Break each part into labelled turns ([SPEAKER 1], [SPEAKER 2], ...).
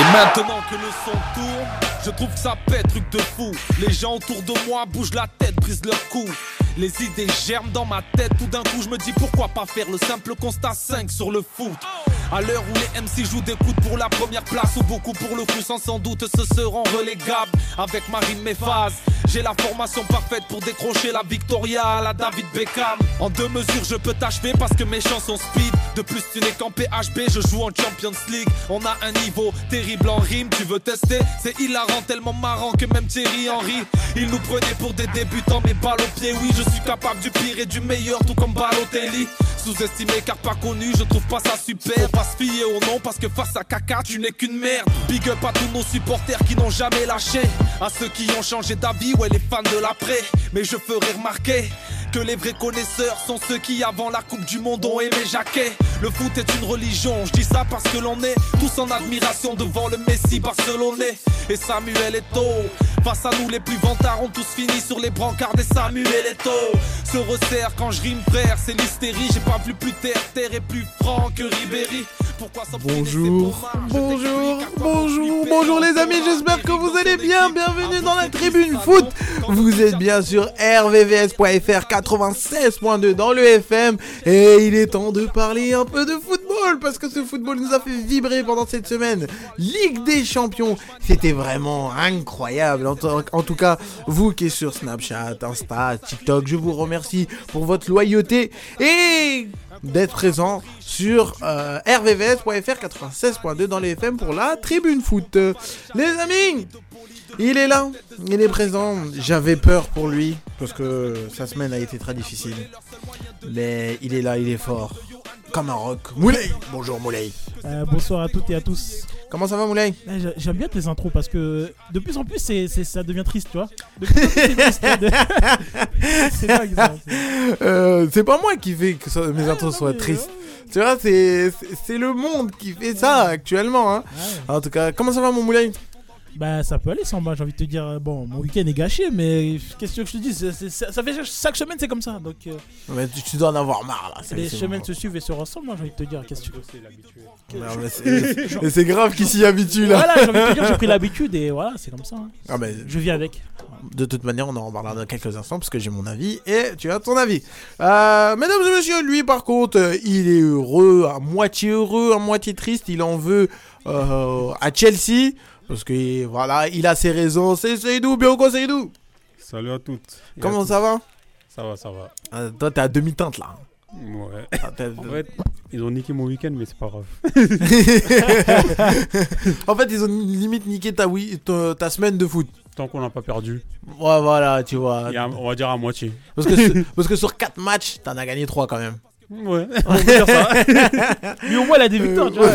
[SPEAKER 1] Et maintenant que le son tourne, je trouve que ça pète, truc de fou. Les gens autour de moi bougent la tête, brisent leur cou. Les idées germent dans ma tête, tout d'un coup je me dis pourquoi pas faire le simple constat 5 sur le foot. À l'heure où les MC jouent des coudes pour la première place ou beaucoup pour le coup sans sans doute se seront relégables avec Marine Méphase. J'ai la formation parfaite pour décrocher la Victoria à la David Beckham. En deux mesures je peux t'achever parce que mes chansons speed. De plus tu n'es qu'en PHB, je joue en Champions League. On a un niveau terrible en rime, tu veux tester C'est hilarant, tellement marrant que même Thierry Henry. Il nous prenait pour des débutants, mais balle au pied, oui, je suis capable du pire et du meilleur, tout comme Balotelli. Sous-estimé car pas connu, je trouve pas ça super. Pas se fier au nom parce que face à caca, tu n'es qu'une merde. Big up à tous nos supporters qui n'ont jamais lâché. À ceux qui ont changé d'avis, ouais, les fans de l'après. Mais je ferai remarquer que les vrais connaisseurs sont ceux qui, avant la Coupe du Monde, ont aimé Jacquet. Le foot est une religion, je dis ça parce que l'on est tous en admiration devant le Messi barcelonais. Et Samuel Eto'o Face à nous, les plus vantards ont tous fini sur les brancards des Samuel Eto'o Se resserre quand je rime, frère, c'est l'hystérie. J'ai pas vu plus terre, terre est plus franc que Ribéry. Pourquoi s'obstiner, c'est
[SPEAKER 2] Bonjour.
[SPEAKER 1] dommage. Je
[SPEAKER 2] Bonjour,
[SPEAKER 1] t'explique à quoi
[SPEAKER 2] bonjour,
[SPEAKER 1] m'occuper
[SPEAKER 2] bonjour
[SPEAKER 1] dans
[SPEAKER 2] les
[SPEAKER 1] ton
[SPEAKER 2] amis,
[SPEAKER 1] art.
[SPEAKER 2] j'espère que vous allez bien, bienvenue dans la tribune
[SPEAKER 1] Avant,
[SPEAKER 2] foot
[SPEAKER 1] quand
[SPEAKER 2] Vous
[SPEAKER 1] on
[SPEAKER 2] êtes bien sur rvvs.fr 96.2 dans le FM Et il est temps de parler un peu de football parce que ce football nous a fait vibrer pendant cette semaine Ligue des champions, c'était vraiment incroyable En to- en tout cas, vous qui êtes sur Snapchat, Insta, TikTok, je vous remercie pour votre loyauté Et d'être présent sur euh, rvvs.fr 96.2 dans les FM pour la tribune foot. Les amis, il est là, il est présent. J'avais peur pour lui parce que sa semaine a été très difficile. Mais il est là, il est fort. Comme un rock. Moulay Bonjour Moulay.
[SPEAKER 3] Euh, bonsoir à toutes et à tous.
[SPEAKER 2] Comment ça va Moulay
[SPEAKER 3] Eh, j'a- J'aime bien tes intros parce que de plus en plus c'est, c'est- ça devient triste, tu vois. De plus en plus, c'est triste, de- c'est dingue, ça. C'est-
[SPEAKER 2] Euh, C'est pas moi qui fait que ça- mes intros
[SPEAKER 3] Ah,
[SPEAKER 2] soient
[SPEAKER 3] mais,
[SPEAKER 2] tristes. Tu vois, c'est c'est- c'est le monde qui fait ça actuellement. hein.
[SPEAKER 3] ouais, Ah, ouais.
[SPEAKER 2] En tout cas, comment ça va mon Moulay
[SPEAKER 3] Bah ça peut aller sans moi, j'ai envie de te dire. euh, Bon, mon week-end est gâché, mais qu'est-ce que je te dis c'est- c'est- ça, ça fait chaque- chaque semaine c'est comme ça. Donc euh,
[SPEAKER 2] Mais tu, tu dois en avoir marre là.
[SPEAKER 3] les
[SPEAKER 2] c'est-
[SPEAKER 3] semaines se suivent et se ressemblent, moi j'ai envie de te dire. Qu'est-ce que tu veux
[SPEAKER 2] Non, mais c'est- mais c'est grave qu'il s'y habitue là.
[SPEAKER 3] Voilà, j'ai envie de te dire, j'ai pris l'habitude et voilà, c'est comme ça. hein.
[SPEAKER 2] Ah, mais
[SPEAKER 3] Je vis avec.
[SPEAKER 2] de toute manière, on en reparlera dans quelques instants parce que j'ai mon avis et tu as ton avis. Euh, mesdames et messieurs, lui par contre, euh, il est heureux, à moitié heureux, à moitié triste. Il en veut euh, à Chelsea parce que voilà, il a ses raisons. C'est Seydou, Bioko Seydou.
[SPEAKER 4] Salut à toutes. et à
[SPEAKER 2] Comment
[SPEAKER 4] tous.
[SPEAKER 2] ça va
[SPEAKER 4] Ça va, ça va.
[SPEAKER 2] Euh, Toi, t'es à demi-teinte là.
[SPEAKER 4] Ouais.
[SPEAKER 2] Ah, t'es-
[SPEAKER 4] En fait, ils ont niqué mon week-end, mais c'est pas grave.
[SPEAKER 2] en fait, ils ont limite niqué ta, oui, ta, ta semaine de foot.
[SPEAKER 4] Tant qu'on n'a pas perdu,
[SPEAKER 2] Ouais, voilà, tu vois.
[SPEAKER 4] il y a, on va dire à moitié.
[SPEAKER 2] Parce que, sur- parce que sur 4 matchs, t'en as gagné 3 quand même.
[SPEAKER 4] Ouais.
[SPEAKER 3] On peut dire ça. Mais au moins il a des victoires, tu vois.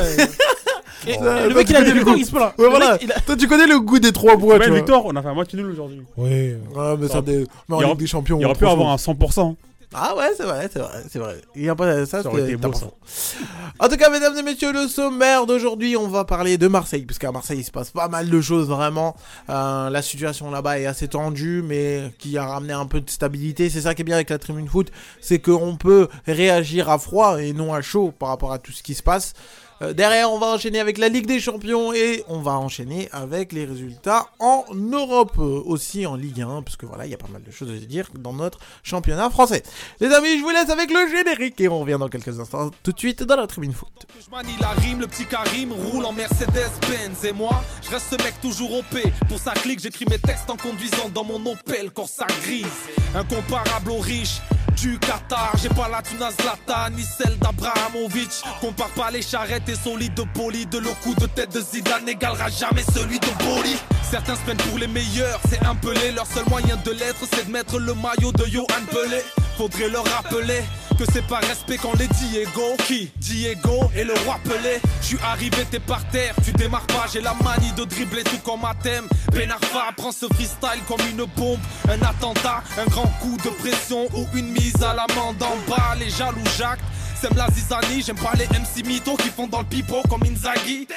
[SPEAKER 3] Et
[SPEAKER 2] Euh, Ça- bah,
[SPEAKER 3] le mec il a des victoires, il se plaint.
[SPEAKER 2] Ouais,
[SPEAKER 3] Le
[SPEAKER 2] voilà.
[SPEAKER 3] mec, il a-
[SPEAKER 2] Toi, tu connais le goût des 3 points, tu
[SPEAKER 4] Belle
[SPEAKER 2] vois.
[SPEAKER 4] victoire, on a fait un match nul aujourd'hui.
[SPEAKER 3] Ouais.
[SPEAKER 2] Ouais, mais ça,
[SPEAKER 4] Ça-
[SPEAKER 2] des... mais
[SPEAKER 4] il y
[SPEAKER 2] en Ligue
[SPEAKER 4] aura-
[SPEAKER 2] des Champions.
[SPEAKER 4] Il y aurait pu
[SPEAKER 2] franchement.
[SPEAKER 4] avoir un 100%.
[SPEAKER 2] Ah ouais, c'est vrai, c'est vrai, c'est vrai. Il y a pas ça,
[SPEAKER 4] Ça aurait
[SPEAKER 2] c'est-
[SPEAKER 4] été
[SPEAKER 2] t'as
[SPEAKER 4] beau,
[SPEAKER 2] pas
[SPEAKER 4] ça.
[SPEAKER 2] faux. En tout cas, mesdames et messieurs, le sommaire d'aujourd'hui, on va parler de Marseille, parce qu'à Marseille, il se passe pas mal de choses vraiment. Euh, la situation là-bas est assez tendue, mais qui a ramené un peu de stabilité. C'est ça qui est bien avec la Tribune Foot, c'est qu'on peut réagir à froid et non à chaud par rapport à tout ce qui se passe. Euh, Derrière, on va enchaîner avec la Ligue des Champions et on va enchaîner avec les résultats en Europe, euh, aussi en Ligue 1, parce que voilà, il y a pas mal de choses à dire dans notre championnat français. Les amis, je vous laisse avec le générique et on revient dans quelques instants tout de suite dans la tribune foot.
[SPEAKER 1] Je manie la rime, le petit Karim roule en Mercedes-Benz Et moi, je reste ce mec toujours OP Pour sa clique, j'écris mes textes en conduisant dans mon Opel Corsa grise Incomparable aux riches du Qatar J'ai pas la thune à Zlatan, ni celle d'Abrahamovic Compare pas les charrettes et son lit de poli De le coup de tête de Zidane n'égalera jamais celui de Boli Certains se prennent pour les meilleurs, c'est un Pelé Leur seul moyen de l'être, c'est de mettre le maillot de Johan Pelé Faudrait leur rappeler que c'est par respect qu'on les Diego Qui Diego et le roi Pelé Je suis arrivé, t'es par terre, tu démarres pas J'ai la manie de dribbler tout comme thème Ben Arfa prend ce freestyle comme une bombe Un attentat, un grand coup de pression Ou une mise à l'amende en bas Les jaloux Jacques, sème la zizanie J'aime pas les MC mythos qui font dans le pipeau comme Inzaghi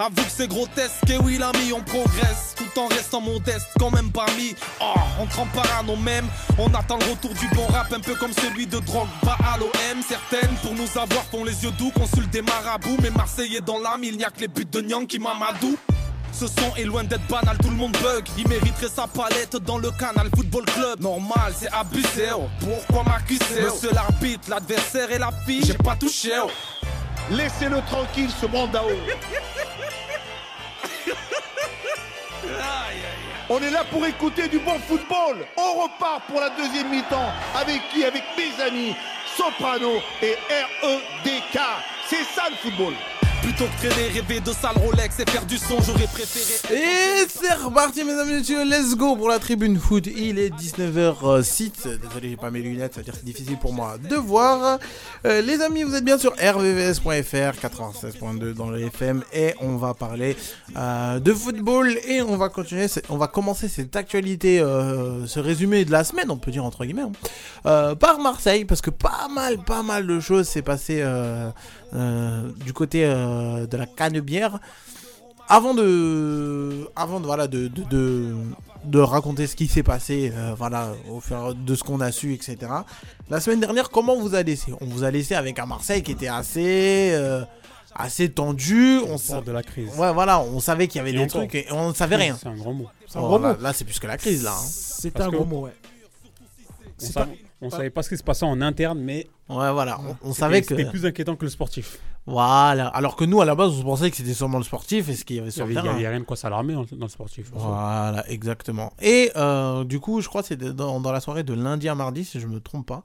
[SPEAKER 1] Avoue Ah, que c'est grotesque, et oui l'ami on progresse Tout en restant modeste, quand même parmi Oh, on trempe parano même On attend le retour du bon rap, un peu comme celui de drogue à l'OM, certaines pour nous avoir font les yeux doux Consultent des marabouts, mais Marseillais dans l'âme Il n'y a que les buts de Nyang qui m'amadou ce son est loin d'être banal, tout le monde bug. Il mériterait sa palette dans le canal Football Club. Normal, c'est abusé. oh. Pourquoi m'accuser oh Monsieur l'arbitre, l'adversaire et la fille, j'ai pas touché. oh.
[SPEAKER 5] Laissez-le tranquille, ce Brandao. On est là pour écouter du bon football. On repart pour la deuxième mi-temps. Avec qui Avec mes amis Soprano et REDK. E C'est ça le football.
[SPEAKER 1] Plutôt que traîner, rêver de sale Rolex et faire du son, j'aurais préféré.
[SPEAKER 2] Et c'est reparti mesdames et messieurs, let's go pour la tribune foot. Il est 19h06. Désolé, j'ai pas mes lunettes, ça veut dire que c'est difficile pour moi de voir. Euh, les amis, vous êtes bien sur rvvs.fr 96.2 dans le FM et on va parler euh, de football et on va continuer, c'est- on va commencer cette actualité, euh, ce résumé de la semaine, on peut dire entre guillemets, hein, euh, par Marseille parce que pas mal, pas mal de choses s'est passé euh, euh, du côté euh, de la canebière avant de avant de voilà de de, de, de raconter ce qui s'est passé euh, voilà au fur de ce qu'on a su etc la semaine dernière comment on vous a laissé on vous a laissé avec un Marseille qui était assez euh, assez tendu on sa-
[SPEAKER 4] Sort de la crise.
[SPEAKER 2] ouais voilà on savait qu'il y avait
[SPEAKER 4] Et
[SPEAKER 2] des
[SPEAKER 4] encore.
[SPEAKER 2] trucs et on ne savait rien
[SPEAKER 4] C'est un grand mot.
[SPEAKER 3] C'est un
[SPEAKER 2] Bon,
[SPEAKER 3] gros
[SPEAKER 2] là,
[SPEAKER 3] mot.
[SPEAKER 2] là, c'est plus que la crise là hein.
[SPEAKER 3] C'est
[SPEAKER 4] Parce
[SPEAKER 3] un
[SPEAKER 4] que-
[SPEAKER 3] gros mot, ouais.
[SPEAKER 4] On,
[SPEAKER 3] C'est
[SPEAKER 4] savait- on savait pas ce qui se passait en interne, mais
[SPEAKER 2] ouais voilà on, on savait que
[SPEAKER 4] c'était plus inquiétant que le sportif.
[SPEAKER 2] voilà alors que nous à la base on se pensait que c'était sûrement le sportif et ce qu'il y avait
[SPEAKER 4] Il y
[SPEAKER 2] sur
[SPEAKER 4] avait- il
[SPEAKER 2] le
[SPEAKER 4] y
[SPEAKER 2] terrain
[SPEAKER 4] avait rien de quoi s'alarmer dans, dans le sportif.
[SPEAKER 2] Voilà, exactement. Et euh, du coup, je crois que c'est dans, dans la soirée de lundi à mardi, si je me trompe pas.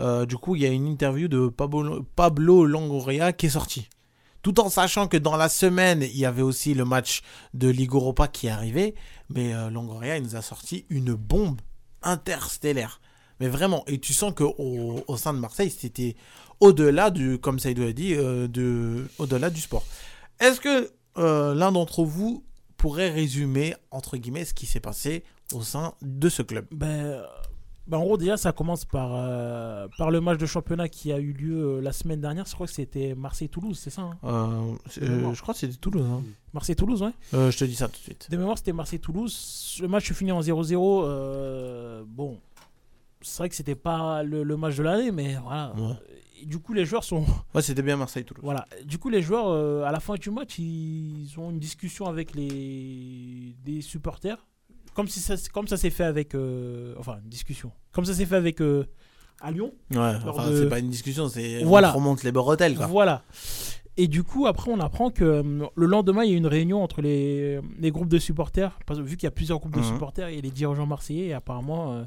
[SPEAKER 2] Euh, du coup, il y a une interview de Pablo, Pablo Longoria qui est sortie. Tout en sachant que dans la semaine, il y avait aussi le match de Ligue Europa qui arrivait. Mais euh, Longoria, il nous a sorti une bombe interstellaire. Mais vraiment, et tu sens que au, au sein de Marseille, c'était au-delà du, comme Saïdou a dit, euh, de, au-delà du sport. Est-ce que euh, l'un d'entre vous pourrait résumer, entre guillemets, ce qui s'est passé au sein de ce club
[SPEAKER 3] Ben, euh, ben, en gros, déjà, ça commence par, euh, par le match de championnat qui a eu lieu euh, la semaine dernière. Je crois que c'était Marseille-Toulouse, c'est ça hein
[SPEAKER 2] Euh, c'est- euh, Je crois que c'était Toulouse. hein.
[SPEAKER 3] Marseille-Toulouse, ouais.
[SPEAKER 2] Euh, je te dis ça tout de suite.
[SPEAKER 3] De mémoire, c'était Marseille-Toulouse. Le match finit en 0-0. euh, bon, c'est vrai que c'était pas le, le match de l'année, mais voilà.
[SPEAKER 2] Ouais,
[SPEAKER 3] Et du coup, les joueurs sont.
[SPEAKER 2] Ouais, c'était bien Marseille-Toulouse.
[SPEAKER 3] Voilà. Du coup, les joueurs, euh, à la fin du match, ils ont une discussion avec les, les supporters. Comme, si ça, comme ça s'est fait avec. euh, enfin, une discussion. Comme ça s'est fait avec. euh, à Lyon.
[SPEAKER 2] Ouais,
[SPEAKER 3] Lors
[SPEAKER 2] enfin,
[SPEAKER 3] de-
[SPEAKER 2] c'est pas une discussion, c'est
[SPEAKER 3] Voilà.
[SPEAKER 2] on te remonte les bretelles. Quoi.
[SPEAKER 3] Voilà. Et du coup, après, on apprend que euh, le lendemain, il y a une réunion entre les, les groupes de supporters. Parce que vu qu'il y a plusieurs groupes de
[SPEAKER 2] Mhm.
[SPEAKER 3] supporters et les dirigeants marseillais, et apparemment, euh,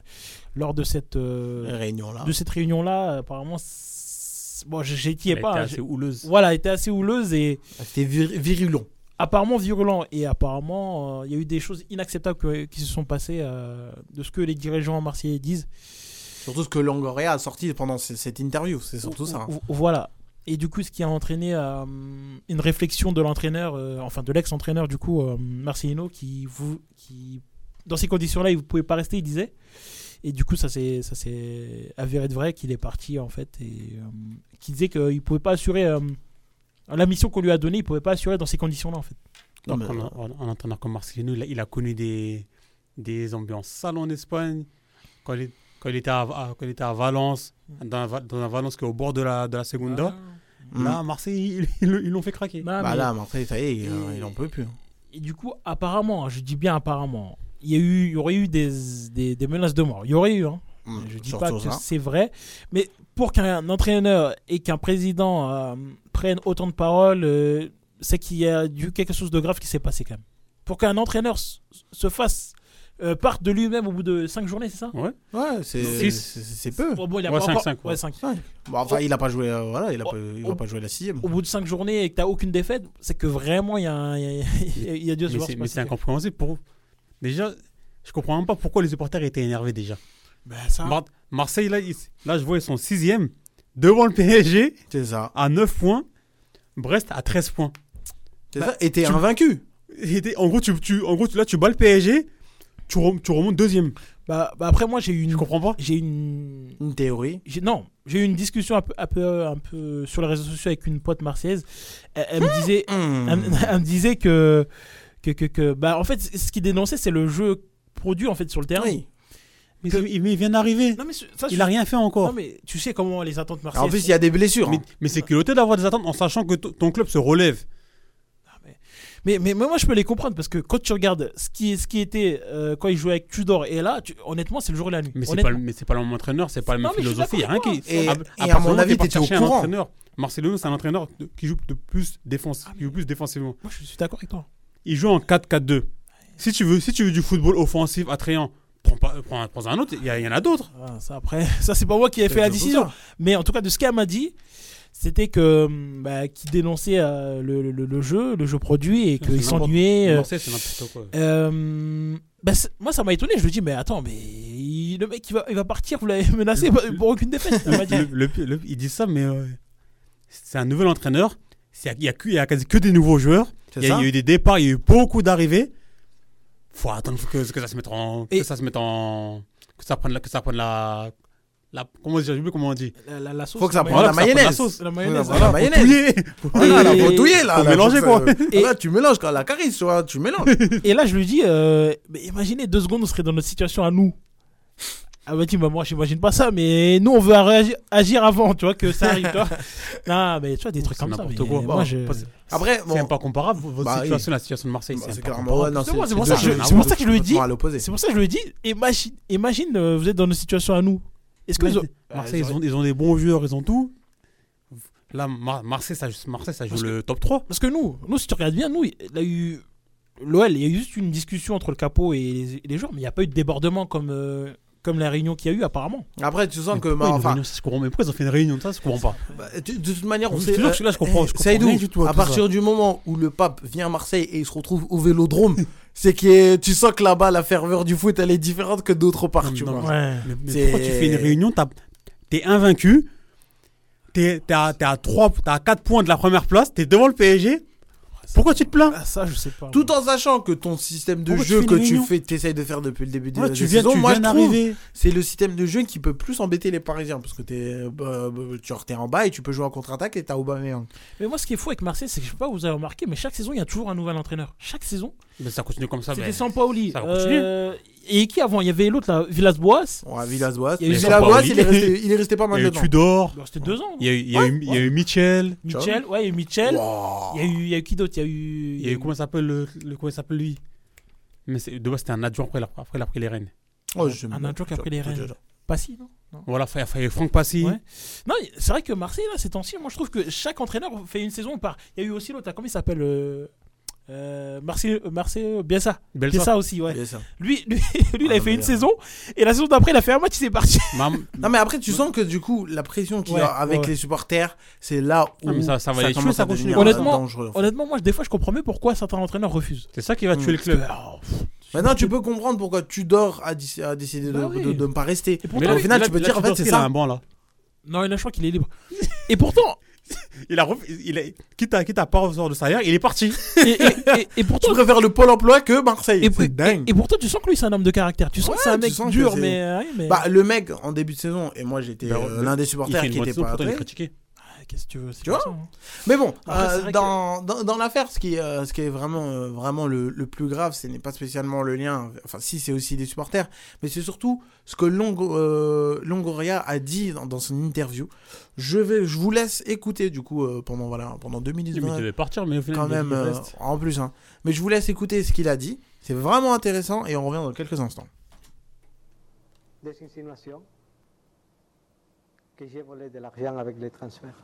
[SPEAKER 3] lors de cette, euh,
[SPEAKER 2] Réunion là.
[SPEAKER 3] de cette réunion-là, apparemment, c'est- bon, j- j'y étais
[SPEAKER 4] Elle
[SPEAKER 3] pas.
[SPEAKER 4] était
[SPEAKER 3] hein,
[SPEAKER 4] assez houleuse.
[SPEAKER 3] j'ai- Voilà, elle était assez houleuse et
[SPEAKER 2] C'était vir- virulent.
[SPEAKER 3] apparemment virulent. Et apparemment, euh, il y a eu des choses inacceptables que- qui se sont passées euh, de ce que les dirigeants marseillais disent.
[SPEAKER 2] Surtout ce que Longoria a sorti pendant c- cette interview, c'est surtout ça. hein.
[SPEAKER 3] Vo- Voilà. Et du coup, ce qui a entraîné euh, une réflexion de l'entraîneur, euh, enfin de l'ex-entraîneur du coup, euh, Marcelino, qui, vous, qui, dans ces conditions-là, il ne pouvait pas rester, il disait. Et du coup, ça s'est ça s'est avéré de vrai qu'il est parti en fait, et euh, qui disait qu'il ne pouvait pas assurer euh, la mission qu'on lui a donnée, il ne pouvait pas assurer dans ces conditions-là en fait.
[SPEAKER 2] Non, mais-
[SPEAKER 4] Donc, un, un- un entraîneur comme Marcelino, il a, il a connu des, des ambiances sales en Espagne. Quand il, quand il était, à, à- quand il était à Valence, dans un, Va- dans un Valence qui est au bord de la, de la Segunda,
[SPEAKER 3] Ah.
[SPEAKER 2] Mm.
[SPEAKER 4] là, à Marseille, ils- ils l'ont- ils l'ont fait craquer.
[SPEAKER 3] Non,
[SPEAKER 2] Bah
[SPEAKER 3] mais-
[SPEAKER 2] là, Marseille, ça y est, il, euh,
[SPEAKER 3] Et-
[SPEAKER 2] il en peut plus.
[SPEAKER 3] Et du coup, apparemment, hein, je dis bien apparemment, il y, a eu, il y aurait eu des, des, des menaces de mort. Il y aurait eu, hein.
[SPEAKER 2] Mm.
[SPEAKER 3] Je dis
[SPEAKER 2] Surtout
[SPEAKER 3] pas que
[SPEAKER 2] ça.
[SPEAKER 3] c'est vrai, mais pour qu'un entraîneur et qu'un président euh, prennent autant de paroles, euh, c'est qu'il y a eu quelque chose de grave qui s'est passé quand même. Pour qu'un entraîneur s- se fasse euh, parte de lui-même au bout de 5 journées, c'est ça
[SPEAKER 2] Ouais, c'est
[SPEAKER 4] Six.
[SPEAKER 2] c'est- c'est peu.
[SPEAKER 3] Bon, bon, il a
[SPEAKER 4] Ouais,
[SPEAKER 3] pas
[SPEAKER 4] cinq,
[SPEAKER 3] encore-
[SPEAKER 4] cinq, ouais.
[SPEAKER 3] ouais, cinq.
[SPEAKER 2] Bon, enfin, il a pas joué, euh, voilà, il, a
[SPEAKER 3] Oh,
[SPEAKER 2] pas, il
[SPEAKER 3] oh.
[SPEAKER 2] va pas jouer la sixième.
[SPEAKER 3] Au bout de 5 journées et que t'as aucune défaite, c'est que vraiment il y a, un- il y a- il y a- il y a dû se
[SPEAKER 4] Mais
[SPEAKER 3] voir
[SPEAKER 4] c'est-
[SPEAKER 3] se
[SPEAKER 4] mais
[SPEAKER 3] passer
[SPEAKER 4] c'est
[SPEAKER 3] quelque-
[SPEAKER 4] incompréhensible pour Déjà, je comprends même pas pourquoi les supporters étaient énervés déjà.
[SPEAKER 3] Bah, ça-
[SPEAKER 4] Mar- Marseille, là, ils- là, je vois, ils sont sixième devant le PSG
[SPEAKER 2] C'est ça.
[SPEAKER 4] à 9 points. Brest à 13 points.
[SPEAKER 2] C'est
[SPEAKER 4] Bah,
[SPEAKER 2] ça. Et t'es
[SPEAKER 4] tu-
[SPEAKER 2] invaincu.
[SPEAKER 4] Et t'es- en, gros, tu, tu- en gros, tu- là, tu bats le PSG, tu, rem- tu remontes deuxième.
[SPEAKER 3] Bah, bah après, moi, j'ai eu une.
[SPEAKER 4] Je comprends pas.
[SPEAKER 3] J'ai eu une.
[SPEAKER 2] Une théorie.
[SPEAKER 3] j'ai- Non, j'ai eu une discussion un peu, un, peu, un peu sur les réseaux sociaux avec une pote marseillaise. Elle, elle
[SPEAKER 2] Hmm.
[SPEAKER 3] me disait, elle, me- elle me disait que, que, que, que- bah, en fait, c- ce qu'il dénonçait, c'est le jeu produit en fait sur le terrain.
[SPEAKER 2] Oui.
[SPEAKER 4] Mais, il- mais il vient d'arriver.
[SPEAKER 3] Non mais ce- ça,
[SPEAKER 4] Il
[SPEAKER 3] je-
[SPEAKER 4] a rien fait
[SPEAKER 3] Non
[SPEAKER 4] encore.
[SPEAKER 3] mais tu sais comment les attentes marseillaises.
[SPEAKER 2] En plus, il y a des blessures.
[SPEAKER 4] Mais,
[SPEAKER 2] hein.
[SPEAKER 4] mais c'est culotté d'avoir des attentes en sachant que t- ton club se relève.
[SPEAKER 3] Ah, Mais, mais, mais moi, je peux les comprendre parce que quand tu regardes ce qui, ce qui était euh, quand ils jouaient avec Tudor et là, tu- honnêtement, c'est le jour et la nuit.
[SPEAKER 4] Mais c'est
[SPEAKER 3] Honnêtement.
[SPEAKER 4] pas, le- mais c'est pas le même entraîneur, c'est pas la
[SPEAKER 3] Non,
[SPEAKER 4] même
[SPEAKER 3] mais je suis
[SPEAKER 4] philosophie.
[SPEAKER 3] d'accord
[SPEAKER 4] rien
[SPEAKER 3] avec
[SPEAKER 4] qui-
[SPEAKER 2] toi. Et-
[SPEAKER 4] à- à
[SPEAKER 2] et à
[SPEAKER 4] partir du
[SPEAKER 2] mon
[SPEAKER 4] moment où
[SPEAKER 2] avis,
[SPEAKER 4] t'es pas
[SPEAKER 2] t'étais au
[SPEAKER 4] chercher un
[SPEAKER 2] courant.
[SPEAKER 4] entraîneur. Marcelo, c'est un entraîneur de- qui joue de plus défense, qui joue plus défensivement.
[SPEAKER 3] Moi, je suis d'accord avec toi.
[SPEAKER 4] Il joue en 4-4-2. Si tu veux, si tu veux du football offensif attrayant, prends pas, prends, prends un autre. Il y, a- il y en a d'autres.
[SPEAKER 3] Ah, ça, après, ça, c'est pas moi qui ai fait la
[SPEAKER 2] C'est pour
[SPEAKER 3] décision.
[SPEAKER 2] ça.
[SPEAKER 3] Mais en tout cas, de ce qu'elle m'a dit, c'était que hum, bah, qu'il dénonçait euh, le, le- le jeu, le jeu produit et
[SPEAKER 4] C'est
[SPEAKER 3] qu'il
[SPEAKER 4] n'importe-
[SPEAKER 3] s'ennuyait. euh,
[SPEAKER 4] Marseille, c'est n'importe quoi.
[SPEAKER 3] euh, bah, c'est- moi, ça m'a étonné. Je me dis, mais attends, mais il- le mec, il va, il va partir. Vous l'avez menacé pour- pour aucune défaite. Elle m'a dit.
[SPEAKER 4] Le- le- le- il dit ça, mais euh, c'est un nouvel entraîneur. C'est- Il y a, que- il y a quasi que des nouveaux joueurs.
[SPEAKER 2] C'est
[SPEAKER 4] Il y, a,
[SPEAKER 2] ça.
[SPEAKER 4] il y a eu des départs, il y a eu beaucoup d'arrivées. Faut attendre que, que ça se mette en, que
[SPEAKER 3] Et-
[SPEAKER 4] ça se mette en, que ça prenne, la- que ça prenne la, la, comment dire, j'ai oublié comment on dit.
[SPEAKER 3] La, la- la sauce,
[SPEAKER 2] Faut que ça
[SPEAKER 3] la
[SPEAKER 2] prenne la
[SPEAKER 3] mayonnaise.
[SPEAKER 2] mayonnaise.
[SPEAKER 4] sauce,
[SPEAKER 3] la mayonnaise.
[SPEAKER 2] Faut que ça prenne
[SPEAKER 4] Faut
[SPEAKER 2] la mayonnaise.
[SPEAKER 4] touiller. Faut-
[SPEAKER 2] Ah, là, là, faut
[SPEAKER 3] Et-
[SPEAKER 2] touiller là.
[SPEAKER 4] faut
[SPEAKER 2] là,
[SPEAKER 4] mélanger,
[SPEAKER 2] faut que
[SPEAKER 4] quoi.
[SPEAKER 2] ça-
[SPEAKER 3] Et-
[SPEAKER 2] Là, tu mélanges quand la carie, tu vois, tu mélanges.
[SPEAKER 3] Et là, je lui dis, euh, mais imaginez deux secondes, on serait dans notre situation à nous. Elle m'a dit, bah, moi, j'imagine pas ça, mais nous, on veut arri- agir avant, tu vois, que ça arrive, tu vois. Non, mais tu vois, des trucs
[SPEAKER 4] C'est
[SPEAKER 3] comme ça.
[SPEAKER 4] n'importe
[SPEAKER 3] mais
[SPEAKER 4] quoi.
[SPEAKER 3] Moi, je...
[SPEAKER 4] Parce-
[SPEAKER 2] Après,
[SPEAKER 4] C'est
[SPEAKER 2] bon,
[SPEAKER 4] même pas comparable votre
[SPEAKER 2] Bah,
[SPEAKER 4] situation, la situation de Marseille.
[SPEAKER 2] bah,
[SPEAKER 4] c'est
[SPEAKER 2] c'est
[SPEAKER 4] pas
[SPEAKER 2] carrément.
[SPEAKER 4] comparable.
[SPEAKER 2] ouais, non,
[SPEAKER 3] C'est moi, c'est
[SPEAKER 2] c'est
[SPEAKER 3] pour
[SPEAKER 2] deux
[SPEAKER 3] ça que je-
[SPEAKER 2] choses
[SPEAKER 3] c'est pour ça que je lui ai dit.
[SPEAKER 2] complètement à l'opposé.
[SPEAKER 3] C'est pour ça que je lui ai dit, imagine, imagine euh, vous êtes dans notre situation à nous. Est-ce que
[SPEAKER 4] Mais
[SPEAKER 3] vous-
[SPEAKER 4] Marseille, ils ont, ils ont des bons joueurs, ils ont tout. Là, Mar- Marseille, ça, Marseille, ça joue
[SPEAKER 3] Parce que-
[SPEAKER 4] le top 3.
[SPEAKER 3] Parce que nous, nous, si tu regardes bien, nous, il y a eu. L'OL, il y a eu juste une discussion entre le capot et les, et les joueurs, mais il n'y a pas eu de débordement comme, euh, comme la réunion qu'il y a eu, apparemment.
[SPEAKER 2] Après, tu sens
[SPEAKER 4] Mais
[SPEAKER 2] que.
[SPEAKER 4] pourquoi
[SPEAKER 2] bah,
[SPEAKER 4] ils ont
[SPEAKER 2] enfin,
[SPEAKER 4] réuni- ça, je comprends- mais pourquoi ils ont fait une réunion de ça, je comprends pas.
[SPEAKER 2] bah, tu- de toute manière, on
[SPEAKER 4] Je
[SPEAKER 2] sait.
[SPEAKER 4] te jure
[SPEAKER 2] euh,
[SPEAKER 4] que celui-là, je comprends- je
[SPEAKER 2] eh,
[SPEAKER 4] comprends
[SPEAKER 2] Saïdou,
[SPEAKER 4] rien du tout à
[SPEAKER 2] à
[SPEAKER 4] tout ça.
[SPEAKER 2] partir du moment où le pape vient à Marseille et il se retrouve au vélodrome, c'est que tu sens que là-bas, la ferveur du foot, elle est différente que d'autres parts,
[SPEAKER 4] Non,
[SPEAKER 2] tu
[SPEAKER 4] non,
[SPEAKER 2] vois.
[SPEAKER 4] Ouais. Mais, mais
[SPEAKER 2] C'est-
[SPEAKER 4] pourquoi tu fais une réunion t'as- T'es invaincu. T'es t'es à, t'es à, 4 points de la première place. T'es devant le PSG. Pourquoi tu te plains
[SPEAKER 3] Ah, ça, je sais pas.
[SPEAKER 2] Tout en sachant que ton système de
[SPEAKER 4] Pourquoi
[SPEAKER 2] jeu
[SPEAKER 4] tu fais
[SPEAKER 2] que
[SPEAKER 4] une
[SPEAKER 2] tu
[SPEAKER 4] réunion
[SPEAKER 2] fais, t'essayes de faire depuis le début de
[SPEAKER 4] Ouais,
[SPEAKER 2] la
[SPEAKER 4] tu viens,
[SPEAKER 2] saison,
[SPEAKER 4] tu
[SPEAKER 2] moi
[SPEAKER 4] viens
[SPEAKER 2] je trouve,
[SPEAKER 4] d'arriver.
[SPEAKER 2] c'est le système de jeu qui peut plus embêter les Parisiens parce que t'es, bah, bah, tu es en bas et tu peux jouer en contre-attaque et t'as Aubameyang.
[SPEAKER 3] Mais moi, ce qui est fou avec Marseille, c'est que je sais pas, vous avez remarqué, mais chaque saison, il y a toujours un nouvel entraîneur. Chaque saison,
[SPEAKER 4] Mais ça continue comme ça.
[SPEAKER 3] c'était
[SPEAKER 4] ben,
[SPEAKER 3] Sampaoli.
[SPEAKER 4] ça va continuer.
[SPEAKER 3] Euh, et qui avant Il y avait l'autre, là, Villas-Boas.
[SPEAKER 2] Ouais, Villas-Boas.
[SPEAKER 3] Il y a eu
[SPEAKER 2] Villas-Boas,
[SPEAKER 4] Sampaoli.
[SPEAKER 2] il est resté, il est resté pas
[SPEAKER 4] Il
[SPEAKER 2] mal
[SPEAKER 4] y a eu
[SPEAKER 2] dedans.
[SPEAKER 4] Tudor.
[SPEAKER 3] Alors, C'était deux ans.
[SPEAKER 4] Il y a eu, il y a eu, il y a eu Mitchell.
[SPEAKER 3] Mitchell, ouais, il y a eu Mitchell.
[SPEAKER 2] Wow.
[SPEAKER 3] Il y a eu, il y a eu qui d'autre Il y a eu.
[SPEAKER 4] Il y a eu comment il s'appelle le, le- comment il s'appelle lui Mais c'est- de base c'était un adjoint après il a- après il a pris les rênes.
[SPEAKER 2] Oh, je sais
[SPEAKER 3] Un
[SPEAKER 2] même
[SPEAKER 3] adjoint qui a
[SPEAKER 2] pas.
[SPEAKER 3] pris les rênes. Passy, non
[SPEAKER 4] Voilà, il y a- il y a eu Franck Passy.
[SPEAKER 3] Ouais. Non, c'est vrai que Marseille, là, c'est ancien. Moi, je trouve que chaque entraîneur fait une saison par. Il y a eu aussi l'autre, là, comment il s'appelle euh, euh, Marseille, euh, Marseille, euh, Bielsa.
[SPEAKER 4] Belle
[SPEAKER 3] Bielsa aussi, ouais.
[SPEAKER 2] C'est ça.
[SPEAKER 3] Lui, lui, lui, il avait
[SPEAKER 2] Ah, non,
[SPEAKER 3] fait
[SPEAKER 2] mais
[SPEAKER 3] une
[SPEAKER 2] là-
[SPEAKER 3] saison, et la saison d'après, il a fait un match, il s'est parti.
[SPEAKER 4] Mam-
[SPEAKER 2] Non mais après tu sens que du coup la pression qu'il y
[SPEAKER 3] Ouais,
[SPEAKER 2] a avec
[SPEAKER 3] ouais.
[SPEAKER 2] les supporters c'est là où
[SPEAKER 4] Ah, mais ça- ça va les tuer,
[SPEAKER 2] commence
[SPEAKER 4] ça
[SPEAKER 2] à
[SPEAKER 4] continue.
[SPEAKER 2] devenir, euh,
[SPEAKER 3] Honnêtement,
[SPEAKER 2] dangereux. en fait.
[SPEAKER 3] Honnêtement, moi, des fois, je comprends mieux pourquoi certains entraîneurs refusent. Mm.
[SPEAKER 4] C'est ça qui va
[SPEAKER 2] Mmh,
[SPEAKER 4] tuer le club.
[SPEAKER 3] Alors,
[SPEAKER 2] Maintenant tu peux comprendre pourquoi Tudor a, dis- a décidé de,
[SPEAKER 3] Bah oui.
[SPEAKER 2] de, de ne pas rester.
[SPEAKER 3] Et
[SPEAKER 4] Mais
[SPEAKER 3] pourtant,
[SPEAKER 2] au
[SPEAKER 4] là,
[SPEAKER 2] final,
[SPEAKER 4] là,
[SPEAKER 2] tu peux
[SPEAKER 4] là,
[SPEAKER 2] dire, en fait,
[SPEAKER 4] penses
[SPEAKER 2] c'est
[SPEAKER 4] qu'il
[SPEAKER 2] ça.
[SPEAKER 4] a un banc là.
[SPEAKER 3] non, il a choix qu'il est libre. Et pourtant,
[SPEAKER 4] Il a, ref- il a- quitte à quitte à pas recevoir de salaire, il est parti.
[SPEAKER 3] et, et- et- et
[SPEAKER 2] Tu
[SPEAKER 3] pourtant,
[SPEAKER 2] préfères le Pôle Emploi que Marseille.
[SPEAKER 3] et,
[SPEAKER 2] C'est
[SPEAKER 3] et-
[SPEAKER 2] dingue.
[SPEAKER 3] et pourtant, tu sens que lui, c'est un homme de caractère. Tu sens
[SPEAKER 2] Ouais,
[SPEAKER 3] que c'est un
[SPEAKER 2] tu
[SPEAKER 3] mec
[SPEAKER 2] sens que
[SPEAKER 3] dur,
[SPEAKER 2] c'est-
[SPEAKER 3] mais, euh, ouais, mais-
[SPEAKER 2] Bah le mec en début de saison et moi j'étais
[SPEAKER 4] Ben,
[SPEAKER 2] euh,
[SPEAKER 4] le-
[SPEAKER 2] l'un des
[SPEAKER 4] Il
[SPEAKER 2] supporters
[SPEAKER 4] fait une
[SPEAKER 2] qui
[SPEAKER 4] bonne
[SPEAKER 2] était
[SPEAKER 4] saison,
[SPEAKER 2] pas
[SPEAKER 4] pourtant il est
[SPEAKER 2] prêt.
[SPEAKER 4] critiqué.
[SPEAKER 3] Ah, qu'est-ce que tu veux c'est
[SPEAKER 2] Tu
[SPEAKER 3] comme
[SPEAKER 2] vois
[SPEAKER 3] ça, hein.
[SPEAKER 2] Mais bon,
[SPEAKER 3] Après, c'est
[SPEAKER 2] euh,
[SPEAKER 3] vrai que-
[SPEAKER 2] dans, dans, dans l'affaire, ce qui, est, euh, ce qui est vraiment, euh, vraiment le, le plus grave, ce n'est pas spécialement le lien, enfin si c'est aussi des supporters, mais c'est surtout ce que Longo- euh, Longoria a dit dans, dans son interview. Je, vais, je vous laisse écouter du coup euh, pendant, voilà, pendant 2 minutes.
[SPEAKER 4] Il
[SPEAKER 2] vingt,
[SPEAKER 4] devait partir, mais au final,
[SPEAKER 2] quand
[SPEAKER 4] il- il
[SPEAKER 2] même, euh,
[SPEAKER 4] reste.
[SPEAKER 2] en plus. hein. Mais je vous laisse écouter ce qu'il a dit. C'est vraiment intéressant et on revient dans quelques instants.
[SPEAKER 6] des insinuations que j'ai volé de l'argent avec les transferts.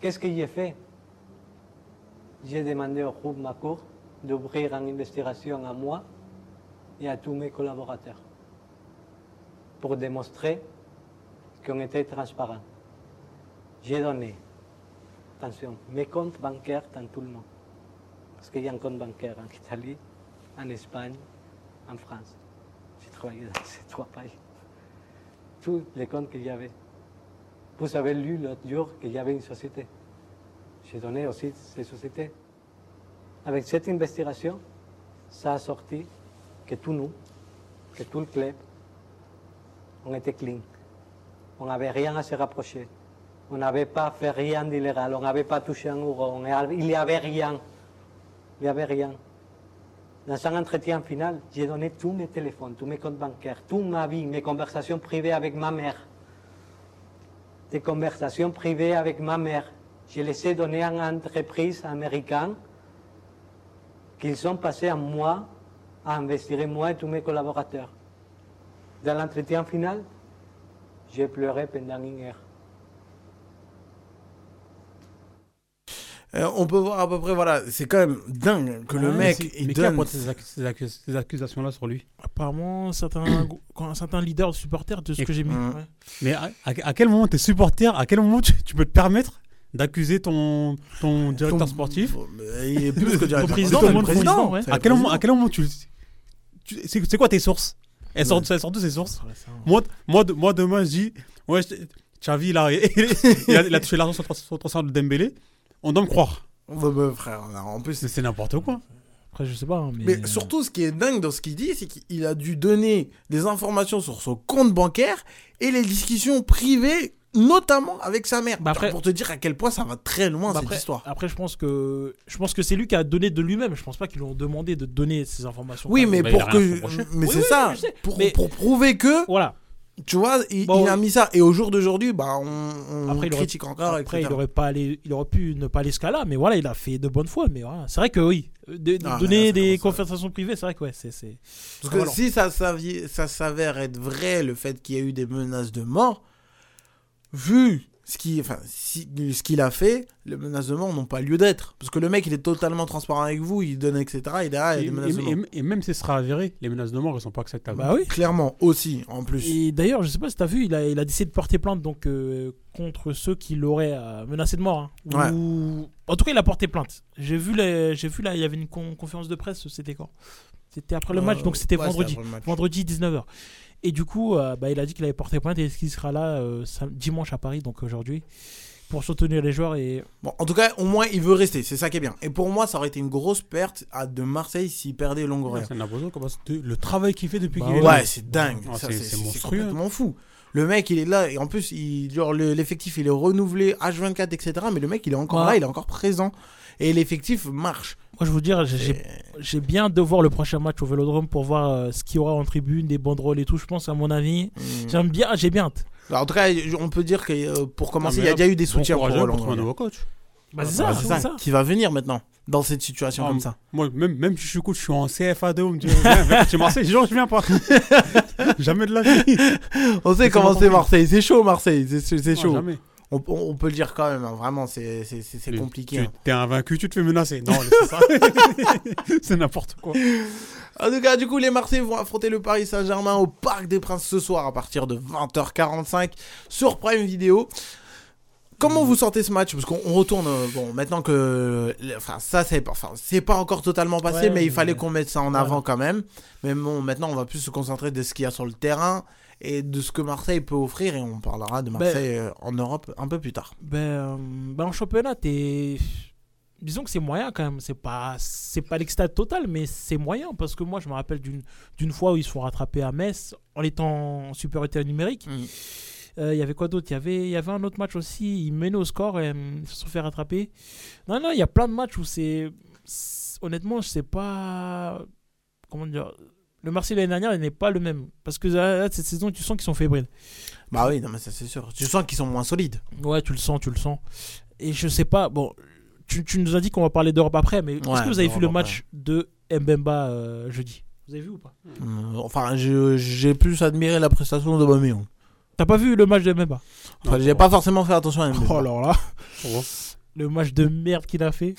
[SPEAKER 6] Qu'est-ce que j'ai fait J'ai demandé au groupe Macour d'ouvrir une investigation à moi et à tous mes collaborateurs pour démontrer qu'on était transparent. J'ai donné, attention, mes comptes bancaires dans tout le monde. Parce qu'il y a un compte bancaire en Italie, en Espagne, en France. J'ai travaillé dans ces trois pays. Tous les comptes qu'il y avait. Vous avez lu l'autre jour qu'il y avait une société. J'ai donné aussi ces sociétés. Avec cette investigation, ça a sorti que tout nous, que tout le club, on était clean. On n'avait rien à se rapprocher. On n'avait pas fait rien d'illégal. On n'avait pas touché un euro. On a- Il n'y avait rien. Il n'y avait rien. Dans un entretien final, j'ai donné tous mes téléphones, tous mes comptes bancaires, toute ma vie, mes conversations privées avec ma mère. Des conversations privées avec ma mère. Je les ai données à une entreprise américaine qu'ils ont passé à moi, à investir en moi et tous mes collaborateurs. Dans l'entretien final, j'ai pleuré pendant une heure.
[SPEAKER 2] Euh, on peut voir à peu près, voilà, c'est quand même dingue que le
[SPEAKER 3] Ouais,
[SPEAKER 2] mec,
[SPEAKER 4] Mais,
[SPEAKER 2] il
[SPEAKER 4] mais qui a
[SPEAKER 2] donne...
[SPEAKER 4] porté ces, accus- ces accus- ces accusations-là sur lui
[SPEAKER 3] Apparemment, certains, go- quand- certains leaders supporters de ce
[SPEAKER 4] Et- mmh.
[SPEAKER 3] que j'ai mis.
[SPEAKER 2] Mm.
[SPEAKER 3] ouais.
[SPEAKER 4] Mais à, à- à quel moment tes supporters, à quel moment tu, tu peux te permettre d'accuser ton, ton directeur
[SPEAKER 2] Ton-
[SPEAKER 4] sportif
[SPEAKER 2] Euh, Il est plus que directeur
[SPEAKER 3] Ton président,
[SPEAKER 2] c'est le
[SPEAKER 3] ton président, ouais.
[SPEAKER 2] c'est le
[SPEAKER 4] à quel, moment,
[SPEAKER 2] président.
[SPEAKER 4] à quel moment tu. tu- c'est c'est quoi tes sources Elles sortent elles sortent d'où ces sources Moi, moi, de- moi, demain, je dis, ouais, je- Xavi, il a, il a, il a touché l'argent sur, le trans- sur le transfert de Dembélé. On doit me croire.
[SPEAKER 2] Ouais, bah, frère, non, en plus,
[SPEAKER 4] C'est c'est n'importe quoi.
[SPEAKER 3] Après, je sais pas. hein,
[SPEAKER 2] Mais
[SPEAKER 3] Mais,
[SPEAKER 2] surtout, ce qui est dingue dans ce qu'il dit, c'est qu'il a dû donner des informations sur son compte bancaire et les discussions privées, notamment avec sa mère.
[SPEAKER 3] Bah après-
[SPEAKER 2] Genre, pour te dire à quel point ça va très loin
[SPEAKER 3] Bah
[SPEAKER 2] cette
[SPEAKER 3] après,
[SPEAKER 2] histoire.
[SPEAKER 3] après, je pense que je pense que c'est lui qui a donné de lui-même. Je pense pas qu'ils lui ont demandé de donner ces informations.
[SPEAKER 2] Oui, mais
[SPEAKER 4] Bah, il a
[SPEAKER 2] pour
[SPEAKER 4] rien
[SPEAKER 2] que.
[SPEAKER 4] reproché.
[SPEAKER 2] Mais
[SPEAKER 3] Oui,
[SPEAKER 2] c'est
[SPEAKER 3] oui,
[SPEAKER 2] ça.
[SPEAKER 3] oui, je sais.
[SPEAKER 2] Pour,
[SPEAKER 3] Mais-
[SPEAKER 2] pour prouver que,
[SPEAKER 3] voilà.
[SPEAKER 2] tu vois, il,
[SPEAKER 3] Bon,
[SPEAKER 2] il a mis ça. Et au jour d'aujourd'hui, bah, on, on
[SPEAKER 3] Après, il aurait-
[SPEAKER 2] critique encore.
[SPEAKER 3] Après, il
[SPEAKER 2] etc.
[SPEAKER 3] aurait pas allé, il aurait pu ne pas aller ce cas-là, mais voilà, il a fait de bonne foi. Mais voilà, c'est vrai que oui, de- de
[SPEAKER 2] Ah,
[SPEAKER 3] donner
[SPEAKER 2] là, ça
[SPEAKER 3] des
[SPEAKER 2] commence à-
[SPEAKER 3] conversations privées, c'est vrai que ouais, c'est c'est.
[SPEAKER 2] Parce que
[SPEAKER 3] Voilà.
[SPEAKER 2] si ça, s'avi- ça s'avère être vrai, le fait qu'il y a eu des menaces de mort, vu ce qu'il enfin, si- ce qu'il a fait, les menaces de mort n'ont pas lieu d'être. Parce que le mec, il est totalement transparent avec vous, il donne, etc. Et derrière, il y a
[SPEAKER 4] Et,
[SPEAKER 2] des menaces de
[SPEAKER 4] et-
[SPEAKER 2] mort.
[SPEAKER 4] et- et même si ce sera avéré, les menaces de mort, elles sont pas acceptables.
[SPEAKER 3] Bah oui.
[SPEAKER 2] Clairement, aussi, en plus.
[SPEAKER 3] Et d'ailleurs, je sais pas si t'as vu, il a, il a décidé de porter plainte donc euh, contre ceux qui l'auraient euh, menacé de mort. hein.
[SPEAKER 2] Ouais.
[SPEAKER 3] Ou... En tout cas, il a porté plainte. J'ai vu, les- j'ai vu là, il y avait une con- conférence de presse. C'était quand C'était après le match,
[SPEAKER 2] Euh,
[SPEAKER 3] donc c'était
[SPEAKER 2] ouais,
[SPEAKER 3] vendredi,
[SPEAKER 2] après le match.
[SPEAKER 3] vendredi 19h. Et du coup, euh, bah, il a dit qu'il avait porté plainte et qu'il sera là euh, sam- dimanche à Paris, donc aujourd'hui, pour soutenir les joueurs et
[SPEAKER 2] Bon, en tout cas, au moins, il veut rester. C'est ça qui est bien. Et pour moi, ça aurait été une grosse perte à- de Marseille s'il perdait Longoria.
[SPEAKER 4] C'est un abandon, comment c'est- le travail qu'il fait depuis
[SPEAKER 3] Bah
[SPEAKER 4] qu'il est là.
[SPEAKER 2] Ouais, c'est dingue.
[SPEAKER 4] Ah,
[SPEAKER 2] Ça,
[SPEAKER 4] c'est-
[SPEAKER 2] c'est-
[SPEAKER 4] c'est
[SPEAKER 2] c'est
[SPEAKER 4] monstrueux.
[SPEAKER 2] complètement fou. Le mec, il est là et en plus, il, genre, le- l'effectif, il est renouvelé H24, etc. Mais le mec, il est encore
[SPEAKER 3] Ouais.
[SPEAKER 2] là, il est encore présent et l'effectif marche.
[SPEAKER 3] Moi, je vous dire, j'ai- j'ai- j'ai bien de voir le prochain match au Vélodrome pour voir euh, ce qu'il y aura en tribune, des banderoles et tout. Je pense, à mon avis, j'aime bien, j'ai bien hâte.
[SPEAKER 2] Alors, en tout cas, on peut dire que euh, pour
[SPEAKER 4] Non, mais
[SPEAKER 2] commencer, il y a
[SPEAKER 4] là,
[SPEAKER 2] déjà eu des
[SPEAKER 4] bon
[SPEAKER 2] soutiens
[SPEAKER 4] courage
[SPEAKER 2] pour
[SPEAKER 4] à eux
[SPEAKER 2] Roland.
[SPEAKER 4] trouver un
[SPEAKER 2] Garros.
[SPEAKER 4] nouveau coach.
[SPEAKER 3] Bah, c'est
[SPEAKER 2] Bah,
[SPEAKER 3] ça, c'est ça.
[SPEAKER 2] qui va venir maintenant dans cette situation
[SPEAKER 4] Ah,
[SPEAKER 2] comme ça.
[SPEAKER 4] Moi, même, même si je suis coach, je suis en CFA2, on me dit, viens, viens, chez Marseille, je dis, non, je viens pas. jamais de la vie.
[SPEAKER 2] On sait comment c'est Marseille, c'est chaud Marseille, c'est- c'est c'est
[SPEAKER 4] Non,
[SPEAKER 2] chaud.
[SPEAKER 4] jamais.
[SPEAKER 2] On, on- on peut le dire quand même, hein, vraiment, c'est- c'est c'est- c'est
[SPEAKER 4] Tu-
[SPEAKER 2] compliqué.
[SPEAKER 4] Tu,
[SPEAKER 2] hein.
[SPEAKER 4] T'es invaincu, tu te fais menacer. Non, c'est ça. c'est n'importe quoi.
[SPEAKER 2] En tout cas, du coup, les Marseillais vont affronter le Paris Saint-Germain au Parc des Princes ce soir à partir de 20h45 sur Prime Video. Comment vous sentez ce match Parce qu'on on retourne, euh, bon, maintenant que. Enfin, ça, c'est pas, enfin, c'est pas encore totalement passé,
[SPEAKER 3] Ouais,
[SPEAKER 2] mais il
[SPEAKER 3] mais-
[SPEAKER 2] fallait qu'on mette ça en
[SPEAKER 3] Voilà.
[SPEAKER 2] avant quand même. Mais bon, maintenant, on va plus se concentrer de ce qu'il y a sur le terrain et de ce que Marseille peut offrir. Et on parlera de Marseille euh, en Europe un peu plus tard.
[SPEAKER 3] Ben, euh, ben, en championnat, t'es. Disons que c'est moyen quand même. C'est pas, c'est pas l'extase totale, mais c'est moyen parce que moi, je me rappelle d'une, d'une fois où ils se font rattraper à Metz en étant en supériorité numérique.
[SPEAKER 2] Mm.
[SPEAKER 3] Euh, Il y avait quoi d'autre Il y avait, il y avait un autre match aussi. Ils menaient au score et hum, ils se sont fait rattraper. Non, non, il y a plein de matchs où c'est, c'est- honnêtement, je sais pas comment dire. Le Marseille l'année dernière il n'est pas le même parce que là, là, cette saison, tu sens qu'ils sont fébriles.
[SPEAKER 2] Bah oui, non, mais ça, c'est sûr. Tu sens qu'ils sont moins solides.
[SPEAKER 3] Ouais, tu le sens, tu le sens. Et je sais pas, bon, tu, tu nous as dit qu'on va parler d'Europe après, mais
[SPEAKER 2] Ouais,
[SPEAKER 3] est-ce que vous avez vu
[SPEAKER 2] d'Europe
[SPEAKER 3] le
[SPEAKER 2] après.
[SPEAKER 3] match de Mbemba euh, jeudi Vous avez vu ou pas
[SPEAKER 2] Euh, Enfin, je- j'ai plus admiré la prestation de Bamion.
[SPEAKER 3] T'as pas vu le match de Mbemba
[SPEAKER 2] Enfin, j'ai pas forcément fait attention à Mbappé.
[SPEAKER 3] alors là
[SPEAKER 4] Oh.
[SPEAKER 3] Le match de merde qu'il a fait.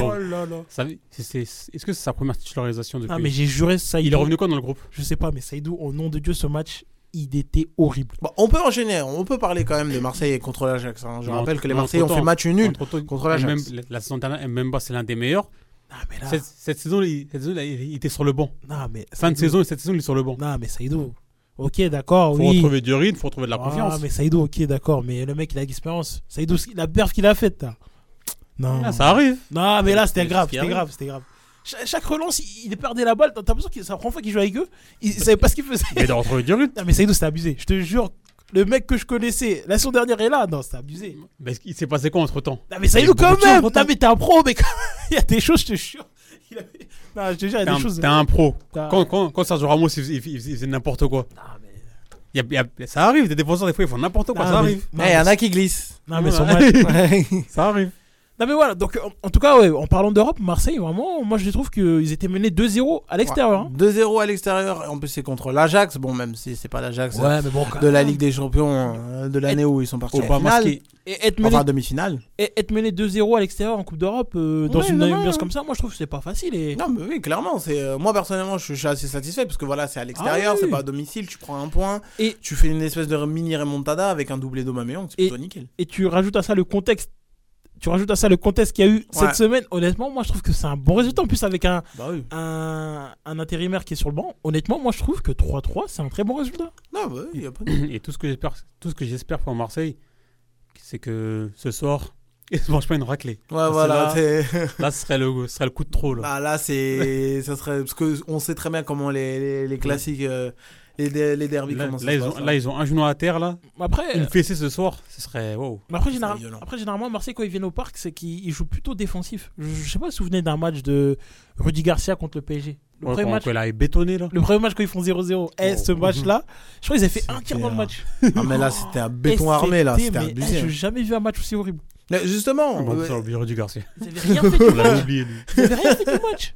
[SPEAKER 4] Oh là là. Ça- c'est- c'est- Est-ce que c'est sa première titularisation depuis
[SPEAKER 3] ah, mais j'ai juré Saïdou.
[SPEAKER 4] Il est revenu quoi dans le groupe
[SPEAKER 3] Je sais pas, mais Saïdou, au nom de Dieu, ce match, il était horrible.
[SPEAKER 2] Bon, on peut enchaîner, on peut parler quand même des Marseillais contre l'Ajax. hein. Je
[SPEAKER 4] Non,
[SPEAKER 2] rappelle que les
[SPEAKER 4] non,
[SPEAKER 2] Marseillais ont
[SPEAKER 4] entre-temps,
[SPEAKER 2] fait match nul.
[SPEAKER 4] Entre-
[SPEAKER 2] contre l'Ajax. Ah,
[SPEAKER 4] Même- La, la saison dernière, Mbemba, c'est l'un des meilleurs.
[SPEAKER 3] Non, mais là.
[SPEAKER 4] Cette, cette saison, il, cette saison, il a- il était sur le banc.
[SPEAKER 3] Non, mais.
[SPEAKER 4] Fin de
[SPEAKER 3] Saïdou-
[SPEAKER 4] saison, cette saison, il est sur le banc.
[SPEAKER 3] Non, mais Saïdou. Ok, d'accord,
[SPEAKER 4] Faut
[SPEAKER 3] oui.
[SPEAKER 4] retrouver du rythme, faut retrouver de la
[SPEAKER 3] Ah,
[SPEAKER 4] confiance.
[SPEAKER 3] mais Saïdou, ok, d'accord, mais le mec, il a de l'expérience. Saïdou, la perf qu'il a faite, là. Non.
[SPEAKER 4] Ah, ça arrive.
[SPEAKER 3] Non, mais là, c'était
[SPEAKER 4] C'est
[SPEAKER 3] grave,
[SPEAKER 4] ce qui
[SPEAKER 3] c'était
[SPEAKER 4] arrive.
[SPEAKER 3] grave, c'était grave. Cha- chaque relance, il, il perdait la balle. T'as t'as l'impression que c'est la première fois qu'il jouait avec eux. Il savait pas ce qu'il faisait.
[SPEAKER 4] Mais dans entre du rut.
[SPEAKER 3] Non, mais Saïdou, c'était abusé. Je te jure, le mec que je connaissais, la saison dernière est là. Non, c'était abusé.
[SPEAKER 4] Mais il s'est passé quoi entre temps
[SPEAKER 3] Non, mais Saïdou, quand
[SPEAKER 4] beaucoup de
[SPEAKER 3] même.
[SPEAKER 4] choses,
[SPEAKER 3] Non, mais t'es un pro, mais quand même, il y a des choses, je te jure. Il avait- Non, je te jure, il y a
[SPEAKER 4] T'es
[SPEAKER 3] des
[SPEAKER 4] un,
[SPEAKER 3] choses.
[SPEAKER 4] t'es un pro.
[SPEAKER 3] T'as-
[SPEAKER 4] Quand, quand, quand Sergio Ramos, il faisait, il faisait- il faisait n'importe quoi. Y a- y a- ça arrive, des défenseurs, des fois, ils font n'importe quoi.
[SPEAKER 3] Non,
[SPEAKER 4] ça
[SPEAKER 3] mais-
[SPEAKER 4] arrive.
[SPEAKER 3] non,
[SPEAKER 2] Eh, y en
[SPEAKER 3] mais-
[SPEAKER 2] a qui glissent.
[SPEAKER 3] Non, mais son
[SPEAKER 4] Ouais.
[SPEAKER 3] match.
[SPEAKER 4] Ça arrive.
[SPEAKER 3] Non mais voilà, donc en, en tout cas, ouais, en parlant d'Europe, Marseille, vraiment, moi je trouve qu'ils étaient menés 2-0 à l'extérieur. hein.
[SPEAKER 2] 2-0 à l'extérieur. En plus, c'est contre l'Ajax. Bon, même si c'est pas l'Ajax euh,
[SPEAKER 3] mais bon, quand
[SPEAKER 2] de la Ligue des Champions euh, de l'année où ils sont partis en
[SPEAKER 4] Obama
[SPEAKER 2] finale.
[SPEAKER 4] qui-
[SPEAKER 3] Et être mené,
[SPEAKER 2] Enfin, demi-finale.
[SPEAKER 3] et- être mené 2-0 à l'extérieur en Coupe d'Europe, euh, dans
[SPEAKER 2] Ouais,
[SPEAKER 3] une
[SPEAKER 2] non, non,
[SPEAKER 3] ambiance
[SPEAKER 2] non.
[SPEAKER 3] comme ça, moi je trouve que c'est pas facile. Et...
[SPEAKER 2] Non, mais oui, clairement. C'est euh, moi personnellement, je suis- je suis assez satisfait parce que voilà, c'est à l'extérieur,
[SPEAKER 3] Ah oui.
[SPEAKER 2] c'est pas à domicile. Tu prends un point
[SPEAKER 3] Et-
[SPEAKER 2] et tu fais une espèce de mini remontada avec un doublé d'Omaméon. C'est
[SPEAKER 3] Et-
[SPEAKER 2] plutôt nickel.
[SPEAKER 3] et tu rajoutes à ça le contexte. Tu rajoutes à ça le contexte qu'il y a eu cette
[SPEAKER 2] Ouais.
[SPEAKER 3] semaine. Honnêtement, moi je trouve que c'est un bon résultat. En plus, avec un,
[SPEAKER 2] Bah oui.
[SPEAKER 3] un, un intérimaire qui est sur le banc, honnêtement, moi je trouve que 3-3, c'est un très bon résultat.
[SPEAKER 2] Non, bah, oui, y a pas de-
[SPEAKER 4] Et tout ce que j'espère, tout ce que j'espère pour Marseille, c'est que ce soir, ils se mangent pas une raclée.
[SPEAKER 2] Ouais, voilà.
[SPEAKER 4] Là,
[SPEAKER 2] c'est-
[SPEAKER 4] là, ce serait le, ce serait le coup de trop. Là.
[SPEAKER 2] Ah, là, c'est. ça serait... Parce qu'on sait très bien comment les, les, les classiques, euh, les, dé- les derbys,
[SPEAKER 4] Là,
[SPEAKER 2] comment ça
[SPEAKER 4] là,
[SPEAKER 2] se
[SPEAKER 4] ils
[SPEAKER 2] passe,
[SPEAKER 4] ont,
[SPEAKER 2] hein.
[SPEAKER 4] là, ils ont un genou à terre là.
[SPEAKER 3] Bah, Après, euh,
[SPEAKER 4] Une fessée ce soir, ce serait wow.
[SPEAKER 3] Mais après,
[SPEAKER 2] serait
[SPEAKER 3] général-
[SPEAKER 2] violent.
[SPEAKER 3] après, généralement, Marseille, quand ils viennent au parc, c'est qu'ils ils jouent plutôt défensif. Je, je sais pas, vous vous souvenez d'un match de Rudy Garcia contre le PSG. Le,
[SPEAKER 4] Ouais,
[SPEAKER 3] premier,
[SPEAKER 4] quand-
[SPEAKER 3] match,
[SPEAKER 4] quand il a bétonné là.
[SPEAKER 3] le premier match, quand ils font 0-0. Eh,
[SPEAKER 4] Oh.
[SPEAKER 3] ce match-là, je crois qu'ils avaient fait un tir
[SPEAKER 2] C'était
[SPEAKER 3] dans le
[SPEAKER 2] un-
[SPEAKER 3] match.
[SPEAKER 2] Ah, mais là, c'était un
[SPEAKER 3] Et
[SPEAKER 2] béton armé, là. C'était
[SPEAKER 3] mais, eh,
[SPEAKER 2] abusé. hein.
[SPEAKER 3] J'ai jamais vu un match aussi horrible.
[SPEAKER 2] Mais justement,
[SPEAKER 4] Ah, bon,
[SPEAKER 2] euh,
[SPEAKER 4] ça, on oubliera du Garcia.
[SPEAKER 3] Ils avaient rien fait du
[SPEAKER 4] On l'a
[SPEAKER 3] match.
[SPEAKER 4] oublié. lui.
[SPEAKER 3] Ils avaient rien fait du match.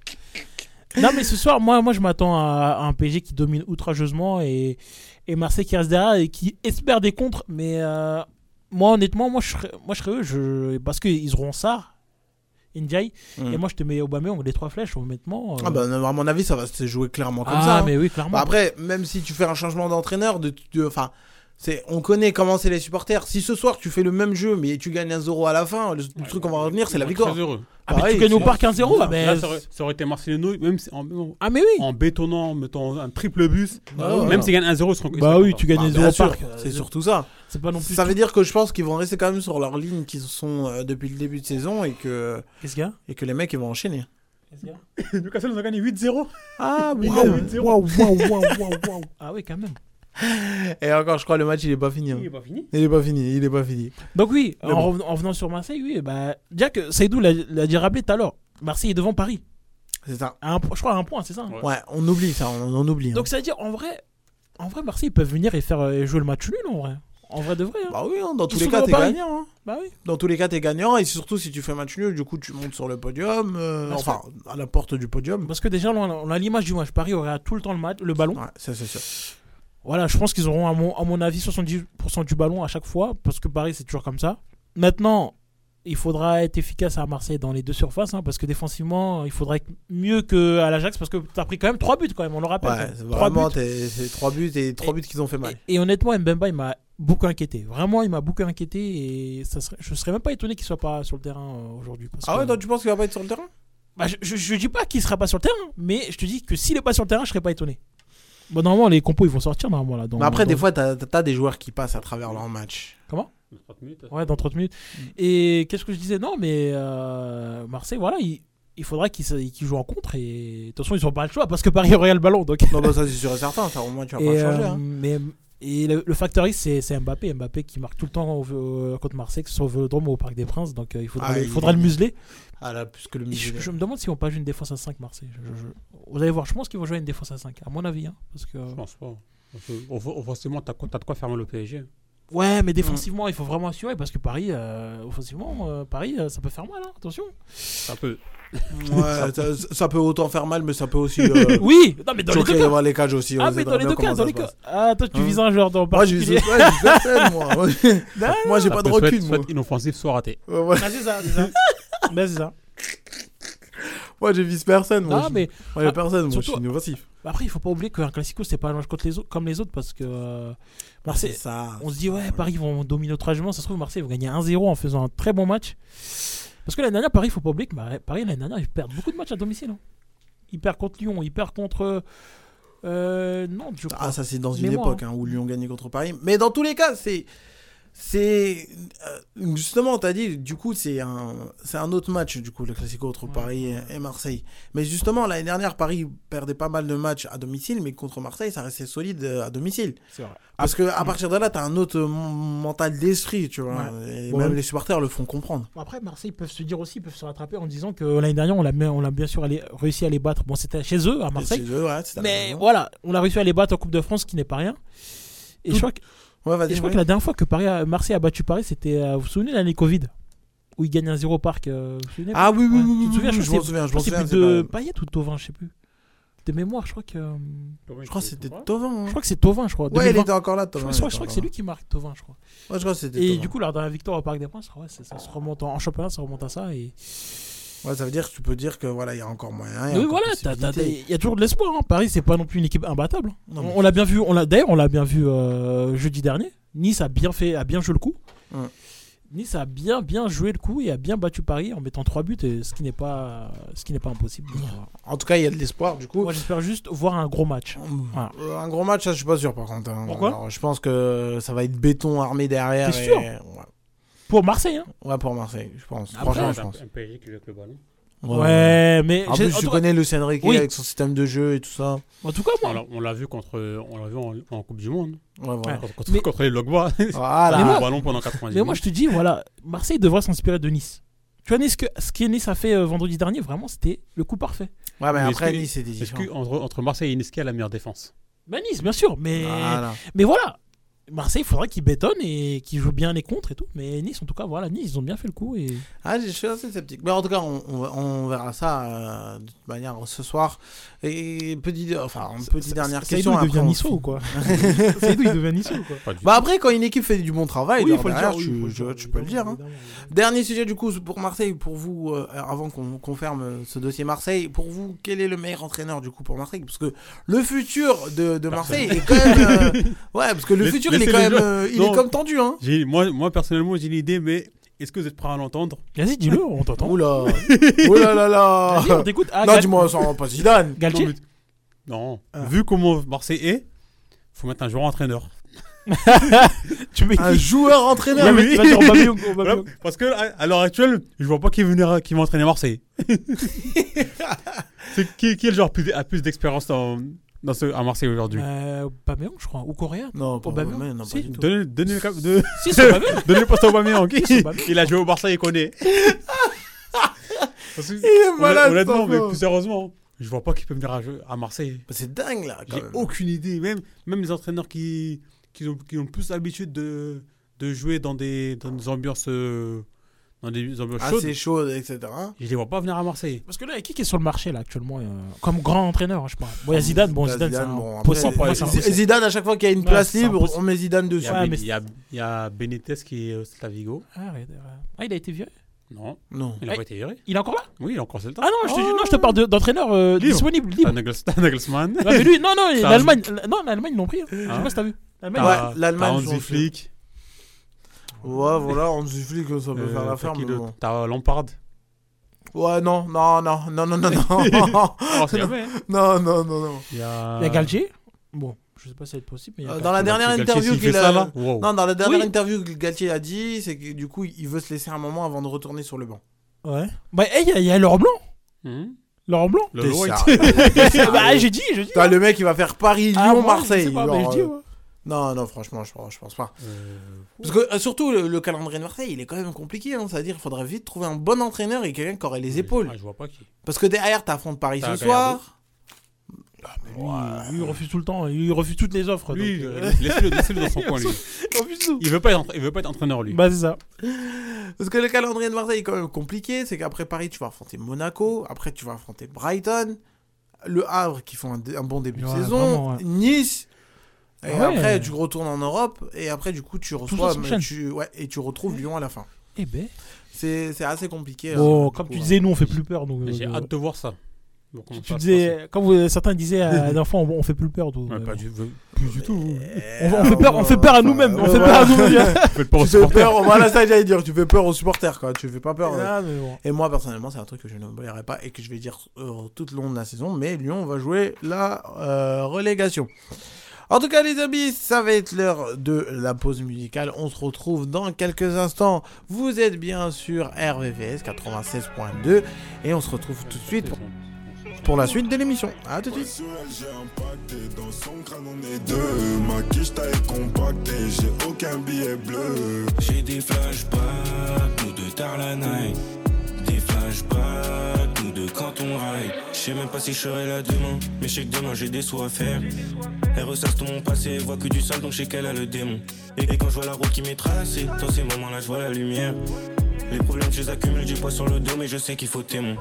[SPEAKER 3] Non, mais ce soir, moi, moi je m'attends à, à un PSG qui domine outrageusement et, et Marseille qui reste derrière et qui espère des contres. Mais euh, moi, honnêtement, moi, je serais, moi, je serais eux je, parce qu'ils auront ça, Ndiaye.
[SPEAKER 2] Mm.
[SPEAKER 3] Et moi, je te mets Aubameyang, les trois flèches, honnêtement. euh,
[SPEAKER 2] ah, bah, non, à mon avis, ça va se jouer clairement comme
[SPEAKER 3] ah,
[SPEAKER 2] ça. hein.
[SPEAKER 3] mais oui, clairement.
[SPEAKER 2] Bah, après, même si tu fais un changement d'entraîneur, de, de- enfin. c'est- On connaît comment c'est les supporters. Si ce soir tu fais le même jeu mais tu gagnes un 0 à la fin, le, le truc qu'on va retenir c'est la
[SPEAKER 4] Moi,
[SPEAKER 2] victoire.
[SPEAKER 4] Très heureux.
[SPEAKER 3] Ah, mais
[SPEAKER 2] pareil,
[SPEAKER 3] tu gagnes au
[SPEAKER 2] c'est-
[SPEAKER 3] parc 1-0. Ah,
[SPEAKER 4] Là,
[SPEAKER 3] ben,
[SPEAKER 4] ça aurait, ça aurait été Marcelino, même si- en,
[SPEAKER 3] ah, mais oui.
[SPEAKER 4] en bétonnant, en mettant un triple bus.
[SPEAKER 2] Bah, ouais.
[SPEAKER 4] Même s'il gagne 1-0, ils seront- ils
[SPEAKER 3] Bah
[SPEAKER 4] seront
[SPEAKER 3] oui,
[SPEAKER 4] contents.
[SPEAKER 3] tu gagnes
[SPEAKER 2] Bah,
[SPEAKER 3] les
[SPEAKER 2] bien
[SPEAKER 3] euros au
[SPEAKER 2] sûr,
[SPEAKER 3] parc.
[SPEAKER 2] C'est surtout ça.
[SPEAKER 3] C'est pas non plus.
[SPEAKER 2] Ça veut dire que je pense qu'ils vont rester quand même sur leur ligne qu'ils sont euh, depuis le début de saison et que,
[SPEAKER 3] Qu'est-ce qu'il y a
[SPEAKER 2] et que les mecs ils vont enchaîner.
[SPEAKER 4] Newcastle nous a gagné 8-0.
[SPEAKER 2] Ah oui.
[SPEAKER 3] Waouh, waouh, waouh, waouh, waouh. Ah, oui, quand même.
[SPEAKER 2] Et encore je crois le match il est pas fini. hein.
[SPEAKER 4] pas fini.
[SPEAKER 2] Il est pas fini, il est pas fini.
[SPEAKER 3] Donc oui,
[SPEAKER 2] Mais
[SPEAKER 3] en,
[SPEAKER 2] bon.
[SPEAKER 3] revenant- en venant sur Marseille, oui, bah, déjà que Saïdou l'a- l'a dit rappelé tout à l'heure, Marseille est devant Paris.
[SPEAKER 2] C'est ça.
[SPEAKER 3] À un po- je crois à un point, c'est ça hein
[SPEAKER 4] Ouais.
[SPEAKER 2] Ouais, on oublie ça, on, on oublie. hein.
[SPEAKER 3] Donc ça veut dire, en vrai, en vrai, Marseille, ils peuvent venir et faire euh, jouer le match nul, en vrai. En vrai de vrai. hein.
[SPEAKER 2] bah oui, hein, dans tous
[SPEAKER 3] Ils
[SPEAKER 2] les
[SPEAKER 3] sont
[SPEAKER 2] cas
[SPEAKER 3] devant
[SPEAKER 2] t'es
[SPEAKER 3] Paris.
[SPEAKER 2] gagnant. hein.
[SPEAKER 3] Bah oui.
[SPEAKER 2] Dans tous les cas t'es gagnant et surtout si tu fais match nul, du coup tu montes sur le podium, euh,
[SPEAKER 3] Parce
[SPEAKER 2] enfin à la porte du podium.
[SPEAKER 3] Parce que déjà, on a, on a l'image du match. Paris aura tout le temps le, match, le ballon.
[SPEAKER 2] Ouais, ça c'est sûr.
[SPEAKER 3] Voilà, je pense qu'ils auront, à mon, à mon avis, 70% du ballon à chaque fois, parce que Paris, c'est toujours comme ça. Maintenant, il faudra être efficace à Marseille dans les deux surfaces, hein, parce que défensivement, il faudra être mieux qu'à l'Ajax, parce que tu as pris quand même 3 buts, quand même, on le rappelle.
[SPEAKER 2] Ouais,
[SPEAKER 3] Trois
[SPEAKER 2] c'est vraiment
[SPEAKER 3] buts.
[SPEAKER 2] t'es- c'est trois buts et trois buts qu'ils ont fait mal.
[SPEAKER 3] Et, et honnêtement, Mbemba, il m'a beaucoup inquiété. Vraiment, il m'a beaucoup inquiété, et ça serait, je serais même pas étonné qu'il soit pas sur le terrain euh, aujourd'hui. parce
[SPEAKER 2] Ah
[SPEAKER 3] que-
[SPEAKER 2] ouais, toi tu penses qu'il va pas être sur le terrain
[SPEAKER 3] Bah, je, je, je dis pas qu'il sera pas sur le terrain, mais je te dis que s'il est pas sur le terrain, je serais pas étonné. Bon, normalement, les compos, ils vont sortir, normalement, là. dans-
[SPEAKER 2] Mais après
[SPEAKER 3] dans-
[SPEAKER 2] des fois t'as t'as des joueurs qui passent à travers leur match.
[SPEAKER 3] Ouais, dans 30 minutes.
[SPEAKER 2] Mm.
[SPEAKER 3] Et qu'est-ce que je disais Non, mais euh, Marseille, voilà, il, il faudra qu'ils se- qu'ils jouent en contre. Et de toute façon, ils n'ont pas le choix parce que Paris aurait le ballon. Donc.
[SPEAKER 2] Non, bah ça c'est sûr et certain, ça au moins tu vas
[SPEAKER 3] Et,
[SPEAKER 2] pas le changer.
[SPEAKER 3] euh,
[SPEAKER 2] hein.
[SPEAKER 3] mais, et le, le facteur X, c'est c'est Mbappé. Mbappé qui marque tout le temps au- au- contre Marseille, que ce soit au Vélodrome ou au Parc des Princes. Donc euh, il faudra,
[SPEAKER 2] Ah,
[SPEAKER 3] il
[SPEAKER 2] il-
[SPEAKER 3] faudra le museler.
[SPEAKER 2] Ah là, plus que le
[SPEAKER 3] Et Je,
[SPEAKER 2] musulman.
[SPEAKER 3] je me demande s'ils n'ont pas joué une défense à 5 Marseille. Je- je- je- Vous allez voir, je pense qu'ils vont jouer à une défense à 5, à mon avis. hein, parce que...
[SPEAKER 4] Je pense pas. Parce que, off- Offensivement, t'as quoi- t'as de quoi fermer le PSG.
[SPEAKER 3] Ouais, mais défensivement, il faut vraiment assurer parce que Paris, euh, offensivement, euh, Paris, euh, ça peut faire mal. hein, attention.
[SPEAKER 4] C'est un peu.
[SPEAKER 2] Ouais, ça, ça peut autant faire mal, mais ça peut aussi. Euh,
[SPEAKER 3] Oui, non, mais dans les
[SPEAKER 2] choquer
[SPEAKER 3] deux
[SPEAKER 2] et
[SPEAKER 3] cas,
[SPEAKER 2] avoir les cages aussi.
[SPEAKER 3] Ah,
[SPEAKER 2] on
[SPEAKER 3] mais
[SPEAKER 2] sait
[SPEAKER 3] dans
[SPEAKER 2] très
[SPEAKER 3] les
[SPEAKER 2] bien
[SPEAKER 3] deux cas,
[SPEAKER 2] comment
[SPEAKER 3] dans
[SPEAKER 2] ça
[SPEAKER 3] les
[SPEAKER 2] se
[SPEAKER 3] cas.
[SPEAKER 2] passe.
[SPEAKER 3] Ah, toi, tu
[SPEAKER 2] Hein
[SPEAKER 3] vises un joueur dans
[SPEAKER 2] Moi, j'ai
[SPEAKER 3] particulier.
[SPEAKER 2] ouais, j'ai personne, moi. Moi, j'ai- Moi,
[SPEAKER 4] Ah,
[SPEAKER 2] j'ai pas de recul, moi.
[SPEAKER 4] Soit inoffensif, soit raté.
[SPEAKER 2] Ouais, ouais.
[SPEAKER 3] Ah, c'est ça, c'est ça. Bah, c'est ça.
[SPEAKER 2] Moi, je vise personne. Moi,
[SPEAKER 3] Non,
[SPEAKER 2] je-
[SPEAKER 3] mais
[SPEAKER 2] moi, j'ai
[SPEAKER 3] ah,
[SPEAKER 2] personne. Moi, je
[SPEAKER 3] surtout-
[SPEAKER 2] suis inoffensif.
[SPEAKER 3] après, il faut pas oublier qu'un classico, c'est pas un match contre les autres, comme les autres parce que euh,
[SPEAKER 2] Ah, C'est
[SPEAKER 3] Marseille.
[SPEAKER 2] ça.
[SPEAKER 3] On se dit, ouais, Paris vont dominer outrageusement. Ça se trouve, Marseille vont gagner 1-0 en faisant un très bon match. Parce que l'année dernière, Paris, il faut pas oublier que Mar- Paris, l'année dernière, ils perdent beaucoup de matchs à domicile. hein. Ils perdent contre Lyon, ils perdent contre. Euh, Nantes, je crois. hein.
[SPEAKER 2] Ah, ça, c'est dans une
[SPEAKER 3] Mémoire,
[SPEAKER 2] époque hein, où Lyon gagnait contre Paris. Mais dans tous les cas, c'est. c'est- C'est euh, justement, t'as dit, du coup, c'est un, c'est un autre match, du coup, le classico entre Paris et Marseille. Mais justement, l'année dernière, Paris perdait pas mal de matchs à domicile, mais contre Marseille, ça restait solide euh, à domicile.
[SPEAKER 3] C'est vrai.
[SPEAKER 2] Parce que à partir de là, t'as un autre euh, m- mental d'esprit, tu vois. Et
[SPEAKER 3] Bon,
[SPEAKER 2] même
[SPEAKER 3] même-
[SPEAKER 2] les supporters le font comprendre.
[SPEAKER 3] Bon, Après, Marseille peuvent se dire aussi, peuvent se rattraper en
[SPEAKER 2] hein.
[SPEAKER 3] disant que l'année dernière, on l'a on l'a bien sûr allé- réussi à les battre. Bon, c'était chez eux, à Marseille.
[SPEAKER 2] Chez eux, ouais, c'est à la
[SPEAKER 3] Mais
[SPEAKER 2] maison.
[SPEAKER 3] voilà, on a réussi à les battre en Coupe de France, ce qui n'est pas rien. Et je crois que,
[SPEAKER 2] Ouais,
[SPEAKER 3] et
[SPEAKER 2] vas-y.
[SPEAKER 3] je crois
[SPEAKER 2] ouais.
[SPEAKER 3] que la dernière fois que Paris a- Marseille a battu Paris, c'était, euh, vous vous souvenez, l'année Covid Où ils gagnent un 0 parc. euh, vous vous souvenez
[SPEAKER 2] Ah oui, oui,
[SPEAKER 3] Ouais.
[SPEAKER 2] oui, oui,
[SPEAKER 3] Tu te souviens,
[SPEAKER 2] oui,
[SPEAKER 3] je
[SPEAKER 2] je
[SPEAKER 3] crois
[SPEAKER 2] m'en
[SPEAKER 3] que
[SPEAKER 2] souviens,
[SPEAKER 3] Je
[SPEAKER 2] je m'en
[SPEAKER 3] crois que c'est
[SPEAKER 2] souviens.
[SPEAKER 3] plus
[SPEAKER 2] c'est
[SPEAKER 3] de
[SPEAKER 2] pas-
[SPEAKER 3] Payet ou de Tovin, je sais plus. De mémoire, je crois que. euh,
[SPEAKER 2] Je crois que c'était Tovin. hein.
[SPEAKER 3] Je crois que c'est Tovin, je crois.
[SPEAKER 2] Ouais, il
[SPEAKER 3] 2020.
[SPEAKER 2] était encore là,
[SPEAKER 3] Je
[SPEAKER 2] Tovin.
[SPEAKER 3] crois, je crois- je crois que c'est lui qui marque Tovin, je crois.
[SPEAKER 2] Ouais, je crois que c'était
[SPEAKER 3] Et
[SPEAKER 2] Thauvin.
[SPEAKER 3] du coup, leur dernière victoire au Parc des Princes, ouais, ça, ça se remonte en, en championnat, ça remonte à ça. Et...
[SPEAKER 2] Ouais, ça veut dire que tu peux dire que voilà, il y a encore moyen. il y a
[SPEAKER 3] Oui,
[SPEAKER 2] encore
[SPEAKER 3] voilà, t'as- t'as
[SPEAKER 2] possibilité.
[SPEAKER 3] des- il y a toujours de l'espoir. hein. Paris, c'est pas non plus une équipe imbattable. hein.
[SPEAKER 2] Non, mais-
[SPEAKER 3] on on l'a bien vu. On l'a d'ailleurs, on l'a bien vu euh, jeudi dernier. Nice a bien fait, a bien joué le coup.
[SPEAKER 2] Ouais.
[SPEAKER 3] Nice a bien bien joué le coup et a bien battu Paris en mettant trois buts, et ce qui n'est pas ce qui n'est pas impossible. Donc, voilà.
[SPEAKER 2] En tout cas, il y a de l'espoir, du coup.
[SPEAKER 3] Moi, j'espère juste voir un gros match. Voilà.
[SPEAKER 2] Euh, Un gros match, ça, je suis pas sûr, par contre. hein.
[SPEAKER 3] Pourquoi
[SPEAKER 2] Alors, Je pense que ça va être béton armé derrière.
[SPEAKER 3] T'es
[SPEAKER 2] et-
[SPEAKER 3] sûr
[SPEAKER 2] ouais.
[SPEAKER 3] Pour Marseille, hein.
[SPEAKER 2] Ouais, pour Marseille, je pense.
[SPEAKER 3] Après,
[SPEAKER 2] Franchement, je pense.
[SPEAKER 4] Un PSG qui joue avec le ballon.
[SPEAKER 3] Ouais, mais
[SPEAKER 2] En
[SPEAKER 3] j'ai-
[SPEAKER 2] plus,
[SPEAKER 3] en
[SPEAKER 2] tu
[SPEAKER 3] tout-
[SPEAKER 2] connais Lucien Riquet
[SPEAKER 3] Oui.
[SPEAKER 2] avec son système de jeu et tout ça. Ouais,
[SPEAKER 3] en tout cas, moi,
[SPEAKER 4] On l'a- on l'a vu contre, on l'a vu en, en Coupe du Monde.
[SPEAKER 2] voilà.
[SPEAKER 4] Contre, contre-
[SPEAKER 3] Mais-
[SPEAKER 4] contre les Logbois.
[SPEAKER 2] Voilà.
[SPEAKER 3] Mais moi-
[SPEAKER 4] le ballon pendant 90
[SPEAKER 3] Mais moi, je
[SPEAKER 4] minutes.
[SPEAKER 3] te dis, voilà, Marseille devrait s'inspirer de Nice. Tu vois, Nice, que, ce que Nice a fait euh, vendredi dernier, vraiment, c'était le coup parfait.
[SPEAKER 2] Ouais, mais
[SPEAKER 4] Mais
[SPEAKER 2] après,
[SPEAKER 4] est-ce que-
[SPEAKER 2] Nice, c'est
[SPEAKER 4] Est-ce
[SPEAKER 2] différent.
[SPEAKER 4] que entre, entre Marseille et Nice, qui a la meilleure défense
[SPEAKER 3] Bah, Nice, bien sûr, mais
[SPEAKER 2] Voilà.
[SPEAKER 3] mais voilà. Marseille, il faudra qu'ils bétonnent et qu'ils jouent bien les contres et tout. Mais Nice, en tout cas, voilà, Nice, ils ont bien fait le coup. Et...
[SPEAKER 2] Ah, je suis assez sceptique. Mais en tout cas, on, on- on verra ça euh, de toute manière ce soir. Et petit, enfin, une petite dernière
[SPEAKER 3] Saïdou,
[SPEAKER 2] question.
[SPEAKER 3] il
[SPEAKER 2] après,
[SPEAKER 3] devient
[SPEAKER 2] on-
[SPEAKER 3] Niçois ou quoi Saïdou, il devient Niçois ou quoi
[SPEAKER 4] Pas du
[SPEAKER 2] Bah après, quand une équipe fait du bon travail,
[SPEAKER 3] Oui, il faut le
[SPEAKER 2] derrière,
[SPEAKER 3] dire, oui,
[SPEAKER 2] tu,
[SPEAKER 3] il faut le
[SPEAKER 2] tu-
[SPEAKER 3] dire,
[SPEAKER 2] tu peux le dire. hein.
[SPEAKER 3] évidemment, évidemment.
[SPEAKER 2] Dernier sujet du coup pour Marseille, pour vous, euh, avant qu'on qu'on ferme euh, ce dossier Marseille, pour vous, quel est le meilleur entraîneur du coup pour Marseille Parce que le futur de, de Marseille est quand même... euh, ouais, parce que le
[SPEAKER 4] Laisse-
[SPEAKER 2] futur, il est
[SPEAKER 4] laissez
[SPEAKER 2] quand
[SPEAKER 4] les
[SPEAKER 2] même,
[SPEAKER 4] gens.
[SPEAKER 2] euh, il est
[SPEAKER 4] Non.
[SPEAKER 2] comme tendu. Hein.
[SPEAKER 4] J'ai- moi, moi, personnellement, j'ai une idée, mais est-ce que vous êtes prêts à l'entendre
[SPEAKER 3] Vas-y, dis-le, on t'entend.
[SPEAKER 2] Oula Oula là là
[SPEAKER 3] Vas-y, on t'écoute. Ah,
[SPEAKER 2] Non,
[SPEAKER 3] Gal-
[SPEAKER 2] dis-moi, ça pas Zidane
[SPEAKER 3] Galtier Ah.
[SPEAKER 4] Non, mais- Non. Vu comment Marseille est, faut mettre un joueur entraîneur.
[SPEAKER 3] Tu mets
[SPEAKER 2] Un
[SPEAKER 3] qui
[SPEAKER 2] joueur
[SPEAKER 3] Il va
[SPEAKER 2] entraîneur
[SPEAKER 3] mettre- il va dire Aubameyang,
[SPEAKER 4] Voilà,
[SPEAKER 3] Aubameyang.
[SPEAKER 4] parce que à, à l'heure actuelle, je vois pas qui venir, qui va entraîner Marseille. C'est qui, qui est le joueur plus- a plus d'expérience dans, dans ce, à Marseille aujourd'hui
[SPEAKER 3] Euh, Aubameyang, je crois, ou Coréen.
[SPEAKER 2] Non, pas,
[SPEAKER 3] Aubameyang
[SPEAKER 2] mais non, pas
[SPEAKER 3] Si.
[SPEAKER 2] du tout.
[SPEAKER 4] Donnez, donnez le cap de.
[SPEAKER 3] Si, c'est Aubameyang.
[SPEAKER 4] Donnez le poste à Aubameyang. qui-
[SPEAKER 3] C'est Aubameyang.
[SPEAKER 4] il a joué au Barça, il connaît. Parce que-
[SPEAKER 2] Il est
[SPEAKER 4] honn-
[SPEAKER 2] malade,
[SPEAKER 4] honnêtement,
[SPEAKER 2] cet
[SPEAKER 4] mais
[SPEAKER 2] enfant.
[SPEAKER 4] plus sérieusement, je vois pas qu'il peut venir à, jeu- à Marseille.
[SPEAKER 2] Bah, C'est dingue là quand
[SPEAKER 4] J'ai
[SPEAKER 2] même.
[SPEAKER 4] aucune idée. Même, même les entraîneurs qui, qui, ont, qui ont le plus l'habitude de, de jouer dans des, dans des ambiances, euh, dans des ambiances
[SPEAKER 2] Assez
[SPEAKER 4] chaudes,
[SPEAKER 2] chaud, etc.
[SPEAKER 4] je les vois pas venir à Marseille.
[SPEAKER 3] Parce que là, qui qui est sur le marché là actuellement euh, comme grand entraîneur, hein, je pense. Bon, il y a Zidane, bon,
[SPEAKER 2] T'as
[SPEAKER 3] Zidane, c'est un
[SPEAKER 2] Bah, bon, après,
[SPEAKER 3] possible. Moi, c'est un
[SPEAKER 2] Z-
[SPEAKER 3] possible.
[SPEAKER 2] Zidane, à chaque fois qu'il y a une
[SPEAKER 3] Ouais,
[SPEAKER 2] place
[SPEAKER 3] c'est
[SPEAKER 2] libre,
[SPEAKER 3] impossible.
[SPEAKER 2] on met Zidane
[SPEAKER 4] Il y
[SPEAKER 2] dessus.
[SPEAKER 4] a,
[SPEAKER 3] Ouais,
[SPEAKER 4] Ben-
[SPEAKER 3] mais
[SPEAKER 4] il y a- il y a Benitez qui est au Slavigo.
[SPEAKER 3] Ah, arrête, arrête. Ah, il a été viré.
[SPEAKER 4] Non,
[SPEAKER 2] Non.
[SPEAKER 4] il n'a
[SPEAKER 3] Ouais.
[SPEAKER 4] pas été viré.
[SPEAKER 3] Il est encore là
[SPEAKER 4] Oui, il est encore c'est le temps.
[SPEAKER 3] Ah non, je te, non, je te parle de- d'entraîneur euh,
[SPEAKER 4] Libre.
[SPEAKER 3] disponible, libre.
[SPEAKER 4] T'as Nagels- t'as Nagelsmann.
[SPEAKER 3] Ouais, mais lui, non, non,
[SPEAKER 4] Ça
[SPEAKER 3] l'Allemagne, non, l'Allemagne ils l'ont pris. hein. Je sais
[SPEAKER 4] Hein Ah.
[SPEAKER 3] pas si t'as vu. L'Allemagne.
[SPEAKER 2] Ouais,
[SPEAKER 4] T'as-
[SPEAKER 2] l'Allemagne,
[SPEAKER 4] t'as
[SPEAKER 2] ils
[SPEAKER 4] Hansi
[SPEAKER 2] ont
[SPEAKER 4] Flick.
[SPEAKER 2] Ouais, voilà, on suffit que ça peut
[SPEAKER 4] euh,
[SPEAKER 2] faire
[SPEAKER 4] t'as
[SPEAKER 2] l'affaire,
[SPEAKER 4] qui
[SPEAKER 2] mais
[SPEAKER 4] d'autre
[SPEAKER 2] bon.
[SPEAKER 4] T'as Lampard.
[SPEAKER 2] Ouais, non, non, non, non, non, non, non,
[SPEAKER 4] Oh, c'est vrai.
[SPEAKER 2] non, non, non, non.
[SPEAKER 4] Il y a.
[SPEAKER 3] Il y a Galtier. Bon, je sais pas si ça va être possible, mais il y a
[SPEAKER 2] Euh,
[SPEAKER 3] Galtier.
[SPEAKER 2] Dans la dernière
[SPEAKER 4] Galtier,
[SPEAKER 2] interview
[SPEAKER 4] s'il fait
[SPEAKER 2] qu'il
[SPEAKER 4] ça,
[SPEAKER 2] a...
[SPEAKER 4] là, wow.
[SPEAKER 2] Non, dans la dernière
[SPEAKER 3] Oui.
[SPEAKER 2] interview que Galtier a dit, c'est que du coup, il veut se laisser un moment avant de retourner sur le banc.
[SPEAKER 3] Ouais. Bah, hey, il y, a- il y a Laurent Blanc.
[SPEAKER 4] Hmm
[SPEAKER 3] Laurent Blanc.
[SPEAKER 4] Le
[SPEAKER 2] T'es
[SPEAKER 4] White.
[SPEAKER 2] sérieux
[SPEAKER 3] bah, j'ai dit, j'ai dit.
[SPEAKER 2] Putain, le mec, il va faire Paris,
[SPEAKER 3] Ah,
[SPEAKER 2] Lyon,
[SPEAKER 3] moi,
[SPEAKER 2] Marseille.
[SPEAKER 3] Je sais pas,
[SPEAKER 2] genre,
[SPEAKER 3] mais je dis,
[SPEAKER 2] euh,
[SPEAKER 3] ouais.
[SPEAKER 2] Non, non, franchement, je pense, je pense pas.
[SPEAKER 4] Euh,
[SPEAKER 2] Parce que euh, surtout, le, le calendrier de Marseille, il est quand même compliqué. Hein. C'est-à-dire, il faudrait vite trouver un bon entraîneur et quelqu'un qui aurait les épaules.
[SPEAKER 4] Ah, je vois pas qui.
[SPEAKER 2] Parce que derrière, t'affrontes Paris
[SPEAKER 4] T'as
[SPEAKER 2] ce
[SPEAKER 4] Gallardo.
[SPEAKER 2] soir.
[SPEAKER 3] Ah, Lui, lui, il refuse tout le temps, il refuse toutes les offres.
[SPEAKER 4] Lui,
[SPEAKER 3] donc, euh,
[SPEAKER 4] euh, laisse-le laisse-le dans son coin, lui.
[SPEAKER 3] il refuse tout.
[SPEAKER 4] Il veut pas être, entra- il veut pas être entraîneur, lui.
[SPEAKER 3] Bah, c'est ça.
[SPEAKER 2] Parce que le calendrier de Marseille est quand même compliqué. C'est qu'après Paris, tu vas affronter Monaco. Après, tu vas affronter Brighton. Le Havre, qui font un, dé- un bon début
[SPEAKER 3] Ouais,
[SPEAKER 2] de saison.
[SPEAKER 3] vraiment, ouais. Ah
[SPEAKER 2] Nice. Et
[SPEAKER 3] Ouais.
[SPEAKER 2] après, tu retournes en Europe. Et après, du coup, tu reçois. mais
[SPEAKER 3] s'enchaîne.
[SPEAKER 2] tu, ouais, et tu retrouves Lyon à la fin.
[SPEAKER 3] Eh ben.
[SPEAKER 2] C'est c'est assez compliqué.
[SPEAKER 3] Bon,
[SPEAKER 2] euh, du
[SPEAKER 3] comme
[SPEAKER 2] coup,
[SPEAKER 3] tu
[SPEAKER 2] hein.
[SPEAKER 3] disais, nous on fait plus peur. Donc,
[SPEAKER 4] J'ai
[SPEAKER 3] euh,
[SPEAKER 4] hâte de voir ça. Bon, comment
[SPEAKER 3] tu
[SPEAKER 4] ça va se
[SPEAKER 3] disais, quand vous, certains disaient euh, à l'enfant, on, on fait plus peur. donc,
[SPEAKER 4] passer. Ouais,
[SPEAKER 3] euh,
[SPEAKER 4] pas du, plus du tout.
[SPEAKER 2] Eh,
[SPEAKER 3] on, on fait peur, on fait peur à
[SPEAKER 2] enfin,
[SPEAKER 3] nous-mêmes.
[SPEAKER 2] euh,
[SPEAKER 3] On fait peur
[SPEAKER 2] voilà.
[SPEAKER 3] à nous-mêmes.
[SPEAKER 4] Faites pas aux
[SPEAKER 2] Tu fais
[SPEAKER 4] supporters.
[SPEAKER 2] peur, voilà ça j'allais dire, tu fais peur aux supporters quoi, tu fais pas peur. euh.
[SPEAKER 3] Ah, mais bon.
[SPEAKER 2] Et moi personnellement c'est un truc que je n'oublierai pas et que je vais dire euh, tout le long de la saison, mais Lyon va jouer la euh, relégation. En tout cas, les amis, ça va être l'heure de la pause musicale. On se retrouve dans quelques instants. Vous êtes bien sur RVVS 96.2 et on se retrouve tout de suite pour, pour la suite de l'émission. À Ah, tout de suite.
[SPEAKER 7] Sous elle, j'ai impacté. Dans son crâne, on est deux. Ma quiche taille compactée. J'ai aucun billet bleu.
[SPEAKER 8] J'ai des flashbacks, nous deux tard la night. Des flashbacks, nous deux quand on ride. Je sais même pas si je serai là demain, mais je sais que demain j'ai des sous à faire. Elle ressasse tout mon passé, voit que du sale, donc je sais qu'elle a le démon. Et, et quand je vois la route qui m'est tracée, dans ces moments-là, je vois la lumière. Les problèmes, je les accumule, du poids sur le dos, mais je sais qu'il faut témoin.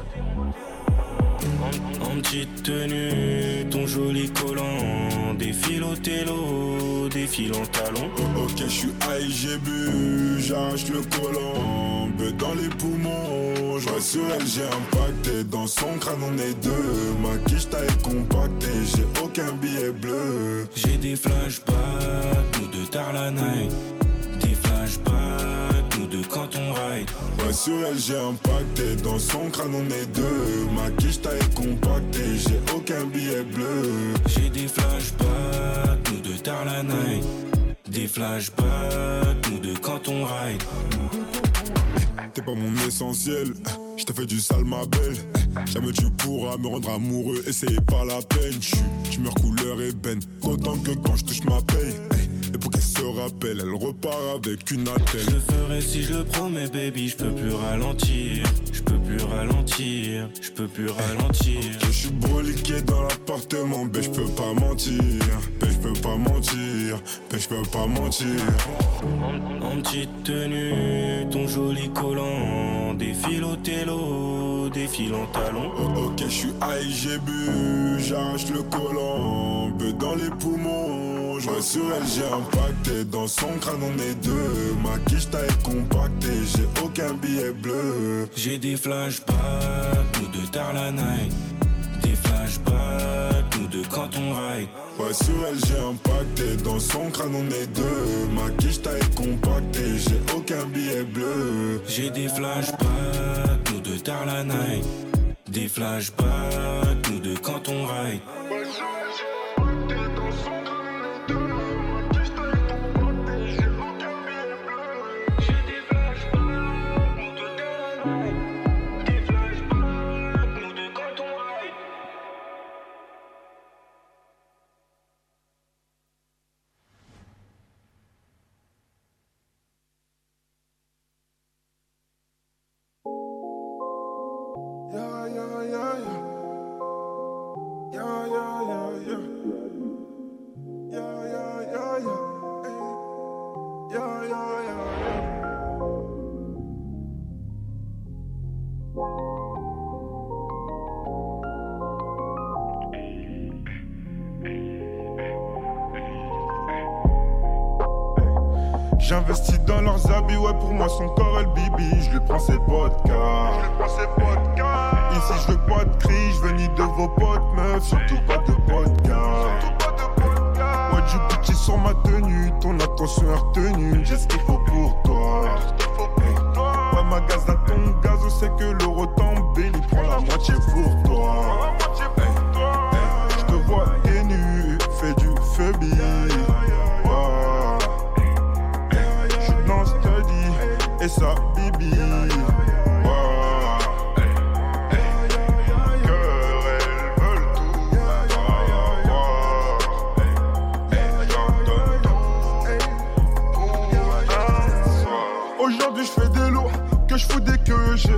[SPEAKER 8] En, en petite tenue, ton joli collant, défile au télo, défile en talon.
[SPEAKER 7] Ok, je suis high, j'ai bu. J'arrache le collant. Beu dans les poumons. Je reste sur elle, j'ai impacté. Dans son crâne, on est deux. Ma quiche taille compactée. J'ai aucun billet bleu.
[SPEAKER 8] J'ai des flashbacks, nous deux tard la night. Des flashbacks, nous deux quand on ride.
[SPEAKER 7] Ouais, sur elle, j'ai impacté. Dans son crâne, on est deux. Ma quiche taille compactée. J'ai aucun billet bleu.
[SPEAKER 8] J'ai des flashbacks, nous deux tard la night. Des flashbacks, nous deux quand on ride.
[SPEAKER 7] T'es pas mon essentiel, je t'ai fait du sale ma belle Jamais tu pourras me rendre amoureux et c'est pas la peine Je suis d'humeur couleur ébène, autant que quand je touche ma paye Et pour qu'elle se rappelle, elle repart avec une
[SPEAKER 8] Je
[SPEAKER 7] attelle
[SPEAKER 8] le ferai si je le promets, baby. Je peux plus ralentir. Je peux plus ralentir. Je peux plus ralentir.
[SPEAKER 7] Eh, Je suis broliqué dans l'appartement, ben je peux pas mentir Ben je peux pas mentir, ben je peux pas mentir
[SPEAKER 8] En petite tenue, ton joli collant. Défile au télo, défile en talon.
[SPEAKER 7] Oh, Ok, je suis high, j'ai bu, j'arrache le collant, peu dans les poumons. Je vois sur elle, j'ai impacté. Dans son crâne, on est deux. Ma quiche taille compactée, j'ai aucun billet bleu.
[SPEAKER 8] J'ai des flashbacks, nous deux tard la night. Des flashbacks, nous deux quand on ride.
[SPEAKER 7] Ouais, sur elle, j'ai impacté. Dans son crâne, on est deux. Ma quiche taille compactée, j'ai aucun billet bleu.
[SPEAKER 8] J'ai des flashbacks, nous deux tard la night. Des flashbacks, nous deux quand on ride.
[SPEAKER 7] Yeah, yeah, yeah, yeah. Yeah, yeah, yeah, yeah. Yeah, yeah, yeah, yeah. Hey. Yeah, yeah, yeah, yeah. J'investis dans leurs habits, ouais, pour moi son corps est le bibi. Je lui prends ses podcasts. Je lui prends ses podcasts. Ici, je veux pas de cris, je veux ni de vos potes, meufs. Surtout pas de podcasts. Ouais, du petit sur ma tenue, ton attention est retenue. J'ai ce qu'il faut pour toi. Pas ma gaz à ton gaz, on sait que l'euro t'embellit. Prends la moitié pour toi. Je te vois pieds nus, fais du phobie. Ouais. Je suis dans study et ça bibi. Wow. Cœur, elles veulent tout. Wow. J'en donne tout pour un soir. Aujourd'hui je fais des lourds, que je fous des que j'ai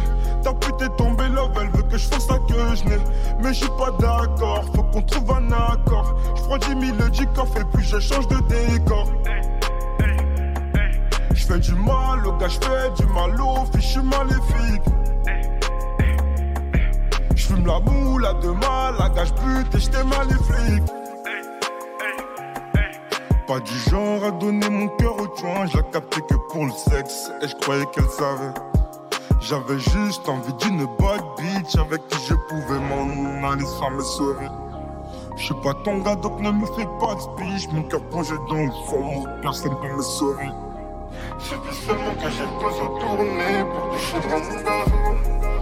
[SPEAKER 7] Ta pute est tombée love, elle veut que je fasse ça que je n'ai Mais je suis pas d'accord, faut qu'on trouve un accord Je prends 10 000 le G-Coff et puis je change de décor Je fais du mal au gars, je fais du mal aux filles, je suis maléfique Je fume la moule à deux mal, la gage pute et j'étais maléfique pas du genre à donner mon cœur au joint, je la captais que pour le sexe, et je croyais qu'elle savait. J'avais juste envie d'une bad bitch avec qui je pouvais m'en aller sans me sauver. Je suis pas ton gars donc ne me fais pas de speech, mon cœur plongé dans le fond, personne peut me sauver. C'est plus seulement que j'ai besoin de tourner pour toucher dans mon gars.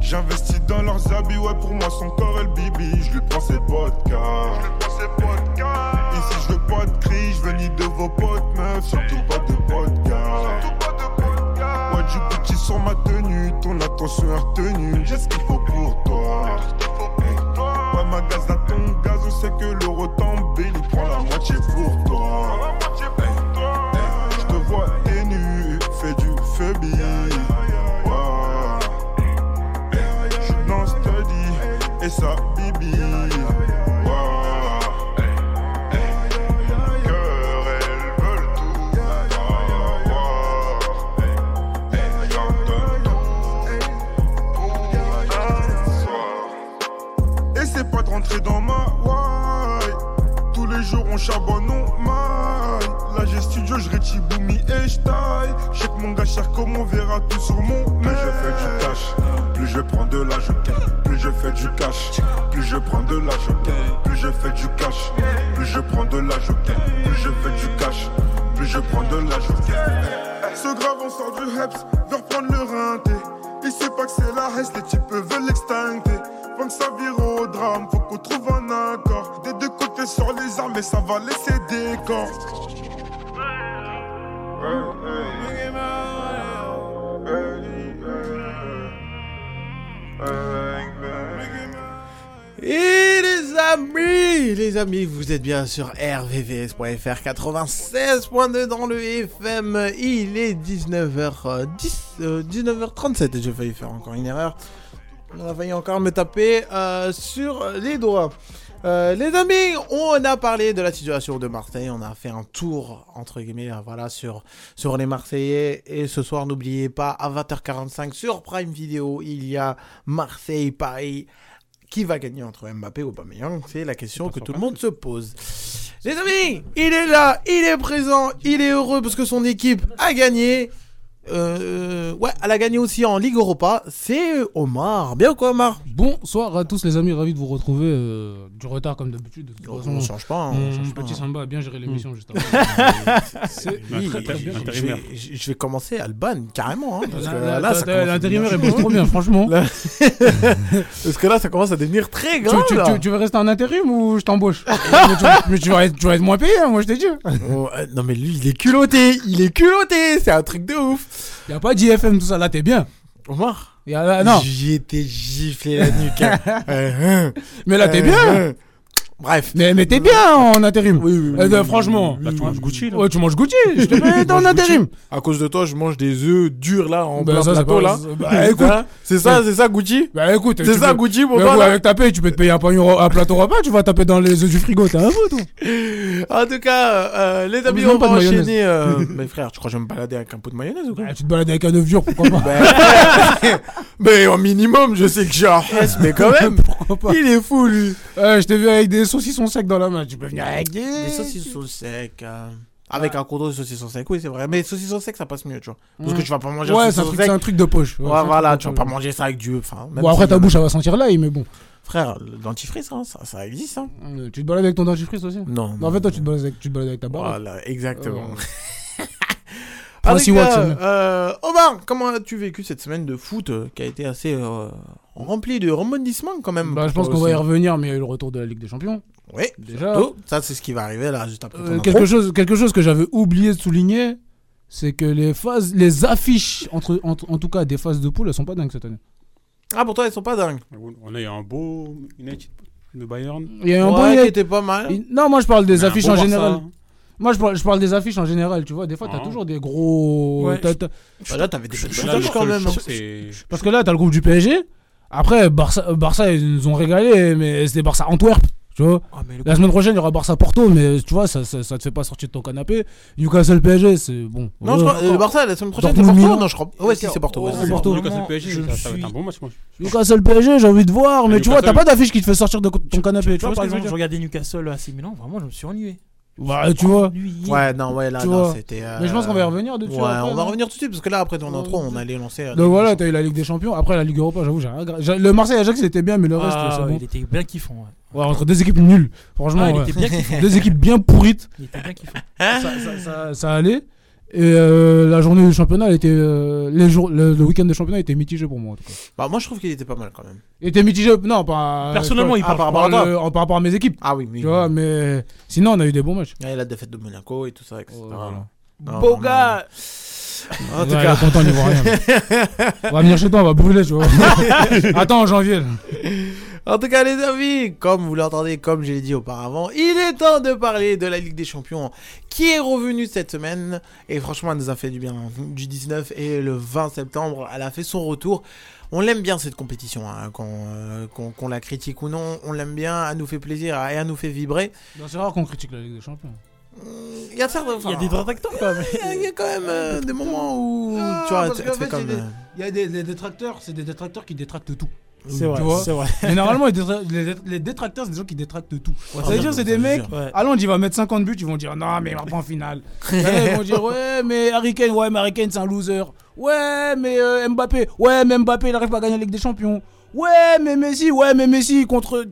[SPEAKER 7] J'investis dans leurs habits, ouais pour moi son corps est le bibi, je lui prends ses podcasts. Je lui prends ses podcasts. Ici je veux pas de cris, je veux ni de vos potes meufs, surtout pas de podcast. Moi du petit sur ma tenue, ton attention est retenue, j'ai ce qu'il faut pour toi. Pas ma gaz à ton gaz, on sait que l'euro t'embellit, prends la moitié pour toi. Je te vois t'es nu, fais du phobie. Je suis dans le study et ça bibi. Wow. Cœur, elles veulent tout. Wow. J'en donne tout pour un soir. Essaie pas de rentrer dans ma why. Tous les jours on charbonne, on maille. Là j'ai studio, je Boumi et je taille. Je sais que mon gars cher comme on verra tout sur mon Plus je fais du cash, plus je prends de la je Plus je fais du cash, plus je prends de la je Plus je fais du cash, plus je prends de la je Plus je fais du cash, plus je prends de la je Ce grave on sort du heps, veut reprendre le rinté. Il sait pas que c'est la reste, les types veulent l'extincter. Faut que ça vire au drame, faut qu'on trouve un accord. Des deux côtés sur les armes et ça va laisser des corps.
[SPEAKER 2] Et les amis, les amis, vous êtes bien sur rvvs.fr 96.2 dans le FM. Il est euh, 19h10, 19h37. J'ai failli faire encore une erreur. On a failli encore me taper euh, sur les doigts. Euh, les amis, on a parlé de la situation de Marseille, on a fait un tour entre guillemets euh, voilà sur sur les Marseillais et ce soir n'oubliez pas à 20h45 sur Prime Video, il y a Marseille Paris qui va gagner entre Mbappé ou Aubameyang C'est la question que tout le monde se pose. Les amis, il est là, il est présent, il est heureux parce que son équipe a gagné. Euh, ouais, elle a gagné aussi en Ligue Europa. C'est euh, Omar. Bien ou quoi, Omar
[SPEAKER 9] Bonsoir à tous les amis, ravi de vous retrouver. euh, du retard comme d'habitude. de toute façon. euh,
[SPEAKER 2] On change pas. hein, on
[SPEAKER 9] Mon
[SPEAKER 2] change pas,
[SPEAKER 9] petit
[SPEAKER 2] hein.
[SPEAKER 9] Samba a bien géré
[SPEAKER 4] Hmm.
[SPEAKER 9] l'émission juste avant. C'est-
[SPEAKER 2] Oui,
[SPEAKER 9] Ah, très, très bien.
[SPEAKER 2] je- je, vais, je- je vais commencer Alban carrément. hein, parce, que
[SPEAKER 9] Là,
[SPEAKER 2] là,
[SPEAKER 9] là,
[SPEAKER 2] ça
[SPEAKER 9] t'as-
[SPEAKER 2] commence à
[SPEAKER 9] L'intérimaire est
[SPEAKER 2] devenir-
[SPEAKER 9] trop bien, franchement.
[SPEAKER 2] Là- parce que là, ça commence à devenir très
[SPEAKER 9] Tu,
[SPEAKER 2] grave.
[SPEAKER 9] tu-
[SPEAKER 2] là.
[SPEAKER 9] tu- tu veux rester en intérim ou je t'embauche mais, tu, mais tu vas être, tu vas être moins payé, hein, moi je t'ai dit.
[SPEAKER 2] Oh, euh, non, mais lui, il est culotté. Il est culotté. C'est un truc de ouf.
[SPEAKER 9] Y a pas d'IFM, tout ça, là t'es bien.
[SPEAKER 2] Omar,
[SPEAKER 9] Y a- là, non,
[SPEAKER 2] j'y étais giflé la nuque. hein. Euh, hein,
[SPEAKER 9] mais là t'es
[SPEAKER 2] euh,
[SPEAKER 9] bien.
[SPEAKER 2] hein. Bref.
[SPEAKER 9] Mais, mais t'es bien en intérim.
[SPEAKER 2] Oui, oui, oui,
[SPEAKER 9] Euh,
[SPEAKER 2] oui, oui,
[SPEAKER 9] franchement.
[SPEAKER 2] oui,
[SPEAKER 4] Là, tu
[SPEAKER 2] oui,
[SPEAKER 4] manges
[SPEAKER 2] oui.
[SPEAKER 4] Gucci, là.
[SPEAKER 9] Ouais, tu manges Gucci, je te mets dans
[SPEAKER 2] mange
[SPEAKER 9] l'intérim.
[SPEAKER 2] À cause de toi, je mange des œufs durs là en
[SPEAKER 9] Bah,
[SPEAKER 2] plein
[SPEAKER 9] ça, c'est pas-
[SPEAKER 2] plateau là.
[SPEAKER 9] c'est- bah, écoute.
[SPEAKER 2] Hein c'est ça, c'est ça Gucci.
[SPEAKER 9] Bah écoute,
[SPEAKER 2] C'est
[SPEAKER 9] tu
[SPEAKER 2] ça
[SPEAKER 9] peux-
[SPEAKER 2] Gucci pour
[SPEAKER 9] bah,
[SPEAKER 2] toi
[SPEAKER 9] ouais,
[SPEAKER 2] là.
[SPEAKER 9] avec ta paye, tu peux te payer un, pognon- un plateau repas, tu vas taper dans les œufs du frigo, t'as un bout, toi.
[SPEAKER 2] En tout cas, euh, euh, les amis,
[SPEAKER 9] Même
[SPEAKER 2] on
[SPEAKER 9] pas
[SPEAKER 2] va
[SPEAKER 9] de mayonnaise.
[SPEAKER 2] enchaîner. euh, Mais frère, tu crois que je vais me balader avec un pot de mayonnaise ou quoi
[SPEAKER 9] Bah, tu te balades avec un œuf dur, pourquoi pas
[SPEAKER 2] Ben, mais au minimum, je sais que j'ai un S, mais quand même,
[SPEAKER 9] Pourquoi pas
[SPEAKER 2] il est fou lui.
[SPEAKER 9] Euh, Je t'ai vu avec des saucissons secs dans la main, tu peux venir avec des...
[SPEAKER 2] Des saucissons secs. euh, Avec un cours d'eau de saucisson sec, oui, c'est vrai. Mais saucisson sec, ça passe mieux, tu vois. Parce que
[SPEAKER 9] Ouais.
[SPEAKER 2] tu vas pas manger un
[SPEAKER 9] Ouais, c'est un,
[SPEAKER 2] saucisson
[SPEAKER 9] truc,
[SPEAKER 2] sec.
[SPEAKER 9] c'est un truc de poche. Ouais,
[SPEAKER 2] Ouais,
[SPEAKER 9] c'est un
[SPEAKER 2] voilà,
[SPEAKER 9] truc
[SPEAKER 2] tu vas
[SPEAKER 9] de
[SPEAKER 2] pas
[SPEAKER 9] poche.
[SPEAKER 2] manger ça avec du. Enfin, même
[SPEAKER 9] Bon, après
[SPEAKER 2] si- euh,
[SPEAKER 9] ta bouche, elle va sentir l'ail, mais bon.
[SPEAKER 2] Frère, le dentifrice, hein, ça, ça existe. Hein.
[SPEAKER 9] Euh, Tu te balades avec ton dentifrice aussi
[SPEAKER 2] Non.
[SPEAKER 9] Non, en fait, toi, tu te balades avec, tu te balades avec ta barre.
[SPEAKER 2] Voilà, exactement.
[SPEAKER 9] Euh,
[SPEAKER 2] En
[SPEAKER 9] Tracy
[SPEAKER 2] tout cas,
[SPEAKER 9] Watson.
[SPEAKER 2] euh, Omar, comment as-tu vécu cette semaine de foot euh, qui a été assez euh, remplie de rebondissements quand même
[SPEAKER 9] Bah, je
[SPEAKER 2] pour
[SPEAKER 9] pense
[SPEAKER 2] toi
[SPEAKER 9] qu'on va y
[SPEAKER 2] aussi.
[SPEAKER 9] revenir, mais il y a eu le retour de la Ligue des Champions.
[SPEAKER 2] Oui,
[SPEAKER 9] Déjà.
[SPEAKER 2] surtout. ça c'est ce qui va arriver là juste après
[SPEAKER 9] Euh,
[SPEAKER 2] ton intro.
[SPEAKER 9] quelque, chose, quelque chose que j'avais oublié de souligner, c'est que les phases, les affiches, entre, entre- en tout cas des phases de poule, elles sont pas dingues cette année.
[SPEAKER 2] Ah pourtant ils sont pas dingues.
[SPEAKER 4] On a eu un beau United de Bayern.
[SPEAKER 9] Il y a eu un
[SPEAKER 2] ouais,
[SPEAKER 9] bon
[SPEAKER 2] qui
[SPEAKER 9] United.
[SPEAKER 2] était pas mal.
[SPEAKER 9] Il- Non, moi je parle des
[SPEAKER 4] On a un
[SPEAKER 9] affiches
[SPEAKER 4] beau
[SPEAKER 9] en
[SPEAKER 4] Barça.
[SPEAKER 9] général. Moi je parle, je parle des affiches en général, tu vois. Des fois, t'as
[SPEAKER 4] Ah.
[SPEAKER 9] toujours des gros.
[SPEAKER 3] Ouais.
[SPEAKER 9] t'as- t'as-
[SPEAKER 2] Bah, là t'avais des
[SPEAKER 4] Je
[SPEAKER 2] bonnes
[SPEAKER 4] suis
[SPEAKER 2] affiches,
[SPEAKER 4] d'accord,
[SPEAKER 2] quand
[SPEAKER 4] je
[SPEAKER 2] même. hein.
[SPEAKER 4] trouve que c'est-
[SPEAKER 9] Parce que là, t'as le groupe du PSG. Après, Barça, euh, Barça ils nous ont régalé, mais c'était Barça Antwerp, tu vois.
[SPEAKER 3] Ah, mais le-
[SPEAKER 9] La semaine prochaine, il y aura Barça Porto, mais tu vois, ça, ça, ça te fait pas sortir de ton canapé. Newcastle PSG, c'est bon.
[SPEAKER 2] Non,
[SPEAKER 9] Ouais.
[SPEAKER 2] je crois, euh, le Barça la semaine prochaine c'est
[SPEAKER 9] Dortmund,
[SPEAKER 2] Porto.
[SPEAKER 9] Milan.
[SPEAKER 2] Non, je crois. Ah Ouais, si c'est Porto. ouais,
[SPEAKER 3] Oh,
[SPEAKER 2] c'est
[SPEAKER 9] c'est
[SPEAKER 2] Porto.
[SPEAKER 9] Porto.
[SPEAKER 4] Newcastle PSG,
[SPEAKER 3] je
[SPEAKER 4] ça- ça va
[SPEAKER 3] suis-
[SPEAKER 4] être un bon match, moi.
[SPEAKER 9] Newcastle PSG, j'ai envie de voir, mais tu vois, t'as
[SPEAKER 4] Newcastle-
[SPEAKER 9] pas d'affiche qui te fait sortir de co- ton canapé, tu
[SPEAKER 3] Tu vois,
[SPEAKER 9] vois,
[SPEAKER 3] par
[SPEAKER 9] ce que je veux
[SPEAKER 3] exemple, je
[SPEAKER 9] dire
[SPEAKER 3] regardais Newcastle AC Milan, vraiment, je me suis ennuyé.
[SPEAKER 9] Ouais, Bah, tu vois.
[SPEAKER 3] Ennuyé.
[SPEAKER 2] Ouais, non, ouais là
[SPEAKER 9] Tu
[SPEAKER 2] non,
[SPEAKER 9] vois.
[SPEAKER 2] c'était. euh,
[SPEAKER 9] Mais je pense qu'on va y revenir
[SPEAKER 2] Ouais,
[SPEAKER 9] dessus. après,
[SPEAKER 2] on va
[SPEAKER 9] non
[SPEAKER 2] revenir tout de suite parce que là après ton
[SPEAKER 9] Ouais,
[SPEAKER 2] intro on
[SPEAKER 9] ouais.
[SPEAKER 2] allait lancer. euh,
[SPEAKER 9] Donc
[SPEAKER 2] les
[SPEAKER 9] voilà,
[SPEAKER 2] émissions.
[SPEAKER 9] t'as eu la Ligue des Champions. Après, la Ligue Europa, j'avoue, j'ai rien gra- j'ai- Le Marseille Ajax, c'était bien, mais le reste,
[SPEAKER 3] Ah,
[SPEAKER 9] c'est bon.
[SPEAKER 3] Il était bien kiffant. ouais.
[SPEAKER 9] Ouais, entre deux équipes nulles, franchement,
[SPEAKER 3] Ah, il
[SPEAKER 9] ouais.
[SPEAKER 3] était bien kiffant.
[SPEAKER 9] deux équipes bien pourrites,
[SPEAKER 3] Il était bien kiffant.
[SPEAKER 9] ça, ça- ça- ça allait. Et euh, la journée du championnat, elle était, euh, les jours, le, le week-end de championnat était mitigé pour moi en tout cas.
[SPEAKER 2] Bah, moi, je trouve qu'il était pas mal quand même.
[SPEAKER 9] Il était mitigé, non, pas.
[SPEAKER 3] Ah, Personnellement, il
[SPEAKER 9] ah, par,
[SPEAKER 3] parle
[SPEAKER 9] rapport
[SPEAKER 2] par rapport à
[SPEAKER 9] à le- en- par rapport à mes équipes.
[SPEAKER 2] Ah oui, mais.
[SPEAKER 9] Tu vois, mais sinon, on a eu des bons matchs.
[SPEAKER 2] Ouais, la défaite de Monaco et tout ça, etc.
[SPEAKER 9] Voilà.
[SPEAKER 2] Non,
[SPEAKER 3] Beau
[SPEAKER 2] non,
[SPEAKER 3] gars
[SPEAKER 2] non. En tout
[SPEAKER 9] Ouais,
[SPEAKER 2] cas,
[SPEAKER 9] il est content, il voit rien. on va venir chez toi, on va brûler, tu vois. Attends, en janvier. là.
[SPEAKER 2] En tout cas, les amis, comme vous l'entendez, comme je l'ai dit auparavant, il est temps de parler de la Ligue des Champions qui est revenue cette semaine. Et franchement, elle nous a fait du bien. Du 19 et le 20 septembre, elle a fait son retour. On l'aime bien cette compétition, hein, qu'on euh, qu'on- qu'on la critique ou non, on l'aime bien, elle nous fait plaisir et elle nous fait vibrer.
[SPEAKER 9] C'est rare qu'on critique la Ligue des Champions.
[SPEAKER 2] Il y a certains.
[SPEAKER 3] Il y a des détracteurs quand même.
[SPEAKER 2] il y a- il y a quand même euh, des moments où.
[SPEAKER 9] Ah,
[SPEAKER 2] tu vois,
[SPEAKER 9] parce
[SPEAKER 2] tu-
[SPEAKER 9] qu'en
[SPEAKER 2] tu fais
[SPEAKER 9] fait,
[SPEAKER 2] comme,
[SPEAKER 9] il y a des-
[SPEAKER 2] euh,
[SPEAKER 9] Il y a des, détracteurs, c'est des détracteurs qui détractent tout.
[SPEAKER 3] C'est vrai,
[SPEAKER 9] Tu vois
[SPEAKER 3] c'est vrai.
[SPEAKER 9] Mais normalement, les, détra- les dét- les détracteurs, c'est des gens qui détractent tout. Ça veut
[SPEAKER 2] non,
[SPEAKER 9] dire, c'est
[SPEAKER 2] ça,
[SPEAKER 9] des
[SPEAKER 2] c'est
[SPEAKER 9] mecs.
[SPEAKER 2] sûr.
[SPEAKER 3] Ouais.
[SPEAKER 9] À Londres, il va mettre 50 buts, ils vont dire non, mais il va pas en finale. Il y en a, ils vont dire ouais, mais Harry Kane, ouais, mais Harry Kane, c'est un loser. Ouais, mais euh, Mbappé, ouais, mais Mbappé, il arrive pas à gagner la Ligue des Champions. Ouais, mais Messi, ouais, mais Messi contre.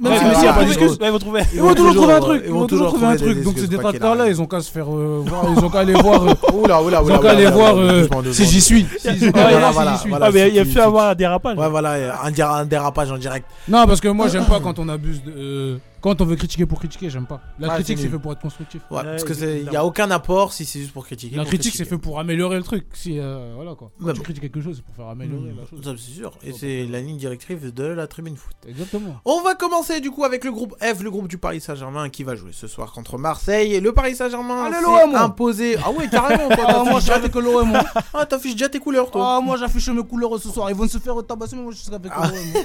[SPEAKER 9] Même
[SPEAKER 2] Ouais,
[SPEAKER 9] si
[SPEAKER 2] bah,
[SPEAKER 9] Messi
[SPEAKER 2] bah,
[SPEAKER 9] a pas
[SPEAKER 2] bah,
[SPEAKER 9] d'excuse.
[SPEAKER 3] Ouais, vous trouvez.
[SPEAKER 9] Ils vont toujours trouver un truc.
[SPEAKER 2] ils vont toujours
[SPEAKER 9] trouver un
[SPEAKER 2] trouver des
[SPEAKER 9] truc. Donc ces
[SPEAKER 2] excuses, pas qu'il
[SPEAKER 9] détracteurs-là,
[SPEAKER 2] arrive.
[SPEAKER 9] ils ont qu'à se faire euh, voir, ils ont qu'à aller voir, euh,
[SPEAKER 2] Oula, oula,
[SPEAKER 9] ils
[SPEAKER 2] oula.
[SPEAKER 9] ont qu'à
[SPEAKER 2] oula,
[SPEAKER 9] aller
[SPEAKER 2] oula,
[SPEAKER 9] voir
[SPEAKER 2] oula,
[SPEAKER 9] euh,
[SPEAKER 2] doucement, doucement,
[SPEAKER 9] si j'y suis. Si-
[SPEAKER 3] Ouais,
[SPEAKER 9] Ah, là,
[SPEAKER 2] voilà,
[SPEAKER 9] si
[SPEAKER 2] voilà,
[SPEAKER 9] j'y suis.
[SPEAKER 2] voilà.
[SPEAKER 3] Ah, mais il y a
[SPEAKER 2] si,
[SPEAKER 3] fait
[SPEAKER 2] si,
[SPEAKER 3] avoir un dérapage.
[SPEAKER 2] Ouais, voilà, un, déra- un dérapage en direct.
[SPEAKER 9] Non, parce que moi, j'aime pas quand on abuse de. euh, Quand on veut critiquer pour critiquer, j'aime pas. La
[SPEAKER 2] Ouais,
[SPEAKER 9] critique,
[SPEAKER 2] c'est
[SPEAKER 9] c'est
[SPEAKER 2] nul.
[SPEAKER 9] fait pour être constructif.
[SPEAKER 2] Ouais,
[SPEAKER 3] Ouais,
[SPEAKER 2] parce que c'est,
[SPEAKER 3] exactement.
[SPEAKER 2] y a aucun apport si c'est juste pour critiquer.
[SPEAKER 9] La
[SPEAKER 2] pour
[SPEAKER 9] critique, c'est
[SPEAKER 2] critiquer.
[SPEAKER 9] fait pour améliorer le truc. Si, euh, voilà quoi. Quand
[SPEAKER 2] Ouais,
[SPEAKER 9] tu
[SPEAKER 2] bon.
[SPEAKER 9] critiques quelque chose, c'est pour faire améliorer la chose.
[SPEAKER 2] Ça, c'est sûr. Et
[SPEAKER 9] Oh,
[SPEAKER 2] c'est la ligne directrice de la tribune foot.
[SPEAKER 9] Exactement.
[SPEAKER 2] On va commencer du coup avec le groupe F, le groupe du Paris Saint-Germain qui va jouer ce soir contre Marseille. Et le Paris Saint-Germain
[SPEAKER 9] Allez,
[SPEAKER 2] s'est
[SPEAKER 9] l'OM, moi.
[SPEAKER 2] imposé. Ah ouais, carrément. Toi,
[SPEAKER 9] Ah, moi, je
[SPEAKER 2] t'affiches
[SPEAKER 9] suis
[SPEAKER 2] déjà,
[SPEAKER 9] avec l'OM. moi.
[SPEAKER 2] ah, t'affiches déjà tes couleurs, toi.
[SPEAKER 9] Ah, moi, j'affiche mes couleurs ce soir. Ils vont se faire tabasser, mais moi, je suis avec
[SPEAKER 2] Ah.
[SPEAKER 9] l'OM. moi.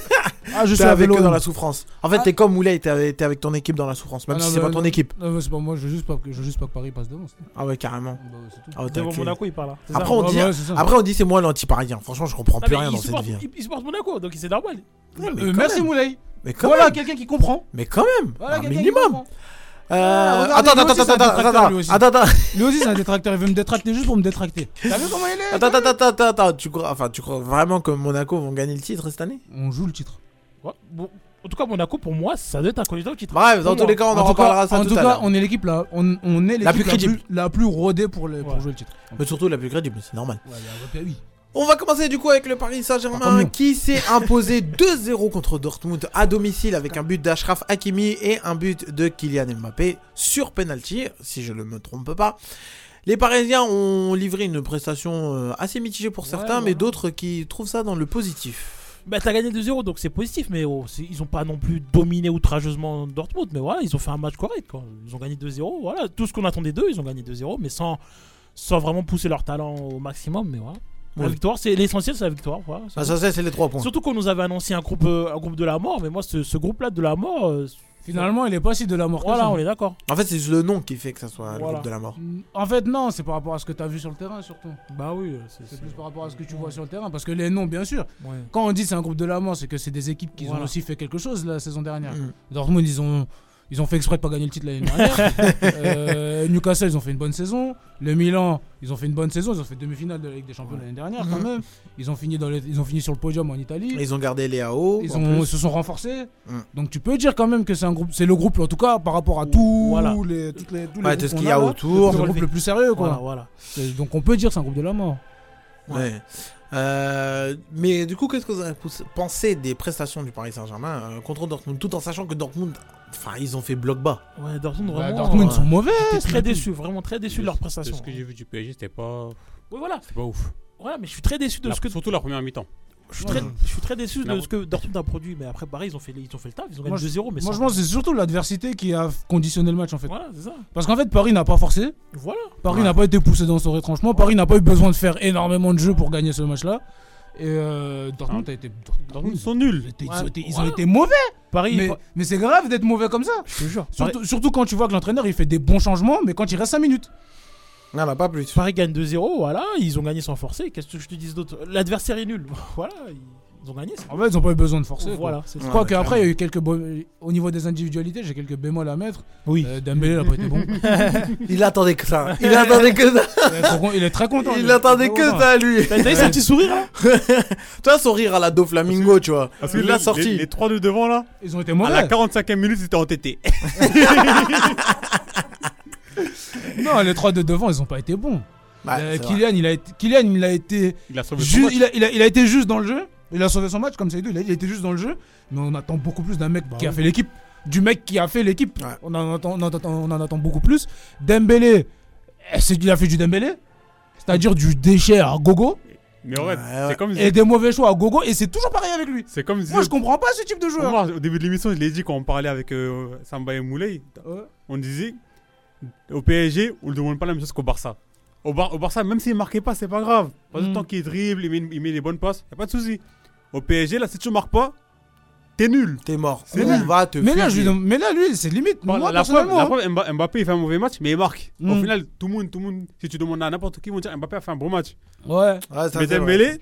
[SPEAKER 9] Ah, je
[SPEAKER 2] T'es
[SPEAKER 9] suis avec
[SPEAKER 2] avec eux
[SPEAKER 9] l'OM.
[SPEAKER 2] dans la souffrance. En fait,
[SPEAKER 9] Ah.
[SPEAKER 2] t'es comme Moulay, t'es avec, t'es avec ton équipe dans la souffrance, même
[SPEAKER 9] Ah,
[SPEAKER 2] si
[SPEAKER 9] non,
[SPEAKER 2] c'est
[SPEAKER 9] bah,
[SPEAKER 2] pas ton
[SPEAKER 9] non.
[SPEAKER 2] équipe.
[SPEAKER 9] Non, mais c'est pas moi, je veux juste pas que, je veux juste pas que Paris passe devant. c'est tout.
[SPEAKER 2] Ah ouais, carrément.
[SPEAKER 9] Bah, ouais, c'est tout.
[SPEAKER 2] Ah ouais, t'es
[SPEAKER 3] Devant
[SPEAKER 2] avec-
[SPEAKER 3] Monaco, il parle. là. C'est ça
[SPEAKER 2] Après, on
[SPEAKER 9] Ah,
[SPEAKER 2] dit,
[SPEAKER 9] bah, ouais, c'est ça.
[SPEAKER 2] après, on dit c'est moi l'anti-parisien. Franchement, je comprends
[SPEAKER 3] Ah,
[SPEAKER 2] plus
[SPEAKER 3] mais
[SPEAKER 2] rien
[SPEAKER 3] il
[SPEAKER 2] dans cette
[SPEAKER 3] supporte-
[SPEAKER 2] vie.
[SPEAKER 3] il- il supporte Monaco, donc c'est normal.
[SPEAKER 2] Ouais, mais
[SPEAKER 9] Euh,
[SPEAKER 2] quand
[SPEAKER 9] merci
[SPEAKER 2] même.
[SPEAKER 9] Moulay.
[SPEAKER 2] Mais quand
[SPEAKER 9] Voilà
[SPEAKER 2] même.
[SPEAKER 9] quelqu'un qui comprend.
[SPEAKER 2] Mais quand même.
[SPEAKER 9] Voilà
[SPEAKER 2] Un
[SPEAKER 9] quelqu'un qui
[SPEAKER 2] minimum.
[SPEAKER 9] comprend. Ah,
[SPEAKER 2] Euh,
[SPEAKER 9] regardez,
[SPEAKER 2] attends,
[SPEAKER 9] lui
[SPEAKER 2] attends,
[SPEAKER 9] aussi, c'est
[SPEAKER 2] attends,
[SPEAKER 9] un
[SPEAKER 2] attends,
[SPEAKER 9] détracteur, lui
[SPEAKER 2] attends,
[SPEAKER 9] aussi.
[SPEAKER 2] attends, attends,
[SPEAKER 9] Lui aussi, c'est un détracteur. Il veut me détracter juste pour me détracter. T'as vu comment il est
[SPEAKER 2] attends, attends, attends, attends, attends, tu crois, enfin, tu crois vraiment que Monaco vont gagner le titre cette année
[SPEAKER 9] On joue le titre.
[SPEAKER 3] Ouais, bon, en tout cas, Monaco, pour moi, ça doit être un candidat au titre.
[SPEAKER 2] Bref, Ah, dans
[SPEAKER 3] Pour
[SPEAKER 2] tous
[SPEAKER 3] moi.
[SPEAKER 2] les cas, on en,
[SPEAKER 9] en tout
[SPEAKER 2] reparlera
[SPEAKER 9] cas,
[SPEAKER 2] ça
[SPEAKER 9] en
[SPEAKER 2] tout,
[SPEAKER 9] tout cas
[SPEAKER 2] à l'heure.
[SPEAKER 9] on est l'équipe là. On, on est l'équipe
[SPEAKER 2] plus crédible.
[SPEAKER 9] la plus rodée pour, le, pour
[SPEAKER 3] Ouais.
[SPEAKER 9] jouer le titre.
[SPEAKER 2] Mais surtout la plus crédible, c'est normal.
[SPEAKER 9] Ouais, bah, oui.
[SPEAKER 2] On va commencer du coup avec le Paris
[SPEAKER 9] Par contre,
[SPEAKER 2] Saint-Germain
[SPEAKER 9] non.
[SPEAKER 2] qui s'est imposé 2-0 contre Dortmund à domicile avec un but d'Ashraf Hakimi et un but de Kylian Mbappé sur penalty, si je ne me trompe pas. Les Parisiens ont livré une prestation euh, assez mitigée pour certains, mais
[SPEAKER 9] voilà.
[SPEAKER 2] d'autres qui trouvent ça dans le positif.
[SPEAKER 3] Bah, t'as gagné 2-0, donc c'est positif, mais oh, c'est- ils ont pas non plus dominé outrageusement Dortmund. Mais voilà, ils ont fait un match correct. Quoi. Ils ont gagné 2-0. Voilà, tout ce qu'on attendait d'eux, ils ont gagné 2-0, mais sans, sans vraiment pousser leur talent au maximum. Mais voilà. La
[SPEAKER 2] Oui.
[SPEAKER 3] victoire, c'est l'essentiel, c'est la victoire. Voilà, c'est
[SPEAKER 2] Ah,
[SPEAKER 3] tout.
[SPEAKER 2] ça, ça, c'est les trois points.
[SPEAKER 3] Surtout qu'on nous avait annoncé un groupe, euh, un groupe de la mort, mais moi, ce, ce groupe-là de la mort, euh,
[SPEAKER 9] Finalement, il est pas si de la mort. que
[SPEAKER 3] voilà,
[SPEAKER 9] ça.
[SPEAKER 3] on est d'accord.
[SPEAKER 2] En fait, c'est juste le nom qui fait que ça soit le
[SPEAKER 3] Voilà.
[SPEAKER 2] groupe de la mort.
[SPEAKER 9] Mm, En fait, non, c'est par rapport à ce que t'as vu sur le terrain surtout.
[SPEAKER 3] Bah oui, c'est
[SPEAKER 9] C'est plus par rapport à ce que tu vois sur le terrain. Parce que les noms, bien sûr.
[SPEAKER 3] ouais.
[SPEAKER 9] Quand on dit c'est un groupe de la mort, c'est que c'est des équipes qui ont
[SPEAKER 3] Voilà.
[SPEAKER 9] aussi fait quelque chose la saison dernière.
[SPEAKER 2] Mm.
[SPEAKER 9] Dortmund, ils ont, ils ont fait exprès de pas gagner le titre l'année dernière. Euh, Newcastle, ils ont fait une bonne saison. Le Milan, ils ont fait une bonne saison. Ils ont fait demi-finale de la Ligue des Champions l'année dernière quand
[SPEAKER 2] Mhm.
[SPEAKER 9] même. Ils ont, fini dans les- ils ont fini sur le podium en Italie.
[SPEAKER 2] Ils ont gardé les AO.
[SPEAKER 9] Ils
[SPEAKER 2] Oh, en
[SPEAKER 9] ont-
[SPEAKER 2] plus.
[SPEAKER 9] se sont renforcés.
[SPEAKER 2] Mm.
[SPEAKER 9] Donc tu peux dire quand même que c'est un groupe, c'est le groupe en tout cas par rapport à tous
[SPEAKER 3] Voilà.
[SPEAKER 9] les, toutes les, tous les
[SPEAKER 2] Ouais,
[SPEAKER 9] groupes
[SPEAKER 2] tout ce
[SPEAKER 9] qu'on
[SPEAKER 2] qu'il y a
[SPEAKER 9] là,
[SPEAKER 2] autour.
[SPEAKER 9] C'est le groupe le plus sérieux quoi.
[SPEAKER 3] Voilà, voilà.
[SPEAKER 9] C'est- Donc on peut dire que c'est un groupe de la mort.
[SPEAKER 2] Ouais. Euh, mais du coup, qu'est-ce que vous avez poussé- pensé des prestations du Paris Saint-Germain euh, contre Dortmund, tout en sachant que Dortmund, enfin, ils ont fait bloc bas.
[SPEAKER 3] Ouais, Dortmund,
[SPEAKER 9] Bah,
[SPEAKER 3] vraiment.
[SPEAKER 9] Dortmund
[SPEAKER 2] ouais.
[SPEAKER 9] sont mauvais. hein,
[SPEAKER 3] j'étais
[SPEAKER 9] c'est
[SPEAKER 3] très
[SPEAKER 9] tout.
[SPEAKER 3] déçu, vraiment très déçu de leur prestation.
[SPEAKER 4] Ce que j'ai vu du PSG, c'était pas,
[SPEAKER 3] Oui, voilà.
[SPEAKER 4] c'était pas ouf.
[SPEAKER 3] Voilà, mais je suis très déçu de
[SPEAKER 4] La-
[SPEAKER 3] ce que
[SPEAKER 4] Surtout la première mi-temps.
[SPEAKER 3] je suis, très,
[SPEAKER 2] Ouais.
[SPEAKER 3] je suis très déçu de
[SPEAKER 4] La-
[SPEAKER 3] ce que Dortmund a produit, mais après pareil, ils ont fait ils ont fait le taf, ils ont gagné
[SPEAKER 9] Moi, je-
[SPEAKER 3] 2-0 mais
[SPEAKER 9] Moi
[SPEAKER 3] sans-
[SPEAKER 9] je pense que c'est surtout l'adversité qui a conditionné le match en fait.
[SPEAKER 3] voilà, c'est ça.
[SPEAKER 9] Parce qu'en fait Paris n'a pas forcé,
[SPEAKER 3] Voilà.
[SPEAKER 9] Paris
[SPEAKER 2] Ouais.
[SPEAKER 9] n'a pas été poussé dans son retranchement, Paris n'a pas eu besoin de faire énormément de jeux pour gagner ce match là. Et euh, Dortmund a été.
[SPEAKER 4] Dortmund,
[SPEAKER 9] Dortmund,
[SPEAKER 4] ils sont nuls.
[SPEAKER 9] ils étaient- ils
[SPEAKER 3] Ouais.
[SPEAKER 9] ont été- ils ont
[SPEAKER 3] Voilà.
[SPEAKER 9] été mauvais.
[SPEAKER 3] Paris,
[SPEAKER 9] Mais,
[SPEAKER 3] pa-
[SPEAKER 9] mais c'est grave d'être mauvais comme ça.
[SPEAKER 3] je te jure. Paris,
[SPEAKER 9] Surtout, surtout quand tu vois que l'entraîneur il fait des bons changements, mais quand il reste 5 minutes.
[SPEAKER 2] Non, pas plus.
[SPEAKER 3] Paris gagne 2-0, voilà, ils ont gagné sans forcer. Qu'est-ce que je te dis d'autre L'adversaire est nul. voilà, ils ont gagné. c'est-
[SPEAKER 9] En fait, ils ont pas eu besoin de forcer. quoi.
[SPEAKER 3] Voilà, c'est
[SPEAKER 9] Je
[SPEAKER 3] ça.
[SPEAKER 9] crois
[SPEAKER 2] Ouais,
[SPEAKER 9] qu'après, il y a eu quelques. beaux- Au niveau des individualités, j'ai quelques bémols à mettre.
[SPEAKER 3] Oui.
[SPEAKER 9] Euh, Dembélé, il a pas été bon.
[SPEAKER 2] Il attendait que ça. Il attendait que ça.
[SPEAKER 9] Il est trop- il est très content.
[SPEAKER 2] Il
[SPEAKER 9] lui.
[SPEAKER 2] attendait
[SPEAKER 9] est
[SPEAKER 2] que
[SPEAKER 9] content.
[SPEAKER 2] ça, lui.
[SPEAKER 3] T'as t'as vu ce petit sourire
[SPEAKER 9] hein
[SPEAKER 3] là
[SPEAKER 2] Toi, son rire à la Do Flamingo, tu vois.
[SPEAKER 4] Parce que
[SPEAKER 2] Il l'a
[SPEAKER 4] les- Les,
[SPEAKER 2] sorti.
[SPEAKER 4] les trois de devant là,
[SPEAKER 9] Ils ont été
[SPEAKER 4] à la
[SPEAKER 9] mauvais.
[SPEAKER 4] 45e minute, ils étaient entêtés.
[SPEAKER 9] Non, les trois de devant, ils ont pas été bons.
[SPEAKER 2] Ouais,
[SPEAKER 9] Euh,
[SPEAKER 2] Bah, c'est vrai.
[SPEAKER 9] Kylian, il a été, Kylian, il a été
[SPEAKER 4] Il a sauvé son
[SPEAKER 9] ju-
[SPEAKER 4] match.
[SPEAKER 9] il a, il a- il a été juste dans le jeu. Il a sauvé son match, comme ça il a il a été juste dans le jeu. Mais on attend beaucoup plus d'un mec qui a
[SPEAKER 3] oui.
[SPEAKER 9] fait l'équipe. Du mec qui a fait l'équipe.
[SPEAKER 2] Bah Ouais.
[SPEAKER 9] On, en attend, on en attend- on en attend beaucoup plus. Dembélé, eh, c'est- il a fait du Dembélé. C'est-à-dire du déchet à gogo.
[SPEAKER 4] Mais en vrai,
[SPEAKER 2] Ouais, ouais.
[SPEAKER 4] c'est comme
[SPEAKER 9] Et des mauvais choix à gogo. Et c'est toujours pareil avec lui.
[SPEAKER 4] c'est comme
[SPEAKER 9] Moi, je
[SPEAKER 4] disait-
[SPEAKER 9] comprends pas ce type de joueur.
[SPEAKER 4] Moi, au début de l'émission, je l'ai dit quand on parlait avec euh, Samba et Moulay,
[SPEAKER 9] Ouais.
[SPEAKER 4] on disait au PSG, on ne demande pas la même chose qu'au Barça. Au, Bar- au Barça, même s'il ne marquait pas, c'est pas grave. Pas
[SPEAKER 9] Mm.
[SPEAKER 4] le temps qu'il dribble, il met, il met les bonnes passes, il a pas de souci. Au PSG, là, si tu ne marques pas, t'es nul.
[SPEAKER 2] T'es mort.
[SPEAKER 4] C'est
[SPEAKER 2] On
[SPEAKER 4] nul.
[SPEAKER 2] va te
[SPEAKER 9] Mais là, je lui
[SPEAKER 2] fusiller.
[SPEAKER 9] demande- mais là, lui, c'est limite.
[SPEAKER 4] Bon,
[SPEAKER 9] Moi,
[SPEAKER 4] la, preuve,
[SPEAKER 9] personnellement.
[SPEAKER 4] la
[SPEAKER 9] hein.
[SPEAKER 4] preuve, Mba- Mbappé, il fait un mauvais match, mais il marque. Au
[SPEAKER 9] Mm.
[SPEAKER 4] final, tout le monde, tout le monde, si tu demandes à n'importe qui, ils vont dire Mbappé a fait un bon match.
[SPEAKER 9] Ouais.
[SPEAKER 2] Ouais, ça,
[SPEAKER 4] mais
[SPEAKER 2] c'est vrai.
[SPEAKER 4] Dembélé,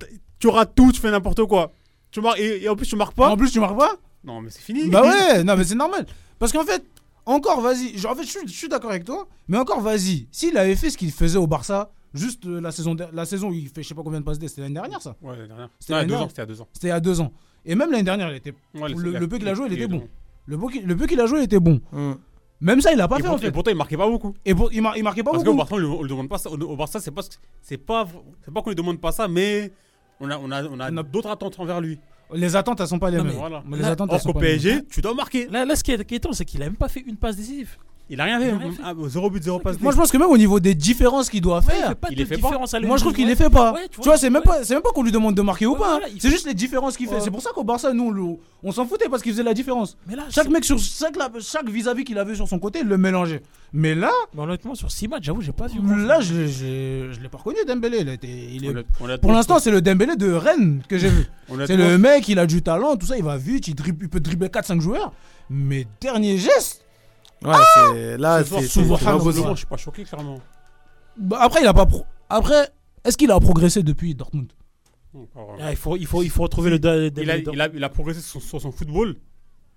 [SPEAKER 4] t- tu rates tout, tu fais n'importe quoi. Tu marques, et, et en plus, tu marques pas.
[SPEAKER 9] En plus, tu marques pas
[SPEAKER 4] Non, mais c'est fini.
[SPEAKER 9] Bah ouais, non mais c'est normal. Parce qu'en fait, encore vas-y, genre, en fait je suis, je suis d'accord avec toi, mais encore vas-y, s'il avait fait ce qu'il faisait au Barça, juste euh, la saison, der- la saison où il fait je sais pas combien de passes D, c'était l'année dernière ça,
[SPEAKER 4] Ouais, l'année dernière.
[SPEAKER 9] C'était
[SPEAKER 4] Non, il y a
[SPEAKER 9] l'année
[SPEAKER 4] deux
[SPEAKER 9] dernière.
[SPEAKER 4] ans, c'était à deux ans.
[SPEAKER 9] c'était il y a deux ans. Et même l'année dernière, il était,
[SPEAKER 4] Ouais,
[SPEAKER 9] Le-
[SPEAKER 4] la-
[SPEAKER 9] le peu qu'il a joué, il était bon.
[SPEAKER 4] Et
[SPEAKER 9] le, peu qu'il- le peu qu'il a joué il était bon.
[SPEAKER 2] Hum.
[SPEAKER 9] Même ça il a pas fait
[SPEAKER 4] pour-
[SPEAKER 9] en
[SPEAKER 4] Et
[SPEAKER 9] fait.
[SPEAKER 4] pourtant, il marquait pas beaucoup.
[SPEAKER 9] Et pour- il, mar- il marquait pas
[SPEAKER 4] Parce qu'au
[SPEAKER 9] beaucoup.
[SPEAKER 4] Barça, on lui- on lui demande pas ça. Au- Au Barça, c'est pas, ce que- c'est pas, v- c'est pas qu'on lui demande pas ça, mais on a, on a, on a,
[SPEAKER 9] On a-
[SPEAKER 4] d'autres attentes envers lui.
[SPEAKER 9] Les attentes elles sont pas les
[SPEAKER 3] Non,
[SPEAKER 9] mêmes.
[SPEAKER 3] mais
[SPEAKER 4] voilà.
[SPEAKER 9] Mais les
[SPEAKER 3] Là-
[SPEAKER 9] attentes elles
[SPEAKER 4] Or
[SPEAKER 9] sont
[SPEAKER 4] qu'au
[SPEAKER 9] pas les mêmes.
[SPEAKER 4] PSG, tu dois marquer.
[SPEAKER 3] Là, là, ce qui est inquiétant, c'est qu'il a même pas fait une passe décisive.
[SPEAKER 4] Il a rien fait.
[SPEAKER 3] Il a rien fait.
[SPEAKER 4] Ah, 0 but, 0 passe.
[SPEAKER 9] Moi je pense que même au niveau des différences qu'il doit
[SPEAKER 3] Ouais, il
[SPEAKER 9] faire,
[SPEAKER 3] fait pas
[SPEAKER 4] Il
[SPEAKER 3] de
[SPEAKER 4] les fait pas.
[SPEAKER 3] différence à
[SPEAKER 9] Moi, je trouve qu'il les
[SPEAKER 3] est
[SPEAKER 9] fait pas.
[SPEAKER 3] Ouais,
[SPEAKER 9] tu vois, c'est même
[SPEAKER 3] ouais.
[SPEAKER 9] pas, c'est même pas qu'on lui demande de marquer ou
[SPEAKER 3] Ouais,
[SPEAKER 9] pas. hein.
[SPEAKER 3] voilà, il
[SPEAKER 9] c'est
[SPEAKER 3] fait-
[SPEAKER 9] juste les différences qu'il fait.
[SPEAKER 3] Ouais.
[SPEAKER 9] C'est pour ça qu'au Barça, nous, on le- on s'en foutait parce qu'il faisait la différence.
[SPEAKER 3] Mais là,
[SPEAKER 9] Chaque
[SPEAKER 3] c'est-
[SPEAKER 9] mec sur chaque la- chaque vis-à-vis qu'il avait sur son côté, il le mélangeait. Mais là,
[SPEAKER 3] mais honnêtement, sur 6 matchs, j'avoue, j'ai pas vu.
[SPEAKER 9] là, je l'ai- je l'ai- je l'ai pas reconnu Dembélé. Il a été- il est-
[SPEAKER 4] On a- on a-
[SPEAKER 9] Pour l'instant, c'est le Dembélé de Rennes que j'ai vu.
[SPEAKER 4] on a-
[SPEAKER 9] C'est le mec, il a du talent, tout ça, il va vite, il, dribble- il peut dribbler 4-5 joueurs. Mais dernier geste.
[SPEAKER 2] Ouais, c'est- là,
[SPEAKER 4] Ce soir,
[SPEAKER 2] c'est- c'est
[SPEAKER 4] souvent,
[SPEAKER 2] c'est pas
[SPEAKER 4] Hannes,
[SPEAKER 2] possible.
[SPEAKER 4] Laurent, je suis pas choqué, clairement.
[SPEAKER 9] Bah, après, il a pas. pro- Après, est-ce qu'il a progressé depuis Dortmund
[SPEAKER 4] Encore, euh,
[SPEAKER 3] Ah, il, faut, il, faut, il faut retrouver le.
[SPEAKER 4] Il a, il a, il a progressé sur, sur son football,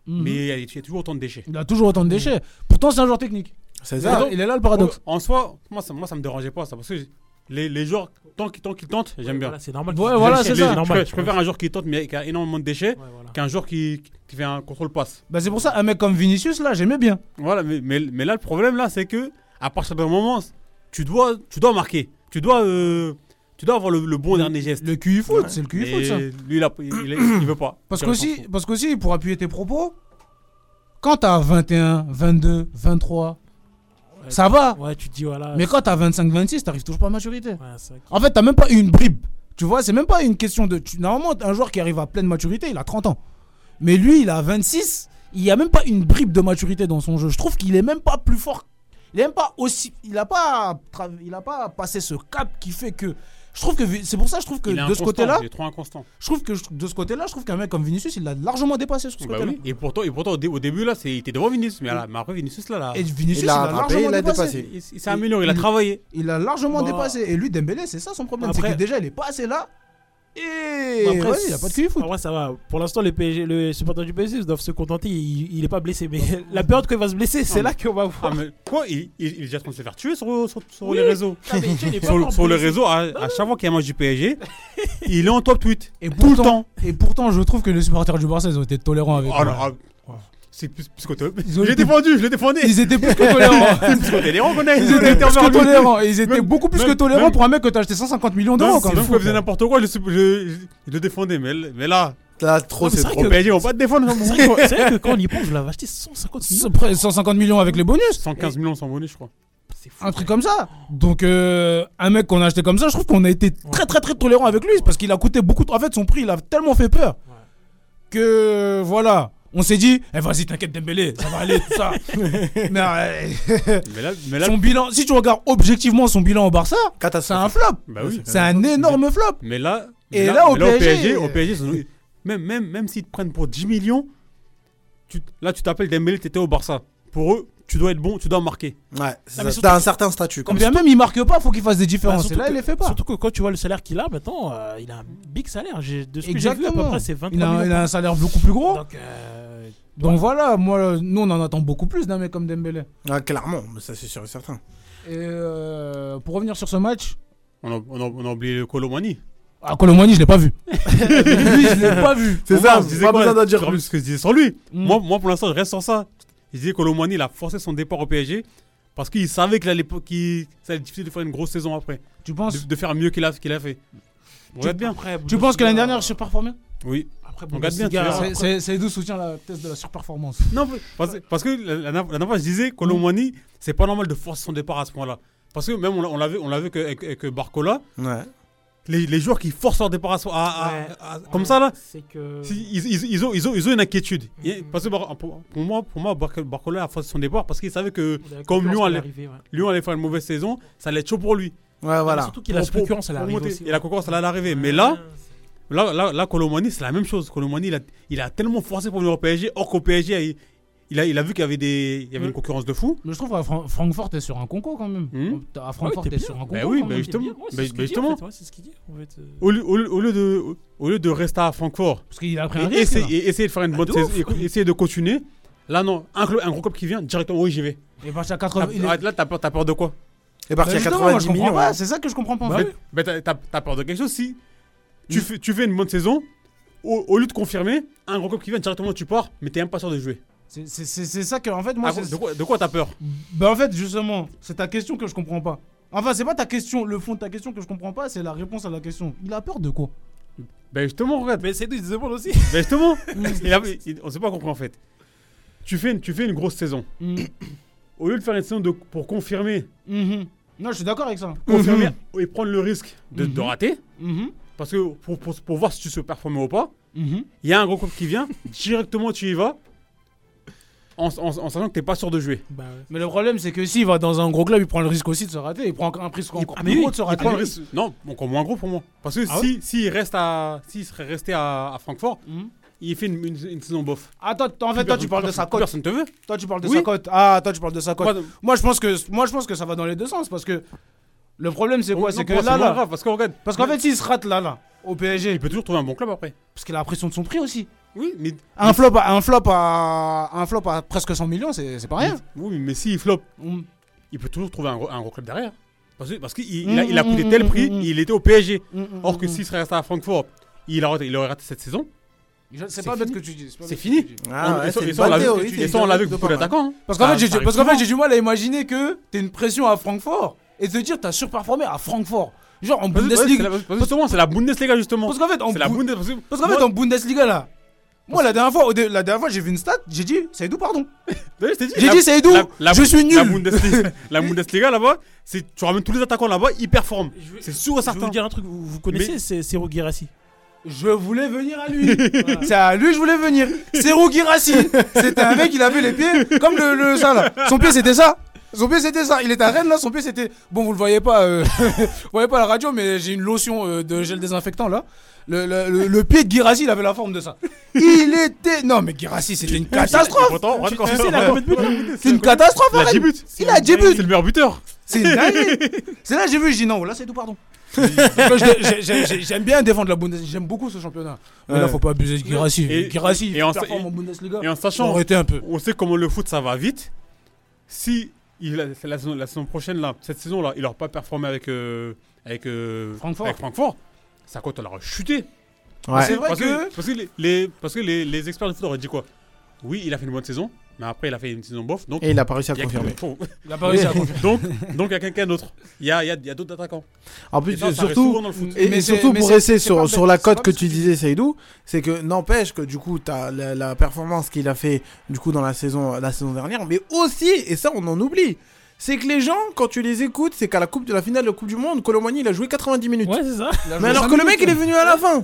[SPEAKER 9] Mhm.
[SPEAKER 4] mais il y a- il y a toujours autant de déchets.
[SPEAKER 9] Il a toujours autant de déchets. Pourtant, c'est un joueur technique. Il
[SPEAKER 2] C'est
[SPEAKER 9] est là-
[SPEAKER 2] ça.
[SPEAKER 9] il est là le paradoxe.
[SPEAKER 4] En soi, moi ça, moi, ça me dérangeait pas ça. Parce que les, les joueurs, tant qu'ils tant qu'ils tentent, j'aime bien.
[SPEAKER 3] Voilà, c'est normal.
[SPEAKER 9] Ouais,
[SPEAKER 3] qu'il-
[SPEAKER 9] voilà,
[SPEAKER 3] je-
[SPEAKER 9] c'est
[SPEAKER 4] Les-
[SPEAKER 9] ça.
[SPEAKER 4] je-
[SPEAKER 3] normal.
[SPEAKER 4] Je préfère un joueur qui tente, mais qui a énormément de déchets,
[SPEAKER 3] Ouais, voilà.
[SPEAKER 4] qu'un joueur qui, qui fait un contrôle-passe.
[SPEAKER 9] Bah c'est pour ça, un mec comme Vinicius, là, j'aimais bien.
[SPEAKER 4] Voilà, mais, mais, mais là, le problème, là, c'est que à partir d'un moment, tu dois, tu dois marquer. Tu dois, euh, tu dois avoir le, le bon dernier geste.
[SPEAKER 9] Le QI foot, c'est le QI
[SPEAKER 4] Mais
[SPEAKER 9] foot, ça.
[SPEAKER 4] Lui, là, il, il, il veut pas.
[SPEAKER 9] Parce
[SPEAKER 4] Il s'en
[SPEAKER 9] qu'aussi,
[SPEAKER 4] fout.
[SPEAKER 9] parce qu'aussi, pour appuyer tes propos, quand t'as 21, 22, 23,
[SPEAKER 3] Ouais,
[SPEAKER 9] ça va.
[SPEAKER 3] Ouais, tu te dis, voilà.
[SPEAKER 9] Mais quand t'as 25, 26, t'arrives toujours pas à maturité.
[SPEAKER 3] Ouais, c'est vrai que-
[SPEAKER 9] En fait, t'as même pas eu une bribe. Tu vois, c'est même pas une question de... tu- Normalement, un joueur qui arrive à pleine maturité, il a 30 ans. Mais lui, il a 26, il y a même pas une bribe de maturité dans son jeu. Je trouve qu'il est même pas plus fort. Il est même pas aussi... Il a pas, tra- il a pas passé ce cap qui fait que... Je trouve que... C'est pour ça, je trouve que
[SPEAKER 4] Il est
[SPEAKER 9] de ce
[SPEAKER 4] inconstant,
[SPEAKER 9] côté-là...
[SPEAKER 4] Il est trop inconstant.
[SPEAKER 9] Je trouve que je- de ce côté-là, je trouve qu'un mec comme Vinicius, il l'a largement dépassé sur ce
[SPEAKER 4] Bah
[SPEAKER 9] côté-là.
[SPEAKER 4] oui. Et pourtant, et pourtant au, dé- au début, là, c'est- il était devant Vinicius. Mais, là, mais après, Vinicius, là, là
[SPEAKER 9] Et Vinicius,
[SPEAKER 2] Il
[SPEAKER 9] il l'a
[SPEAKER 2] l'a rattrapé,
[SPEAKER 9] largement
[SPEAKER 2] il l'a
[SPEAKER 9] dépassé.
[SPEAKER 2] dépassé.
[SPEAKER 4] il, il s'est amélioré, il a travaillé.
[SPEAKER 9] Il l'a Euh, largement
[SPEAKER 3] Bah.
[SPEAKER 9] dépassé. Et lui, Dembélé, c'est ça son problème. C'est
[SPEAKER 3] Après-
[SPEAKER 9] que déjà, il est pas assez là. Et
[SPEAKER 3] Bon, après,
[SPEAKER 9] vas-y, il a pas de QI foot.
[SPEAKER 3] En vrai, ça va. Pour l'instant, les, PSG, les supporters du PSG doivent se contenter. Il, il est pas blessé. Mais
[SPEAKER 9] Bah,
[SPEAKER 3] la période quand il va se blesser, c'est
[SPEAKER 4] Non,
[SPEAKER 3] là qu'on va
[SPEAKER 4] Ah,
[SPEAKER 3] voir.
[SPEAKER 4] mais quoi il, il, il est déjà en train de se faire tuer sur, sur, sur
[SPEAKER 3] Oui.
[SPEAKER 4] les réseaux.
[SPEAKER 3] Ah, mais tu sais, il est pas
[SPEAKER 4] Sur,
[SPEAKER 3] encore
[SPEAKER 4] sur le
[SPEAKER 3] blessé.
[SPEAKER 4] réseau, à, à chaque fois qu'il y a un match du PSG, il est en top tweet.
[SPEAKER 9] Et
[SPEAKER 4] Tout le
[SPEAKER 9] pourtant,
[SPEAKER 4] temps.
[SPEAKER 9] et pourtant, je trouve que les supporters du Barça, ils ont été tolérants avec
[SPEAKER 4] Oh
[SPEAKER 9] lui.
[SPEAKER 4] non, ah, c'est plus, plus que
[SPEAKER 9] Ils ont
[SPEAKER 4] Je l'ai
[SPEAKER 9] été-
[SPEAKER 4] défendu, je l'ai défendu.
[SPEAKER 9] Ils étaient plus que tolérants.
[SPEAKER 4] C'est plus que tolérants qu'on est.
[SPEAKER 9] Ils étaient plus que tolérants. Et ils étaient
[SPEAKER 4] Même-
[SPEAKER 9] beaucoup plus que
[SPEAKER 4] même-
[SPEAKER 9] tolérants
[SPEAKER 4] même-
[SPEAKER 9] pour un mec que t'as acheté 150 millions d'euros.
[SPEAKER 4] Non,
[SPEAKER 9] quand
[SPEAKER 4] quand
[SPEAKER 9] même.
[SPEAKER 4] vous faisiez n'importe quoi, je, suis- je- je- je le défendais. Mais, l- mais là,
[SPEAKER 2] Là, trop,
[SPEAKER 3] Non, mais
[SPEAKER 2] c'est
[SPEAKER 3] c'est vrai
[SPEAKER 2] trop.
[SPEAKER 4] au
[SPEAKER 3] que-
[SPEAKER 4] PSG, on va pas te défendre. non,
[SPEAKER 3] C'est vrai que- c'est vrai que quand on y pense, je l'avais acheté 150 millions.
[SPEAKER 9] C'est près- 150 millions avec les bonus.
[SPEAKER 4] 115 millions sans bonus, je crois.
[SPEAKER 3] C'est fou.
[SPEAKER 9] un truc comme ça. Donc euh, un mec qu'on a acheté comme ça, je trouve qu'on a été très très très tolérant avec lui c'est parce qu'il a coûté beaucoup. En fait, son prix, il a tellement fait peur que euh, voilà, on s'est dit, eh, vas-y, t'inquiète Dembélé, ça va aller tout ça. Mais euh,
[SPEAKER 4] Mais là, mais là,
[SPEAKER 9] son bilan, si tu regardes objectivement son bilan au Barça, c'est un
[SPEAKER 2] Catastrophe.
[SPEAKER 9] flop.
[SPEAKER 4] bah oui.
[SPEAKER 9] C'est un énorme flop.
[SPEAKER 4] Mais là,
[SPEAKER 9] Et
[SPEAKER 4] mais
[SPEAKER 9] là, au
[SPEAKER 4] mais là,
[SPEAKER 9] PSG,
[SPEAKER 4] au PSG, ils ont- même, même, même s'ils te prennent pour 10 millions, tu, là, tu t'appelles Dembélé, t'étais au Barça. Pour eux, tu dois être bon, tu dois marquer.
[SPEAKER 2] Ouais, c'est
[SPEAKER 3] Ah, mais
[SPEAKER 2] ça.
[SPEAKER 3] surtout
[SPEAKER 2] T'as un
[SPEAKER 3] que-
[SPEAKER 2] certain statut.
[SPEAKER 9] Quand
[SPEAKER 2] comme
[SPEAKER 9] bien même il marque pas, faut qu'il fasse des
[SPEAKER 3] Bah,
[SPEAKER 9] différences.
[SPEAKER 3] surtout
[SPEAKER 9] et là, il
[SPEAKER 3] que-
[SPEAKER 9] les fait pas.
[SPEAKER 3] Surtout que quand tu vois le salaire qu'il a maintenant, euh, il a un big salaire. J'ai- De ce que j'ai vu, à peu
[SPEAKER 9] Exactement.
[SPEAKER 3] près, c'est 23
[SPEAKER 9] Il a,
[SPEAKER 3] millions.
[SPEAKER 9] il a un salaire beaucoup plus gros.
[SPEAKER 3] Donc, euh,
[SPEAKER 9] Donc voilà, moi, euh, nous on en attend beaucoup plus d'un mec comme Dembélé.
[SPEAKER 2] Ah, clairement, mais ça c'est sûr et certain.
[SPEAKER 9] Et euh, pour revenir sur ce match,
[SPEAKER 4] On a, on a- on a oublié le Colomani.
[SPEAKER 9] à Colomani, je l'ai pas vu. Lui, je l'ai pas vu.
[SPEAKER 2] C'est ça, pas besoin d'en dire plus.
[SPEAKER 4] ce que je disais sur lui.
[SPEAKER 9] Mm.
[SPEAKER 4] Moi, moi, pour l'instant, je reste sur ça. Je disais que Colomani, il a forcé son départ au PSG Parce qu'il savait que l'époque, qu'il- ça allait être difficile de faire une grosse saison après.
[SPEAKER 9] Tu penses
[SPEAKER 4] De, de faire mieux qu'il a, qu'il a fait. Regarde bien.
[SPEAKER 9] Tu penses que l'année dernière, je performé
[SPEAKER 4] Oui.
[SPEAKER 9] Après,
[SPEAKER 4] Regarde bien, tu verras.
[SPEAKER 9] C'est d'où soutient la thèse de la surperformance.
[SPEAKER 4] Non, parce, parce que la, la- la dernière fois, je disais, Colomwani, c'est pas normal de forcer son départ à ce point-là. Parce que même on l'a- on l'a vu, on l'a vu que, avec, avec Barcola,
[SPEAKER 2] Ouais.
[SPEAKER 4] les, les joueurs qui forcent leur départ à, so- à- à-
[SPEAKER 3] Ouais.
[SPEAKER 4] à- comme ça, là,
[SPEAKER 3] C'est que. Mm.
[SPEAKER 4] si- ils, ils- ils ont, ils, ont, ils ont une inquiétude. Et- Parce que Bar- pour, pour moi, pour moi Bar- Barcola a forcé son départ parce qu'il savait que
[SPEAKER 3] on avait
[SPEAKER 4] comme
[SPEAKER 3] confiance
[SPEAKER 4] Lyon
[SPEAKER 3] qu'il
[SPEAKER 4] allait,
[SPEAKER 3] allait arriver, ouais.
[SPEAKER 4] Lyon allait faire une mauvaise saison, ça allait être chaud pour lui.
[SPEAKER 2] Ouais, voilà.
[SPEAKER 3] Surtout qu'il a la
[SPEAKER 4] Pour- pour-
[SPEAKER 3] concurrence à
[SPEAKER 4] pour
[SPEAKER 3] l'arrivée
[SPEAKER 4] monter.
[SPEAKER 3] aussi.
[SPEAKER 4] Et la concurrence, elle est à l'arrivée. Mais là, Là, là, là Colomani, c'est la même chose. Colomani, il a, il a tellement forcé pour venir au PSG, or qu'au PSG, il, il a, il a vu qu'il y avait, des, il y avait une concurrence de fou.
[SPEAKER 9] Mais je trouve à Fran- Francfort est sur un concours quand même. ah,
[SPEAKER 4] Hmm.
[SPEAKER 9] À Francfort
[SPEAKER 3] Bah Ouais, t'es
[SPEAKER 9] t'es sur un
[SPEAKER 3] bien.
[SPEAKER 9] concours.
[SPEAKER 4] Ben oui,
[SPEAKER 9] quand
[SPEAKER 4] ben
[SPEAKER 9] même.
[SPEAKER 4] justement.
[SPEAKER 3] c'est
[SPEAKER 4] Ben-
[SPEAKER 3] ce qu'il
[SPEAKER 4] ben
[SPEAKER 3] dit,
[SPEAKER 4] justement.
[SPEAKER 3] en fait, ouais, c'est ce qu'il dit. En fait, euh.
[SPEAKER 4] Au lieu, au lieu- au lieu de, au lieu de rester à Francfort
[SPEAKER 9] Parce qu'il a pris
[SPEAKER 4] et,
[SPEAKER 9] un risque.
[SPEAKER 4] essayer-
[SPEAKER 9] là. Ah,
[SPEAKER 4] et essayer de faire une bonne
[SPEAKER 3] de
[SPEAKER 4] saison,
[SPEAKER 3] ouf.
[SPEAKER 4] et- essayer de continuer, là, non, un, club- un gros club qui vient, directement, oui, j'y vais.
[SPEAKER 9] Il est parti à
[SPEAKER 4] Ah,
[SPEAKER 9] 80. il est-
[SPEAKER 4] Là, t'as peur, t'as peur de quoi
[SPEAKER 2] Et
[SPEAKER 9] Bah
[SPEAKER 2] parti à
[SPEAKER 9] justement,
[SPEAKER 2] 90
[SPEAKER 9] moi, je comprends
[SPEAKER 2] millions. hein.
[SPEAKER 9] pas,
[SPEAKER 2] ouais.
[SPEAKER 9] C'est ça que je comprends pas. en
[SPEAKER 4] Mais-
[SPEAKER 9] fait. Mm.
[SPEAKER 4] mais t'as- T'as t'as peur de quelque chose si tu, fais, tu fais une bonne saison, au, au lieu de confirmer, un gros club qui vient, directement, tu pars, mais t'es même pas sûr de jouer.
[SPEAKER 9] C'est- C'est c'est- c'est ça que, en fait, moi.
[SPEAKER 4] Ah,
[SPEAKER 9] c'est-
[SPEAKER 4] de quoi de quoi t'as peur
[SPEAKER 9] Bah, en fait, justement, c'est ta question que je comprends pas. Enfin, c'est pas ta question, le fond de ta question que je comprends pas, c'est la réponse à la question. Il a peur de quoi
[SPEAKER 4] Ben justement, regarde.
[SPEAKER 3] Mais c'est d'où il se demande aussi.
[SPEAKER 4] Ben justement, il a- il- on s'est pas compris en fait. Tu fais une, tu fais une grosse saison.
[SPEAKER 9] Mm.
[SPEAKER 4] Au lieu de faire une saison de- pour confirmer,
[SPEAKER 9] Mhm. Non, je suis d'accord avec ça.
[SPEAKER 4] confirmer et prendre le risque de, de
[SPEAKER 9] Mhm.
[SPEAKER 4] rater,
[SPEAKER 9] Mhm.
[SPEAKER 4] parce que pour, pour, pour voir si tu sais performer ou pas,
[SPEAKER 9] Mhm.
[SPEAKER 4] il y a un gros club qui vient, directement tu y vas, en, en- en sachant que t'es pas sûr de jouer.
[SPEAKER 3] Bah, ouais.
[SPEAKER 9] Mais le problème, c'est que s'il va dans un gros club, il prend le risque aussi de se rater. Il prend encore un risque encore
[SPEAKER 3] Ah, mais
[SPEAKER 9] plus gros
[SPEAKER 3] oui,
[SPEAKER 9] de se
[SPEAKER 4] Il
[SPEAKER 9] rater.
[SPEAKER 4] prend le risque- Non, encore moins gros pour moi. Parce que
[SPEAKER 9] Ah
[SPEAKER 4] si, s'il reste à, s'il serait resté à, à Francfort,
[SPEAKER 9] Mhm.
[SPEAKER 4] il fait une, une- une saison bof.
[SPEAKER 9] Attends, t- en fait, toi, tu parles de sa cote.
[SPEAKER 4] Personne te veut.
[SPEAKER 9] Toi, tu parles de
[SPEAKER 4] Oui.
[SPEAKER 9] sa cote. Ah, toi, tu parles de sa cote.
[SPEAKER 4] Moi,
[SPEAKER 9] Moi, je pense que, moi, je pense que ça va dans les deux sens parce que le problème, c'est quoi
[SPEAKER 4] Oh, non,
[SPEAKER 9] C'est que
[SPEAKER 4] pour moi,
[SPEAKER 9] là,
[SPEAKER 4] moins
[SPEAKER 9] là,
[SPEAKER 4] grave, parce que regarde,
[SPEAKER 9] parce qu'en fait, s'il se rate là, là, au PSG,
[SPEAKER 4] il peut toujours trouver un bon club après.
[SPEAKER 9] parce qu'il a la pression de son prix aussi.
[SPEAKER 4] Oui, mais
[SPEAKER 9] Un flop, à, un flop à, un flop à presque 100 millions, c'est c'est pas rien.
[SPEAKER 4] Oui, mais s'il flop,
[SPEAKER 9] Mm.
[SPEAKER 4] il peut toujours trouver un gros, un gros club derrière. Parce que- parce qu'il
[SPEAKER 9] Mm,
[SPEAKER 4] il a, il a
[SPEAKER 9] mm,
[SPEAKER 4] coûté
[SPEAKER 9] mm,
[SPEAKER 4] tel
[SPEAKER 9] mm,
[SPEAKER 4] prix,
[SPEAKER 9] mm.
[SPEAKER 4] il était au PSG.
[SPEAKER 9] Mm, mm,
[SPEAKER 4] Or que
[SPEAKER 9] mm,
[SPEAKER 4] s'il serait resté à Francfort, il, a raté- il aurait raté cette saison.
[SPEAKER 9] mm. c'est
[SPEAKER 4] c'est
[SPEAKER 9] pas bête
[SPEAKER 4] fini.
[SPEAKER 9] que tu dis. pas
[SPEAKER 4] C'est
[SPEAKER 9] bête
[SPEAKER 4] fini.
[SPEAKER 9] que tu dis.
[SPEAKER 2] Ah,
[SPEAKER 4] On-
[SPEAKER 2] ouais,
[SPEAKER 4] et ça,
[SPEAKER 2] c'est
[SPEAKER 4] et
[SPEAKER 2] une
[SPEAKER 4] ça, on
[SPEAKER 2] bonne
[SPEAKER 4] l'a vu-
[SPEAKER 2] théorie,
[SPEAKER 4] et
[SPEAKER 2] c'est
[SPEAKER 4] ça, on
[SPEAKER 2] une
[SPEAKER 4] l'a vu avec
[SPEAKER 2] bonne
[SPEAKER 4] beaucoup
[SPEAKER 2] théorie.
[SPEAKER 4] d'attaquants. hein.
[SPEAKER 9] Parce qu'en
[SPEAKER 4] Ça-
[SPEAKER 9] fait, j'ai-
[SPEAKER 4] ça
[SPEAKER 9] j'ai- parce qu'en
[SPEAKER 4] arrive
[SPEAKER 9] fait, j'ai du mal à imaginer que t'es une pression à Francfort et te dire t'as surperformé à Francfort. Genre en
[SPEAKER 4] souvent. Parce que- ouais, c'est
[SPEAKER 9] Bundesliga.
[SPEAKER 4] la- parce que Justement, c'est la Bundesliga, justement.
[SPEAKER 9] Parce qu'en fait, en
[SPEAKER 4] C'est la
[SPEAKER 9] Bou-
[SPEAKER 4] Bundesliga.
[SPEAKER 9] Parce
[SPEAKER 4] parce que-
[SPEAKER 9] qu'en fait,
[SPEAKER 4] moi-
[SPEAKER 9] en Bundesliga, là, moi, la dernière fois, au dé- la dernière fois j'ai vu une stat, j'ai dit, c'est d'où, pardon.
[SPEAKER 4] D'ailleurs, je t'ai dit,
[SPEAKER 9] J'ai
[SPEAKER 4] la-
[SPEAKER 9] dit, c'est d'où
[SPEAKER 4] la- la-
[SPEAKER 9] Je suis
[SPEAKER 4] La
[SPEAKER 9] nul.
[SPEAKER 4] Bundesliga, la Bundesliga, là-bas, c'est- tu ramènes tous les attaquants là-bas, ils performent. C'est sûr et
[SPEAKER 3] Je vais
[SPEAKER 4] certain.
[SPEAKER 3] vous dire un truc, vous, vous connaissez
[SPEAKER 4] Mais-
[SPEAKER 3] c'est Ciro Guirassi
[SPEAKER 9] Je voulais venir à lui. Voilà. C'est à lui que je voulais venir. C'est Girassi. C'était un mec, il avait les pieds comme le, le- ça, là. Son pied, c'était ça. Son pied, c'était ça. Il était à Rennes, là. Son pied, c'était. Bon, vous le voyez pas, euh, vous voyez pas à la radio, mais j'ai une lotion euh, de gel désinfectant, là. Le, le- le- le pied de Girassi, il avait la forme de ça. Il était. Non, mais Girassi, c'était une catastrophe.
[SPEAKER 4] Pourtant,
[SPEAKER 3] Tu tu sais, il a combien de buts là
[SPEAKER 9] C'est une catastrophe,
[SPEAKER 4] Il a
[SPEAKER 9] arrête.
[SPEAKER 4] 10 buts.
[SPEAKER 9] Il a 10 buts.
[SPEAKER 4] C'est le meilleur buteur.
[SPEAKER 9] C'est une dinguerie. C'est là que j'ai vu, j'ai dit non, là c'est tout, pardon. Parce que j'ai- j'ai- j'ai- J'aime bien défendre la Bundesliga, j'aime beaucoup ce championnat. Mais là, faut pas abuser de Girassi.
[SPEAKER 4] Et-
[SPEAKER 9] Girassi,
[SPEAKER 4] et en-
[SPEAKER 9] il performe
[SPEAKER 4] et-
[SPEAKER 9] en Bundesliga.
[SPEAKER 4] Et en
[SPEAKER 9] Faut
[SPEAKER 4] sachant
[SPEAKER 9] arrêter un peu.
[SPEAKER 4] on sait comment le foot ça va vite. Si il a- la, saison, la saison prochaine là, cette saison là, il n'aura pas performé avec euh, avec, euh,
[SPEAKER 9] Francfort. Ah,
[SPEAKER 4] avec Francfort, sa cote elle aura chuté.
[SPEAKER 2] Ouais.
[SPEAKER 9] C'est vrai
[SPEAKER 4] parce
[SPEAKER 9] que.
[SPEAKER 4] parce que les, les- parce que les, les experts du foot auraient dit quoi Oui, il a fait une bonne saison, mais après il a fait une saison bof, donc
[SPEAKER 2] Et il a pas réussi à
[SPEAKER 4] il y a
[SPEAKER 2] confirmer.
[SPEAKER 4] faut-
[SPEAKER 9] Il a pas réussi à confirmer.
[SPEAKER 4] donc donc il y a quelqu'un d'autre. Il y a, il y a- il y a d'autres attaquants.
[SPEAKER 2] En
[SPEAKER 4] Et
[SPEAKER 2] plus,
[SPEAKER 4] Eh ben, ça, ça arrive
[SPEAKER 2] surtout,
[SPEAKER 4] souvent dans le foot.
[SPEAKER 2] Et,
[SPEAKER 9] Mais
[SPEAKER 2] et
[SPEAKER 9] c'est-
[SPEAKER 2] surtout
[SPEAKER 9] mais
[SPEAKER 2] pour
[SPEAKER 9] c'est-
[SPEAKER 2] rester
[SPEAKER 9] c'est pas
[SPEAKER 2] sur,
[SPEAKER 9] bête,
[SPEAKER 2] sur la
[SPEAKER 9] c'est pas
[SPEAKER 2] cote que
[SPEAKER 9] bête.
[SPEAKER 2] tu disais Saïdou, c'est que n'empêche que du coup t'as la, la performance qu'il a fait du coup dans la saison la saison dernière, mais aussi et ça on en oublie, c'est que les gens quand tu les écoutes, c'est qu'à la coupe de la finale de la Coupe du Monde, Colomani il a joué 90 minutes.
[SPEAKER 3] Ouais, c'est ça.
[SPEAKER 2] mais alors que le mec il est venu à la fin.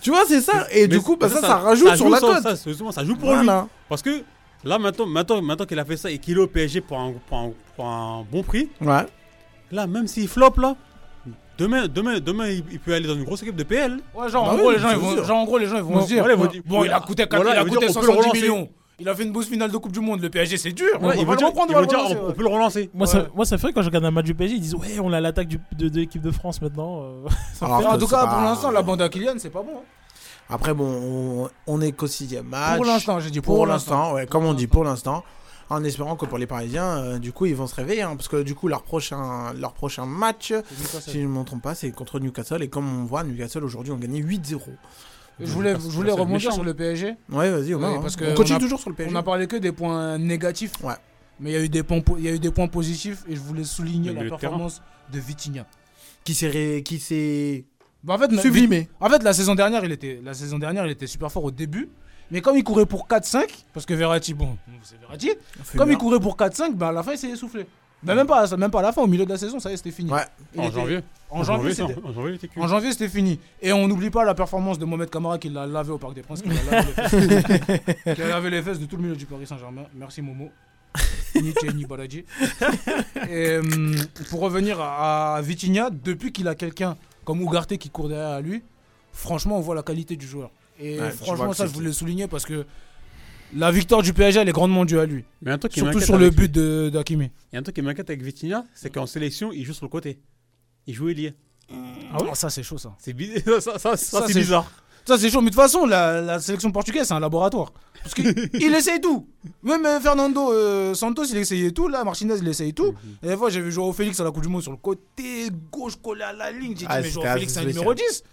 [SPEAKER 2] tu vois c'est ça et du
[SPEAKER 4] Mais
[SPEAKER 2] coup bah
[SPEAKER 4] ça,
[SPEAKER 2] ça, ça
[SPEAKER 4] ça-
[SPEAKER 2] rajoute sur
[SPEAKER 4] joue
[SPEAKER 2] la
[SPEAKER 4] sans-
[SPEAKER 2] cote.
[SPEAKER 4] ça, justement, ça joue pour lui.
[SPEAKER 2] Voilà.
[SPEAKER 4] Parce que là maintenant maintenant maintenant qu'il a fait ça et qu'il est au PSG pour un- pour un- pour un bon prix.
[SPEAKER 2] Ouais.
[SPEAKER 4] Là, même s'il flop, là, demain, demain, demain, il, il peut aller dans une grosse équipe de PL.
[SPEAKER 9] Ouais, genre,
[SPEAKER 2] Bah
[SPEAKER 9] en
[SPEAKER 2] oui,
[SPEAKER 9] gros, les gens,
[SPEAKER 2] c'est
[SPEAKER 9] ils vont,
[SPEAKER 2] sûr.
[SPEAKER 9] genre, en gros, les gens, ils vont se dire.
[SPEAKER 4] voilà, ils vont dire-
[SPEAKER 9] Bon, il a
[SPEAKER 4] voilà,
[SPEAKER 9] coûté, quatre-
[SPEAKER 4] voilà,
[SPEAKER 9] il a
[SPEAKER 4] ils vont
[SPEAKER 9] coûté
[SPEAKER 4] dire, on peut le
[SPEAKER 9] 170
[SPEAKER 4] relancer.
[SPEAKER 9] millions. Il a fait une bourse finale de Coupe du Monde. Le PSG, c'est dur.
[SPEAKER 4] Ouais,
[SPEAKER 9] on
[SPEAKER 4] ils
[SPEAKER 9] va
[SPEAKER 4] vont
[SPEAKER 9] le
[SPEAKER 4] dire,
[SPEAKER 9] reprendre,
[SPEAKER 4] ils
[SPEAKER 9] on va
[SPEAKER 4] vont
[SPEAKER 9] le
[SPEAKER 4] dire,
[SPEAKER 9] relancer,
[SPEAKER 4] on,
[SPEAKER 9] ouais.
[SPEAKER 4] on peut le relancer.
[SPEAKER 3] Moi, ça, moi, ça fait quand je regarde un match du PSG, ils disent Ouais, on a l'attaque du- de, de l'équipe de France maintenant. euh.
[SPEAKER 2] Alors
[SPEAKER 9] En
[SPEAKER 2] que
[SPEAKER 9] tout
[SPEAKER 2] c'est
[SPEAKER 9] cas,
[SPEAKER 2] pas-
[SPEAKER 9] pour l'instant, la bande à Kylian, c'est pas bon. hein.
[SPEAKER 2] Après bon, on, on est qu'au sixième match.
[SPEAKER 9] Pour l'instant, j'ai dit
[SPEAKER 2] Pour l'instant, ouais, comme on dit, pour l'instant. En espérant que pour les Parisiens, euh, du coup, ils vont se réveiller. hein, parce que du coup, leur prochain, leur prochain match, si je ne me trompe pas, c'est contre Newcastle. Et comme on voit, Newcastle aujourd'hui ont gagné 8-0.
[SPEAKER 9] Je voulais, je voulais
[SPEAKER 4] c'est
[SPEAKER 9] rebondir
[SPEAKER 4] méchant. hein.
[SPEAKER 9] sur le PSG.
[SPEAKER 2] Ouais, vas-y, Omar,
[SPEAKER 9] Ouais,
[SPEAKER 2] hein.
[SPEAKER 9] parce que
[SPEAKER 2] on
[SPEAKER 9] on
[SPEAKER 2] continue
[SPEAKER 9] a-
[SPEAKER 2] toujours sur le PSG.
[SPEAKER 9] On a parlé que des points négatifs.
[SPEAKER 2] Ouais.
[SPEAKER 9] Mais il y, a eu des points po- il y a eu des points positifs et je voulais souligner
[SPEAKER 4] Le
[SPEAKER 9] la
[SPEAKER 4] milieu de terrain.
[SPEAKER 9] performance de Vitinha.
[SPEAKER 2] Qui s'est. ré- Qui s'est...
[SPEAKER 9] Bah, en fait, la-
[SPEAKER 2] Sublimé.
[SPEAKER 9] En fait, la saison dernière, il était, la saison dernière, il était super fort au début. Mais comme il courait pour 4-5, parce que Verratti, bon, c'est Verratti, comme il courait pour 4-5, bah, à la fin, il s'est essoufflé. Bah, même, pas, à la- même pas à la fin, au milieu de la saison, ça y est, c'était fini.
[SPEAKER 2] Ouais.
[SPEAKER 9] Il
[SPEAKER 4] En
[SPEAKER 9] était-
[SPEAKER 4] janvier
[SPEAKER 9] En janvier,
[SPEAKER 4] c'est-
[SPEAKER 9] c'était-
[SPEAKER 4] en janvier, il était cuit.
[SPEAKER 9] en janvier, c'était fini. Et on n'oublie pas la performance de Mohamed Camara qui l'a lavé au Parc des Princes, qui a lavé les fesses, qui a lavé les fesses de tout le milieu du Paris Saint-Germain. Merci Momo. ni Che, ni Baladji. Et hum, pour revenir à, à Vitinha, depuis qu'il a quelqu'un comme Ougarté qui court derrière lui, franchement, on voit la qualité du joueur. Et
[SPEAKER 2] Ouais, tu vois
[SPEAKER 9] franchement,
[SPEAKER 2] que
[SPEAKER 9] ça,
[SPEAKER 2] c'est
[SPEAKER 9] je voulais le souligner parce que la victoire du PSG, elle est grandement due à lui.
[SPEAKER 4] Mais un truc qui
[SPEAKER 9] Surtout
[SPEAKER 4] m'inquiète
[SPEAKER 9] sur le
[SPEAKER 4] avec-
[SPEAKER 9] but de- d'Hakimi.
[SPEAKER 4] Il y a un truc qui m'inquiète avec Vitinha, c'est qu'en sélection, il joue sur le côté. Il jouait lié.
[SPEAKER 9] Ah oui ça, c'est chaud, ça.
[SPEAKER 4] C'est bi- ça, ça, ça, ça,
[SPEAKER 9] Ça,
[SPEAKER 4] c'est
[SPEAKER 9] c'est-
[SPEAKER 4] bizarre.
[SPEAKER 9] Ça, c'est chaud, mais de toute façon, la, la sélection portugaise, c'est un laboratoire. Parce qu'il essaye tout. Même euh, Fernando euh, Santos, il essayait tout. Là, Martinez, il essayait tout.
[SPEAKER 4] Mhm.
[SPEAKER 9] Et des fois, j'avais joué au Félix à la Coupe du Monde sur le côté gauche, collé à la ligne. J'ai dit,
[SPEAKER 2] Ah,
[SPEAKER 9] mais
[SPEAKER 2] c'était
[SPEAKER 9] Joao Félix, c'est un
[SPEAKER 2] spécial.
[SPEAKER 9] numéro 10.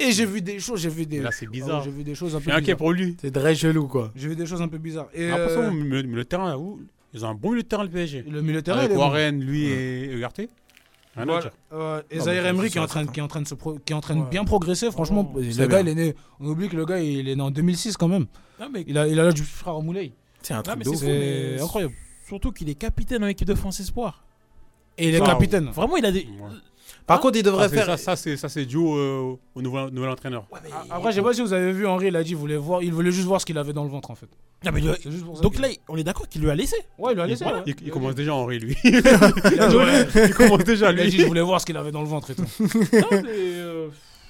[SPEAKER 9] Et j'ai vu des choses, j'ai vu des.
[SPEAKER 4] Là, c'est bizarre.
[SPEAKER 9] Ah ouais, j'ai vu des choses un peu
[SPEAKER 4] Mais inquiet
[SPEAKER 9] bizarres.
[SPEAKER 4] pour lui. Ah,
[SPEAKER 2] C'est très chelou, quoi.
[SPEAKER 9] J'ai vu des choses un peu bizarres. Et
[SPEAKER 4] J'ai l'impression
[SPEAKER 9] euh,
[SPEAKER 4] que le, le terrain, là, où ils ont un bon milieu de terrain, le PSG.
[SPEAKER 9] le milieu de terrain,
[SPEAKER 4] Avec
[SPEAKER 9] il est bon.
[SPEAKER 4] Warren, lui et Ugarte. Rien à
[SPEAKER 9] Voilà.
[SPEAKER 4] dire.
[SPEAKER 9] Euh, et
[SPEAKER 2] Non,
[SPEAKER 9] Zahir
[SPEAKER 2] mais
[SPEAKER 9] Emery
[SPEAKER 2] ça,
[SPEAKER 9] qui est en
[SPEAKER 2] c'est
[SPEAKER 9] train,
[SPEAKER 2] certain.
[SPEAKER 9] qui est en train de, se pro- qui est en train de
[SPEAKER 3] Ouais.
[SPEAKER 9] bien progresser, franchement.
[SPEAKER 3] Oh,
[SPEAKER 9] le
[SPEAKER 2] c'est
[SPEAKER 9] gars, il
[SPEAKER 2] bien.
[SPEAKER 9] est né. On oublie que le gars, il est né en 2006 quand même.
[SPEAKER 3] Non, mais,
[SPEAKER 9] Il a, il a l'âge du frère au Moulay.
[SPEAKER 2] C'est un
[SPEAKER 3] non,
[SPEAKER 2] truc
[SPEAKER 3] mais
[SPEAKER 2] de
[SPEAKER 3] c'est
[SPEAKER 2] ouf.
[SPEAKER 3] fou, mais
[SPEAKER 9] C'est incroyable.
[SPEAKER 3] Surtout qu'il est capitaine en équipe de France Espoir.
[SPEAKER 9] Et il est
[SPEAKER 4] Waouh.
[SPEAKER 9] capitaine.
[SPEAKER 3] Vraiment, il a des. Hein
[SPEAKER 4] Ouais.
[SPEAKER 2] Par contre, il
[SPEAKER 4] Ça,
[SPEAKER 2] devrait
[SPEAKER 4] c'est-
[SPEAKER 2] faire.
[SPEAKER 4] ça, ça, c'est- ça, c'est dû au, euh, au nouvel, nouvel entraîneur.
[SPEAKER 9] Ah, Après, je sais pas si vous avez vu, Henri, il a dit, il voulait, voir, il voulait juste voir ce qu'il avait dans le ventre en fait.
[SPEAKER 3] Non, mais il lui a-
[SPEAKER 9] C'est juste pour ça
[SPEAKER 3] Donc
[SPEAKER 9] qu'il-
[SPEAKER 3] là, on est d'accord qu'il lui a laissé.
[SPEAKER 9] ouais, il lui a
[SPEAKER 4] Il,
[SPEAKER 9] laissé. ouais.
[SPEAKER 4] il- il commence déjà Henri, lui.
[SPEAKER 9] Il a dit, ouais.
[SPEAKER 4] il commence déjà,
[SPEAKER 9] Il a dit,
[SPEAKER 4] lui.
[SPEAKER 9] je voulais voir ce qu'il avait dans le ventre et tout.
[SPEAKER 3] Non, mais, euh,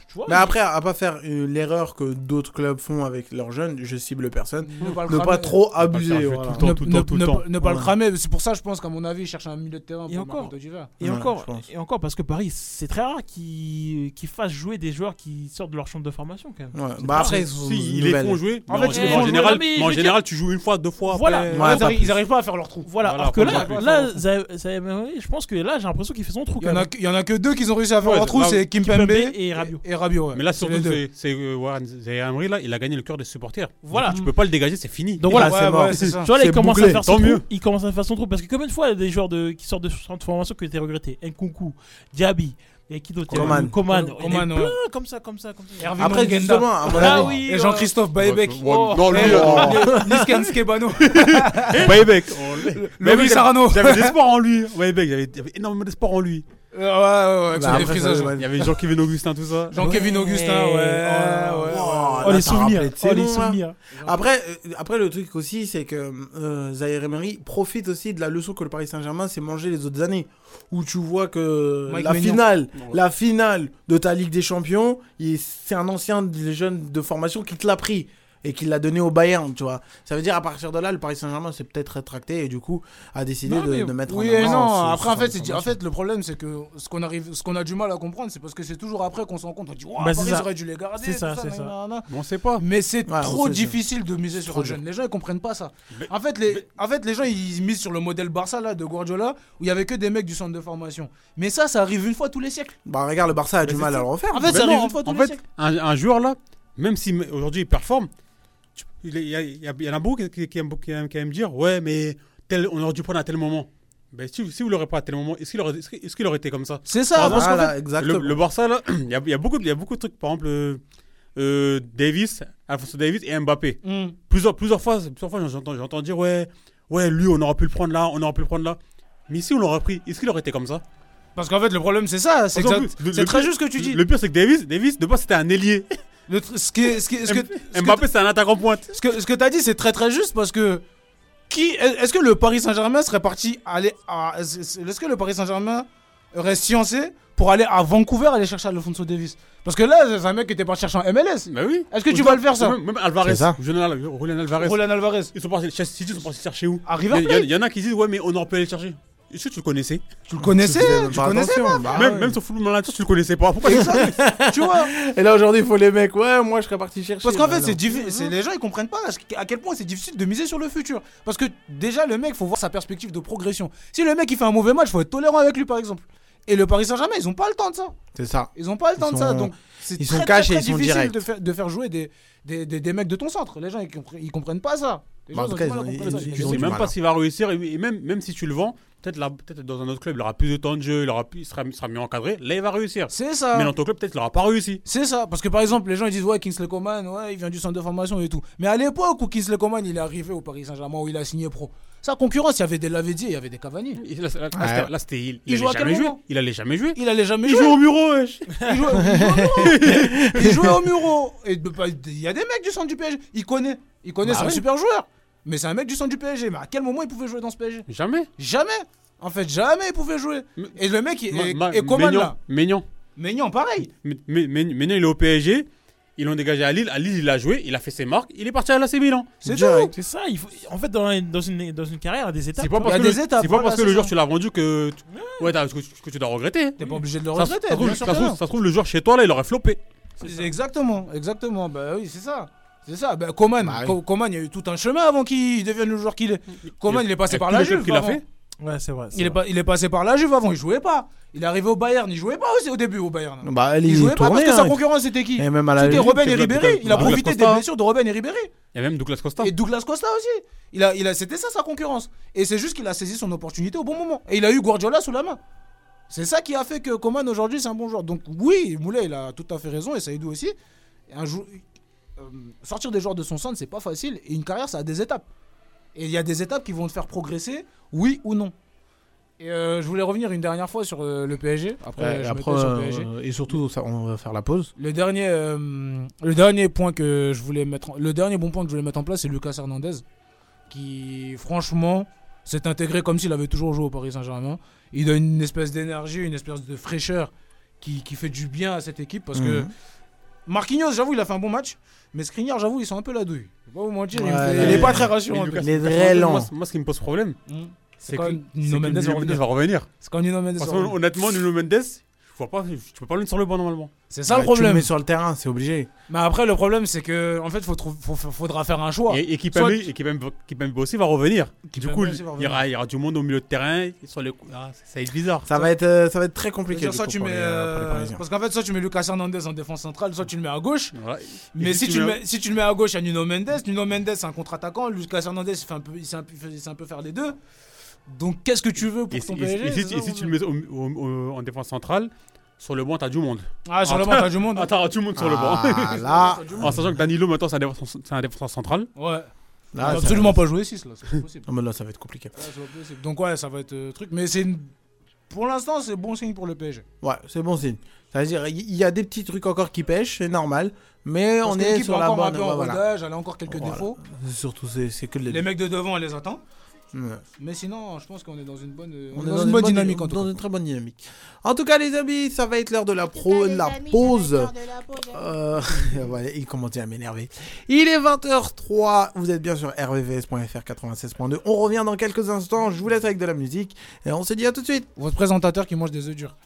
[SPEAKER 3] tu vois,
[SPEAKER 2] Mais après, à pas faire euh, l'erreur que d'autres clubs font avec leurs jeunes, je cible personne.
[SPEAKER 9] Ne pas, le
[SPEAKER 2] Ne
[SPEAKER 9] cramer.
[SPEAKER 2] pas trop
[SPEAKER 4] le
[SPEAKER 2] abuser.
[SPEAKER 4] faire jouer
[SPEAKER 2] voilà.
[SPEAKER 4] tout le temps.
[SPEAKER 9] Ne- ne- ne-
[SPEAKER 4] temps.
[SPEAKER 9] ne pas le
[SPEAKER 2] Voilà.
[SPEAKER 9] cramer, c'est pour ça, je pense qu'à mon avis, il cherche un milieu de terrain
[SPEAKER 3] Et
[SPEAKER 9] pour
[SPEAKER 3] encore.
[SPEAKER 9] Marco D'Oliveira.
[SPEAKER 3] Et
[SPEAKER 2] Ouais,
[SPEAKER 3] encore,
[SPEAKER 2] je pense.
[SPEAKER 3] et encore, parce que Paris, c'est très rare qu'ils qu'ils fassent jouer des joueurs qui sortent de leur chambre de formation quand même.
[SPEAKER 2] Ouais. Bah après, ils sont
[SPEAKER 4] Si, ils les
[SPEAKER 2] nouvelles.
[SPEAKER 4] font jouer. mais
[SPEAKER 9] En
[SPEAKER 4] En,
[SPEAKER 9] fait, ils les font
[SPEAKER 4] en
[SPEAKER 9] jouer,
[SPEAKER 4] général,
[SPEAKER 3] mais
[SPEAKER 4] mais en
[SPEAKER 3] je veux
[SPEAKER 4] général, tu joues une fois, deux fois.
[SPEAKER 3] Voilà.
[SPEAKER 4] après-
[SPEAKER 2] Ouais,
[SPEAKER 9] Ouais, ils,
[SPEAKER 2] pas
[SPEAKER 9] arrivent,
[SPEAKER 2] plus.
[SPEAKER 9] ils arrivent pas à faire leur trou.
[SPEAKER 3] Voilà,
[SPEAKER 4] Voilà,
[SPEAKER 3] alors que
[SPEAKER 4] faut
[SPEAKER 3] là,
[SPEAKER 4] pas plus.
[SPEAKER 3] là Za- Za- Emery, je pense que là, j'ai l'impression qu'il fait son trou
[SPEAKER 9] Il
[SPEAKER 3] quand
[SPEAKER 9] y, en a,
[SPEAKER 3] même.
[SPEAKER 9] que- il y en a que deux qui ont réussi à faire
[SPEAKER 4] Ouais,
[SPEAKER 9] leur trou,
[SPEAKER 4] grave.
[SPEAKER 9] c'est Kimpembe
[SPEAKER 3] Kimpembe et Rabiot.
[SPEAKER 9] Et, et Rabiot, ouais.
[SPEAKER 4] Mais là,
[SPEAKER 9] C'est les
[SPEAKER 4] surtout,
[SPEAKER 9] deux.
[SPEAKER 4] c'est c'est, euh, Warren Zaïre-Emery, là, il a gagné le cœur des supporters.
[SPEAKER 3] Voilà.
[SPEAKER 4] Tu peux pas le dégager, Ah, c'est fini.
[SPEAKER 3] Donc voilà,
[SPEAKER 9] Ouais,
[SPEAKER 2] c'est
[SPEAKER 9] ouais,
[SPEAKER 2] mort.
[SPEAKER 9] c'est ça.
[SPEAKER 3] Tu vois, là,
[SPEAKER 2] C'est
[SPEAKER 3] il commence
[SPEAKER 2] bouclé,
[SPEAKER 3] à faire
[SPEAKER 4] tant
[SPEAKER 3] son trou.
[SPEAKER 4] mieux.
[SPEAKER 3] Il commence à faire son trou. Parce que combien de fois il y a des joueurs de, qui sortent de centre de formation que t'es regretté Nkunku, Diaby, et qui d'autre
[SPEAKER 2] Coman.
[SPEAKER 3] Il y a eu Coman.
[SPEAKER 4] Euh,
[SPEAKER 3] Il y en a eu
[SPEAKER 9] Coman,
[SPEAKER 3] plein
[SPEAKER 9] ouais.
[SPEAKER 3] comme ça, comme ça, comme ça.
[SPEAKER 9] Hervé
[SPEAKER 2] Après,
[SPEAKER 9] Nongenda.
[SPEAKER 2] justement, à mon
[SPEAKER 3] Ah
[SPEAKER 2] avis,
[SPEAKER 3] oui.
[SPEAKER 9] Et Jean-Christophe Baebek.
[SPEAKER 7] Oh, non, lui,
[SPEAKER 9] Eh,
[SPEAKER 7] oh.
[SPEAKER 9] Nisken Skebano.
[SPEAKER 3] Eh,
[SPEAKER 4] Wayback.
[SPEAKER 3] oh,
[SPEAKER 9] Mais oui, Sarano.
[SPEAKER 4] Oh, J'avais de l'espoir en lui. Wayback, j'avais j'avais énormément d'espoir en lui.
[SPEAKER 9] Ouais, ouais, ouais,
[SPEAKER 2] bah,
[SPEAKER 9] c'est des
[SPEAKER 2] après,
[SPEAKER 9] frisages.
[SPEAKER 2] ça- ouais.
[SPEAKER 4] Il y avait Jean-Kevin Augustin, tout ça.
[SPEAKER 9] Jean-Kevin Augustin, ouais.
[SPEAKER 3] Oh,
[SPEAKER 9] ouais.
[SPEAKER 2] wow.
[SPEAKER 3] Oh,
[SPEAKER 2] Là,
[SPEAKER 3] les
[SPEAKER 2] t'as
[SPEAKER 3] souvenirs.
[SPEAKER 2] rappelé de ces
[SPEAKER 3] Oh, les
[SPEAKER 2] noms, là.
[SPEAKER 3] souvenirs.
[SPEAKER 2] Après, euh, après, le truc aussi, c'est que euh, Zaire Emery profite aussi de la leçon que le Paris Saint-Germain s'est mangé les autres années. Où tu vois
[SPEAKER 3] Euh,
[SPEAKER 2] que
[SPEAKER 9] Mike
[SPEAKER 2] la
[SPEAKER 9] Maignan.
[SPEAKER 2] finale, la finale de ta Ligue des Champions, il- c'est un ancien des jeunes de formation qui te l'a pris et qui l'a donné au Bayern, tu vois. Ça veut dire à partir de là, le Paris Saint-Germain s'est peut-être rétracté et du coup a décidé
[SPEAKER 9] Non,
[SPEAKER 2] de,
[SPEAKER 9] mais-
[SPEAKER 2] de mettre
[SPEAKER 9] oui
[SPEAKER 2] en
[SPEAKER 9] et
[SPEAKER 2] avant
[SPEAKER 9] non. Après,
[SPEAKER 2] ce- ce
[SPEAKER 9] en fait,
[SPEAKER 2] genre de
[SPEAKER 9] c'est di- en
[SPEAKER 2] formation.
[SPEAKER 9] fait, le problème, c'est que ce qu'on arrive, ce qu'on a du mal à comprendre, c'est parce que c'est toujours après qu'on s'en compte. On dit, ouais,
[SPEAKER 3] Bah, c'est
[SPEAKER 9] Paris
[SPEAKER 3] ça.
[SPEAKER 9] aurait dû les garder.
[SPEAKER 3] C'est ça,
[SPEAKER 9] tout
[SPEAKER 3] c'est
[SPEAKER 9] nan,
[SPEAKER 3] ça.
[SPEAKER 9] nan, nan.
[SPEAKER 4] Mais on sait pas.
[SPEAKER 9] Mais c'est
[SPEAKER 2] Ouais, Ah, on
[SPEAKER 9] trop
[SPEAKER 2] sait, c'est-
[SPEAKER 9] difficile de miser sur un jeune. Les gens, ils comprennent pas ça.
[SPEAKER 4] Mais-
[SPEAKER 9] En fait, les, en fait, les gens, ils misent sur le modèle Barça là de Guardiola, où il y avait que des mecs du centre de formation. Mais ça, ça arrive une fois tous les siècles.
[SPEAKER 2] Bah regarde, le Barça a du
[SPEAKER 4] c'est
[SPEAKER 2] mal à
[SPEAKER 4] ça.
[SPEAKER 2] le refaire. hein.
[SPEAKER 9] En fait, ça
[SPEAKER 4] Vraiment,
[SPEAKER 9] arrive une fois tous
[SPEAKER 4] en
[SPEAKER 9] les
[SPEAKER 4] fait,
[SPEAKER 9] siècles.
[SPEAKER 4] Un, un joueur là, même si m- aujourd'hui il performe, tu- il est- il y, a- il y a- il y en a beaucoup qui, qui aiment, qui aiment- qui aiment dire Ouais, mais tel, on aurait dû prendre à tel moment. Ben, si, si vous l'aurez pas à tel moment, est-ce qu'il aurait, est-ce qu'il- est-ce qu'il aurait été comme ça
[SPEAKER 9] C'est ça. parce qu'en
[SPEAKER 2] Voilà,
[SPEAKER 9] fait,
[SPEAKER 2] exactement.
[SPEAKER 4] le, le Barça là, il y a, il y a beaucoup de- il y a beaucoup de trucs. Par exemple, euh, euh, Davis, Alfonso Davis et Mbappé.
[SPEAKER 9] Hmm.
[SPEAKER 4] Plusieurs, plusieurs fois, plusieurs fois j'entends, j'entends dire Ouais, ouais, lui on aurait pu le prendre là, on aurait pu le prendre là. Mais si on l'aurait pris, est-ce qu'il aurait été comme ça
[SPEAKER 9] Parce qu'en fait, le problème, c'est ça. C'est
[SPEAKER 4] Parce qu'en
[SPEAKER 9] que ça-
[SPEAKER 4] plus, le-
[SPEAKER 9] c'est
[SPEAKER 4] le
[SPEAKER 9] très
[SPEAKER 4] pire-
[SPEAKER 9] juste ce que tu dis.
[SPEAKER 4] Le pire, c'est que Davis, Davis de base c'était un ailier.
[SPEAKER 9] Le tr- ce qui est- ce qui est- ce que, ce que-
[SPEAKER 4] Mbappé, c'est un attaquant pointe.
[SPEAKER 9] ce que, ce que t'as dit, c'est très très juste parce que. Qui, est-ce que le Paris Saint-Germain serait parti aller à. Est-ce que le Paris Saint-Germain aurait sciencé pour aller à Vancouver aller chercher Alfonso Davis Parce que là, c'est un mec qui était parti chercher en MLS.
[SPEAKER 4] Bah oui.
[SPEAKER 9] Est-ce que tu vas le faire ça
[SPEAKER 4] Même, même Alvarez,
[SPEAKER 2] C'est ça.
[SPEAKER 4] Julian Al- Julian Alvarez.
[SPEAKER 9] Roland Alvarez.
[SPEAKER 4] Ils sont partis, Chelsea City sont partis chercher où
[SPEAKER 9] À
[SPEAKER 4] Il y,
[SPEAKER 9] River
[SPEAKER 4] a-
[SPEAKER 9] Plate.
[SPEAKER 4] il y en a qui disent ouais mais on aurait pu aller le chercher. Est-ce que tu le connaissais
[SPEAKER 9] Tu le connaissais
[SPEAKER 2] Faisais
[SPEAKER 9] Tu
[SPEAKER 2] pas
[SPEAKER 9] connaissais
[SPEAKER 2] attention,
[SPEAKER 9] pas
[SPEAKER 2] bah
[SPEAKER 4] Même
[SPEAKER 2] ouais.
[SPEAKER 4] même son football manager tu le connaissais pas. Pourquoi il
[SPEAKER 9] Tu vois
[SPEAKER 2] Et là aujourd'hui, il faut les mecs. Ouais, moi je serais parti chercher.
[SPEAKER 9] Parce qu'en
[SPEAKER 2] Bah,
[SPEAKER 9] fait,
[SPEAKER 2] non.
[SPEAKER 9] c'est diffi- c'est les gens ils comprennent pas à ce- à quel point c'est difficile de miser sur le futur. Parce que déjà le mec, faut voir sa perspective de progression. Si le mec il fait un mauvais match, faut être tolérant avec lui par exemple. Et le Paris Saint-Germain, ils ont pas le temps de ça.
[SPEAKER 2] C'est ça.
[SPEAKER 9] Ils ont pas le temps de
[SPEAKER 2] sont-
[SPEAKER 9] ça. Donc c'est
[SPEAKER 2] ils
[SPEAKER 9] très,
[SPEAKER 2] sont
[SPEAKER 9] très,
[SPEAKER 2] cachés,
[SPEAKER 9] très
[SPEAKER 2] ils sont
[SPEAKER 9] difficile
[SPEAKER 2] directs.
[SPEAKER 9] de faire, de faire jouer des, des, des- des mecs de ton centre. Les gens ils, compre- ils comprennent pas ça. Les
[SPEAKER 2] Bah, en
[SPEAKER 9] gens
[SPEAKER 2] tout
[SPEAKER 9] ont
[SPEAKER 2] cas,
[SPEAKER 9] du
[SPEAKER 2] ils
[SPEAKER 9] mal à
[SPEAKER 2] ont-
[SPEAKER 9] comprendre ça.
[SPEAKER 2] ils-
[SPEAKER 4] Je
[SPEAKER 2] ont
[SPEAKER 4] sais
[SPEAKER 2] du
[SPEAKER 4] même
[SPEAKER 2] mal,
[SPEAKER 4] pas
[SPEAKER 2] hein.
[SPEAKER 4] s'il va réussir. Et et même, même si tu le vends, peut-être là- peut-être dans un autre club, il aura plus de temps de jeu, il aura, plus, il, sera, il sera mieux encadré. Là, il va réussir.
[SPEAKER 9] C'est ça.
[SPEAKER 4] Mais dans ton club, peut-être il aura pas réussi.
[SPEAKER 9] C'est ça, parce que par exemple, les gens ils disent ouais, Kingsley Coman, ouais, il vient du centre de formation et tout. Mais à l'époque où Kingsley Coman il est arrivé au Paris Saint-Germain où il a signé pro, sa concurrence, il y avait des Lavezzi, il y avait des Cavani.
[SPEAKER 4] Et Là, là, là,
[SPEAKER 2] Ouais.
[SPEAKER 4] c'était- là, c'était il.
[SPEAKER 9] Il
[SPEAKER 4] Il,
[SPEAKER 9] joue à
[SPEAKER 4] allait
[SPEAKER 9] quel
[SPEAKER 4] jamais jouer.
[SPEAKER 9] moment
[SPEAKER 4] Il allait jamais jouer.
[SPEAKER 9] Il allait jamais
[SPEAKER 4] Il joue
[SPEAKER 9] jouer.
[SPEAKER 4] au bureau, wesh.
[SPEAKER 9] Il jouait, il jouait au Muro. Il jouait au Muro. Et de- bah, il y a des mecs du centre du PSG. Il connaît, il connaît,
[SPEAKER 4] Bah
[SPEAKER 9] c'est un
[SPEAKER 4] oui.
[SPEAKER 9] super joueur. Mais c'est un mec du centre du PSG. Mais à quel moment il pouvait jouer dans ce PSG
[SPEAKER 4] Jamais.
[SPEAKER 9] Jamais. En fait, jamais il pouvait jouer.
[SPEAKER 4] Mais-
[SPEAKER 9] Et le mec, il-
[SPEAKER 4] Ma-
[SPEAKER 9] et,
[SPEAKER 4] ma-
[SPEAKER 9] et Coman
[SPEAKER 4] Maignan-
[SPEAKER 9] là,
[SPEAKER 4] Maignan.
[SPEAKER 9] Maignan pareil.
[SPEAKER 4] Mais- mais- mais- Maignan, il est au PSG. Ils l'ont dégagé à Lille. À Lille, il a joué. Il a fait ses marques. Il est parti à l'AC Milan.
[SPEAKER 9] C'est tout.
[SPEAKER 2] Direct.
[SPEAKER 3] C'est ça, il faut... en fait, dans, la- dans une, dans une carrière, il y a des étapes.
[SPEAKER 4] C'est pas
[SPEAKER 3] tu vois.
[SPEAKER 4] parce que
[SPEAKER 9] des
[SPEAKER 4] le-
[SPEAKER 9] étapes,
[SPEAKER 4] c'est pas
[SPEAKER 9] voilà,
[SPEAKER 4] parce que
[SPEAKER 9] c'est
[SPEAKER 4] le joueur,
[SPEAKER 9] ça.
[SPEAKER 4] tu l'as vendu que tu- ouais, t'as- que tu- que tu dois regretter.
[SPEAKER 9] T'es pas obligé de le
[SPEAKER 4] Ça se- ça
[SPEAKER 9] regretter.
[SPEAKER 4] se trouve-
[SPEAKER 9] bien
[SPEAKER 4] ça
[SPEAKER 9] sûr
[SPEAKER 4] se
[SPEAKER 9] que non.
[SPEAKER 4] trouve- ça se trouve, le joueur chez toi, là, il aurait floppé.
[SPEAKER 9] Exactement, exactement. Bah oui, c'est ça. C'est ça. Bah, Coman,
[SPEAKER 2] Bah oui.
[SPEAKER 9] Co- Coman, il y a eu tout un chemin avant qu'il devienne le joueur qu'il est. Coman, il est passé
[SPEAKER 4] Avec
[SPEAKER 9] Bah, par
[SPEAKER 4] tous
[SPEAKER 9] la
[SPEAKER 4] les clubs
[SPEAKER 9] Juve.
[SPEAKER 4] qu'il a
[SPEAKER 9] avant.
[SPEAKER 4] fait.
[SPEAKER 3] Ouais, c'est vrai. c'est
[SPEAKER 9] Il est,
[SPEAKER 3] vrai.
[SPEAKER 9] pas, il est passé par la Juve avant, il jouait pas. Il est arrivé au Bayern, il jouait pas aussi au début au Bayern.
[SPEAKER 2] Bah, elle
[SPEAKER 9] il jouait
[SPEAKER 2] est
[SPEAKER 9] pas parce
[SPEAKER 2] tournée.
[SPEAKER 9] que sa
[SPEAKER 2] hein.
[SPEAKER 9] concurrence c'était qui
[SPEAKER 2] Et même à la
[SPEAKER 9] C'était
[SPEAKER 2] Juve,
[SPEAKER 9] Robben
[SPEAKER 4] c'est
[SPEAKER 9] et
[SPEAKER 4] Douglas-
[SPEAKER 9] Ribéry. Il a
[SPEAKER 4] Douglas
[SPEAKER 9] profité des
[SPEAKER 4] Costa.
[SPEAKER 9] blessures de Robben et Ribéry.
[SPEAKER 4] Il y a même Douglas Costa.
[SPEAKER 9] Et Douglas Costa aussi. Il a, il a, c'était ça sa concurrence. Et c'est juste qu'il a saisi son opportunité au bon moment. Et il a eu Guardiola sous la main. C'est ça qui a fait que Coman aujourd'hui c'est un bon joueur. Donc oui, Moulet il a tout à fait raison et Saïdou aussi. Et Un jou- euh, sortir des joueurs de son centre c'est pas facile. Et une carrière ça a des étapes. Et il y a des étapes qui vont te faire progresser, oui ou non. Et euh, je voulais revenir une dernière fois sur euh, le PSG. Après,
[SPEAKER 2] Ouais,
[SPEAKER 9] je me
[SPEAKER 2] après,
[SPEAKER 9] tais sur
[SPEAKER 2] euh,
[SPEAKER 9] le PSG.
[SPEAKER 2] et surtout, ça, on va faire la pause.
[SPEAKER 9] Le dernier, euh, le dernier point que je voulais mettre, en- le dernier bon point que je voulais mettre en place, c'est Lucas Hernandez, qui franchement s'est intégré comme s'il avait toujours joué au Paris Saint-Germain. Il donne une espèce d'énergie, une espèce de fraîcheur qui, qui fait du bien à cette équipe parce que
[SPEAKER 2] Mhm.
[SPEAKER 9] Marquinhos, j'avoue, il a fait un bon match, mais Skriniar, j'avoue, ils sont un peu la douille. Je vais pas vous mentir, il, me
[SPEAKER 2] Ouais,
[SPEAKER 9] fait-
[SPEAKER 2] là,
[SPEAKER 9] il est
[SPEAKER 2] là,
[SPEAKER 9] pas
[SPEAKER 2] là.
[SPEAKER 9] très
[SPEAKER 4] Mais
[SPEAKER 9] rassurant.
[SPEAKER 4] Lucas-
[SPEAKER 2] Il est
[SPEAKER 4] Lucas
[SPEAKER 2] très
[SPEAKER 4] Hernandez,
[SPEAKER 2] lent.
[SPEAKER 4] moi, c- Moi, ce qui me pose problème,
[SPEAKER 9] Mhm.
[SPEAKER 4] c'est
[SPEAKER 9] quand
[SPEAKER 4] que
[SPEAKER 9] même
[SPEAKER 4] c'est
[SPEAKER 9] Nuno
[SPEAKER 4] que
[SPEAKER 9] Mendes va
[SPEAKER 4] Nuno
[SPEAKER 9] revenir.
[SPEAKER 4] Mendes va revenir.
[SPEAKER 9] C'est quand Nuno Mendes
[SPEAKER 4] Parce
[SPEAKER 9] revient.
[SPEAKER 4] que honnêtement, Nuno Mendes, je vois pas, je peux pas le mettre sur le banc normalement.
[SPEAKER 9] C'est ça
[SPEAKER 2] Ouais,
[SPEAKER 9] le
[SPEAKER 2] Bah, Tu le
[SPEAKER 9] problème.
[SPEAKER 2] mets sur le terrain, c'est obligé.
[SPEAKER 9] Mais après, le problème, c'est que en fait, faut trouv- faut- faut- faudra faire un choix.
[SPEAKER 4] Et, et Kipembe-
[SPEAKER 9] Soit-
[SPEAKER 4] et Kipembe- Kipembe aussi va revenir.
[SPEAKER 9] Kipembe
[SPEAKER 4] du coup,
[SPEAKER 9] aussi va
[SPEAKER 4] il y,
[SPEAKER 9] revenir.
[SPEAKER 4] aura, il y aura du monde au milieu de terrain. Sur les... coups- ah, ça- ça va être bizarre.
[SPEAKER 2] Ça va être, euh, ça va être très compliqué.
[SPEAKER 9] C'est-à-dire,
[SPEAKER 2] du
[SPEAKER 9] soit
[SPEAKER 2] coup,
[SPEAKER 9] tu
[SPEAKER 2] pour
[SPEAKER 9] mets
[SPEAKER 2] les, euh, pour les
[SPEAKER 9] euh,
[SPEAKER 2] Parisiens.
[SPEAKER 9] parce qu'en fait soit tu mets Lucas Hernandez en défense centrale, soit tu le mets à gauche.
[SPEAKER 4] Voilà. Et
[SPEAKER 9] Mais
[SPEAKER 4] si
[SPEAKER 9] si tu le mets si tu le mets à gauche à Nuno Mendes, Nuno Mendes c'est un contre-attaquant, Lucas Hernandez il fait un peu il sait un peu, il sait un peu faire les deux. Donc qu'est-ce que tu veux
[SPEAKER 4] Et
[SPEAKER 9] pour
[SPEAKER 4] si,
[SPEAKER 9] ton
[SPEAKER 4] et si-
[SPEAKER 9] PSG
[SPEAKER 4] et si-
[SPEAKER 9] c'est
[SPEAKER 4] et
[SPEAKER 9] ça,
[SPEAKER 4] si
[SPEAKER 9] mon
[SPEAKER 4] tu le
[SPEAKER 9] gars
[SPEAKER 4] mets au- au- au- en défense centrale, sur le banc, t'as du monde.
[SPEAKER 9] Ah sur le banc t'as du monde.
[SPEAKER 4] Ah, t'as du monde sur le banc.
[SPEAKER 2] Ah, là,
[SPEAKER 4] en sachant que Danilo, maintenant, c'est un défenseur, c'est un défenseur central.
[SPEAKER 9] Ouais.
[SPEAKER 2] là,
[SPEAKER 9] On va
[SPEAKER 2] ça-
[SPEAKER 9] absolument pas jouer 6 là, c'est pas possible.
[SPEAKER 2] Non, mais là, ça va être compliqué.
[SPEAKER 9] Là, c'est Ah, pas possible. Donc ouais, ça va être euh, truc mais c'est une- pour l'instant, c'est bon signe pour le PSG.
[SPEAKER 2] Ouais, c'est bon signe. Ça veut dire, il y a des petits trucs encore qui pêchent, c'est normal. Mais
[SPEAKER 9] Parce
[SPEAKER 2] on
[SPEAKER 9] que
[SPEAKER 2] est
[SPEAKER 9] l'équipe
[SPEAKER 2] sur la
[SPEAKER 9] encore un
[SPEAKER 2] bonne.
[SPEAKER 9] peu en
[SPEAKER 2] ouais, voilà.
[SPEAKER 9] rodage, elle a encore quelques
[SPEAKER 2] Voilà.
[SPEAKER 9] défauts.
[SPEAKER 2] C'est Surtout, c'est c'est que les.
[SPEAKER 9] Les mecs de devant, on les attend.
[SPEAKER 2] Ouais.
[SPEAKER 9] Mais sinon, je pense qu'on est dans une bonne, euh,
[SPEAKER 2] On
[SPEAKER 9] on est dans une bonne dynamique en tout cas.
[SPEAKER 2] Dans une très bonne dynamique. En tout cas, les amis, ça va être l'heure de la, pro, la pause. Euh, voilà, il commence à m'énerver. Il est 20h03. Vous êtes bien sur rvvs.fr 96.2. On revient dans quelques instants. Je vous laisse avec de la musique. Et on se dit à tout de suite.
[SPEAKER 9] Votre présentateur qui mange des œufs durs.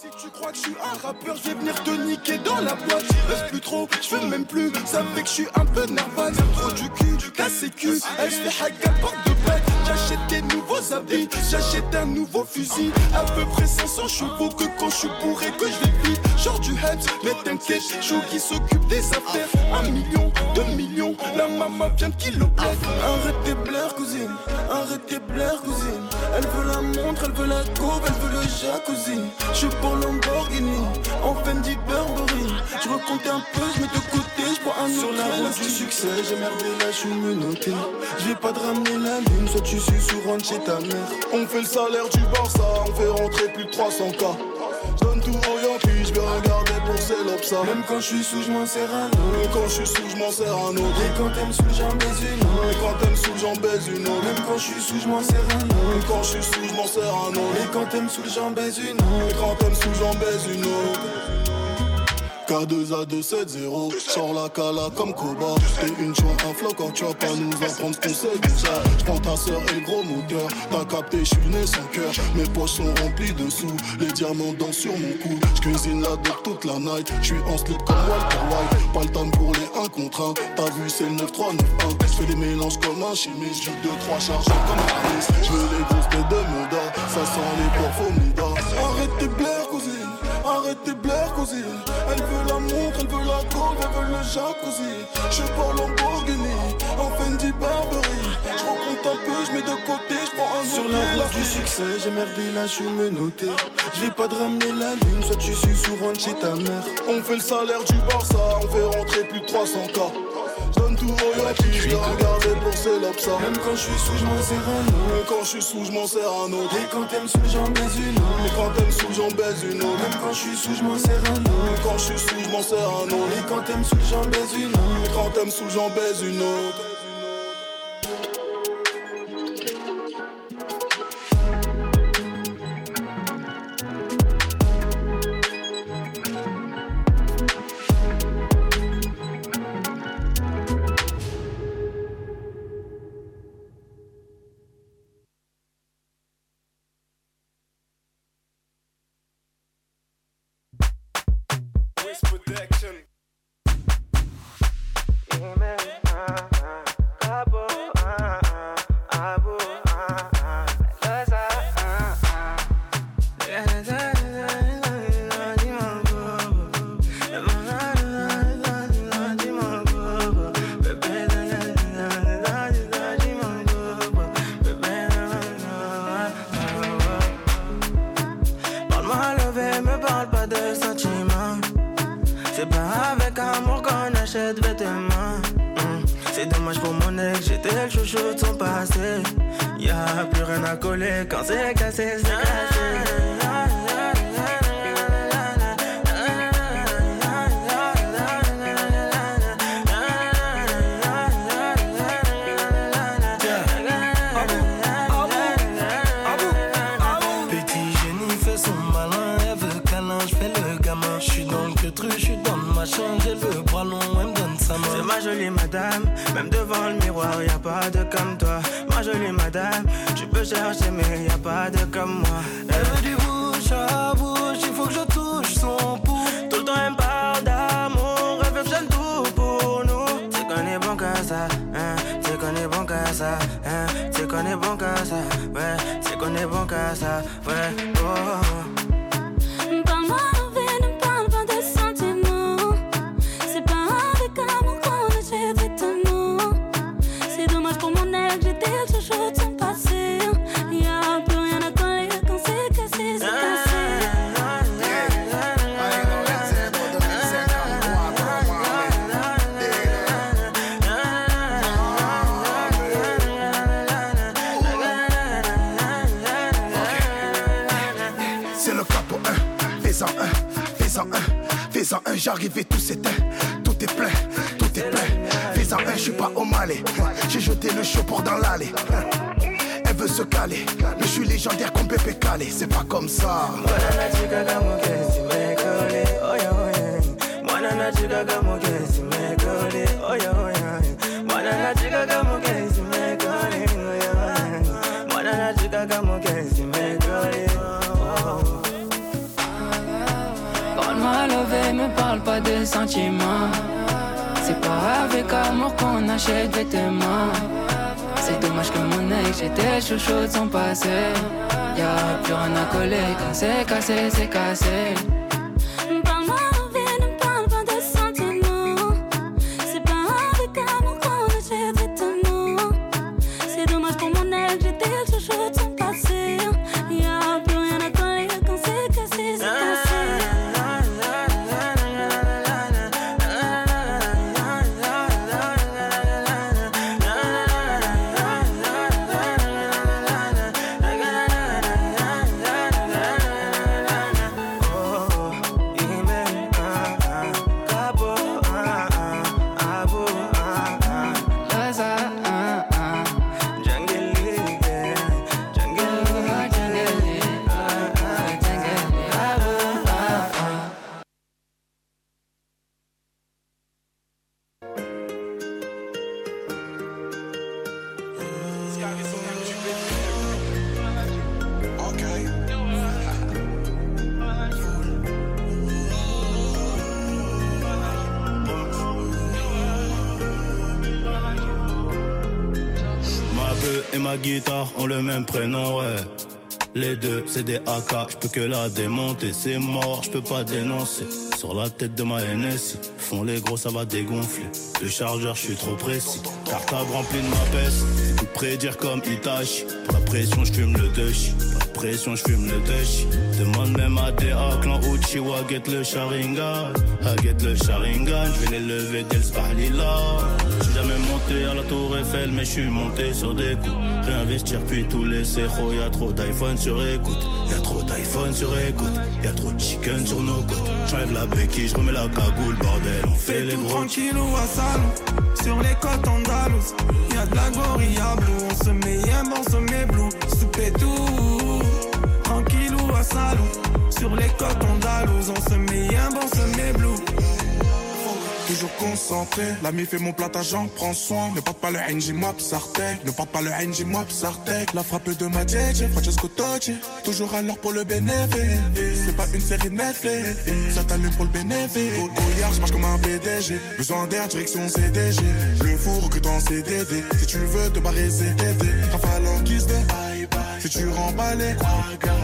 [SPEAKER 10] Si tu crois que je suis un rappeur, je vais venir te niquer dans la boîte. Je reste plus trop, je fais même plus. Ça fait que je suis un peu nerveux. Trop du cul, du sécu. Elle se fait hack à porte de bête. J'achète des nouveaux habits, j'achète un nouveau fusil. À peu près 500 chevaux que quand je suis bourré, que je vais vite. Genre du heads, mais t'inquiète, je qui s'occupe des affaires. Un million, deux millions, la maman vient de kiloplète. Arrête tes blaires, cousine. Arrête tes blaires, cousine. Elle veut la montre, elle veut la coupe, elle veut le jacuzzi. Je suis pour Lamborghini, en Fendi Burberry. Je recompte un peu, je mets de côté, je prends un autre. Sur la route du succès, j'ai merdé là, je suis menotté. Je vais pas te ramener la lune, soit tu suces ou rentres chez ta mère. On fait le salaire du Barça, on fait rentrer plus de 300K. Je donne tout au Yankee, je vais regarder pour ces lobes, ça Même quand je suis sous, je m'en sers un autre. Même quand je suis sous, je m'en sers un autre. Et quand t'aimes sous, j'en baise une autre. Et quand t'aimes sous, j'en baise une autre. Même quand je suis sous, je m'en sers un autre. Même quand je suis sous, je m'en sers un autre. Et quand t'aimes sous, j'en baise une autre. Et quand t'aimes sous, j'en baise une autre. K2A270, sors la cala comme Koba. T'es une joie, un floc, quand tu vas pas nous apprendre ce qu'on sait déjà. J'prends ta sœur et le gros moteur, t'as capté, j'suis né sans cœur. Mes poches sont remplies de sous, les diamants dansent sur mon cou. J'cuisine la dope toute la night, j'suis en slip comme Walter White. Pas le temps pour les 1 contre 1, t'as vu c'est le 9391. J'fais des mélanges comme un chimiste, j'joue 2-3 chargés comme Paris. J'veux les grosses têtes de mon dos, ça sent les porcs Arrête tes blaires, cousine, arrête
[SPEAKER 11] arrête tes blairs Elle veut la montre, elle veut la drogue, elle veut le jacuzzi Je parle en Lamborghini, en Fendi Barberie Je rencontre un peu, je mets de côté, je prends un
[SPEAKER 10] Sur la route du succès, j'ai merdé, là je suis menotté Je vais pas te ramener la lune, soit tu suis souvent de chez ta mère
[SPEAKER 11] On fait le salaire du Barça, on fait rentrer plus de 300K Je donne tout au Yaki, je dois regarder pour ses lobsas
[SPEAKER 10] Même quand je suis sous, je m'en sers un autre
[SPEAKER 11] Même quand je suis sous, je m'en sers un autre
[SPEAKER 10] Et quand t'aimes sous, j'en baise une autre
[SPEAKER 11] Et quand t'aimes sous, j'en baise une autre
[SPEAKER 10] Même quand je suis sous, je m'en sers un autre
[SPEAKER 11] Même quand je suis sous, je m'en sers un autre
[SPEAKER 10] Et quand t'aimes sous, j'en baise une autre
[SPEAKER 11] Et quand t'aimes sous, j'en baise une autre
[SPEAKER 9] hein. hein. Hein.
[SPEAKER 12] guitare ont le même prénom, ouais.
[SPEAKER 13] Les deux, c'est des AK, je peux que la démonter, c'est mort, je peux pas dénoncer. Sur la tête de ma NSI, font les gros, ça va dégonfler. Le chargeur, je suis trop précis. Cartable rempli de ma peste, tout prédire comme Itachi. Pas de pression, je fume le Dush. Pas de pression, je fume le Dush. Demande même à des clan Uchiwa, get le Sharingan. Ah, get le Sharingan, je vais les lever dès le Spahlila. Je suis jamais monté à la tour Eiffel, mais je suis monté sur des coups. Réinvestir puis tout laisser, oh, y a trop d'iPhone sur écoute. Y a trop d'iPhone sur écoute. Y a trop de chicken sur nos côtes. J'enlève la béquille, je remets la cagoule, bordel. On fait
[SPEAKER 11] Fais
[SPEAKER 13] les
[SPEAKER 11] tout
[SPEAKER 13] gros
[SPEAKER 11] tranquille ou à Salon Sur les côtes andalouses Y'a de la gorilla blue On se met yam, on se met blue Soupé tout Tranquille ou à Salon Sur les côtes andalouses On se met yam, on se met blue
[SPEAKER 7] Toujours concentré, l'ami fait mon plat à Jean, prends soin. Ne porte pas le NG Mop Sartek, ne porte pas le NG Mop Sartek. La frappe de ma DJ, Francesco Totti, toujours à l'heure pour le bénéfice. C'est pas une série de Netflix, ça t'allume pour le bénéfice. Au brouillard, je marche comme un PDG, besoin d'air, direction CDG. Le four que en CDD, si tu veux te barrer, c'est TD. Rafale en guise de bye bye, si tu remballais,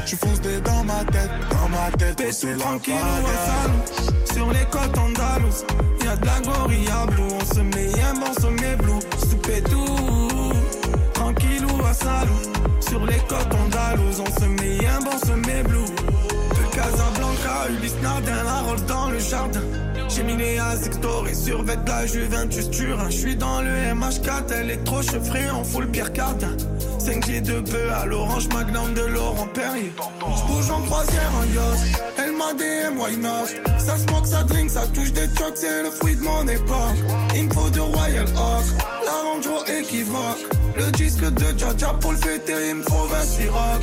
[SPEAKER 7] tu fonces des dans ma tête, dans ma tête.
[SPEAKER 11] T'es
[SPEAKER 7] c'est
[SPEAKER 11] tout
[SPEAKER 7] la
[SPEAKER 11] tranquille ou
[SPEAKER 7] bagarre.
[SPEAKER 11] à Salon Sur les côtes andalouses Y'a de la gorilla blue On se met yam, on se met blue Soupé tout Tranquille ou à Salon Sur les côtes andalouses On se met yam, on se met blue De Casablanca, Ulysse Nardin La rôle dans le jardin j'ai miné à Zector et survêt de la Juventus Turin. J'suis dans le MH4, électro, chevré en full Pierre Cardin. 5G de peu à l'orange magnum de Laurent Perrier. J'bouge en croisière en yacht, elle m'a DM, why not? Ça se moque, ça drink, ça touche des chocs, c'est le fruit de mon époque. Info de Royal Oak, la Range Rover équivoque. Le disque de Jaja pour le fêter, il me faut 20 siroc.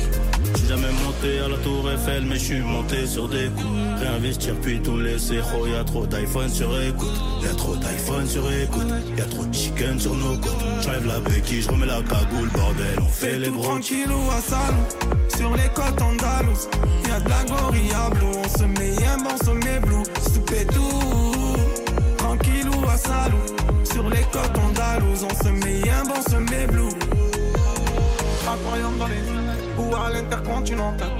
[SPEAKER 13] J'suis jamais monté à la tour Eiffel, mais j'suis monté sur des coups. Réinvestir puis tout laisser, oh y a trop d'iPhone sur écoute. Y a trop d'iPhone sur écoute. Y a trop de chicken sur nos côtes. J'enlève la béquille, j'remets la cagoule, bordel. On fait les
[SPEAKER 11] Tout
[SPEAKER 13] gros.
[SPEAKER 11] tranquille ou à Salon Sur les côtes andalouses Y'a de la gorilla blue On se met yam, on se met blue Soupé tout Tranquille ou à Salon Sur les côtes andalouses On se met yam, on se met blue Aquarium dans les îles Ou à l'intercontinental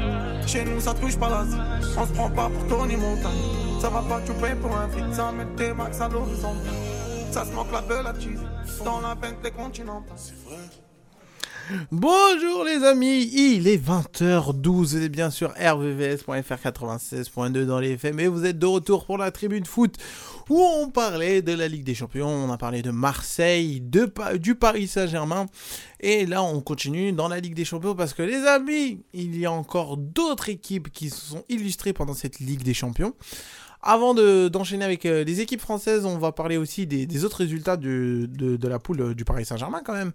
[SPEAKER 11] Chez nous ça touche pas l'Asie On se prend pas pour Tony Montagne Ça va pas tu payes pour un fric Ça met tes max à l'horizon Ça se manque la belle à cheese Dans la Bentley continentale C'est vrai
[SPEAKER 2] Bonjour les amis, il est 20h12, vous êtes bien sûr rvvs.fr 96.2 dans les FM et vous êtes de retour pour la tribune foot où on parlait de la Ligue des Champions, on a parlé de Marseille, de Pa- du Paris Saint-Germain et là on continue dans la Ligue des Champions parce que les amis, il y a encore d'autres équipes qui se sont illustrées pendant cette Ligue des Champions. Avant de- d'enchaîner avec euh, les équipes françaises, on va parler aussi des, des autres résultats du- de, de la poule euh, du Paris Saint-Germain quand même,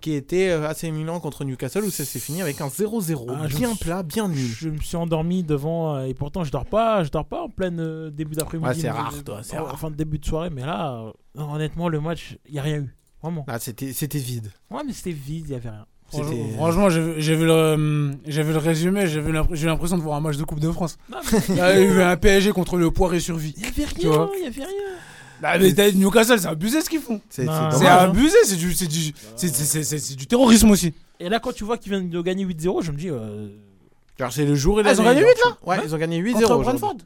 [SPEAKER 2] qui était euh, AC Milan contre Newcastle où ça s'est fini avec un 0-0
[SPEAKER 3] Ah, je me
[SPEAKER 2] Oh, bien
[SPEAKER 3] suis-
[SPEAKER 2] plat, bien nul.
[SPEAKER 3] Je me suis endormi devant euh, et pourtant je dors pas, je dors pas en plein euh, début d'après-midi.
[SPEAKER 2] Ouais, c'est
[SPEAKER 3] mais-
[SPEAKER 2] rare, toi, c'est
[SPEAKER 3] oh,
[SPEAKER 2] rare.
[SPEAKER 3] Fin de début de soirée, mais là, euh, non, honnêtement, le match, il y a rien eu, vraiment.
[SPEAKER 2] Ah, c'était c'était vide.
[SPEAKER 3] Ouais, mais c'était vide, il y avait rien.
[SPEAKER 2] C'était-
[SPEAKER 9] Franchement, j'ai vu- j'ai vu, le, euh, j'ai vu le résumé, j'ai vu l'impr- j'ai eu l'impression de voir un match de Coupe de France. Il y a eu un PSG contre le Poiré sur vie. Il
[SPEAKER 3] n'y avait
[SPEAKER 9] rien,
[SPEAKER 3] il n'y avait rien.
[SPEAKER 9] Bah, mais t'as- Newcastle, c'est abusé ce qu'ils font.
[SPEAKER 2] C'est
[SPEAKER 3] Non.
[SPEAKER 9] C'est
[SPEAKER 3] dommage, hein.
[SPEAKER 9] abusé, c'est du, c'est du, c'est- c'est- c'est- c'est- c'est du terrorisme aussi.
[SPEAKER 3] Et là, quand tu vois qu'ils viennent de gagner 8-0, je me dis. euh,
[SPEAKER 2] Car c'est le jour et
[SPEAKER 9] Ah,
[SPEAKER 2] la
[SPEAKER 9] ils ont
[SPEAKER 2] nuit,
[SPEAKER 9] gagné
[SPEAKER 2] genre.
[SPEAKER 9] 8 là
[SPEAKER 2] Ouais, ils ont gagné 8-0.
[SPEAKER 9] Contre
[SPEAKER 2] aujourd'hui.
[SPEAKER 9] Brentford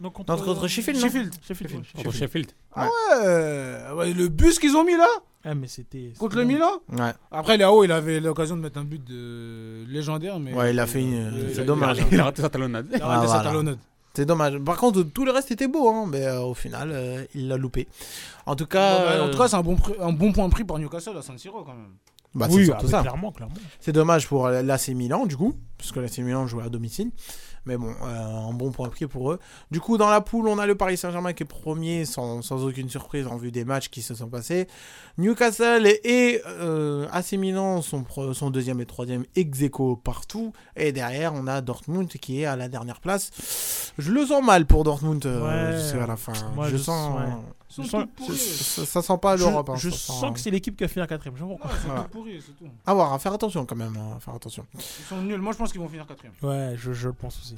[SPEAKER 3] Non, euh,
[SPEAKER 2] contre, contre Sheffield, non
[SPEAKER 9] Sheffield.
[SPEAKER 3] Sheffield, ouais.
[SPEAKER 4] Contre Sheffield.
[SPEAKER 9] Ah ouais, ouais, Le bus qu'ils ont mis là
[SPEAKER 3] Ah, mais c'était.
[SPEAKER 9] Contre le Milan
[SPEAKER 2] Ouais.
[SPEAKER 9] Après, là-haut, il avait l'occasion de mettre un but de légendaire. Mais
[SPEAKER 2] Ouais, il a fait une.
[SPEAKER 9] Euh,
[SPEAKER 2] c'est dommage. hein.
[SPEAKER 9] il a- il a
[SPEAKER 4] raté sa talonnade.
[SPEAKER 9] Il a raté
[SPEAKER 2] Ah,
[SPEAKER 9] sa
[SPEAKER 2] voilà.
[SPEAKER 9] talonnade.
[SPEAKER 2] C'est dommage. Par contre, tout le reste était beau, hein, mais euh, au final, euh, il l'a loupé. En tout cas.
[SPEAKER 9] Bon, bah, en tout cas, c'est
[SPEAKER 2] euh,
[SPEAKER 9] un bon, pr- un bon point pris par Newcastle à San Siro quand même.
[SPEAKER 2] bah,
[SPEAKER 3] Oui,
[SPEAKER 2] c'est surtout
[SPEAKER 3] ah,
[SPEAKER 2] ça.
[SPEAKER 3] clairement, clairement.
[SPEAKER 2] C'est dommage pour l'AC Milan, du coup, puisque l'AC Milan jouait à domicile. Mais bon, euh, un bon point pris pour eux. Du coup, dans la poule, on a le Paris Saint-Germain qui est premier, sans, sans aucune surprise, en vue des matchs qui se sont passés. Newcastle et, et, euh, AC Milan sont, pro- sont deuxième et troisième ex aequo partout. Et derrière, on a Dortmund qui est à la dernière place. Je le sens mal pour Dortmund euh,
[SPEAKER 3] Ouais.
[SPEAKER 2] jusqu'à la fin.
[SPEAKER 3] Moi,
[SPEAKER 2] je,
[SPEAKER 3] je-
[SPEAKER 2] sens...
[SPEAKER 3] ouais.
[SPEAKER 2] je
[SPEAKER 3] Ils sont
[SPEAKER 2] sens-
[SPEAKER 3] tout pourris.
[SPEAKER 2] ça, ça sent pas
[SPEAKER 3] Je-
[SPEAKER 2] l'Europe. hein,
[SPEAKER 3] Je,
[SPEAKER 2] ça
[SPEAKER 3] sens
[SPEAKER 2] sent-
[SPEAKER 3] que c'est l'équipe qui va finir quatrième. Je vois pourquoi.
[SPEAKER 9] c'est
[SPEAKER 2] Ouais.
[SPEAKER 9] tout pourri, c'est tout.
[SPEAKER 2] À Ah. voir, à faire attention quand même. hein, à faire attention.
[SPEAKER 9] Ils sont nuls. Moi, je pense qu'ils vont finir quatrième.
[SPEAKER 3] Ouais, je, je le pense aussi.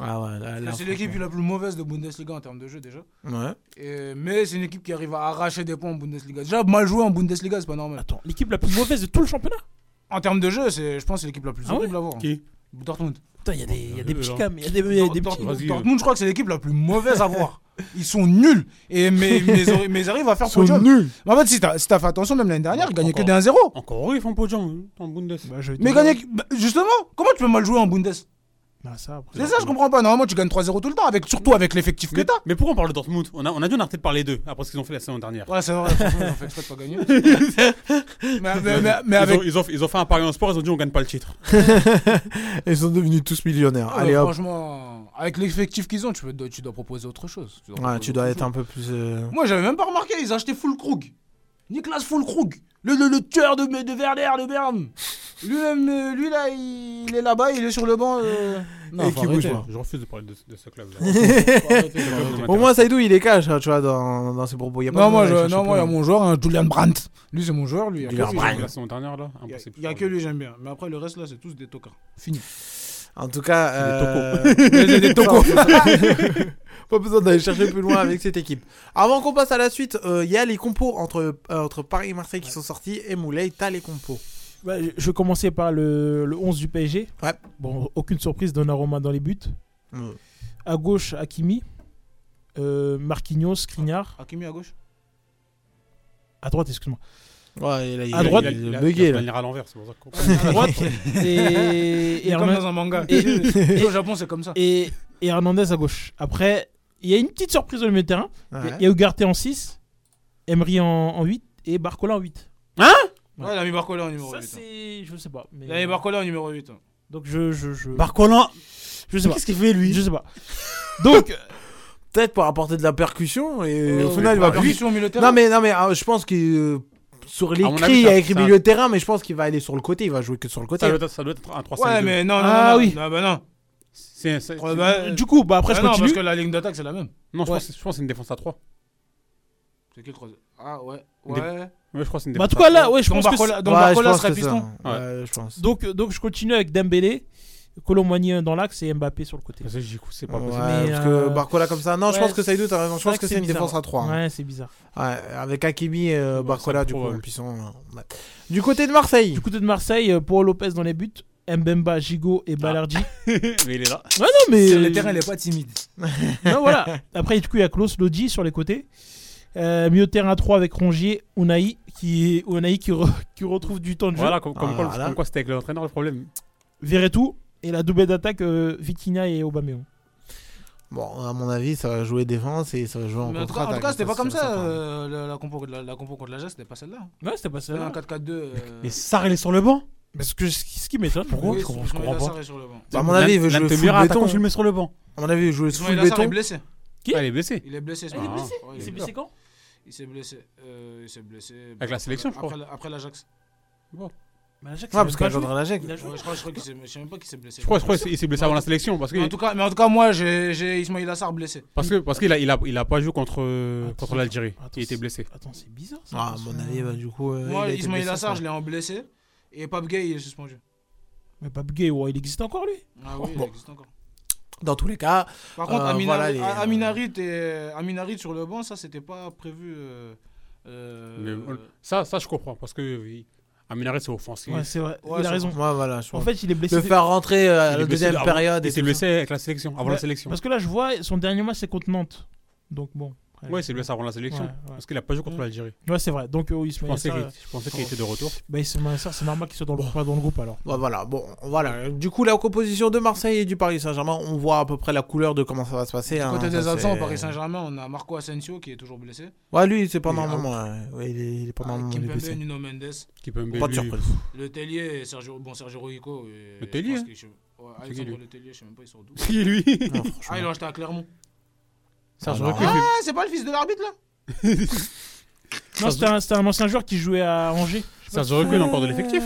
[SPEAKER 2] Ah ouais, là, là,
[SPEAKER 9] C'est l'équipe
[SPEAKER 2] franchement.
[SPEAKER 9] la plus mauvaise de Bundesliga en termes de jeu déjà.
[SPEAKER 2] Ouais.
[SPEAKER 9] Et- mais c'est une équipe qui arrive à arracher des points en Bundesliga. Déjà, mal joué en Bundesliga, c'est pas normal.
[SPEAKER 3] Attends, l'équipe la plus mauvaise de tout le championnat
[SPEAKER 9] En termes de jeu, c'est, je pense que c'est l'équipe la plus
[SPEAKER 3] Ah ouais
[SPEAKER 9] horrible à voir.
[SPEAKER 4] Qui
[SPEAKER 9] Dortmund.
[SPEAKER 3] Putain, il y a des, il y a des
[SPEAKER 9] Euh,
[SPEAKER 3] petits
[SPEAKER 9] genre.
[SPEAKER 3] cam, il y a des, il y a des
[SPEAKER 9] Dort-
[SPEAKER 3] petits.
[SPEAKER 9] Dort- Dortmund, je crois que c'est l'équipe la plus mauvaise à voir. Ils sont nuls. Et mais, mais, ils- mais ils arrivent à faire
[SPEAKER 4] Ils sont
[SPEAKER 9] podium.
[SPEAKER 4] nuls.
[SPEAKER 9] Mais en fait, si t'as si t'as fait attention, même l'année dernière, ils gagnaient que des 1-0.
[SPEAKER 4] Encore eux, ils font podium en Bundes.
[SPEAKER 9] Mais gagner. bah, justement, comment tu peux mal jouer en Bundes
[SPEAKER 2] Bah,
[SPEAKER 3] ça,
[SPEAKER 9] C'est ça, je comprends pas. Normalement, tu gagnes 3-0 tout le temps, avec, surtout avec l'effectif que
[SPEAKER 4] Mais,
[SPEAKER 9] t'as.
[SPEAKER 4] mais pourquoi on parle de Dortmund on a, on a dû en arrêter de parler d'eux après ce qu'ils ont fait la saison dernière.
[SPEAKER 9] Ouais, c'est vrai, ils ont fait exprès de pas gagner. Mais- mais- mais- mais
[SPEAKER 4] ils,
[SPEAKER 9] avec-
[SPEAKER 4] ont, ils, ont, ils ont fait un pari en sport, ils ont dit on gagne pas le titre.
[SPEAKER 2] Ils sont devenus tous millionnaires.
[SPEAKER 9] Ah, Ouais,
[SPEAKER 2] Allez hop.
[SPEAKER 9] franchement, avec l'effectif qu'ils ont, tu, peux- tu dois proposer autre chose. Tu dois
[SPEAKER 2] Ouais,
[SPEAKER 9] proposer
[SPEAKER 2] tu dois
[SPEAKER 9] autre
[SPEAKER 2] être
[SPEAKER 9] chose.
[SPEAKER 2] un peu plus. euh,
[SPEAKER 9] Moi, j'avais même pas remarqué, ils achetaient Fulkrug. Nicolas Fulkrug, le, le, le tueur de, de Werder, de Berne. Lui-même, euh, lui là, il, il est là-bas, il est sur le banc. euh.
[SPEAKER 2] Et qui
[SPEAKER 4] faut
[SPEAKER 2] bouge
[SPEAKER 4] arrêter.
[SPEAKER 2] pas.
[SPEAKER 4] Je refuse de parler de, de ce club.
[SPEAKER 2] Au moins, Saïdou, il est cash, hein, tu vois, dans, dans ses propos. Y a pas
[SPEAKER 9] Non, moi,
[SPEAKER 2] besoin
[SPEAKER 9] je-
[SPEAKER 2] d'aller chercher
[SPEAKER 9] non, moi, il y
[SPEAKER 2] plein.
[SPEAKER 9] a mon joueur, hein, Julian Brandt. Lui, c'est mon joueur, lui. Il y a
[SPEAKER 2] Julian
[SPEAKER 9] que lui,
[SPEAKER 2] Brandt.
[SPEAKER 9] j'aime bien.
[SPEAKER 4] La saison dernière, là,
[SPEAKER 9] Il y a-
[SPEAKER 4] impossible.
[SPEAKER 9] Il y a que lui, j'aime bien. Mais après, le reste, là, c'est tous des tocards. Fini.
[SPEAKER 2] En tout cas,
[SPEAKER 9] Des
[SPEAKER 2] euh...
[SPEAKER 9] tocos. Des- des tocos.
[SPEAKER 2] pas besoin d'aller chercher plus loin avec cette équipe. Avant qu'on passe à la suite, euh, il y a les compos entre, euh, entre Paris et Marseille qui sont sortis. Et Moulay, t'as les compos.
[SPEAKER 3] Ouais, je- je commençais par le, le 11 du PSG. Bon, aucune surprise, Donnarumma dans les buts.
[SPEAKER 2] Ouais.
[SPEAKER 3] À gauche, Hakimi. Euh, Marquinhos, Skriniar.
[SPEAKER 9] Hakimi à gauche
[SPEAKER 3] À droite, excuse-moi.
[SPEAKER 2] Ouais, il a- il
[SPEAKER 3] à
[SPEAKER 2] a-
[SPEAKER 3] droite,
[SPEAKER 2] il a- il a- il a bugué, là.
[SPEAKER 4] manière à l'envers, c'est pour ça qu'on-
[SPEAKER 3] À droite.
[SPEAKER 9] Il
[SPEAKER 3] et,
[SPEAKER 9] est
[SPEAKER 3] et
[SPEAKER 9] comme
[SPEAKER 3] Hernan-
[SPEAKER 9] dans un manga.
[SPEAKER 3] Et,
[SPEAKER 9] Et au Japon, c'est comme ça.
[SPEAKER 3] Et, et Hernandez à gauche. Après, il y a une petite surprise au milieu de terrain. Il y a-
[SPEAKER 9] Ouais.
[SPEAKER 3] il y a Ugarte en 6, Emery en, en 8 et Barcola en 8.
[SPEAKER 4] Hein
[SPEAKER 9] Ouais, il a mis Barcola en numéro
[SPEAKER 3] Ça,
[SPEAKER 9] 8.
[SPEAKER 3] c'est. Je sais pas. Mais...
[SPEAKER 9] Il a mis Barcola en numéro hein. 8.
[SPEAKER 3] Donc je. je, je...
[SPEAKER 4] Barcola
[SPEAKER 3] Je sais pas.
[SPEAKER 2] Qu'est-ce
[SPEAKER 3] qu'il fait lui Je sais pas.
[SPEAKER 2] Donc. Peut-être pour apporter de la percussion. Et au
[SPEAKER 9] oui,
[SPEAKER 2] final, il
[SPEAKER 9] pour la
[SPEAKER 2] va
[SPEAKER 9] percussion au milieu de terrain.
[SPEAKER 2] Non, mais, non, mais euh, je pense que. euh, Sur
[SPEAKER 4] À mon
[SPEAKER 2] l'écrit,
[SPEAKER 4] avis,
[SPEAKER 2] il y a
[SPEAKER 4] ça-
[SPEAKER 2] écrit
[SPEAKER 4] ça-
[SPEAKER 2] milieu de terrain, mais je pense qu'il va aller sur le côté. Il va jouer que sur le côté.
[SPEAKER 4] Ça doit être, ça doit être un 3
[SPEAKER 9] Ouais, mais non, non,
[SPEAKER 2] Ah
[SPEAKER 9] non,
[SPEAKER 2] oui.
[SPEAKER 9] Non, bah non.
[SPEAKER 4] C'est, c'est-
[SPEAKER 9] Ouais, bah,
[SPEAKER 3] Du coup, bah, après, je
[SPEAKER 9] non,
[SPEAKER 3] continue.
[SPEAKER 9] parce que la ligne d'attaque, c'est la même.
[SPEAKER 4] Non, je
[SPEAKER 9] Ouais.
[SPEAKER 4] pense que c'est- je pense que c'est une défense à 3.
[SPEAKER 9] C'est qui le troisième Ah ouais,
[SPEAKER 4] Une
[SPEAKER 9] ouais.
[SPEAKER 4] dé- Ouais, je crois que c'est une
[SPEAKER 3] Bah, en
[SPEAKER 4] défense
[SPEAKER 3] tout cas,
[SPEAKER 4] à
[SPEAKER 3] là,
[SPEAKER 4] trois.
[SPEAKER 3] ouais, je
[SPEAKER 4] Donc
[SPEAKER 3] pense
[SPEAKER 4] Barcola-
[SPEAKER 3] que
[SPEAKER 4] donc
[SPEAKER 2] Ouais, je
[SPEAKER 4] Barcola
[SPEAKER 2] pense
[SPEAKER 4] serait
[SPEAKER 2] que c'est
[SPEAKER 4] piston.
[SPEAKER 2] ça. Ouais, je pense.
[SPEAKER 3] Donc, donc je continue avec Dembélé, Colomboigny dans l'axe et Mbappé sur le côté. euh,
[SPEAKER 4] c'est
[SPEAKER 2] pas possible. parce que Barcola comme ça- non, je pense que Saïdou, t'as raison, je pense que c'est une défense à trois, hein.
[SPEAKER 3] Ouais, c'est bizarre.
[SPEAKER 2] Ouais, avec Hakimi, euh, Barcola, du coup,
[SPEAKER 3] probable.
[SPEAKER 2] puissant. hein. Du côté de Marseille.
[SPEAKER 3] Du côté de Marseille, euh, Paul Lopez dans les buts, Mbemba, Gigot et Balardi.
[SPEAKER 4] mais il est là.
[SPEAKER 3] Ouais, Ah non, mais.
[SPEAKER 9] Sur le terrain, il est pas timide.
[SPEAKER 3] non, voilà. Après, du coup, il y a Klaus Lodi sur les côtés. Euh, milieu de terrain à 3 avec Rongier, Unai qui, Unai qui, re- qui retrouve du temps de jeu.
[SPEAKER 4] Voilà, comme, comme quoi, le- comme quoi c'était avec l'entraîneur le problème.
[SPEAKER 3] Verretou et la double d'attaque euh, Vitinha et Aubameyang.
[SPEAKER 2] Bon, à mon avis, ça va jouer défense et ça va jouer en
[SPEAKER 9] Mais en, tout cas,
[SPEAKER 2] contre-attaque.
[SPEAKER 9] en tout cas, c'était
[SPEAKER 2] Ça,
[SPEAKER 9] pas comme
[SPEAKER 2] c'est
[SPEAKER 9] ça. euh, la, la compo, la, la compo contre la Jazz, c'était pas celle-là.
[SPEAKER 3] Ouais, c'était pas celle-là.
[SPEAKER 9] Un 4-4-2. euh,
[SPEAKER 4] Mais Sarr, il est sur le banc
[SPEAKER 3] Parce que ce qui- ce qui m'étonne.
[SPEAKER 4] Pourquoi
[SPEAKER 9] oui,
[SPEAKER 4] Je comprends,
[SPEAKER 9] ils
[SPEAKER 4] je
[SPEAKER 9] ont mis
[SPEAKER 4] comprends
[SPEAKER 9] la Sarr
[SPEAKER 4] pas.
[SPEAKER 9] et sur le banc.
[SPEAKER 2] Bah, à mon avis, il veut jouer full
[SPEAKER 4] Lemtemira, attaquant,
[SPEAKER 2] béton.
[SPEAKER 4] tu le mets sur le banc.
[SPEAKER 2] À mon avis, il veut jouer
[SPEAKER 9] Ils ont
[SPEAKER 2] full
[SPEAKER 9] mis la Sarr,
[SPEAKER 2] béton.
[SPEAKER 9] il est blessé.
[SPEAKER 3] Qui
[SPEAKER 4] Ah, il est blessé.
[SPEAKER 9] Il est blessé.
[SPEAKER 4] Ah, il est blessé
[SPEAKER 9] ouais,
[SPEAKER 3] Il s'est
[SPEAKER 9] est
[SPEAKER 3] blessé quand
[SPEAKER 9] Il s'est blessé. euh, il s'est blessé.
[SPEAKER 4] Avec la sélection, je
[SPEAKER 9] après,
[SPEAKER 4] crois.
[SPEAKER 9] la- Après l'Ajax.
[SPEAKER 4] Bon.
[SPEAKER 3] Mais l'Ajax,
[SPEAKER 2] Ouais, parce qu'Alexandre Lajec.
[SPEAKER 9] Ouais, Je crois, je crois qu'il s'est- je sais même pas qu'il s'est blessé.
[SPEAKER 4] Je crois, je crois qu'il s'est blessé avant la sélection. Parce que,
[SPEAKER 9] Mais en tout cas, mais en tout cas moi, j'ai j'ai Ismail Assar
[SPEAKER 2] Euh,
[SPEAKER 9] blessé.
[SPEAKER 4] parce que, parce qu'il a, il a, il a pas joué contre, euh, contre l'Algérie. Il était blessé.
[SPEAKER 3] Attends, c'est bizarre.
[SPEAKER 2] Ah, à mon avis, bah, du coup. euh,
[SPEAKER 9] Moi,
[SPEAKER 2] il a été
[SPEAKER 9] Ismail
[SPEAKER 2] blessé,
[SPEAKER 9] Assar,
[SPEAKER 2] quoi.
[SPEAKER 9] je l'ai en blessé. Et Pape Gay, il est suspendu.
[SPEAKER 3] Mais Pape Gay, ouais, il existe encore lui
[SPEAKER 9] Ah oui,
[SPEAKER 2] Bon.
[SPEAKER 9] il existe encore.
[SPEAKER 2] Dans tous les cas.
[SPEAKER 9] Par contre,
[SPEAKER 2] euh,
[SPEAKER 9] Aminari-
[SPEAKER 2] voilà les-
[SPEAKER 9] A- Aminarit et- Aminarit sur le banc, ça, c'était pas prévu. euh, euh,
[SPEAKER 4] Mais on- ça, ça, je comprends. Parce que oui, Aminaret, c'est offensif.
[SPEAKER 3] Ouais, c'est vrai. il a raison.
[SPEAKER 2] Ouais, voilà, je
[SPEAKER 3] en
[SPEAKER 2] pense.
[SPEAKER 3] fait, il est blessé.
[SPEAKER 2] Le faire rentrer euh,
[SPEAKER 4] Il
[SPEAKER 2] à la
[SPEAKER 4] est blessé
[SPEAKER 2] deuxième
[SPEAKER 4] avant-
[SPEAKER 2] période.
[SPEAKER 4] Il s'est
[SPEAKER 2] tout
[SPEAKER 4] blessé
[SPEAKER 2] ça.
[SPEAKER 4] avec la sélection, avant
[SPEAKER 3] Ouais,
[SPEAKER 4] la sélection.
[SPEAKER 3] Bah, Parce que là, je vois, son dernier match, c'est contre Nantes. Donc bon. après,
[SPEAKER 4] Ouais, c'est blessé avant la sélection.
[SPEAKER 3] Ouais, ouais.
[SPEAKER 4] Parce qu'il a pas joué contre l'Algérie.
[SPEAKER 3] Ouais, c'est vrai. Donc, euh, Ismail
[SPEAKER 4] Je pensais
[SPEAKER 3] Assar,
[SPEAKER 4] qu'il-
[SPEAKER 3] euh,
[SPEAKER 4] je pensais qu'il était de retour.
[SPEAKER 3] Bah, Ismail Assar, c'est normal qu'il soit dans le, pas dans le groupe alors.
[SPEAKER 2] Ouais, voilà, bon, voilà. Du coup, la composition de Marseille et du Paris Saint-Germain, on voit à peu près la couleur de comment ça va se passer. hein,
[SPEAKER 9] Côté
[SPEAKER 2] ça,
[SPEAKER 9] des absents, au
[SPEAKER 2] c'est-
[SPEAKER 9] Paris Saint-Germain, on a Marco Asensio qui est toujours blessé.
[SPEAKER 2] Ouais, lui, c'est pendant
[SPEAKER 9] Il
[SPEAKER 2] un
[SPEAKER 9] est
[SPEAKER 2] moment. ouais. Ouais, il est, il est
[SPEAKER 3] Ah,
[SPEAKER 2] pendant un moment. il est
[SPEAKER 9] Kimpembe,
[SPEAKER 2] blessé.
[SPEAKER 9] Nuno Mendes.
[SPEAKER 4] Kimpembe,
[SPEAKER 2] Pas de lui- surprise.
[SPEAKER 9] Le Tellier, et Sergio, bon, Sergio Rico. et-
[SPEAKER 4] Le Tellier, hein.
[SPEAKER 9] je pense que je- ouais,
[SPEAKER 4] C'est qui,
[SPEAKER 9] Alexandre
[SPEAKER 4] lui
[SPEAKER 9] Le Tellier, je sais même pas, il sort d'où.
[SPEAKER 4] Qui, lui Non, franchement.
[SPEAKER 9] Ah, il l'a acheté à Clermont.
[SPEAKER 4] Serge
[SPEAKER 9] Ah,
[SPEAKER 4] Recrue, il fait-
[SPEAKER 9] c'est pas le fils de l'arbitre là
[SPEAKER 3] Non, c'était un, c'était un ancien joueur qui jouait à Angers.
[SPEAKER 4] Ça se recule encore de l'effectif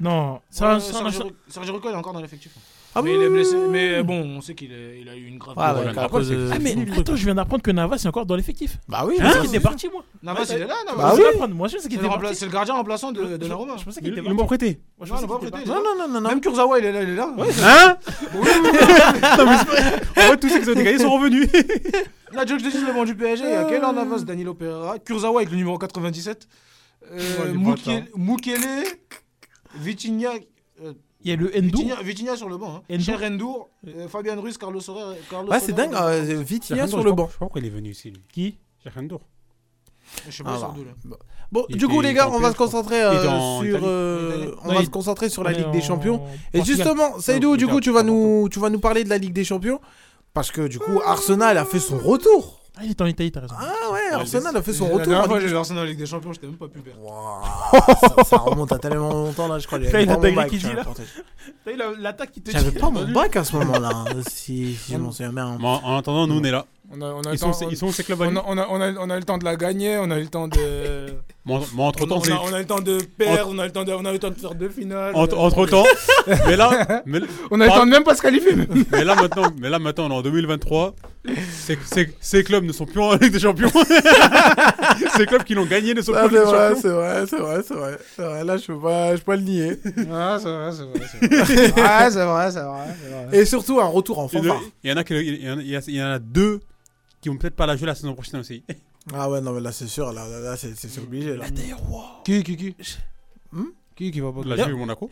[SPEAKER 3] Non, c'est
[SPEAKER 9] Ouais,
[SPEAKER 3] un- c'est un
[SPEAKER 9] Sergio
[SPEAKER 3] ancien.
[SPEAKER 9] Rico- Sergio Rico, il est encore dans l'effectif.
[SPEAKER 3] Ah
[SPEAKER 9] mais
[SPEAKER 3] bon
[SPEAKER 9] il est blessé. Mais bon, on sait qu'il est- il a eu une grave.
[SPEAKER 2] Ouais,
[SPEAKER 9] blessure.
[SPEAKER 2] ouais,
[SPEAKER 9] Il a
[SPEAKER 2] à
[SPEAKER 9] une grave
[SPEAKER 2] cause de-
[SPEAKER 9] blessure.
[SPEAKER 3] Ah, mais attends, Ah je viens d'apprendre que Navas est encore dans l'effectif.
[SPEAKER 2] Bah oui,
[SPEAKER 9] Hein
[SPEAKER 3] Je
[SPEAKER 2] mais
[SPEAKER 3] pensais
[SPEAKER 2] ça,
[SPEAKER 3] qu'il
[SPEAKER 2] c'est
[SPEAKER 3] était parti, moi.
[SPEAKER 9] Navas, il est là, Navas.
[SPEAKER 3] Bah
[SPEAKER 9] Bah
[SPEAKER 3] oui.
[SPEAKER 9] oui.
[SPEAKER 3] Moi, je pensais
[SPEAKER 9] C'est
[SPEAKER 3] qu'il était
[SPEAKER 9] le,
[SPEAKER 3] parti.
[SPEAKER 9] rempla- c'est le gardien remplaçant de, de Donnarumma.
[SPEAKER 3] Je pensais
[SPEAKER 4] Ils
[SPEAKER 3] qu'il était
[SPEAKER 4] ils l'ont pas prêté.
[SPEAKER 3] Moi, je
[SPEAKER 9] Non,
[SPEAKER 3] pensais
[SPEAKER 9] non, pas
[SPEAKER 3] qu'il était
[SPEAKER 9] prêté.
[SPEAKER 3] parti.
[SPEAKER 9] il est
[SPEAKER 2] Non,
[SPEAKER 9] là.
[SPEAKER 2] non, non, non, non.
[SPEAKER 9] Même Kurzawa, il est là. Il est là.
[SPEAKER 4] Hein Non, mais c'est pas- En fait, tous ceux qui ont été gagnés sont revenus.
[SPEAKER 9] Là, Joe, je te dis le banc du PSG. Il y a Keylor Navas,
[SPEAKER 2] Euh.
[SPEAKER 9] Danilo Pereira, Kurzawa avec le numéro 97, euh,
[SPEAKER 4] Ouais, les
[SPEAKER 9] Moukiel-
[SPEAKER 4] bâtards.
[SPEAKER 9] Mukele, Vitinha. euh,
[SPEAKER 4] Ismail
[SPEAKER 3] Il y a le Endo.
[SPEAKER 9] Vitinha, Vitinha sur le banc. Hein.
[SPEAKER 3] Endo.
[SPEAKER 9] Cher Endour, euh, Fabien Ruiz, Carlos Soler. Carlos
[SPEAKER 2] Ouais, c'est
[SPEAKER 9] Soler,
[SPEAKER 2] dingue,
[SPEAKER 9] Endour.
[SPEAKER 2] euh, Vitinha
[SPEAKER 4] Jacques
[SPEAKER 2] sur
[SPEAKER 4] Ndour, je sais
[SPEAKER 2] le
[SPEAKER 4] pas-
[SPEAKER 2] banc.
[SPEAKER 4] Je sais pas pourquoi il est venu ici, lui.
[SPEAKER 3] Qui
[SPEAKER 4] Jacques Ndour.
[SPEAKER 9] Je sais
[SPEAKER 2] Ah,
[SPEAKER 9] pas,
[SPEAKER 2] bah.
[SPEAKER 9] Sardou, là.
[SPEAKER 2] Bon,
[SPEAKER 4] Il
[SPEAKER 2] du coup,
[SPEAKER 4] était-
[SPEAKER 2] les
[SPEAKER 4] il
[SPEAKER 2] gars,
[SPEAKER 4] était en
[SPEAKER 2] on va
[SPEAKER 4] PL,
[SPEAKER 2] se concentrer
[SPEAKER 4] je crois. Il était
[SPEAKER 2] euh,
[SPEAKER 4] en
[SPEAKER 2] sur,
[SPEAKER 4] Italie.
[SPEAKER 2] euh, on
[SPEAKER 3] Non,
[SPEAKER 2] va
[SPEAKER 3] il-
[SPEAKER 2] se concentrer sur la
[SPEAKER 3] on est
[SPEAKER 2] Ligue des
[SPEAKER 3] en
[SPEAKER 2] Champions. Et
[SPEAKER 3] Portugal.
[SPEAKER 2] justement, Saïdou, du coup, tu vas nous, tu vas nous parler de la Ligue des Champions parce que du coup, Arsenal a fait son retour.
[SPEAKER 3] Ah, il est en Italie, t'as raison.
[SPEAKER 2] Ah ouais, Arsenal a fait son
[SPEAKER 9] La
[SPEAKER 2] retour.
[SPEAKER 9] dernière
[SPEAKER 2] en
[SPEAKER 9] fois,
[SPEAKER 2] Ligue
[SPEAKER 9] j'ai
[SPEAKER 2] des-
[SPEAKER 9] vu Arsenal en Ligue des Champions, j'étais même pas pu perdre.
[SPEAKER 2] ça, Ah, ça remonte à tellement longtemps là, je crois. j'avais
[SPEAKER 3] Putain, il
[SPEAKER 2] pas
[SPEAKER 3] a
[SPEAKER 2] mon
[SPEAKER 3] dinguerie
[SPEAKER 2] bac,
[SPEAKER 3] qui
[SPEAKER 2] tu
[SPEAKER 3] dit,
[SPEAKER 2] vois.
[SPEAKER 3] là. T'as eu la- l'attaque qui te
[SPEAKER 2] J'avais
[SPEAKER 3] dit-
[SPEAKER 2] pas mon bac à ce moment-là, hein, si, si je m'en souviens bien.
[SPEAKER 4] Bon, en attendant, nous, on est là.
[SPEAKER 9] On a, on a
[SPEAKER 4] Ils
[SPEAKER 9] le
[SPEAKER 4] sont,
[SPEAKER 9] temps,
[SPEAKER 4] ces-
[SPEAKER 9] on-
[SPEAKER 4] ils sont ces clubs à
[SPEAKER 9] on
[SPEAKER 4] nous.
[SPEAKER 9] a, on, a, on, a, on a le temps de la gagner, on a eu le temps de.
[SPEAKER 4] Moi, moi, entre
[SPEAKER 9] on,
[SPEAKER 4] temps,
[SPEAKER 9] on,
[SPEAKER 4] c'est.
[SPEAKER 9] a, on a eu le temps de perdre, on a, eu le temps de, on a eu le temps de faire deux finales. on a-
[SPEAKER 4] Entre temps. mais là. Mais,
[SPEAKER 9] On a eu le
[SPEAKER 4] par-
[SPEAKER 9] temps de même pas se qualifier, même.
[SPEAKER 4] mais là, maintenant, mais là, maintenant, on est en 2023. Ces, ces- ces clubs ne sont plus en Ligue des Champions. ces clubs qui l'ont gagné ne sont plus en
[SPEAKER 2] Ah,
[SPEAKER 4] Ligue
[SPEAKER 2] c'est
[SPEAKER 4] des
[SPEAKER 2] vrai,
[SPEAKER 4] Champions.
[SPEAKER 2] c'est vrai, c'est vrai, c'est vrai, c'est vrai. Là, je peux pas, je peux pas le nier.
[SPEAKER 9] Ah, c'est vrai, c'est vrai. C'est vrai, Ah, c'est vrai, c'est vrai. c'est vrai.
[SPEAKER 2] Et surtout, un retour en
[SPEAKER 4] Il y en a-
[SPEAKER 2] fanfare.
[SPEAKER 4] il y en a qui- il y en a- il y en a- il y en a deux qui vont peut-être pas la jouer la saison prochaine aussi.
[SPEAKER 2] Ah ouais, non, mais là, c'est sûr, là, là, là, c'est c'est obligé. Là.
[SPEAKER 9] Qui, qui, qui
[SPEAKER 2] Hmm
[SPEAKER 9] Qui qui va pas
[SPEAKER 4] La Juve Monaco.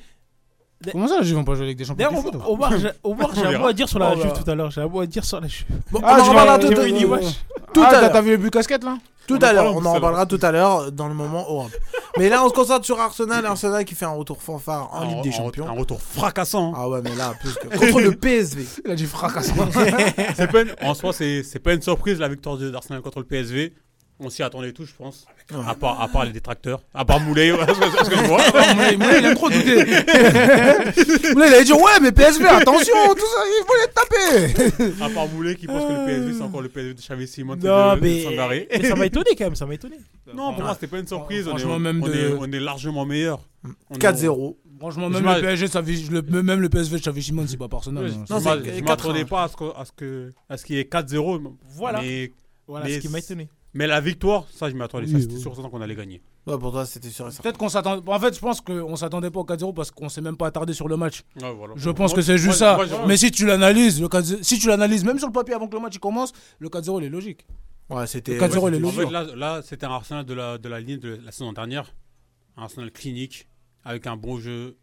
[SPEAKER 9] Comment ça, la Juve vont pas jouer avec des champions
[SPEAKER 3] D'ailleurs,
[SPEAKER 9] du foot,
[SPEAKER 3] Omar- Omar, j'ai- Omar, j'ai
[SPEAKER 4] On
[SPEAKER 3] un
[SPEAKER 4] verra.
[SPEAKER 3] mot à dire sur la
[SPEAKER 2] Oh là.
[SPEAKER 3] Juve tout à l'heure. J'ai un mot à dire sur la Juve.
[SPEAKER 2] Bon,
[SPEAKER 9] Ah,
[SPEAKER 2] on
[SPEAKER 9] je
[SPEAKER 2] en reparlera
[SPEAKER 9] vais-
[SPEAKER 2] tout,
[SPEAKER 9] je vais
[SPEAKER 2] tout-
[SPEAKER 9] finir, wesh.
[SPEAKER 2] tout
[SPEAKER 9] Ah,
[SPEAKER 2] à
[SPEAKER 9] t'as-
[SPEAKER 2] l'heure.
[SPEAKER 9] T'as vu le but casquette là
[SPEAKER 2] Tout
[SPEAKER 4] On en
[SPEAKER 2] à l'heure,
[SPEAKER 4] parlera,
[SPEAKER 2] on
[SPEAKER 4] c'est
[SPEAKER 2] en
[SPEAKER 4] là.
[SPEAKER 2] reparlera tout à l'heure dans le moment Europe. Mais là, on se concentre sur Arsenal. Arsenal qui fait un retour fanfare en Ligue des
[SPEAKER 4] Un
[SPEAKER 2] Champions.
[SPEAKER 4] retour fracassant. hein.
[SPEAKER 2] Ah ouais, mais là, plus que. Contre le PSV.
[SPEAKER 9] Il a dit fracasse.
[SPEAKER 4] C'est pas une- en soi, c'est c'est pas une surprise la victoire de- d'Arsenal contre le PSV. On s'y attendait tous, je pense. À part, à part les détracteurs. À part Moulay. parce que- parce que je vois.
[SPEAKER 9] Ah, Moulay, Moulay, il aime trop douter. Moulay, il avait dit Ouais, mais PSV, attention, tout ça, il faut les taper.
[SPEAKER 4] À part Moulay qui pense que le PSV, c'est encore le PSV de Xavi Simon et
[SPEAKER 3] Non,
[SPEAKER 4] de, de
[SPEAKER 3] mais...
[SPEAKER 4] Sangaré.
[SPEAKER 3] mais ça m'a étonné quand même. Ça m'a étonné.
[SPEAKER 4] Non, pour moi, c'était pas une surprise. On est,
[SPEAKER 9] Franchement, même
[SPEAKER 4] on
[SPEAKER 9] de-
[SPEAKER 4] est, on est largement meilleur.
[SPEAKER 9] Hum,
[SPEAKER 4] On est-
[SPEAKER 2] 4-0.
[SPEAKER 9] Franchement,
[SPEAKER 4] Je
[SPEAKER 9] même
[SPEAKER 4] m'arrête.
[SPEAKER 9] le, PSG, de Xavi- le, même le PSV de Xavi Simon, c'est pas par Arsenal. hein.
[SPEAKER 4] Je
[SPEAKER 2] Non,
[SPEAKER 4] m'a-
[SPEAKER 2] c'est
[SPEAKER 4] je
[SPEAKER 2] 4-1,
[SPEAKER 4] m'attendais
[SPEAKER 2] je
[SPEAKER 4] pas à ce que- à ce que- à ce qu'il y ait 4-0.
[SPEAKER 3] Voilà.
[SPEAKER 4] Mais,
[SPEAKER 3] Voilà
[SPEAKER 4] Mais
[SPEAKER 3] ce qui m'a
[SPEAKER 4] c'est-
[SPEAKER 3] étonné.
[SPEAKER 4] mais la victoire, ça, je m'y attendais. ça,
[SPEAKER 3] Oui,
[SPEAKER 4] c'était
[SPEAKER 3] oui.
[SPEAKER 4] sûr certain qu'on allait gagner.
[SPEAKER 2] Ouais, pour toi, c'était sûr et certain.
[SPEAKER 9] Peut-être qu'on s'attendait. En fait, je pense qu'on s'attendait pas au 4-0 parce qu'on s'est même pas attardé sur le match.
[SPEAKER 4] Ouais, voilà.
[SPEAKER 9] Je pense
[SPEAKER 4] Moi,
[SPEAKER 9] que c'est juste
[SPEAKER 4] moi,
[SPEAKER 9] ça.
[SPEAKER 4] moi, je-
[SPEAKER 9] Mais si tu l'analyses, le 4-0 si tu l'analyses même sur le papier avant que le match il commence, le 4-0 il est logique.
[SPEAKER 2] Ouais, c'était.
[SPEAKER 9] Le 4-0,
[SPEAKER 2] ouais,
[SPEAKER 9] il est
[SPEAKER 2] c'était-
[SPEAKER 4] En
[SPEAKER 9] logique.
[SPEAKER 4] fait, là, là, c'était un Arsenal de la, de la ligne de la saison dernière. Un Arsenal clinique, avec un bon jeu.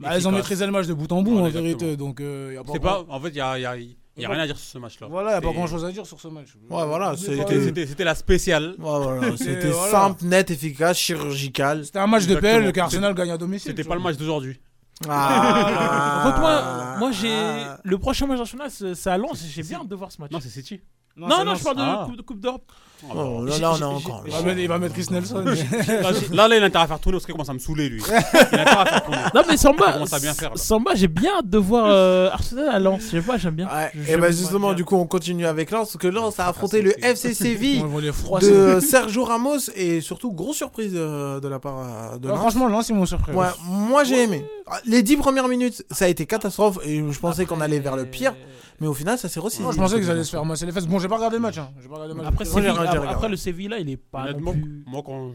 [SPEAKER 9] Bah, ils ont
[SPEAKER 4] efficace.
[SPEAKER 9] maîtrisé le match de bout en bout
[SPEAKER 4] Voilà,
[SPEAKER 9] en vérité,
[SPEAKER 4] exactement.
[SPEAKER 9] donc euh, y a pas.
[SPEAKER 4] C'est
[SPEAKER 9] grand-
[SPEAKER 4] pas, en fait, il n'y a, y a- y a rien à dire sur ce match-là.
[SPEAKER 9] Voilà, y a pas
[SPEAKER 4] C'est-
[SPEAKER 9] grand chose à dire sur ce match.
[SPEAKER 2] Ouais, voilà,
[SPEAKER 9] bah,
[SPEAKER 4] C'était-
[SPEAKER 2] c'était.
[SPEAKER 4] C'était c'était la spéciale.
[SPEAKER 2] Ouais, voilà, c'était
[SPEAKER 9] voilà.
[SPEAKER 2] simple, net, efficace, chirurgical.
[SPEAKER 9] C'était un match de
[SPEAKER 4] Exactement.
[SPEAKER 9] PL que Arsenal gagne à domicile.
[SPEAKER 4] C'était
[SPEAKER 9] tu
[SPEAKER 4] pas le
[SPEAKER 9] vois.
[SPEAKER 4] match d'aujourd'hui.
[SPEAKER 2] Ah,
[SPEAKER 3] Contre moi, moi j'ai le prochain match national, c'est c'est à Lens. J'ai bien hâte de voir ce match.
[SPEAKER 4] Non, c'est City.
[SPEAKER 3] Non,
[SPEAKER 9] c'est
[SPEAKER 3] non,
[SPEAKER 9] Lens.
[SPEAKER 3] je parle de
[SPEAKER 4] Ah.
[SPEAKER 3] Coupe, Coupe d'Europe.
[SPEAKER 4] Oh,
[SPEAKER 2] Oh,
[SPEAKER 4] bah,
[SPEAKER 2] là, là, on est encore.
[SPEAKER 9] Il va mettre- Il va mettre Chris Nelson.
[SPEAKER 4] Là, j'ai- là, là, il a intérêt à faire tourner parce qu'il commence à me saouler, lui. Il a intérêt à faire tourner.
[SPEAKER 3] Non, mais
[SPEAKER 4] Ça
[SPEAKER 3] Samba,
[SPEAKER 4] commence à bien faire, là.
[SPEAKER 3] Samba, j'ai bien hâte de voir euh, Arsenal à Lens. Je sais pas, j'aime bien.
[SPEAKER 2] Ouais,
[SPEAKER 3] Je-
[SPEAKER 2] et
[SPEAKER 3] j'aime
[SPEAKER 2] bah
[SPEAKER 3] bien.
[SPEAKER 2] justement, du coup, on continue avec Lens, parce que Lens a affronté le FC Séville
[SPEAKER 9] Ah, Ils vont les froisser.
[SPEAKER 2] de Sergio Ramos et surtout grosse surprise euh, de la part euh, de
[SPEAKER 9] Ouais,
[SPEAKER 3] Ah,
[SPEAKER 2] Lens.
[SPEAKER 9] bah, Franchement, Lens, ils m'ont surpris.
[SPEAKER 2] Ouais, moi j'ai aimé. Ah, Les dix premières minutes, ça a été catastrophe et je pensais qu'on allait vers le pire, mais au final ça s'est ressuscité.
[SPEAKER 9] Moi, je pensais qu'ils allaient se faire masser les fesses. Bon, j'ai pas regardé le match. hein. J'ai pas regardé le match.
[SPEAKER 3] Après,
[SPEAKER 2] Moi, j'ai
[SPEAKER 3] Séville-
[SPEAKER 2] regardé,
[SPEAKER 3] après,
[SPEAKER 2] regardé.
[SPEAKER 3] le Séville là, il est pas non
[SPEAKER 4] Honnêtement,
[SPEAKER 3] plus.
[SPEAKER 4] moi, quand.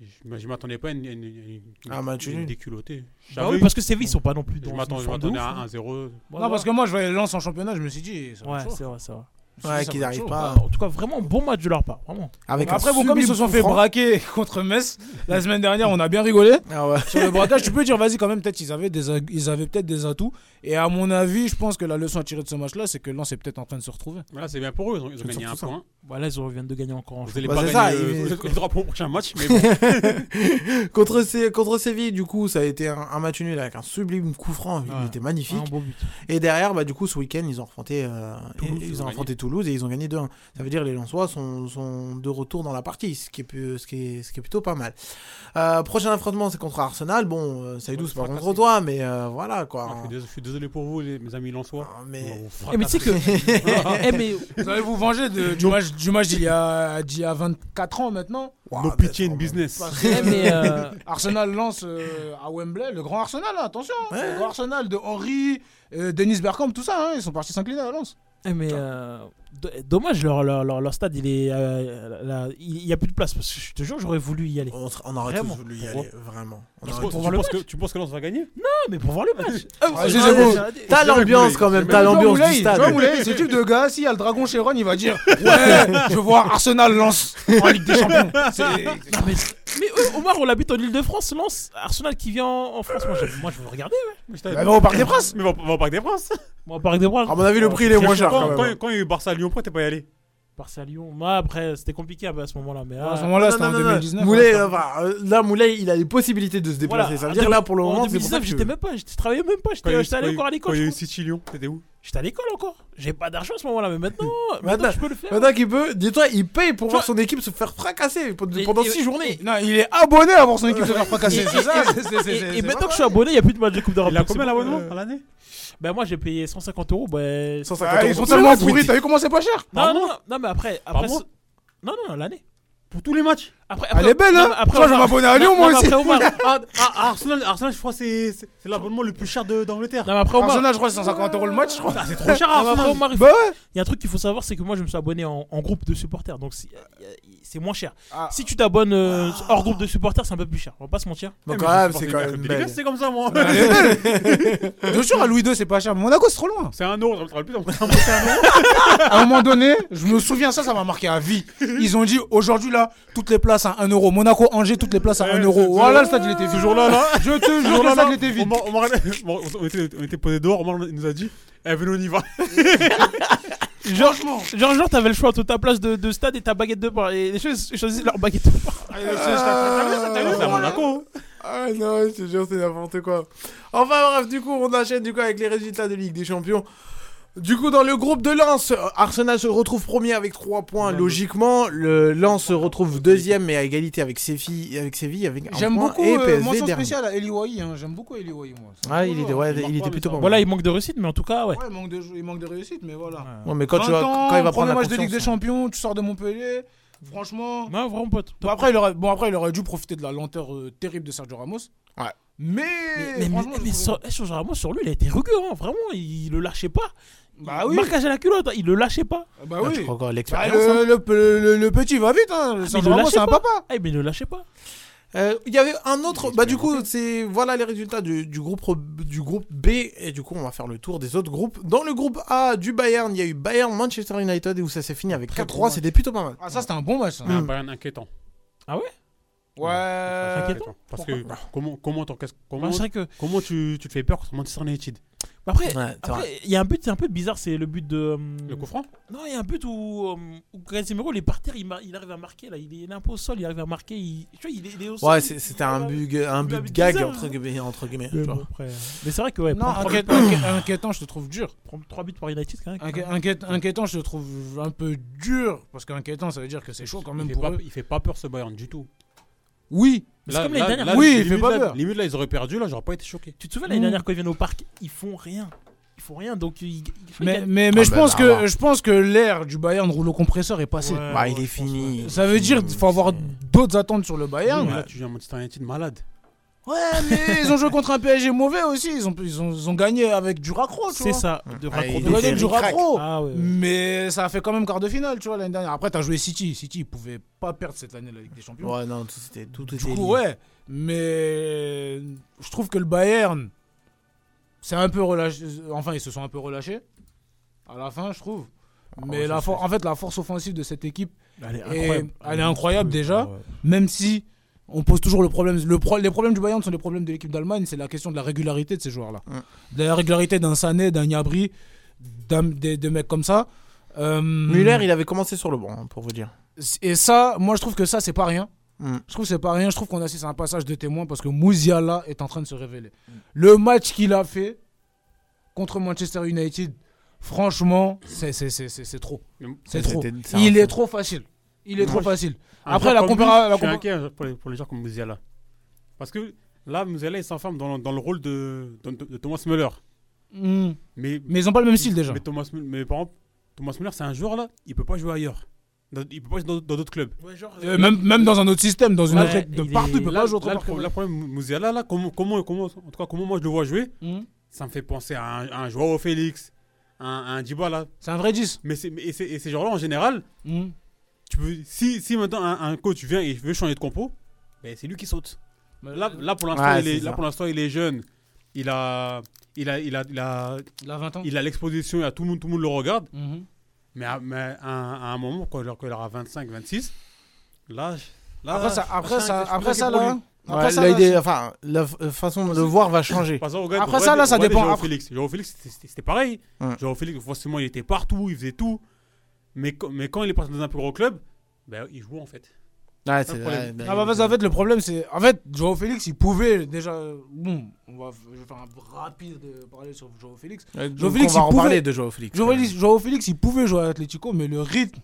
[SPEAKER 4] Je, je m'attendais pas à une, une, une,
[SPEAKER 2] Un match
[SPEAKER 4] une
[SPEAKER 2] nul.
[SPEAKER 4] déculottée. Je
[SPEAKER 3] Bah
[SPEAKER 4] savais-
[SPEAKER 3] oui, parce que Séville ils sont pas non plus.
[SPEAKER 4] je
[SPEAKER 3] dans
[SPEAKER 4] m'attends-
[SPEAKER 3] une
[SPEAKER 4] je
[SPEAKER 3] forme de
[SPEAKER 4] m'attendais à
[SPEAKER 3] ouf, hein.
[SPEAKER 4] 1-0.
[SPEAKER 3] Ouais,
[SPEAKER 9] Non,
[SPEAKER 3] ouais.
[SPEAKER 9] parce que moi, je voyais Lens en championnat, je me suis dit. ça va
[SPEAKER 3] Ouais,
[SPEAKER 9] être chaud.
[SPEAKER 3] c'est vrai, Bah, c'est
[SPEAKER 9] Je
[SPEAKER 3] vrai.
[SPEAKER 9] me suis dit,
[SPEAKER 2] Ouais,
[SPEAKER 9] ça
[SPEAKER 2] qu'ils
[SPEAKER 9] va être
[SPEAKER 2] arrivent
[SPEAKER 9] chaud.
[SPEAKER 2] pas.
[SPEAKER 3] En tout cas, vraiment bon match de leur part, vraiment.
[SPEAKER 2] Avec un
[SPEAKER 9] Après, bon, comme ils se
[SPEAKER 2] sublime
[SPEAKER 9] sont
[SPEAKER 2] coup
[SPEAKER 9] fait
[SPEAKER 2] franc.
[SPEAKER 9] braquer contre Metz la semaine dernière, on a bien rigolé.
[SPEAKER 2] Ah ouais.
[SPEAKER 9] Sur le braquage, tu peux dire, vas-y, quand même, peut-être ils avaient, des, a- ils avaient peut-être des atouts. Et à mon avis, je pense que la leçon à tirer de ce match-là, c'est que Lens est peut-être en train de se retrouver.
[SPEAKER 4] Voilà, c'est bien pour eux. Ils ont, ils ont
[SPEAKER 2] C'est
[SPEAKER 4] gagné un
[SPEAKER 2] surtout ça.
[SPEAKER 4] point.
[SPEAKER 3] Voilà, Bah, ils ont- viennent de gagner encore en
[SPEAKER 4] Vous allez
[SPEAKER 2] Bah,
[SPEAKER 4] pas
[SPEAKER 2] c'est
[SPEAKER 4] gagner
[SPEAKER 2] ça,
[SPEAKER 4] le,
[SPEAKER 2] ils-
[SPEAKER 4] le- le drapeau au prochain match, mais bon.
[SPEAKER 2] contre, Sé- contre Séville, du coup, ça a été un, un match nul avec un sublime coup franc. Il
[SPEAKER 4] Ouais.
[SPEAKER 2] était
[SPEAKER 3] Ah,
[SPEAKER 2] magnifique.
[SPEAKER 3] Un bon but.
[SPEAKER 2] Et derrière, bah, du coup, ce week-end, ils ont affronté, euh,
[SPEAKER 4] Toulouse,
[SPEAKER 2] et-
[SPEAKER 4] ils
[SPEAKER 2] ils
[SPEAKER 4] ont
[SPEAKER 2] ont
[SPEAKER 4] gagné.
[SPEAKER 2] affronté Toulouse et ils ont gagné 2-1. Ça veut dire les Lensois sont, sont de retour dans la partie, ce qui est, pu- ce qui est, ce qui est plutôt pas mal. Euh, prochain affrontement, c'est contre Arsenal. Bon, euh, ça y est
[SPEAKER 4] Ouais,
[SPEAKER 2] douce,
[SPEAKER 4] c'est
[SPEAKER 2] pas contre
[SPEAKER 4] fracassé.
[SPEAKER 2] toi, mais euh, voilà
[SPEAKER 4] Ah, je,
[SPEAKER 2] quoi.
[SPEAKER 4] suis désolé, je suis désolé pour vous, les- mes amis lensois.
[SPEAKER 2] Ah, mais-
[SPEAKER 3] Eh, mais tu sais que. Eh, mais.
[SPEAKER 9] Vous allez vous venger de- du match, du match d'il y, a- d'il y a 24 ans maintenant.
[SPEAKER 4] No pitié in business.
[SPEAKER 9] Parce
[SPEAKER 3] Eh,
[SPEAKER 9] que
[SPEAKER 3] mais. euh,
[SPEAKER 9] Arsenal lance euh, à Wembley, le grand Arsenal, hein, attention.
[SPEAKER 2] Ouais.
[SPEAKER 9] Le grand Arsenal de Henry, euh, Dennis Bergkamp, tout ça, hein, ils sont partis s'incliner à Lens.
[SPEAKER 3] eh, mais. euh, do- Dommage, leur, leur, leur, leur stade, il est. euh, là- il n'y a plus de place. Parce que je te jure, j'aurais voulu y aller.
[SPEAKER 2] On, se- on aurait tous
[SPEAKER 3] Vraiment.
[SPEAKER 2] voulu y
[SPEAKER 3] Pourquoi
[SPEAKER 2] aller, vraiment. On
[SPEAKER 4] Tu
[SPEAKER 2] aurait
[SPEAKER 4] penses-
[SPEAKER 2] tous-
[SPEAKER 4] tu, penses que, tu penses que Lens va gagner
[SPEAKER 3] Ah, mais pour voir le match.
[SPEAKER 9] Ah, j'ai-
[SPEAKER 2] j'ai-
[SPEAKER 9] j'ai-
[SPEAKER 2] Euh, T'as l'ambiance quand même, t'as
[SPEAKER 9] Tu vois,
[SPEAKER 2] l'ambiance
[SPEAKER 9] Moulay,
[SPEAKER 2] du
[SPEAKER 9] tu vois,
[SPEAKER 2] stade.
[SPEAKER 9] Moulay, c'est le type de gars, s'il y a le dragon chez Ron, il va dire Ouais, je vois Arsenal lance en Ligue des Champions. C'est-
[SPEAKER 3] Non, mais, mais Omar, on l'habite en Ile-de-France, Lance, Arsenal qui vient en en France. Moi, je, moi, je veux regarder, ouais.
[SPEAKER 2] Bah
[SPEAKER 4] Mais va au Parc des Princes. Mais va va au Parc des Princes.
[SPEAKER 3] Moi, au Parc des Princes.
[SPEAKER 2] À mon avis, le prix, il est
[SPEAKER 4] Quand-
[SPEAKER 2] moins cher,
[SPEAKER 4] Quand
[SPEAKER 2] quand même.
[SPEAKER 4] quand- quand il y a eu Barça-Lyon, pourquoi t'es pas y allé
[SPEAKER 3] Barça-Lyon. Moi, après, c'était compliqué à ce moment-là. Mais
[SPEAKER 4] Bah,
[SPEAKER 2] Ah,
[SPEAKER 3] ah,
[SPEAKER 2] non, non, non, non. Moulay,
[SPEAKER 4] hein,
[SPEAKER 3] hein,
[SPEAKER 2] enfin, euh, là, Moulay, il a les possibilités de se déplacer.
[SPEAKER 3] Voilà.
[SPEAKER 2] Ça veut
[SPEAKER 3] En
[SPEAKER 2] dire,
[SPEAKER 3] Ah, deux-
[SPEAKER 2] là, pour le
[SPEAKER 3] en
[SPEAKER 2] moment, c'est pour ça
[SPEAKER 3] 2019,
[SPEAKER 2] que
[SPEAKER 3] j'étais même pas, j'étais- je travaillais même pas,
[SPEAKER 4] Quand il y a
[SPEAKER 3] j'étais
[SPEAKER 4] eu-
[SPEAKER 3] j'étais
[SPEAKER 4] quand il
[SPEAKER 3] allé
[SPEAKER 4] y a eu-
[SPEAKER 3] encore à
[SPEAKER 4] Quand
[SPEAKER 3] l'école.
[SPEAKER 4] il y a eu
[SPEAKER 3] je crois.
[SPEAKER 4] City-Lyon, t'étais où
[SPEAKER 3] J'étais à l'école encore. J'ai pas d'argent à ce moment-là, mais maintenant, maintenant,
[SPEAKER 2] Maintenant,
[SPEAKER 3] je peux le faire.
[SPEAKER 2] maintenant qu'il peut, dis-toi, il paye pour voir son équipe se faire fracasser pendant
[SPEAKER 3] Et-
[SPEAKER 2] 6
[SPEAKER 3] et-
[SPEAKER 2] journées.
[SPEAKER 9] Non, il est abonné à voir son équipe se faire fracasser,
[SPEAKER 3] Et-
[SPEAKER 9] c'est ça,
[SPEAKER 3] et-
[SPEAKER 9] c'est- c'est- c'est-
[SPEAKER 3] Et
[SPEAKER 9] c'est
[SPEAKER 3] et maintenant
[SPEAKER 9] pas
[SPEAKER 3] que je suis abonné, il n'y a plus de match de Coupe d'Europe.
[SPEAKER 4] Il a
[SPEAKER 3] donc
[SPEAKER 4] combien
[SPEAKER 3] c'est bon,
[SPEAKER 4] l'abonnement
[SPEAKER 3] euh,
[SPEAKER 4] à l'année
[SPEAKER 3] Ben moi j'ai payé 150 euros. Ben...
[SPEAKER 2] 150
[SPEAKER 9] Ah, ils euros. sont tellement pourris, t'as vu comment c'est pas cher
[SPEAKER 3] Non,
[SPEAKER 9] Par
[SPEAKER 3] non,
[SPEAKER 9] mois
[SPEAKER 3] non, non, mais après. après
[SPEAKER 9] mois
[SPEAKER 3] ce- Non, non, l'année.
[SPEAKER 4] Pour tous les matchs
[SPEAKER 3] Après,
[SPEAKER 9] Elle est belle, hein
[SPEAKER 3] non, mais après,
[SPEAKER 9] Moi, je vais
[SPEAKER 3] Omar-
[SPEAKER 9] m'abonner à
[SPEAKER 3] non,
[SPEAKER 9] Lyon,
[SPEAKER 3] non,
[SPEAKER 9] moi
[SPEAKER 3] mais
[SPEAKER 9] aussi.
[SPEAKER 3] après, Omar-
[SPEAKER 4] Ah, ah, Arsenal, Arsenal, je crois que c'est c'est- c'est l'abonnement le plus cher de- d'Angleterre.
[SPEAKER 3] Non, mais après, Omar-
[SPEAKER 9] Arsenal, je crois, c'est 150 euros le match, je crois.
[SPEAKER 4] Ah, c'est trop cher,
[SPEAKER 3] Non, mais
[SPEAKER 4] Arsenal.
[SPEAKER 3] après, Omar, il faut-
[SPEAKER 4] Bah
[SPEAKER 3] il y a un truc qu'il faut savoir, c'est que moi je me suis abonné en, en groupe de supporters, donc c'est- il y a- il- c'est moins cher.
[SPEAKER 2] Ah.
[SPEAKER 3] Si tu t'abonnes euh, hors groupe de supporters, c'est un peu plus cher. On va pas se mentir.
[SPEAKER 2] Mais quand même, c'est quand même
[SPEAKER 4] Les gars,
[SPEAKER 2] belle.
[SPEAKER 4] c'est comme ça, moi.
[SPEAKER 9] Bien sûr, à Louis II, c'est pas cher. Mais Monaco, c'est trop loin.
[SPEAKER 4] C'est un euro, ça me rappelle plus.
[SPEAKER 9] À un moment donné, je me souviens, ça, ça m'a marqué à vie. Ils ont dit aujourd'hui, là, toutes les places à 1 euro. Monaco, Angers, toutes les places à 1 euro. Voilà, le stade, il était vide.
[SPEAKER 4] Toujours là, là.
[SPEAKER 9] Je te jure,
[SPEAKER 4] Toujours
[SPEAKER 9] le
[SPEAKER 4] là,
[SPEAKER 9] stade,
[SPEAKER 4] là.
[SPEAKER 9] il était vide.
[SPEAKER 4] Omar- Omar- Omar- On était- on était posés dehors, Omar il nous a dit Eh, venez, on y va.
[SPEAKER 3] Genre, genre, genre, t'avais le choix entre ta place de, de stade et ta baguette de pain. Et les choses choisissent leur baguette de pain.
[SPEAKER 4] C'est à Monaco.
[SPEAKER 2] Ah non, je te jure, c'est n'importe quoi. Enfin bref, du coup, on enchaîne du coup avec les résultats de Ligue des Champions. Du coup, dans le groupe de Lens, euh, Arsenal se retrouve premier avec 3 points. Logiquement, le Lens se retrouve deuxième mais à égalité avec Séville, avec Séville avec un
[SPEAKER 9] J'aime
[SPEAKER 2] point,
[SPEAKER 9] beaucoup,
[SPEAKER 2] et
[SPEAKER 9] euh,
[SPEAKER 2] PSV
[SPEAKER 9] mention
[SPEAKER 2] dernier.
[SPEAKER 9] spéciale à Eliwaï. Hein. J'aime beaucoup Eliwaï, moi. C'est
[SPEAKER 2] Ah,
[SPEAKER 9] un
[SPEAKER 2] il
[SPEAKER 9] bon
[SPEAKER 2] était,
[SPEAKER 9] joueur.
[SPEAKER 2] ouais, il était plutôt pas mal.
[SPEAKER 3] Voilà, il manque de réussite, mais en tout cas, Ah ouais.
[SPEAKER 9] Ouais, il manque, de, jeu- il manque de réussite, mais voilà.
[SPEAKER 2] Ouais, mais quand tu
[SPEAKER 9] 20
[SPEAKER 2] vas-
[SPEAKER 9] ans,
[SPEAKER 2] quand il va prendre
[SPEAKER 9] premier
[SPEAKER 2] la
[SPEAKER 9] match de Ligue des
[SPEAKER 2] confiance,
[SPEAKER 9] Champions, tu sors de Montpellier. Franchement.
[SPEAKER 3] Non, vraiment pote.
[SPEAKER 9] hein. Bon après, il aurait, bon, après, il aurait dû profiter de la lenteur euh, terrible de Sergio Ramos.
[SPEAKER 2] Ouais.
[SPEAKER 9] Mais.
[SPEAKER 3] Mais, mais,
[SPEAKER 9] franchement, je
[SPEAKER 3] mais
[SPEAKER 9] trouve-
[SPEAKER 3] sur, eh, sur Ramos, sur lui, il a été rugueux, hein, vraiment, il, le lâchait pas.
[SPEAKER 9] Bah oui.
[SPEAKER 3] Marquage à la culotte, il le lâchait pas.
[SPEAKER 9] Bah
[SPEAKER 2] Là,
[SPEAKER 9] oui.
[SPEAKER 2] Ah, tu crois encore à
[SPEAKER 9] Bah,
[SPEAKER 2] l'expérience, hein.
[SPEAKER 9] le, le- le- le- le petit va vite, hein.
[SPEAKER 3] Ah, Mais il le
[SPEAKER 9] Sergio Ramos,
[SPEAKER 3] lâchait
[SPEAKER 9] c'est un
[SPEAKER 3] pas.
[SPEAKER 9] papa.
[SPEAKER 3] Eh, mais il le lâchait pas.
[SPEAKER 2] Euh, Il y avait un autre. Bah, du coup, c'est voilà les résultats du, du groupe, re- du groupe B. Et du coup, on va faire le tour des autres groupes. Dans le groupe A du Bayern, il y a eu Bayern Manchester United et où ça s'est fini avec 4-3. C'était plutôt pas mal.
[SPEAKER 9] Ah, ça, c'était un bon match. ça.
[SPEAKER 4] Un Bayern inquiétant.
[SPEAKER 3] Ah ouais
[SPEAKER 9] Ouais.
[SPEAKER 3] Inquiétant.
[SPEAKER 4] Parce que comment comment t'encaisses- comment-
[SPEAKER 3] Bah, c'est vrai que-
[SPEAKER 4] comment tu tu te fais peur contre Manchester United
[SPEAKER 3] Bah, Après,
[SPEAKER 2] Ouais, c'est
[SPEAKER 3] après, il y a un but, c'est un peu bizarre, c'est le but de. euh,
[SPEAKER 4] Le coup franc
[SPEAKER 3] Non, il y a un but où, euh, où Casemiro, il est par terre, il, mar- il arrive à marquer, là, il est, il est un peu au sol, il arrive à marquer, il, tu vois, il est, il est au sol.
[SPEAKER 2] Ouais, c'est- c'était un but, un
[SPEAKER 3] Il a
[SPEAKER 2] but
[SPEAKER 3] mis
[SPEAKER 2] gag
[SPEAKER 3] bizarre,
[SPEAKER 2] entre
[SPEAKER 3] hein.
[SPEAKER 2] guillemets. Entre guillemets
[SPEAKER 3] Mais
[SPEAKER 2] tu vois.
[SPEAKER 3] bon, après, euh, mais c'est vrai que, ouais,
[SPEAKER 9] Non,
[SPEAKER 3] prendre,
[SPEAKER 9] inquiétant, inquiétant, inquiétant, je te trouve dur.
[SPEAKER 3] 3 buts par United, quand même.
[SPEAKER 9] Inqui- inquiét- inquiétant, je te trouve un peu dur. Parce qu'inquiétant, ça veut dire que c'est chaud quand
[SPEAKER 4] Il
[SPEAKER 9] même
[SPEAKER 4] fait
[SPEAKER 9] pour
[SPEAKER 4] pas-
[SPEAKER 9] eux.
[SPEAKER 4] il fait pas peur ce Bayern du tout.
[SPEAKER 9] Oui.
[SPEAKER 3] C'est comme l'année dernière.
[SPEAKER 9] Oui, il
[SPEAKER 4] limite,
[SPEAKER 9] fait pas
[SPEAKER 4] là-
[SPEAKER 9] peur. Mm.
[SPEAKER 4] Limite là ils auraient perdu là, j'aurais pas été choqué.
[SPEAKER 3] Tu te souviens
[SPEAKER 2] Mm.
[SPEAKER 3] l'année dernière quand ils viennent au parc, ils font rien. Ils font rien donc ils. ils- ils
[SPEAKER 9] Mais,
[SPEAKER 3] gagnent.
[SPEAKER 9] mais, mais
[SPEAKER 2] Ah
[SPEAKER 9] je,
[SPEAKER 2] ben,
[SPEAKER 9] pense
[SPEAKER 2] là,
[SPEAKER 9] que,
[SPEAKER 2] là.
[SPEAKER 9] je pense que l'ère du Bayern rouleau compresseur est passée.
[SPEAKER 3] Ouais,
[SPEAKER 2] Bah, il
[SPEAKER 3] ouais,
[SPEAKER 2] est
[SPEAKER 3] je pense,
[SPEAKER 2] fini.
[SPEAKER 9] Ça veut dire qu'il faut avoir d'autres attentes sur le Bayern.
[SPEAKER 4] Mais Là tu viens à Manchester United malade.
[SPEAKER 9] Ouais, mais ils ont joué contre un PSG mauvais aussi. Ils ont, ils ont, ils ont gagné avec du raccro, tu
[SPEAKER 3] C'est
[SPEAKER 9] vois.
[SPEAKER 3] ça, de raccrocher.
[SPEAKER 2] il
[SPEAKER 9] Ils ont gagné avec du
[SPEAKER 2] Eric Crack.
[SPEAKER 9] raccro.
[SPEAKER 3] Ah ouais. ouais.
[SPEAKER 9] Mais ça a fait quand même quart de finale, tu vois, l'année dernière. Après, t'as joué City. City, ils pouvaient pas perdre cette année la Ligue des Champions.
[SPEAKER 2] Ouais, non, tout était, tout
[SPEAKER 9] du
[SPEAKER 2] était
[SPEAKER 9] coup,
[SPEAKER 2] lié.
[SPEAKER 9] ouais. Mais je trouve que le Bayern, c'est un peu relâché. Enfin, ils se sont un peu relâchés. À la fin, je trouve. Mais
[SPEAKER 2] ouais,
[SPEAKER 9] la
[SPEAKER 2] ça,
[SPEAKER 9] for- en fait, la force offensive de cette équipe,
[SPEAKER 3] Elle est
[SPEAKER 9] Et
[SPEAKER 3] incroyable.
[SPEAKER 9] elle est incroyable déjà,
[SPEAKER 3] Ouais.
[SPEAKER 9] même si on pose toujours le problème. Le pro- les problèmes du Bayern sont les problèmes de l'équipe d'Allemagne, c'est la question de la régularité de ces joueurs-là.
[SPEAKER 2] Ouais.
[SPEAKER 9] De la régularité d'un Sané, d'un Gnabry, d'un- des, des mecs comme ça. Euh,
[SPEAKER 3] Hmm.
[SPEAKER 2] Müller, il avait commencé sur le banc, hein, pour vous dire.
[SPEAKER 9] Et ça, moi je trouve que ça, c'est pas rien.
[SPEAKER 2] Mm.
[SPEAKER 9] Je trouve que c'est pas rien. Je trouve qu'on assiste à un passage de témoin parce que Mouziala est en train de se révéler. Mm. Le match qu'il a fait contre Manchester United, franchement, c'est- c'est- c'est c'est- c'est trop. C'est trop.
[SPEAKER 2] C'était- c'est
[SPEAKER 9] Il
[SPEAKER 2] un-
[SPEAKER 9] est trop facile. Il est
[SPEAKER 4] Moi,
[SPEAKER 9] trop
[SPEAKER 4] je-
[SPEAKER 9] facile.
[SPEAKER 4] Un
[SPEAKER 9] Après,
[SPEAKER 4] joueur
[SPEAKER 9] la
[SPEAKER 4] comme lui,
[SPEAKER 9] compara- la
[SPEAKER 4] Je suis
[SPEAKER 9] compa-
[SPEAKER 4] inquiet pour les, pour les gens comme Mouziala. Parce que là, Mouziala, il s'enferme dans, le- dans le rôle de, de, de Thomas Müller.
[SPEAKER 9] Mm.
[SPEAKER 4] Mais,
[SPEAKER 9] Mais ils ont pas le même style déjà.
[SPEAKER 4] mais, Thomas, Müller- mais par exemple, Thomas Müller, c'est un joueur là, il peut pas jouer ailleurs. Dans- il peut pas jouer dans dans d'autres clubs.
[SPEAKER 9] Euh, même, même dans un autre système, dans une
[SPEAKER 3] Ouais,
[SPEAKER 9] autre de
[SPEAKER 3] il
[SPEAKER 9] partout,
[SPEAKER 3] est-
[SPEAKER 9] il peut
[SPEAKER 4] là,
[SPEAKER 9] pas jouer autre
[SPEAKER 4] là, le
[SPEAKER 9] part que
[SPEAKER 4] pro-
[SPEAKER 9] là.
[SPEAKER 4] là, le problème, Mouziala, là, comment, comment, comment, en tout cas, comment moi je le vois jouer,
[SPEAKER 9] Hmm.
[SPEAKER 4] ça me fait penser à un, à un Joao Félix, à un, à un Dybala.
[SPEAKER 9] C'est un vrai Hmm. 10.
[SPEAKER 4] Mais c'est- mais- et, c'est- et ces joueurs-là, en général, tu peux, si, si maintenant un, un coach vient et veut changer de compo, ben, c'est lui qui saute. Là, là, pour l'instant,
[SPEAKER 2] Ouais,
[SPEAKER 4] il est,
[SPEAKER 2] c'est
[SPEAKER 4] là,
[SPEAKER 2] ça.
[SPEAKER 4] pour l'instant, il est jeune. Il a, il a, il a, il a,
[SPEAKER 9] Il a 20 ans. Mhm.
[SPEAKER 4] il a l'exposition. il a Tout le monde, tout le monde le regarde. Mais à, mais à un, à un moment, quand il aura- quand il aura 25, 26, là,
[SPEAKER 9] Après ça, après ça, après ça, là. hein.
[SPEAKER 2] Ouais,
[SPEAKER 9] Après ça, là,
[SPEAKER 2] l'idée-
[SPEAKER 9] c'est-
[SPEAKER 2] enfin, la f- euh, façon de le voir va changer.
[SPEAKER 4] Par exemple, regarde,
[SPEAKER 9] Après
[SPEAKER 4] regarde-
[SPEAKER 9] ça, là, ça
[SPEAKER 4] regarde
[SPEAKER 9] dépend. hein.
[SPEAKER 4] Joao
[SPEAKER 9] Après-
[SPEAKER 4] Félix, Joao Félix, c'était- c'était c'était pareil.
[SPEAKER 2] Ouais.
[SPEAKER 4] Joao Félix, forcément, il était partout, il faisait tout. Mais, quand- mais quand il est parti dans un plus gros club, ben, il joue en fait.
[SPEAKER 2] Ouais,
[SPEAKER 4] C'est
[SPEAKER 2] c'est
[SPEAKER 4] le problème.
[SPEAKER 2] vrai, ben,
[SPEAKER 9] Ah bah parce qu'en fait le problème c'est en fait Joao Félix il pouvait déjà bon on va je vais faire un rapide euh, parallèle sur Joao Félix.
[SPEAKER 2] Ouais,
[SPEAKER 9] Joao
[SPEAKER 2] donc on va en parler de Joao Félix,
[SPEAKER 9] Joao
[SPEAKER 2] quand
[SPEAKER 9] Félix, Joao Félix, il pouvait jouer à l'Atlético mais le rythme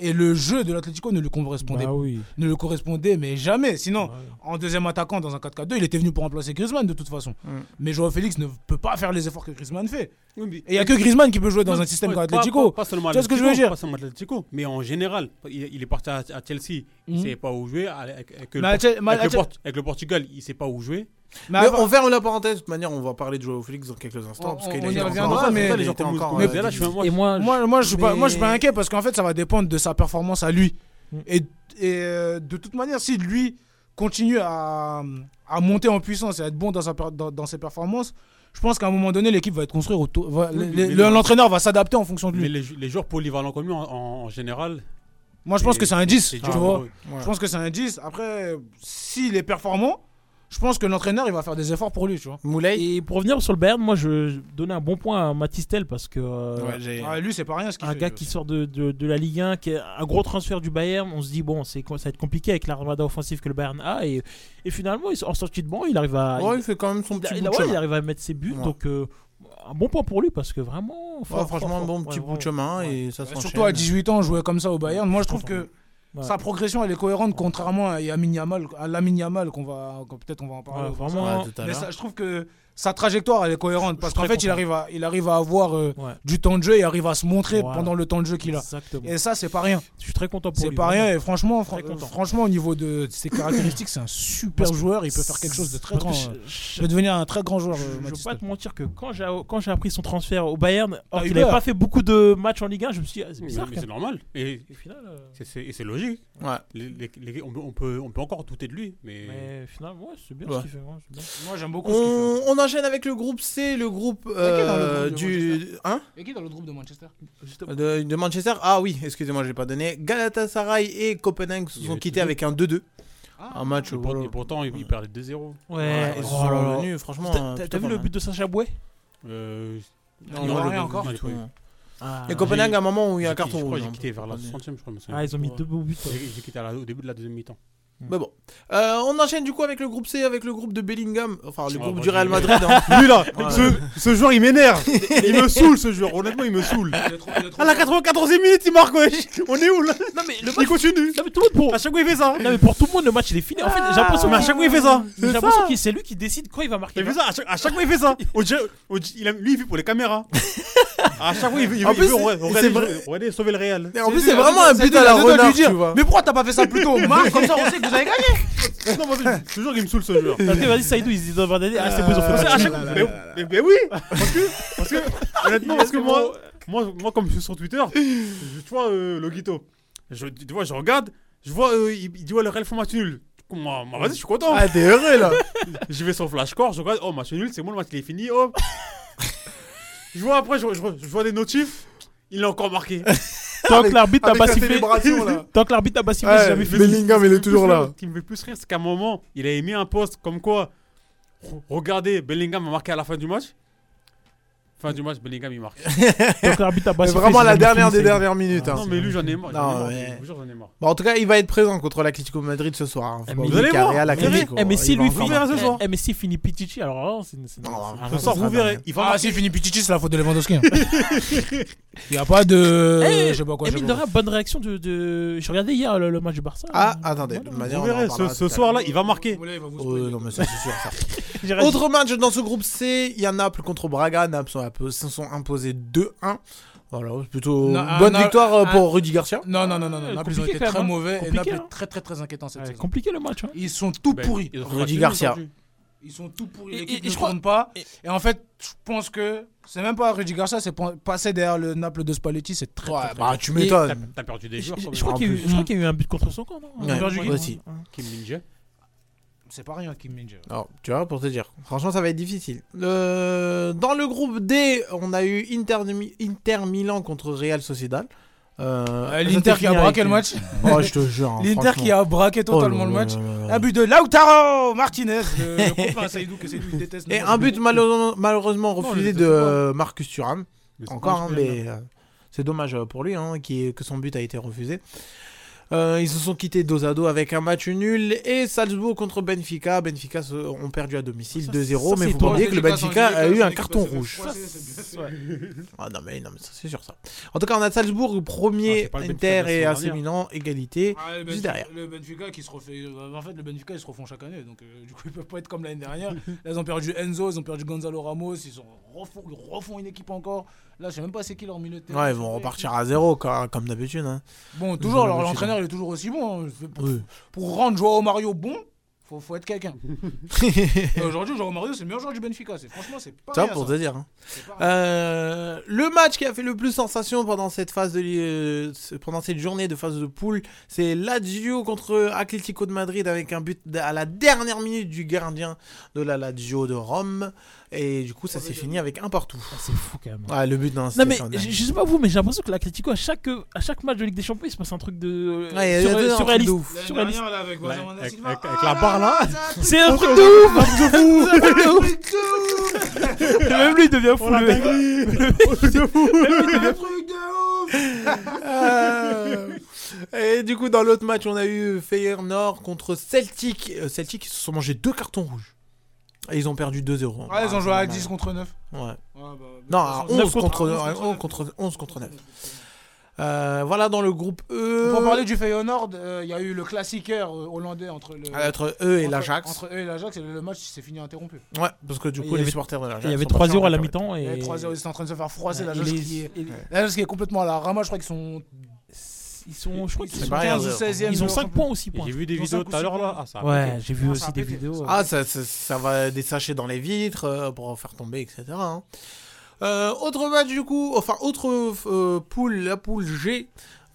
[SPEAKER 9] et le jeu de l'Atlético ne lui correspondait
[SPEAKER 3] Bah oui.
[SPEAKER 9] ne lui correspondait mais jamais sinon en deuxième attaquant dans un 4-4-2 il était venu pour remplacer Griezmann de toute façon. Mais Joao Félix ne peut pas faire les efforts que Griezmann fait.
[SPEAKER 4] Oui, mais-
[SPEAKER 9] Et il y a que Griezmann qui peut jouer dans
[SPEAKER 4] Non,
[SPEAKER 9] un système
[SPEAKER 4] ouais,
[SPEAKER 9] comme
[SPEAKER 4] pas-
[SPEAKER 9] l'Atlético.
[SPEAKER 4] pas- pas
[SPEAKER 9] Tu
[SPEAKER 4] seulement
[SPEAKER 9] vois ce que je veux
[SPEAKER 4] Atlético,
[SPEAKER 9] dire
[SPEAKER 4] Pas seulement Atlético, mais en général. Il, il est parti à, à Chelsea, il ne
[SPEAKER 9] Mhm.
[SPEAKER 4] savait pas où jouer. Avec, avec le,
[SPEAKER 9] Mais à Chel-
[SPEAKER 4] avec
[SPEAKER 9] mais à
[SPEAKER 4] le
[SPEAKER 9] Chel-
[SPEAKER 4] Port- avec le Portugal, il ne sait pas où jouer.
[SPEAKER 2] Mais on ferme la parenthèse. De toute manière, on va parler de Joao Félix dans quelques instants. parce qu'il a été encore- c'est pour ça, les gens étaient encore, euh,
[SPEAKER 9] et moi, moi, moi, je suis pas, moi, je suis pas
[SPEAKER 2] mais-
[SPEAKER 9] inquiet parce qu'en fait, ça va dépendre de sa performance à lui. Et, et, euh, de toute manière, si lui continue à, à monter en puissance et à être bon dans, sa per- dans, dans ses performances, je pense qu'à un moment donné, l'équipe va être construite autour. va-
[SPEAKER 4] Oui,
[SPEAKER 9] les-
[SPEAKER 4] mais-
[SPEAKER 9] le- L'entraîneur va s'adapter en fonction de lui.
[SPEAKER 4] Mais les, les joueurs polyvalents comme lui, en, en- en général.
[SPEAKER 9] Moi, je pense que c'est un 10.
[SPEAKER 4] c'est
[SPEAKER 9] Tu
[SPEAKER 4] dur pour
[SPEAKER 9] vois
[SPEAKER 4] eux.
[SPEAKER 9] Je pense que c'est un 10. Après, s'il est performant, je pense que l'entraîneur, il va faire des efforts pour lui. Tu vois.
[SPEAKER 3] Et pour revenir sur le Bayern, moi je je donnais un bon point à Matistel parce que. euh,
[SPEAKER 9] Ouais, j'ai- Ouais, Ah, lui, c'est pas rien ce qu'il
[SPEAKER 3] Un
[SPEAKER 9] fait,
[SPEAKER 3] gars
[SPEAKER 9] je
[SPEAKER 3] qui sort de, de, de la Ligue 1, qui est un gros transfert du Bayern, on se dit bon, c'est quoi- ça va être compliqué avec l'armada offensive que le Bayern a. Et, et finalement, il- en sortie de banc, il arrive à.
[SPEAKER 2] Ouais, il fait quand même son
[SPEAKER 3] il-
[SPEAKER 2] petit
[SPEAKER 3] il-
[SPEAKER 2] bout de
[SPEAKER 3] ouais,
[SPEAKER 2] chemin.
[SPEAKER 3] il arrive à mettre ses buts.
[SPEAKER 2] Ouais.
[SPEAKER 3] Donc euh, un bon point pour lui parce que vraiment. fort,
[SPEAKER 2] Ouais,
[SPEAKER 3] fort,
[SPEAKER 2] franchement,
[SPEAKER 3] fort,
[SPEAKER 2] un bon
[SPEAKER 3] ouais,
[SPEAKER 2] petit bout
[SPEAKER 3] vraiment.
[SPEAKER 2] de chemin et ça s'enchaîne.
[SPEAKER 9] Surtout à 18 ans, jouer comme ça au Bayern, moi je trouve que
[SPEAKER 3] Ouais.
[SPEAKER 9] sa progression elle est cohérente contrairement à Lamine Yamal, à Lamine Yamal qu'on va qu'on- peut-être on va en parler.
[SPEAKER 3] Ouais,
[SPEAKER 9] au-
[SPEAKER 3] vraiment. Ouais, tout à
[SPEAKER 9] euh, mais
[SPEAKER 3] l'heure.
[SPEAKER 9] ça, je trouve que sa trajectoire elle est cohérente parce
[SPEAKER 3] suis
[SPEAKER 9] qu'en
[SPEAKER 3] très
[SPEAKER 9] fait il
[SPEAKER 3] content.
[SPEAKER 9] arrive à il arrive à avoir euh,
[SPEAKER 3] Ouais.
[SPEAKER 9] du temps de jeu, il arrive à se montrer
[SPEAKER 3] Voilà.
[SPEAKER 9] pendant le temps de jeu qu'il a.
[SPEAKER 3] Exactement.
[SPEAKER 9] Et ça c'est pas rien.
[SPEAKER 3] Je suis très content pour
[SPEAKER 9] C'est
[SPEAKER 3] lui,
[SPEAKER 9] pas rien
[SPEAKER 3] vraiment.
[SPEAKER 9] et franchement fran- euh,
[SPEAKER 3] Très content.
[SPEAKER 9] franchement au niveau de ses caractéristiques, c'est un super
[SPEAKER 3] Parce que-
[SPEAKER 9] joueur, il peut faire quelque chose de très grand.
[SPEAKER 3] parce que
[SPEAKER 9] euh,
[SPEAKER 3] je- je-
[SPEAKER 9] Il peut devenir un très grand joueur. euh,
[SPEAKER 3] Je ne
[SPEAKER 9] Mathis
[SPEAKER 3] vais pas te mentir que quand j'ai quand j'ai appris son transfert au Bayern,
[SPEAKER 9] T'as
[SPEAKER 3] alors
[SPEAKER 9] eu
[SPEAKER 3] qu'il n'avait
[SPEAKER 9] peur.
[SPEAKER 3] pas fait beaucoup de matchs en Ligue 1, je me suis dit, ah, c'est euh,
[SPEAKER 4] Mais,
[SPEAKER 3] bizarre.
[SPEAKER 4] mais
[SPEAKER 3] quand
[SPEAKER 4] c'est
[SPEAKER 3] même.
[SPEAKER 4] normal. Et, c'est- c'est- et c'est logique.
[SPEAKER 2] Ouais.
[SPEAKER 4] Les- les- les- on, peut- on peut, on peut encore douter de lui. Mais,
[SPEAKER 3] Mais finalement, ouais, c'est bien
[SPEAKER 2] Ouais.
[SPEAKER 3] ce qu'il fait. ouais, c'est bien.
[SPEAKER 9] Moi, j'aime beaucoup
[SPEAKER 2] On, on enchaîne avec le groupe C, le groupe euh, du. Hein
[SPEAKER 9] Et qui est dans le groupe de Manchester
[SPEAKER 2] de, de Manchester. Ah oui, excusez-moi, je l'ai pas donné. Galatasaray et Copenhague se sont quittés avec un 2-2.
[SPEAKER 3] Ah.
[SPEAKER 2] un match.
[SPEAKER 4] Et, pour- et pourtant, ils, ils perdent 2-0.
[SPEAKER 2] Ouais, ils se sont revenus, franchement.
[SPEAKER 3] Oh T'as-
[SPEAKER 2] euh,
[SPEAKER 3] T'as
[SPEAKER 2] plutôt
[SPEAKER 3] t'as vu
[SPEAKER 2] pas
[SPEAKER 3] le
[SPEAKER 2] mal.
[SPEAKER 3] but de Sacha Bouet
[SPEAKER 4] Euh,
[SPEAKER 2] Non, on voit
[SPEAKER 4] le-
[SPEAKER 2] rien
[SPEAKER 4] non,
[SPEAKER 2] encore
[SPEAKER 4] j'ai
[SPEAKER 2] du
[SPEAKER 4] pas
[SPEAKER 2] tout,
[SPEAKER 4] eu.
[SPEAKER 2] hein.
[SPEAKER 3] Ah,
[SPEAKER 2] Et Copenhague, à un moment où il y a un
[SPEAKER 4] J'ai-
[SPEAKER 2] carton
[SPEAKER 4] Je crois que
[SPEAKER 2] rouge,
[SPEAKER 4] j'ai
[SPEAKER 2] hein,
[SPEAKER 4] quitté vers la
[SPEAKER 2] pour-
[SPEAKER 4] 60 je crois. il me semble.
[SPEAKER 3] Ah, ils ont mis deux beaux buts. ouais.
[SPEAKER 4] J'ai j'ai quitté à la- au début de la deuxième mi-temps.
[SPEAKER 2] Mais bon. Euh, on enchaîne du coup avec le groupe C, avec le groupe de Bellingham. Enfin, le
[SPEAKER 4] Oh,
[SPEAKER 2] groupe
[SPEAKER 4] bah,
[SPEAKER 2] du Real
[SPEAKER 4] lui-
[SPEAKER 2] Madrid. hein.
[SPEAKER 4] Lui, là,
[SPEAKER 2] Ouais.
[SPEAKER 4] ce- ce joueur, il m'énerve. Il me saoule, ce joueur. Honnêtement, il me saoule.
[SPEAKER 9] À
[SPEAKER 4] la 94 e minute, il marque, wesh. On est où là
[SPEAKER 3] Non, mais le
[SPEAKER 4] Il continue.
[SPEAKER 3] Non, mais tout le monde pour.
[SPEAKER 4] À chaque fois, il fait ça. Ah.
[SPEAKER 3] Non, mais pour tout le monde, le match il est fini. En fait, j'ai l'impression
[SPEAKER 4] Mais à
[SPEAKER 3] que-
[SPEAKER 4] chaque fois, il fait ça.
[SPEAKER 3] J'ai
[SPEAKER 4] C'est
[SPEAKER 3] l'impression
[SPEAKER 4] ça.
[SPEAKER 3] que c'est lui qui décide quand il va marquer.
[SPEAKER 4] Il fait ça, à chaque, à chaque fois il fait ça. On dirait- on dit- il aime- lui il vit pour les caméras. à chaque fois il veut, il
[SPEAKER 2] En
[SPEAKER 4] veut,
[SPEAKER 2] plus,
[SPEAKER 4] il veut
[SPEAKER 2] c'est-
[SPEAKER 4] regarder-
[SPEAKER 2] c'est
[SPEAKER 4] regarder-
[SPEAKER 2] vrai-
[SPEAKER 4] regarder sauver le Real.
[SPEAKER 2] Mais en plus, c'est vraiment un but à la renard, tu vois.
[SPEAKER 9] Mais pourquoi t'as pas fait ça plus tôt Marc, comme ça on sait que vous avez gagné
[SPEAKER 4] Non, moi, je te jure qu'il me saoule ce joueur.
[SPEAKER 3] Parce que vas-y, Saïdou, ils se disent avoir Ah,
[SPEAKER 2] Euh,
[SPEAKER 3] c'est bon, ils ont fait
[SPEAKER 4] Parce que
[SPEAKER 3] le
[SPEAKER 4] Euh, à chaque-
[SPEAKER 3] match.
[SPEAKER 4] mais, mais- mais oui Parce que, parce que honnêtement, parce que moi, moi, moi, comme je suis sur Twitter, je, tu vois euh, Logito, je, tu vois, je regarde, je vois, euh, il, il dit ouais, le Real font match nul. Moi, moi, vas-y, je suis content.
[SPEAKER 2] Ah, t'es heureux là
[SPEAKER 4] Je vais sur Flashcore, je regarde, oh, match nul, c'est bon, le match il est fini, oh Je vois après, je, je- je vois des notifs, il a encore marqué.
[SPEAKER 3] Tant que l'arbitre n'a
[SPEAKER 4] Avec
[SPEAKER 3] pas
[SPEAKER 4] sa
[SPEAKER 3] sifflé.
[SPEAKER 4] célébration, là.
[SPEAKER 3] Tant que l'arbitre n'a pas sifflé, j'ai jamais
[SPEAKER 4] Ce
[SPEAKER 3] fait.
[SPEAKER 4] qui me fait plus rire- Ce qui me fait plus rire, c'est qu'à un moment, il avait mis un post comme quoi re- Regardez, Bellingham a marqué à la fin du match. Fin du match, Bellingham il marque.
[SPEAKER 3] Donc l'arbitre a pas
[SPEAKER 2] Mais
[SPEAKER 3] sifflé,
[SPEAKER 2] vraiment
[SPEAKER 3] c'est
[SPEAKER 2] la
[SPEAKER 3] jamais
[SPEAKER 2] dernière
[SPEAKER 3] fini,
[SPEAKER 2] des
[SPEAKER 3] c'est-
[SPEAKER 2] dernières minutes. hein.
[SPEAKER 4] Ah, Non, mais lui, j'en ai marre. j'en ai
[SPEAKER 2] Non,
[SPEAKER 4] marre,
[SPEAKER 2] mais-
[SPEAKER 4] je vous jure, j'en ai marre.
[SPEAKER 2] Bon, en tout cas, il va être présent contre l'Atlético de Madrid ce soir. hein. Faut pas
[SPEAKER 3] Eh, Mais
[SPEAKER 2] oublier
[SPEAKER 3] vous allez
[SPEAKER 2] qu'il y a
[SPEAKER 3] voir,
[SPEAKER 2] Real
[SPEAKER 3] vous verrez.
[SPEAKER 2] Atlético,
[SPEAKER 3] Eh, mais
[SPEAKER 2] hein.
[SPEAKER 3] si
[SPEAKER 2] Il va
[SPEAKER 3] lui
[SPEAKER 2] encore
[SPEAKER 3] finit,
[SPEAKER 2] marquer.
[SPEAKER 3] eh, eh, mais si finit Pichichi, alors vraiment, c'est c'est- c'est-
[SPEAKER 9] Ce soir,
[SPEAKER 3] c'est-
[SPEAKER 9] vous
[SPEAKER 3] c'est-
[SPEAKER 9] verrez.
[SPEAKER 3] c'est-
[SPEAKER 9] Il va marquer. s'il finit Pichichi, c'est la faute de Lewandowski. hein. Il y a pas de.
[SPEAKER 3] Eh,
[SPEAKER 9] je sais pas quoi.
[SPEAKER 3] eh,
[SPEAKER 9] je sais
[SPEAKER 3] mine
[SPEAKER 9] pas
[SPEAKER 3] de rien, bonne réaction de. de- Je regardais hier le, le match du Barça.
[SPEAKER 2] Ah, attendez. de
[SPEAKER 4] Vous
[SPEAKER 2] manière, on en
[SPEAKER 4] verrez, ce,
[SPEAKER 2] reparlera
[SPEAKER 4] ce
[SPEAKER 2] tout à
[SPEAKER 4] soir-là,
[SPEAKER 2] l'heure.
[SPEAKER 4] il va marquer.
[SPEAKER 2] Euh, non, mais ça, c'est sûr, ça.
[SPEAKER 3] J'ai raison.
[SPEAKER 2] Autre match dans ce groupe C, il y a Naples contre Braga. Naples sont impo- se sont imposés 2-1. Voilà, c'est plutôt
[SPEAKER 9] Non, un-
[SPEAKER 2] bonne
[SPEAKER 9] un-
[SPEAKER 2] victoire euh,
[SPEAKER 9] un-
[SPEAKER 2] pour Rudy Garcia.
[SPEAKER 9] Non, non, non, non, non.
[SPEAKER 2] Euh,
[SPEAKER 9] Naples ils ont
[SPEAKER 2] compliqué
[SPEAKER 9] été
[SPEAKER 2] quand même,
[SPEAKER 9] très
[SPEAKER 2] hein.
[SPEAKER 9] mauvais et
[SPEAKER 2] Compliqué,
[SPEAKER 9] Naples
[SPEAKER 2] hein.
[SPEAKER 9] est très, très, très inquiétant cette saison.
[SPEAKER 3] Compliqué le match. hein.
[SPEAKER 9] Ils sont tout pourris.
[SPEAKER 2] ils ont Ben, Rudy frappé Garcia. aujourd'hui.
[SPEAKER 9] Ils sont tout pourris.
[SPEAKER 3] Et-
[SPEAKER 9] L'équipe
[SPEAKER 3] et- et
[SPEAKER 9] ne
[SPEAKER 3] je crois-
[SPEAKER 9] tourne pas. Et en fait, je pense que c'est même pas Rudy Garcia, c'est pas- passer derrière le Naples de Spalletti, c'est très. très, très
[SPEAKER 2] bah,
[SPEAKER 9] dur.
[SPEAKER 2] tu
[SPEAKER 9] Et-
[SPEAKER 2] m'étonnes.
[SPEAKER 4] T'as- T'as perdu des
[SPEAKER 3] Je,
[SPEAKER 4] joueurs.
[SPEAKER 3] je
[SPEAKER 4] quand même.
[SPEAKER 3] crois qu'il y, a eu- je crois qu'il y a eu un but contre son camp, non
[SPEAKER 2] Ouais,
[SPEAKER 3] On a perdu
[SPEAKER 2] moi
[SPEAKER 3] qui-
[SPEAKER 2] aussi.
[SPEAKER 3] Ouais.
[SPEAKER 4] Kim Min-jae.
[SPEAKER 9] C'est pas rien, Kim Min-jae.
[SPEAKER 2] Alors, tu vois, pour te dire. Franchement, ça va être difficile. Euh, dans le groupe D, on a eu Inter, de Mi- Inter Milan contre Real Sociedad. Euh,
[SPEAKER 9] L'Inter qui a braqué le match.
[SPEAKER 2] Oh, je te jure. hein,
[SPEAKER 9] L'Inter
[SPEAKER 2] franchement.
[SPEAKER 9] qui a braqué totalement
[SPEAKER 2] Oh
[SPEAKER 9] le
[SPEAKER 2] là là
[SPEAKER 9] match.
[SPEAKER 2] là là là.
[SPEAKER 9] Un but de Lautaro Martinez, le le copain à Saïdou que Saïdou il déteste.
[SPEAKER 2] Et un but malheureusement, malheureusement
[SPEAKER 9] Non,
[SPEAKER 2] refusé
[SPEAKER 9] je
[SPEAKER 2] de
[SPEAKER 9] sais
[SPEAKER 2] euh, Marcus Thuram.
[SPEAKER 9] Mais c'est
[SPEAKER 2] Encore, hein,
[SPEAKER 9] dommage,
[SPEAKER 2] mais euh, c'est dommage euh, pour lui hein, qui- que son but a été refusé. Euh, ils se sont quittés dos à dos avec un match nul et Salzbourg contre Benfica. Benfica se- ont perdu à domicile 2-0, mais vous oublier que le Benfica a eu un carton rouge. Ah non mais, non, mais ça, c'est sûr ça. En tout cas, on a Salzbourg premier,
[SPEAKER 9] le Benfica
[SPEAKER 2] Inter
[SPEAKER 9] de la
[SPEAKER 2] et
[SPEAKER 9] saison
[SPEAKER 2] AC
[SPEAKER 9] dernière.
[SPEAKER 2] Milan égalité
[SPEAKER 9] Ah, le
[SPEAKER 2] juste
[SPEAKER 9] Benfica,
[SPEAKER 2] derrière.
[SPEAKER 9] le Benfica qui se refait. euh, En fait, le Benfica ils se refont chaque année, donc euh, du coup ils peuvent pas être comme l'année dernière. Là ils ont perdu Enzo, ils ont perdu Gonzalo Ramos, ils, ont refont, ils refont une équipe encore. Là je sais même pas c'est qui leur milieu de terrain.
[SPEAKER 2] Ouais, ils vont repartir à zéro quoi, comme d'habitude. hein.
[SPEAKER 9] Bon,
[SPEAKER 2] Ils
[SPEAKER 9] toujours,
[SPEAKER 2] ont
[SPEAKER 9] alors
[SPEAKER 2] l'habitude.
[SPEAKER 9] l'entraîneur il est toujours aussi bon. hein. C'est Pour,
[SPEAKER 2] Oui.
[SPEAKER 9] pour rendre Joao Mario bon, faut, faut être quelqu'un. Et Aujourd'hui, Joao Mario c'est le meilleur joueur du Benfica. C'est, franchement, c'est pas.
[SPEAKER 2] Ça,
[SPEAKER 9] rien,
[SPEAKER 2] pour
[SPEAKER 9] ça.
[SPEAKER 2] te dire. hein. Euh, le match qui a fait le plus sensation pendant cette phase de li- euh, ce- pendant cette journée de phase de poule, c'est Lazio contre Atlético de Madrid avec un but d- à la dernière minute du gardien de la Lazio de Rome et du coup ça s'est fini avec un partout.
[SPEAKER 3] c'est fou quand même.
[SPEAKER 2] Ah, le
[SPEAKER 9] Euh,
[SPEAKER 2] but d'un
[SPEAKER 3] Non mais je, je sais pas vous mais j'ai l'impression que l'Atlético à chaque à chaque match de Ligue des Champions il se passe un truc de
[SPEAKER 2] Ouais, il y a- il y a deux, un truc de
[SPEAKER 3] surréaliste,
[SPEAKER 2] ouf.
[SPEAKER 9] L'année
[SPEAKER 3] surréaliste.
[SPEAKER 9] dernière, là, avec Benjamin Da
[SPEAKER 4] avec,
[SPEAKER 9] Silva,
[SPEAKER 4] avec-
[SPEAKER 9] ah
[SPEAKER 4] avec la barre là.
[SPEAKER 3] C'est un truc de ouf Et Même lui il devient fou
[SPEAKER 9] Oh, la
[SPEAKER 3] le mec. Même lui, il devient fou.
[SPEAKER 2] Euh, Et du coup, dans l'autre match, on a eu Feyenoord contre Celtic. Euh, Celtic, ils se sont mangés deux cartons rouges. Et ils ont perdu 2-0.
[SPEAKER 9] Ouais, ils ont
[SPEAKER 2] c'est
[SPEAKER 9] joué à
[SPEAKER 2] normal.
[SPEAKER 9] 10 contre 9.
[SPEAKER 2] Ouais.
[SPEAKER 9] bah, de toute
[SPEAKER 2] non,
[SPEAKER 9] façon,
[SPEAKER 2] à 11 contre, à 11 contre, 11 contre 9. Euh, voilà dans le groupe E.
[SPEAKER 9] Pour parler du Feyenoord, euh, il y a eu le classiqueur euh, hollandais entre, le,
[SPEAKER 2] Ah, entre eux et
[SPEAKER 9] entre-
[SPEAKER 2] l'Ajax.
[SPEAKER 9] Entre eux et l'Ajax, et le, le match s'est fini interrompu.
[SPEAKER 2] Ouais, parce que du
[SPEAKER 9] Et
[SPEAKER 2] coup,
[SPEAKER 9] il y
[SPEAKER 2] les
[SPEAKER 9] avait-
[SPEAKER 2] supporters de l'Ajax.
[SPEAKER 3] il y avait
[SPEAKER 2] sont partis
[SPEAKER 3] 3-0 à la
[SPEAKER 2] en
[SPEAKER 3] mi-temps
[SPEAKER 9] Il y avait
[SPEAKER 3] et
[SPEAKER 9] 3-0, ils étaient en train de se faire froisser.
[SPEAKER 3] Ouais,
[SPEAKER 9] L'Ajax
[SPEAKER 3] il est-
[SPEAKER 9] qui, est-
[SPEAKER 3] il est-
[SPEAKER 9] l'Ajax qui est complètement à la rama, je crois qu'ils sont.
[SPEAKER 3] Ils sont, je crois qu'ils
[SPEAKER 9] sont
[SPEAKER 3] sont
[SPEAKER 9] 15 ou
[SPEAKER 3] 15e,
[SPEAKER 9] 16e.
[SPEAKER 3] Ils ont
[SPEAKER 9] je
[SPEAKER 3] 5
[SPEAKER 9] crois.
[SPEAKER 3] points aussi points.
[SPEAKER 4] J'ai vu des
[SPEAKER 9] Dans
[SPEAKER 4] vidéos
[SPEAKER 9] cinq ou
[SPEAKER 4] tout à
[SPEAKER 9] six
[SPEAKER 4] l'heure là.
[SPEAKER 9] points.
[SPEAKER 4] Ah, ça a
[SPEAKER 3] Ouais,
[SPEAKER 4] pété.
[SPEAKER 3] j'ai vu
[SPEAKER 9] Ah, ça
[SPEAKER 3] aussi
[SPEAKER 9] a
[SPEAKER 3] des
[SPEAKER 9] pété,
[SPEAKER 3] vidéos.
[SPEAKER 2] Ah, ça, ça, ça va des sachets dans les vitres euh, pour en faire tomber, etc. hein. Euh, autre match du coup, enfin autre euh, poule, la poule G.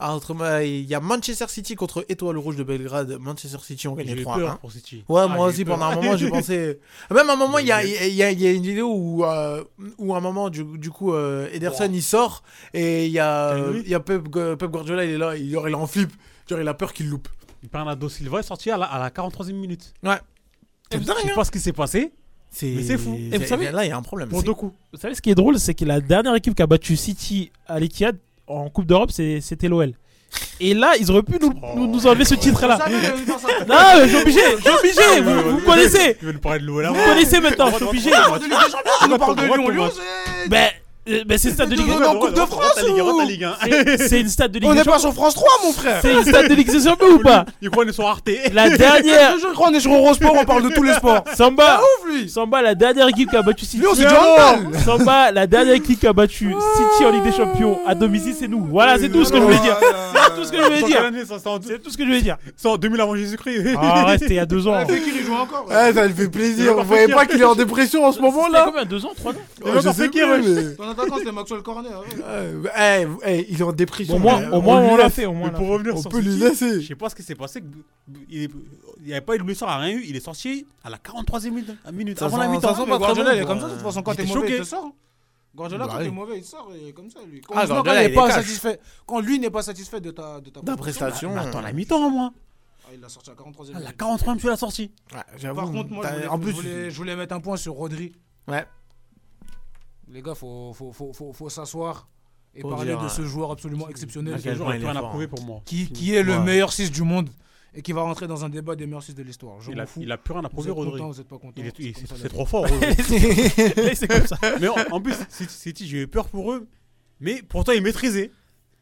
[SPEAKER 2] Ah, autre ma- il y a Manchester City contre Étoile Rouge de Belgrade. Manchester City ont gagné
[SPEAKER 4] J'ai eu
[SPEAKER 2] 3
[SPEAKER 4] peur pour City.
[SPEAKER 2] Ouais,
[SPEAKER 4] Ah,
[SPEAKER 2] moi
[SPEAKER 4] j'ai eu
[SPEAKER 2] aussi
[SPEAKER 4] peur.
[SPEAKER 2] pendant un moment j'ai pensé. Même à un moment il y a, il y a- il y a une vidéo où, euh, où à un moment du, du coup euh, Ederson il sort et il y a, il y a Pep, Pep Guardiola il est là, il, il est en flip. Genre il a peur qu'il loupe.
[SPEAKER 4] Il parle à Do Silva, est sorti à la, à la 43e minute.
[SPEAKER 2] Ouais.
[SPEAKER 4] Je sais pas ce qui s'est passé.
[SPEAKER 2] C'est
[SPEAKER 4] Mais c'est fou.
[SPEAKER 3] Et vous savez-
[SPEAKER 2] là il y a un problème.
[SPEAKER 4] Pour
[SPEAKER 2] C'est-
[SPEAKER 4] deux coups.
[SPEAKER 3] Vous savez ce qui est drôle, c'est que la dernière équipe qui a battu City à l'Etihad en Coupe d'Europe, c'est- c'était l'OL. Et là, ils auraient pu nous, nous, nous enlever ce titre-là.
[SPEAKER 9] Ça, mais, euh, dans ça-
[SPEAKER 3] Non, mais je suis obligé, je suis
[SPEAKER 4] Ah,
[SPEAKER 3] obligé, vous, vous me connaissez.
[SPEAKER 4] Il veut nous parler de l'OL
[SPEAKER 3] Vous
[SPEAKER 9] Bah,
[SPEAKER 4] avant.
[SPEAKER 3] me connaissez maintenant, je suis obligé.
[SPEAKER 9] On parle de Ligue des Champions, on parle de
[SPEAKER 4] Droite,
[SPEAKER 9] Lyon. Lyon,
[SPEAKER 4] droite.
[SPEAKER 9] c'est-
[SPEAKER 3] Ben, euh, ben c'est le stade de Ligue
[SPEAKER 9] On est en Coupe de France
[SPEAKER 4] Rota Ligue,
[SPEAKER 9] ou-
[SPEAKER 4] Rota Ligue 1.
[SPEAKER 3] C'est- C'est une stade de Ligue
[SPEAKER 9] On
[SPEAKER 3] des
[SPEAKER 9] est pas
[SPEAKER 3] Champions.
[SPEAKER 9] sur France 3, mon frère.
[SPEAKER 3] C'est une stade de Ligue des Champions ou pas
[SPEAKER 4] Il croit qu'ils sont Arte.
[SPEAKER 3] La dernière.
[SPEAKER 9] Je crois qu'on est sur Eurosport, on parle de tous les sports.
[SPEAKER 3] Samba,
[SPEAKER 9] Ouf, lui.
[SPEAKER 3] Samba, la dernière équipe qui a battu City.
[SPEAKER 9] Lui, on s'est dit handball.
[SPEAKER 3] Samba, la dernière équipe qui a battu City en Ligue des Champions à domicile, c'est nous. Voilà, c'est tout ce que je voulais dire.
[SPEAKER 9] Oh
[SPEAKER 3] C'est tout ce que je voulais
[SPEAKER 4] Sur
[SPEAKER 3] dire.
[SPEAKER 4] quelle année, ça, C'est en-
[SPEAKER 3] C'est tout ce que je voulais dire.
[SPEAKER 4] c'est en 2000 avant Jésus-Christ.
[SPEAKER 3] Ah, ouais, c'était il y a deux ans.
[SPEAKER 9] Fekir, il joue encore.
[SPEAKER 2] Ah, ça lui fait plaisir.
[SPEAKER 4] Il
[SPEAKER 2] Vous
[SPEAKER 4] va
[SPEAKER 2] voyez
[SPEAKER 4] partir.
[SPEAKER 2] pas qu'il est en dépression en ce moment
[SPEAKER 3] C'était
[SPEAKER 2] là
[SPEAKER 3] combien Deux ans, trois ans
[SPEAKER 9] Eh ben,
[SPEAKER 4] Il va encore
[SPEAKER 2] sais
[SPEAKER 4] Fekir,
[SPEAKER 2] plus, mais-
[SPEAKER 9] Ton attaquant, c'était Maxwell Cornet. hein. ouais.
[SPEAKER 2] Euh, eh, eh, il est en dépression.
[SPEAKER 3] Au moins,
[SPEAKER 2] mais
[SPEAKER 3] au moins,
[SPEAKER 2] lui
[SPEAKER 3] on l'a
[SPEAKER 2] laisse.
[SPEAKER 3] fait. Au
[SPEAKER 4] Mais
[SPEAKER 3] moins, on l'a
[SPEAKER 4] pour
[SPEAKER 3] fait.
[SPEAKER 4] revenir
[SPEAKER 2] On
[SPEAKER 4] sur
[SPEAKER 2] peut lui
[SPEAKER 4] City,
[SPEAKER 2] laisser.
[SPEAKER 4] Je sais pas ce qui s'est passé. que- Il il y avait pas eu de blessure, à rien eu. Il est sorti à la 43e minute- minute.
[SPEAKER 2] Ça
[SPEAKER 4] Avant
[SPEAKER 2] sent-
[SPEAKER 4] la
[SPEAKER 2] ça
[SPEAKER 4] mi-temps.
[SPEAKER 2] sent
[SPEAKER 9] Non,
[SPEAKER 2] pas
[SPEAKER 9] mais
[SPEAKER 2] très
[SPEAKER 9] Guardiola,
[SPEAKER 2] bon
[SPEAKER 9] il est
[SPEAKER 2] pour,
[SPEAKER 9] comme ça,
[SPEAKER 2] euh,
[SPEAKER 9] de toute façon, quand
[SPEAKER 4] il
[SPEAKER 9] t'es
[SPEAKER 4] était
[SPEAKER 9] mauvais,
[SPEAKER 4] choqué.
[SPEAKER 9] il te sort. Guardiola,
[SPEAKER 2] Bah
[SPEAKER 9] quand
[SPEAKER 2] oui.
[SPEAKER 9] t'es mauvais, il sort, et comme ça, lui. Quand,
[SPEAKER 2] Ah,
[SPEAKER 9] Ousmane,
[SPEAKER 2] Guardiola,
[SPEAKER 9] il est
[SPEAKER 2] il
[SPEAKER 9] pas
[SPEAKER 2] est cash.
[SPEAKER 9] satisfait, quand lui n'est pas satisfait de ta, de ta proposition,
[SPEAKER 2] D'un
[SPEAKER 9] bah,
[SPEAKER 2] prestation.
[SPEAKER 4] Bah, Attends, la mi-temps, moi.
[SPEAKER 9] ah, il l'a sorti à 43
[SPEAKER 4] À la 43e, tu l'as sorti.
[SPEAKER 2] Ouais, j'avoue,
[SPEAKER 9] Par contre, moi,
[SPEAKER 2] t'as-
[SPEAKER 9] je voulais,
[SPEAKER 2] en plus,
[SPEAKER 9] je, voulais, je voulais mettre un point sur Rodri.
[SPEAKER 2] ouais.
[SPEAKER 9] Les gars, faut, faut, faut, faut, faut s'asseoir et
[SPEAKER 2] Faut
[SPEAKER 9] parler
[SPEAKER 2] dire,
[SPEAKER 9] de
[SPEAKER 2] ouais.
[SPEAKER 9] ce joueur absolument exceptionnel.
[SPEAKER 2] quel
[SPEAKER 4] Ce jour,
[SPEAKER 2] point
[SPEAKER 4] il
[SPEAKER 2] il
[SPEAKER 4] n'a
[SPEAKER 2] est
[SPEAKER 4] rien
[SPEAKER 2] fort,
[SPEAKER 4] à prouver
[SPEAKER 2] hein.
[SPEAKER 4] pour moi.
[SPEAKER 9] qui, qui est le
[SPEAKER 2] Ouais.
[SPEAKER 9] meilleur 6 du monde et qui va rentrer dans un débat des meilleurs 6 de l'histoire. Je
[SPEAKER 4] Il
[SPEAKER 9] m'en
[SPEAKER 4] a,
[SPEAKER 9] fous.
[SPEAKER 4] il a plus rien
[SPEAKER 9] vous
[SPEAKER 4] à prouver,
[SPEAKER 9] êtes
[SPEAKER 4] Rodri.
[SPEAKER 9] content, vous êtes pas content.
[SPEAKER 4] Il est, il-
[SPEAKER 9] comme ça,
[SPEAKER 4] c'est
[SPEAKER 9] la
[SPEAKER 4] c'est
[SPEAKER 9] vie.
[SPEAKER 4] trop fort. Rodri.
[SPEAKER 3] C'est comme ça.
[SPEAKER 4] mais
[SPEAKER 9] Euh,
[SPEAKER 4] en, en plus, City, City, j'ai eu peur pour eux. Mais pourtant, ils maîtrisaient.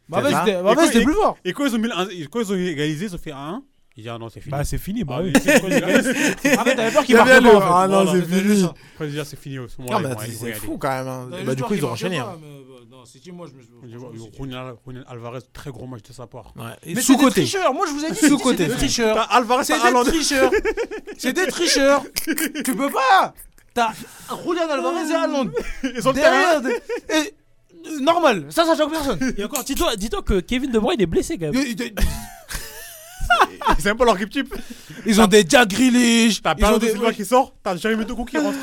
[SPEAKER 9] Bah,
[SPEAKER 2] Ça va
[SPEAKER 9] vas-y, c'était-
[SPEAKER 4] Et
[SPEAKER 9] bah,
[SPEAKER 4] quand-
[SPEAKER 9] vas-y, c'était plus fort.
[SPEAKER 4] Et quand ils ont, mis le un- et quand ils ont égalisé, ils ont fait un 1. Ils disent Ah non, c'est fini.
[SPEAKER 3] Bah, c'est fini. Bah
[SPEAKER 4] Ah,
[SPEAKER 3] oui.
[SPEAKER 4] mais c'est- quand ils égalisent-
[SPEAKER 9] Ah, mais t'avais peur qu'il
[SPEAKER 2] Il y
[SPEAKER 9] marque
[SPEAKER 2] avait
[SPEAKER 9] pas,
[SPEAKER 2] le-
[SPEAKER 9] en fait.
[SPEAKER 2] Ah non,
[SPEAKER 9] Voilà,
[SPEAKER 2] c'est
[SPEAKER 9] c'était
[SPEAKER 2] fini.
[SPEAKER 9] juste ça.
[SPEAKER 4] Après, ils disent, Ah, c'est fini. Ce
[SPEAKER 2] Non,
[SPEAKER 4] moment-là,
[SPEAKER 2] mais
[SPEAKER 4] ils vont- ils
[SPEAKER 2] c'est
[SPEAKER 4] vont y
[SPEAKER 2] c'est
[SPEAKER 4] aller.
[SPEAKER 2] fou quand même. hein.
[SPEAKER 9] T'avais
[SPEAKER 2] Bah,
[SPEAKER 9] juste
[SPEAKER 2] du
[SPEAKER 9] peur
[SPEAKER 2] coup,
[SPEAKER 9] qu'il
[SPEAKER 2] ils ont
[SPEAKER 9] marque
[SPEAKER 2] enchaîné.
[SPEAKER 9] pas,
[SPEAKER 2] hein.
[SPEAKER 9] mais, bah, Non, City, moi, je me suis.
[SPEAKER 4] Ils
[SPEAKER 9] franchement,
[SPEAKER 4] vont-
[SPEAKER 9] City.
[SPEAKER 4] Julian Al- Julian Alvarez, très gros match de sa part.
[SPEAKER 2] Ouais. Et
[SPEAKER 9] Mais c'est des
[SPEAKER 2] Sous-côté.
[SPEAKER 9] tricheurs. Moi, je vous ai dit, City, c'est
[SPEAKER 2] Sous-côté,
[SPEAKER 9] des
[SPEAKER 2] frère.
[SPEAKER 9] tricheurs.
[SPEAKER 4] T'as Alvarez,
[SPEAKER 9] C'est
[SPEAKER 4] t'as
[SPEAKER 9] des
[SPEAKER 4] Haaland.
[SPEAKER 9] tricheurs. C'est des tricheurs. tu peux pas. T'as Julian Alvarez et Haaland.
[SPEAKER 4] Ah. Ils ont le terrain.
[SPEAKER 9] Derrière. des- Et... euh, Normal. Ça, ça choque personne.
[SPEAKER 3] Et encore, dis-toi dis-toi que Kevin De Bruyne il est blessé quand même.
[SPEAKER 4] C'est même pas leur équipe type.
[SPEAKER 9] Ils ont des Jack Grealish.
[SPEAKER 4] T'as
[SPEAKER 9] Ils ont
[SPEAKER 4] Bernardo
[SPEAKER 9] des.
[SPEAKER 4] Silva qui sort, t'as Jérémy Doku qui rentre.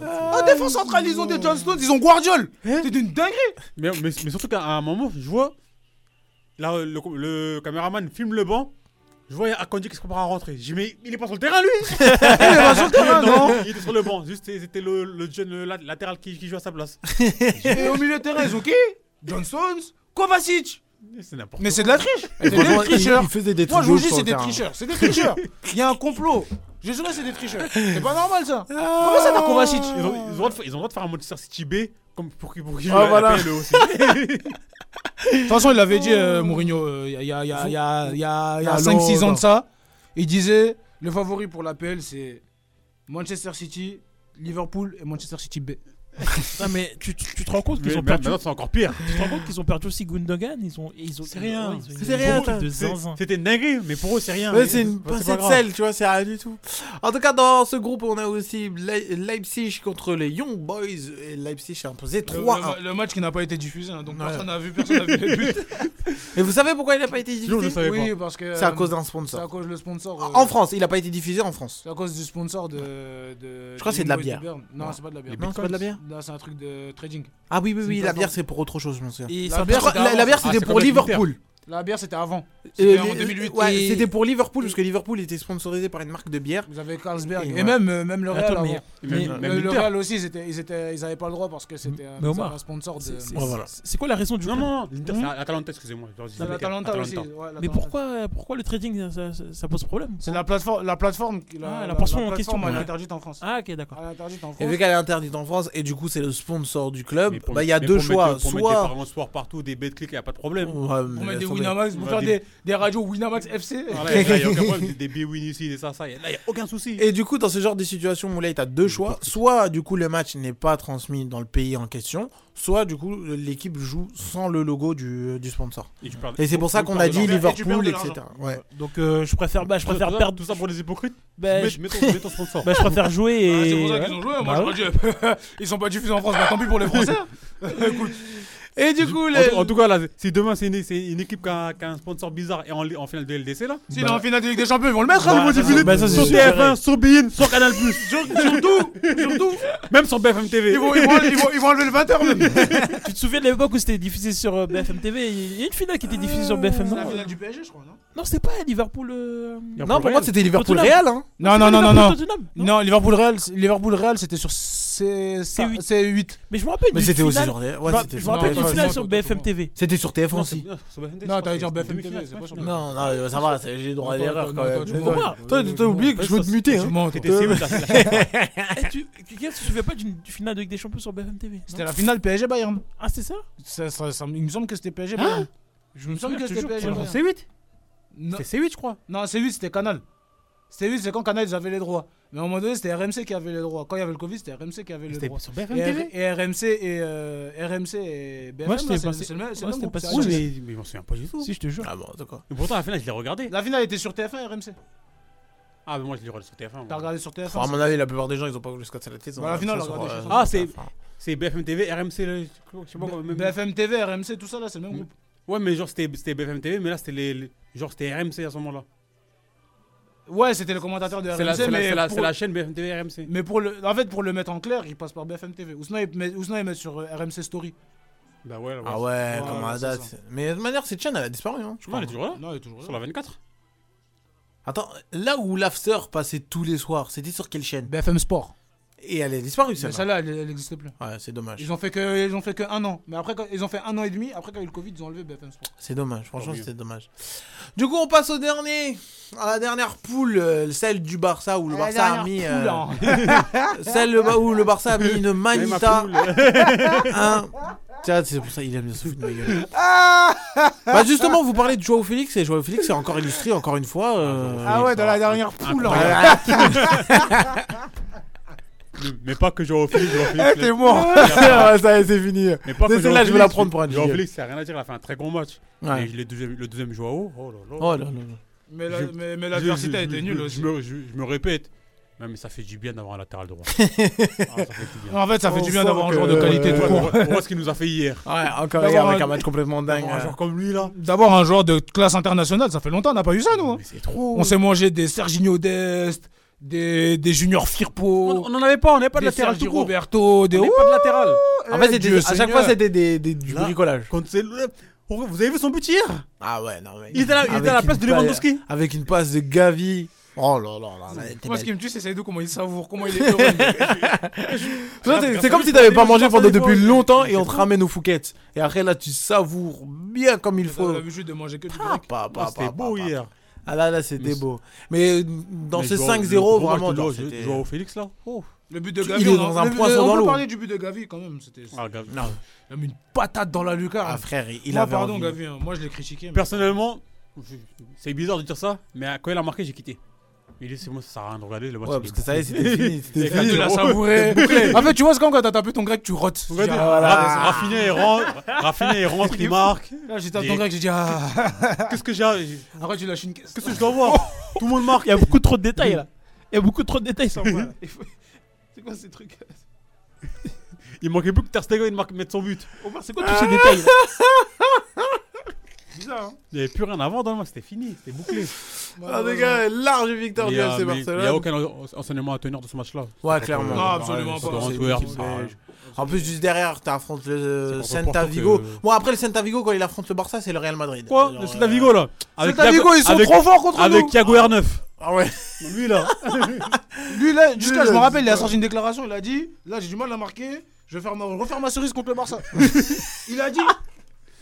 [SPEAKER 9] En défense centrale, ils ont Hein des John Stones. Ils ont Guardiol. C'est une dinguerie.
[SPEAKER 4] Mais, mais, mais surtout qu'à un moment, je vois, Là, euh, le, le caméraman filme le banc. Je vois Akondi qui se prépare à rentrer. J'ai dit, mais il est pas sur le terrain, lui Il est
[SPEAKER 9] pas sur le terrain,
[SPEAKER 4] Non,
[SPEAKER 9] non.
[SPEAKER 4] il était sur le banc. Juste, c'était le, le jeune le lat- latéral qui, qui joue à sa place.
[SPEAKER 9] Et au milieu de terrain, ils ont qui Johnson Kovacic
[SPEAKER 4] C'est n'importe
[SPEAKER 9] Mais
[SPEAKER 4] quoi.
[SPEAKER 9] c'est de la triche C'est des
[SPEAKER 4] Franchement,
[SPEAKER 9] tricheurs
[SPEAKER 4] il- il faisait des
[SPEAKER 9] Moi,
[SPEAKER 4] trucs
[SPEAKER 9] je vous
[SPEAKER 4] de
[SPEAKER 9] dis,
[SPEAKER 4] ouf sur
[SPEAKER 9] c'est
[SPEAKER 4] le
[SPEAKER 9] des
[SPEAKER 4] terrain.
[SPEAKER 9] tricheurs C'est des tricheurs Il y a un complot Je jure, c'est des tricheurs C'est pas normal, ça
[SPEAKER 2] Ah.
[SPEAKER 9] Comment ça, t'as Kovacic
[SPEAKER 4] ils ont, ils, ont le droit de, fa- ils ont le droit de faire un Manchester City B comme pour qu'il pour qu'il
[SPEAKER 9] Ah,
[SPEAKER 4] joue à la
[SPEAKER 9] voilà.
[SPEAKER 4] PL aussi.
[SPEAKER 9] De toute façon, il l'avait dit, euh, Mourinho, euh, il y a, il y a- il y a- il y a- il y a
[SPEAKER 2] Ah,
[SPEAKER 9] 5-6 ans
[SPEAKER 2] longtemps.
[SPEAKER 9] de ça. Il disait le favori pour l'APL, c'est Manchester City, Liverpool et Manchester City B.
[SPEAKER 3] Non, mais tu, tu- tu te rends compte
[SPEAKER 9] Mais
[SPEAKER 3] qu'ils ont
[SPEAKER 9] ma-
[SPEAKER 3] perdu.
[SPEAKER 9] maintenant, c'est encore pire.
[SPEAKER 3] Tu te rends compte qu'ils ont perdu aussi Gundogan Ils ont. Ils ont
[SPEAKER 4] C'est rien.
[SPEAKER 3] C'est rien. De zinzin.
[SPEAKER 4] C'était une dinguerie, mais pour eux, c'est rien.
[SPEAKER 2] Ouais, c'est une
[SPEAKER 4] pas-
[SPEAKER 2] pincée
[SPEAKER 4] pas
[SPEAKER 2] de
[SPEAKER 4] grave.
[SPEAKER 2] sel, tu vois, c'est rien du tout. En tout cas, dans ce groupe, on a aussi Le- Leipzig contre les Young Boys. Et Leipzig a imposé
[SPEAKER 9] Le,
[SPEAKER 2] 3-1.
[SPEAKER 9] le- le match qui n'a pas été diffusé, hein, donc
[SPEAKER 2] Ouais.
[SPEAKER 9] personne n'a vu, personne n'a vu les buts.
[SPEAKER 2] Et vous savez pourquoi il n'a pas été diffusé
[SPEAKER 9] Sinon, je le savais Oui, pas. parce que,
[SPEAKER 2] C'est à
[SPEAKER 9] euh,
[SPEAKER 2] cause d'un sponsor.
[SPEAKER 9] c'est à cause le sponsor, euh,
[SPEAKER 2] En France, il n'a pas été diffusé en France.
[SPEAKER 9] C'est à cause du sponsor de. de
[SPEAKER 2] Je crois que c'est de la bière.
[SPEAKER 9] Non,
[SPEAKER 2] Ouais.
[SPEAKER 9] c'est pas de la bière.
[SPEAKER 2] Les Non, c'est pas de la bitcoins.
[SPEAKER 9] Non, c'est un truc de trading.
[SPEAKER 2] Ah oui, oui,
[SPEAKER 9] C'est
[SPEAKER 2] oui,
[SPEAKER 9] une
[SPEAKER 2] la
[SPEAKER 9] plateforme.
[SPEAKER 2] bière, c'est pour autre chose, je m'en souviens.
[SPEAKER 9] Et
[SPEAKER 2] La
[SPEAKER 9] c'est un
[SPEAKER 2] bière,
[SPEAKER 9] truc
[SPEAKER 2] la-
[SPEAKER 9] d'avant.
[SPEAKER 2] la bière, c'était
[SPEAKER 9] Ah, c'est
[SPEAKER 2] pour
[SPEAKER 9] comme la
[SPEAKER 2] Liverpool.
[SPEAKER 9] Inter. La bière, c'était avant.
[SPEAKER 2] Euh,
[SPEAKER 9] C'était en
[SPEAKER 2] les-
[SPEAKER 9] 2008.
[SPEAKER 2] ouais,
[SPEAKER 9] Et-
[SPEAKER 2] c'était pour Liverpool, parce que Liverpool était sponsorisé par une marque de bière.
[SPEAKER 9] Vous avez Carlsberg. Et,
[SPEAKER 2] ouais.
[SPEAKER 9] même, euh, même le Real.
[SPEAKER 2] Attends, mais-
[SPEAKER 9] avant.
[SPEAKER 2] mais-
[SPEAKER 9] Le-
[SPEAKER 2] mais
[SPEAKER 9] le,
[SPEAKER 2] Inter.
[SPEAKER 9] Real aussi, ils n'avaient ils étaient- ils avaient pas le droit parce que c'était euh,
[SPEAKER 3] Mais Omar,
[SPEAKER 9] un sponsor de.
[SPEAKER 3] c'est- c'est- Ouais, voilà. c'est quoi la raison du
[SPEAKER 4] Non,
[SPEAKER 3] coup
[SPEAKER 4] non, non, l'Inter,
[SPEAKER 3] Hmm
[SPEAKER 4] c'est Atalanta, excusez-moi. je leur dis
[SPEAKER 9] C'est
[SPEAKER 4] Inter,
[SPEAKER 9] l'Atalanta aussi, ouais,
[SPEAKER 3] Mais
[SPEAKER 9] l'Atalanta.
[SPEAKER 3] pourquoi, euh, pourquoi le trading ça, ça- ça pose problème
[SPEAKER 9] C'est la plateforme, la plateforme, qui- la,
[SPEAKER 3] Ah,
[SPEAKER 9] la-
[SPEAKER 3] la plateforme
[SPEAKER 9] la
[SPEAKER 3] en question.
[SPEAKER 9] plateforme, elle est
[SPEAKER 3] ouais.
[SPEAKER 9] interdite en France.
[SPEAKER 3] Ah, ok, d'accord.
[SPEAKER 9] Elle est interdite en France.
[SPEAKER 2] Et vu qu'elle est interdite en France, et du coup, c'est le sponsor du club, bah, il
[SPEAKER 4] Pour-
[SPEAKER 2] y a
[SPEAKER 4] mais
[SPEAKER 2] deux
[SPEAKER 4] pour
[SPEAKER 2] choix.
[SPEAKER 4] Mettre, pour mettre des
[SPEAKER 2] soit.
[SPEAKER 4] parents sport partout, des bêtes clics, il n'y a pas de problème.
[SPEAKER 9] Pour mettre des Winamax, pour faire des, des radios Winamax FC.
[SPEAKER 4] Voilà, il n'y a aucun problème. Des, des B-Win ici, des ça, ça. y a- Là, il n'y a aucun souci.
[SPEAKER 2] Et du coup, dans ce genre de situation, Moulay, t'as deux choix. Soit, du coup, le match n'est pas transmis dans le pays en question, soit, du coup, l'équipe joue sans le logo du, du sponsor.
[SPEAKER 4] Et tu perds-
[SPEAKER 2] Et c'est pour ça
[SPEAKER 4] tu
[SPEAKER 2] qu'on
[SPEAKER 4] perds
[SPEAKER 2] a
[SPEAKER 4] de
[SPEAKER 2] dit
[SPEAKER 4] l'argent. Et tu perds
[SPEAKER 2] Liverpool,
[SPEAKER 4] de
[SPEAKER 2] etc.
[SPEAKER 4] l'argent.
[SPEAKER 2] Ouais.
[SPEAKER 3] Donc euh, je préfère, bah, je
[SPEAKER 4] Tout ça-
[SPEAKER 3] préfère
[SPEAKER 4] tout ça-
[SPEAKER 3] perdre.
[SPEAKER 4] Tout ça pour les hypocrites
[SPEAKER 3] Bah,
[SPEAKER 4] Mets-
[SPEAKER 3] je-
[SPEAKER 4] mets ton- mets ton sponsor.
[SPEAKER 3] Bah, je préfère jouer et.
[SPEAKER 9] Ah, Ben, c'est pour ça qu'ils ont joué. Moi,
[SPEAKER 3] Bah,
[SPEAKER 9] je crois que ils sont pas diffusés en France. Bah, tant pis pour les Français. hein. Écoute.
[SPEAKER 2] Et du coup,
[SPEAKER 4] en,
[SPEAKER 9] les-
[SPEAKER 4] tout- en tout cas, là, si demain c'est une, c'est une équipe qui a, qui a un sponsor bizarre et en, li- en finale de LDC, là.
[SPEAKER 9] S'il est en finale de Ligue des Champions, ils vont le mettre.
[SPEAKER 4] Bah,
[SPEAKER 9] hein,
[SPEAKER 4] ça,
[SPEAKER 9] ils vont
[SPEAKER 4] c'est-
[SPEAKER 9] diffuser.
[SPEAKER 4] bah, ça, c'est
[SPEAKER 9] Sur
[SPEAKER 4] sûr.
[SPEAKER 9] TF1.
[SPEAKER 4] sur BIN, sur Canal Plus.
[SPEAKER 9] Surtout, surtout.
[SPEAKER 4] Même sur BFM TV.
[SPEAKER 9] Ils vont, ils vont- ils vont- ils vont enlever le 20h même.
[SPEAKER 3] tu te souviens de l'époque où c'était diffusé sur euh, BFM TV Il y a une finale qui était diffusée sur BFM.
[SPEAKER 9] C'est
[SPEAKER 3] Non,
[SPEAKER 9] la finale du PSG, je crois, non
[SPEAKER 3] non c'était pas Liverpool. euh,
[SPEAKER 2] Non, pour moi, c'était Liverpool
[SPEAKER 3] Tottenham.
[SPEAKER 2] Real. Hein.
[SPEAKER 9] Non, non, non, non, non.
[SPEAKER 3] Liverpool-Tottenham.
[SPEAKER 9] Non, Liverpool Real, Liverpool Real, c'était sur C8. C8.
[SPEAKER 3] Mais je me rappelle.
[SPEAKER 2] Mais
[SPEAKER 3] d'une
[SPEAKER 2] c'était aussi
[SPEAKER 3] finale-
[SPEAKER 2] sur des- ouais,
[SPEAKER 3] je me-
[SPEAKER 2] c'était
[SPEAKER 3] Je me
[SPEAKER 2] sur
[SPEAKER 3] rappelle
[SPEAKER 2] des-
[SPEAKER 3] d'une
[SPEAKER 2] ouais,
[SPEAKER 3] finale
[SPEAKER 2] ouais.
[SPEAKER 3] sur BFM TV.
[SPEAKER 2] C'était sur TF1
[SPEAKER 3] Non,
[SPEAKER 2] aussi.
[SPEAKER 9] Non, t'avais dit BFM TV, c'est pas sur
[SPEAKER 2] Non, non, euh, ça va, c'est- j'ai le droit à
[SPEAKER 9] Attends,
[SPEAKER 2] l'erreur
[SPEAKER 9] attends,
[SPEAKER 2] quand
[SPEAKER 9] attends,
[SPEAKER 2] même.
[SPEAKER 9] tu
[SPEAKER 2] C'est
[SPEAKER 9] mens.
[SPEAKER 2] bon.
[SPEAKER 9] Tu
[SPEAKER 2] Toi,
[SPEAKER 9] mens,
[SPEAKER 2] t'as oublié
[SPEAKER 9] toi,
[SPEAKER 2] que je veux te
[SPEAKER 9] ça,
[SPEAKER 2] muter.
[SPEAKER 9] tu
[SPEAKER 2] hein.
[SPEAKER 9] mens, toi.
[SPEAKER 2] Euh,
[SPEAKER 9] T'étais
[SPEAKER 3] Eh, tu- Quelqu'un se souvient pas d'une finale de Ligue des Champions sur BFM TV non
[SPEAKER 9] C'était la finale PSG Bayern.
[SPEAKER 3] Ah, c'est ça
[SPEAKER 9] Ça, ça- ça- il me semble que c'était
[SPEAKER 4] Hein
[SPEAKER 9] PSG Bayern. Je me
[SPEAKER 3] souviens,
[SPEAKER 9] semble que
[SPEAKER 3] je
[SPEAKER 9] c'était
[SPEAKER 3] te jure,
[SPEAKER 9] PSG
[SPEAKER 3] c'est
[SPEAKER 9] Bayern.
[SPEAKER 3] sur
[SPEAKER 4] C8
[SPEAKER 9] Non.
[SPEAKER 4] C'est C8, je crois.
[SPEAKER 9] Non, C8, c'était Canal. C8, c'est quand Canal, ils avaient les droits. Mais à un moment donné, c'était RMC qui avait les droits. Quand il y avait le Covid, c'était RMC qui avait les
[SPEAKER 4] C'était
[SPEAKER 9] droits.
[SPEAKER 4] sur BFM
[SPEAKER 9] et,
[SPEAKER 4] TV?
[SPEAKER 9] et RMC et, euh, RMC et BFM,
[SPEAKER 4] Moi,
[SPEAKER 9] là,
[SPEAKER 4] j'étais
[SPEAKER 9] c'est
[SPEAKER 4] passé-
[SPEAKER 9] c'est le même. c'est
[SPEAKER 4] moi,
[SPEAKER 9] le même
[SPEAKER 4] j'étais
[SPEAKER 9] groupe,
[SPEAKER 4] passé
[SPEAKER 9] c'est
[SPEAKER 4] sur-
[SPEAKER 9] RMC.
[SPEAKER 4] Oui, mais- mais je m'en souviens pas du tout.
[SPEAKER 3] Si, je te jure.
[SPEAKER 2] Ah bon, d'accord.
[SPEAKER 4] Et pourtant, la finale, je l'ai regardée.
[SPEAKER 9] La finale était sur TF1 et RMC.
[SPEAKER 4] Ah, mais moi, je l'ai regardée sur TF1.
[SPEAKER 9] T'as
[SPEAKER 4] moi.
[SPEAKER 9] regardé sur TF1
[SPEAKER 2] Enfin, à mon avis, la plupart des gens, ils ont pas voulu se casser la tête. ils ont
[SPEAKER 9] Bah, la finale,
[SPEAKER 2] regardé ça
[SPEAKER 9] regardez,
[SPEAKER 2] sur,
[SPEAKER 9] je sais
[SPEAKER 4] Ah, c'est.
[SPEAKER 2] euh, TF1.
[SPEAKER 4] C'est BFM TV, RMC, le- je sais pas comment. même- Mm.
[SPEAKER 9] BFM TV, RMC, tout ça là, c'est le même groupe.
[SPEAKER 4] Ouais, mais genre, c'était c'était BFM TV, mais là, c'était les. les- Genre, c'était RMC à ce moment-là.
[SPEAKER 9] Ouais, c'était le commentateur de
[SPEAKER 4] C'est la,
[SPEAKER 9] RMC,
[SPEAKER 4] c'est la-
[SPEAKER 9] mais
[SPEAKER 4] c'est la-
[SPEAKER 9] pour-
[SPEAKER 4] c'est la chaîne BFM TV RMC.
[SPEAKER 9] Mais pour le, en fait, pour le mettre en clair, il passe par BFM TV. Ou sinon, il met, ou sinon, il met sur euh, RMC Story.
[SPEAKER 4] Bah ouais, ouais.
[SPEAKER 2] Ah ouais,
[SPEAKER 9] Ouais,
[SPEAKER 2] comme à
[SPEAKER 9] c'est
[SPEAKER 2] date.
[SPEAKER 9] ça.
[SPEAKER 2] Mais de toute manière, cette chaîne, elle a disparu. Hein,
[SPEAKER 4] Non,
[SPEAKER 2] je crois.
[SPEAKER 4] elle est toujours là
[SPEAKER 9] Non, il est toujours là.
[SPEAKER 4] Sur la 24
[SPEAKER 2] Attends, là où l'after passait tous les soirs, c'était sur quelle chaîne
[SPEAKER 9] BFM Sport.
[SPEAKER 2] Et elle est disparue,
[SPEAKER 9] Mais
[SPEAKER 2] celle-là.
[SPEAKER 9] celle-là, elle elle n'existe plus.
[SPEAKER 2] Ouais, c'est dommage.
[SPEAKER 9] Ils ont fait que, ils ont fait que un an. Mais après, quand- ils ont fait un an et demi. Après, quand il y a eu le Covid, ils ont enlevé BFM Sport.
[SPEAKER 2] C'est dommage,
[SPEAKER 4] Tant
[SPEAKER 2] franchement,
[SPEAKER 4] mieux.
[SPEAKER 2] c'était dommage. Du coup, on passe au dernier, à la dernière poule, euh, celle du Barça où le
[SPEAKER 9] À la
[SPEAKER 2] Barça a
[SPEAKER 9] dernière
[SPEAKER 2] mis.
[SPEAKER 9] poule, hein.
[SPEAKER 2] euh, celle le- où le Barça a mis une manita.
[SPEAKER 4] poule.
[SPEAKER 2] un... Tiens, c'est pour ça il aime bien se foutre de ma gueule.
[SPEAKER 9] Ah.
[SPEAKER 2] bah, justement, vous parlez de Joao Félix, et Joao Félix est encore illustré, encore une fois. euh,
[SPEAKER 9] Ah ouais, dans la dernière poule. hein.
[SPEAKER 4] Mais- Mais pas que Joao Félix. Joao Félix,
[SPEAKER 2] Eh, T'es
[SPEAKER 4] là-
[SPEAKER 2] mort Ouais, Ça y est, c'est fini.
[SPEAKER 4] Mais pas que Joao
[SPEAKER 2] C'est celle-là, je vais la
[SPEAKER 4] Félix,
[SPEAKER 2] prendre pour un
[SPEAKER 4] Joao
[SPEAKER 2] jingle.
[SPEAKER 4] Félix, ça a rien à dire, il a fait un très gros match.
[SPEAKER 2] Ouais.
[SPEAKER 4] Mais le deuxième, le deuxième Joao, oh là là.
[SPEAKER 2] Oh là là là.
[SPEAKER 9] Mais
[SPEAKER 4] Je-
[SPEAKER 9] la- mais- mais
[SPEAKER 4] Je-
[SPEAKER 9] l'adversité
[SPEAKER 4] je-
[SPEAKER 9] a été
[SPEAKER 4] je-
[SPEAKER 9] nulle
[SPEAKER 4] je-
[SPEAKER 9] aussi.
[SPEAKER 4] Je me, je, je me répète. Non, mais ça fait du bien d'avoir un latéral droit. Ah, ça fait du bien.
[SPEAKER 9] En fait, ça fait
[SPEAKER 2] On
[SPEAKER 9] du bien
[SPEAKER 2] sent
[SPEAKER 9] d'avoir un
[SPEAKER 2] que-
[SPEAKER 9] joueur de qualité. tout
[SPEAKER 4] Ouais,
[SPEAKER 9] court.
[SPEAKER 4] on voit- on voit ce qu'il nous a fait hier.
[SPEAKER 2] Ouais, encore
[SPEAKER 9] D'avoir
[SPEAKER 2] hier, avec
[SPEAKER 9] un-
[SPEAKER 2] un match complètement dingue.
[SPEAKER 4] Un
[SPEAKER 2] euh.
[SPEAKER 4] joueur comme lui, là.
[SPEAKER 9] D'avoir un joueur de classe internationale, ça fait longtemps, on n'a pas eu ça, nous. hein.
[SPEAKER 4] Mais c'est trop.
[SPEAKER 9] On s'est mangé des Serginho Dest, des, des Junior Firpo,
[SPEAKER 4] On n'en avait pas, on n'avait pas de
[SPEAKER 9] des
[SPEAKER 4] latéral
[SPEAKER 9] Sergi
[SPEAKER 4] du coup.
[SPEAKER 9] Roberto, des.
[SPEAKER 4] On n'avait pas de latéral.
[SPEAKER 2] En fait, c'était-
[SPEAKER 9] Eh Dieu
[SPEAKER 2] à chaque
[SPEAKER 9] Seigneur.
[SPEAKER 2] fois, c'était des, des- du
[SPEAKER 4] Là.
[SPEAKER 2] bricolage.
[SPEAKER 4] Cancelo, Vous avez vu son but hier
[SPEAKER 2] Ah ouais, non mais.
[SPEAKER 4] Il était à la- il était à la
[SPEAKER 2] Avec
[SPEAKER 4] place de
[SPEAKER 2] une passe-
[SPEAKER 4] Lewandowski.
[SPEAKER 2] Avec une passe de Gavi. Oh là là là. là, elle était
[SPEAKER 9] Moi, ce
[SPEAKER 2] belle.
[SPEAKER 9] qui me tue, c'est Saïdou, comment il savoure, comment il est heureux.
[SPEAKER 2] Tu vois, C'est c'est comme si t'avais pas mangé pendant depuis longtemps et on te ramène aux fouquettes. Et après là, tu savoures bien comme il faut.
[SPEAKER 9] l'habitude de manger que du
[SPEAKER 2] Ah, pas, pas,
[SPEAKER 4] c'était
[SPEAKER 2] pas,
[SPEAKER 4] beau
[SPEAKER 2] pas, pas.
[SPEAKER 4] hier.
[SPEAKER 2] Ah là là, c'était
[SPEAKER 4] Mais-
[SPEAKER 2] beau. Mais euh, dans
[SPEAKER 4] Mais
[SPEAKER 2] ce
[SPEAKER 4] Joao-
[SPEAKER 2] 5-0,
[SPEAKER 4] le-
[SPEAKER 2] vraiment.
[SPEAKER 4] le-
[SPEAKER 2] genre,
[SPEAKER 4] le-
[SPEAKER 2] c'était-
[SPEAKER 4] Joao Félix, là Oh.
[SPEAKER 9] Le but de
[SPEAKER 2] Tu-
[SPEAKER 9] Gavi,
[SPEAKER 2] il est
[SPEAKER 9] on-
[SPEAKER 2] dans un
[SPEAKER 9] le-
[SPEAKER 2] poisson
[SPEAKER 9] on
[SPEAKER 2] dans
[SPEAKER 9] peut
[SPEAKER 2] l'eau.
[SPEAKER 9] parler du but de Gavi quand même. C'était
[SPEAKER 4] Ah, Gavi.
[SPEAKER 2] Non.
[SPEAKER 9] Il a mis une patate dans la lucarne.
[SPEAKER 2] Ah, frère, il
[SPEAKER 9] moi,
[SPEAKER 2] avait
[SPEAKER 9] pardon,
[SPEAKER 2] envie.
[SPEAKER 9] Gavi, hein, moi je l'ai critiqué. mais-
[SPEAKER 4] Personnellement, je- c'est bizarre de dire ça, mais quand il a marqué, j'ai quitté. Il dit, c'est bon, ça sert à rien de regarder le match.
[SPEAKER 2] Ouais,
[SPEAKER 4] il
[SPEAKER 2] parce
[SPEAKER 4] est
[SPEAKER 2] que ça y est,
[SPEAKER 4] bouclé.
[SPEAKER 2] c'était fini, c'était
[SPEAKER 4] Et
[SPEAKER 2] fini.
[SPEAKER 4] quand
[SPEAKER 2] De la
[SPEAKER 4] il-
[SPEAKER 2] savourer.
[SPEAKER 4] bouclé.
[SPEAKER 9] En fait, tu vois, c'est comme quand t'as tapé ton grec, tu rotes.
[SPEAKER 4] Regardez,
[SPEAKER 9] Genre,
[SPEAKER 4] Ra-
[SPEAKER 9] voilà.
[SPEAKER 4] Raffiné, il rentre, Raffiné, il rentre, il marque.
[SPEAKER 9] Là, j'étais à ton grec, j'ai dit ah.
[SPEAKER 4] Qu'est-ce que j'ai
[SPEAKER 9] Après, tu lâches une caisse.
[SPEAKER 4] Qu'est-ce que je dois voir Tout le monde marque.
[SPEAKER 3] Il y a beaucoup trop de détails là. Il y a beaucoup trop de détails sans moi. là. Il faut- C'est quoi ces trucs
[SPEAKER 4] Il manquait plus que Ter Stegen marque mette son but.
[SPEAKER 3] Omar, c'est quoi tous ces détails là
[SPEAKER 9] Bizarre, hein.
[SPEAKER 4] Il n'y avait plus rien avant dans le match, c'était fini, c'était bouclé.
[SPEAKER 2] Ah, les gars, large victoire
[SPEAKER 4] Mais il
[SPEAKER 2] du
[SPEAKER 4] y a-
[SPEAKER 2] FC
[SPEAKER 4] mais Il n'y a
[SPEAKER 2] Barcelone.
[SPEAKER 4] aucun en- enseignement à tenir de ce match-là.
[SPEAKER 2] Ouais, clairement.
[SPEAKER 9] Non, Ah, absolument pas.
[SPEAKER 4] Contre
[SPEAKER 2] C'est-
[SPEAKER 4] Antwerp,
[SPEAKER 2] c'est-
[SPEAKER 4] ça-
[SPEAKER 2] En plus, juste derrière, t'affrontes le
[SPEAKER 4] C'est contre
[SPEAKER 2] Celta
[SPEAKER 4] Porto
[SPEAKER 2] Vigo.
[SPEAKER 4] que-
[SPEAKER 2] Bon, après, le Celta Vigo, quand il affronte le Barça, c'est le Real Madrid.
[SPEAKER 4] Quoi
[SPEAKER 2] Genre, euh,
[SPEAKER 4] Le Celta Vigo là Avec
[SPEAKER 2] Celta
[SPEAKER 4] Thiago-
[SPEAKER 2] Vigo, ils sont
[SPEAKER 4] avec-
[SPEAKER 2] trop forts contre
[SPEAKER 4] Avec
[SPEAKER 2] nous.
[SPEAKER 4] Thiago R9.
[SPEAKER 2] Ah ouais.
[SPEAKER 4] Lui là
[SPEAKER 9] Lui, là, jusqu'à,
[SPEAKER 2] Lui,
[SPEAKER 9] je me
[SPEAKER 2] là,
[SPEAKER 9] rappelle, il a
[SPEAKER 2] dis-toi.
[SPEAKER 9] sorti une déclaration. Il a dit Là, j'ai du mal à marquer. Je vais faire ma... refaire ma cerise contre le Barça. il a dit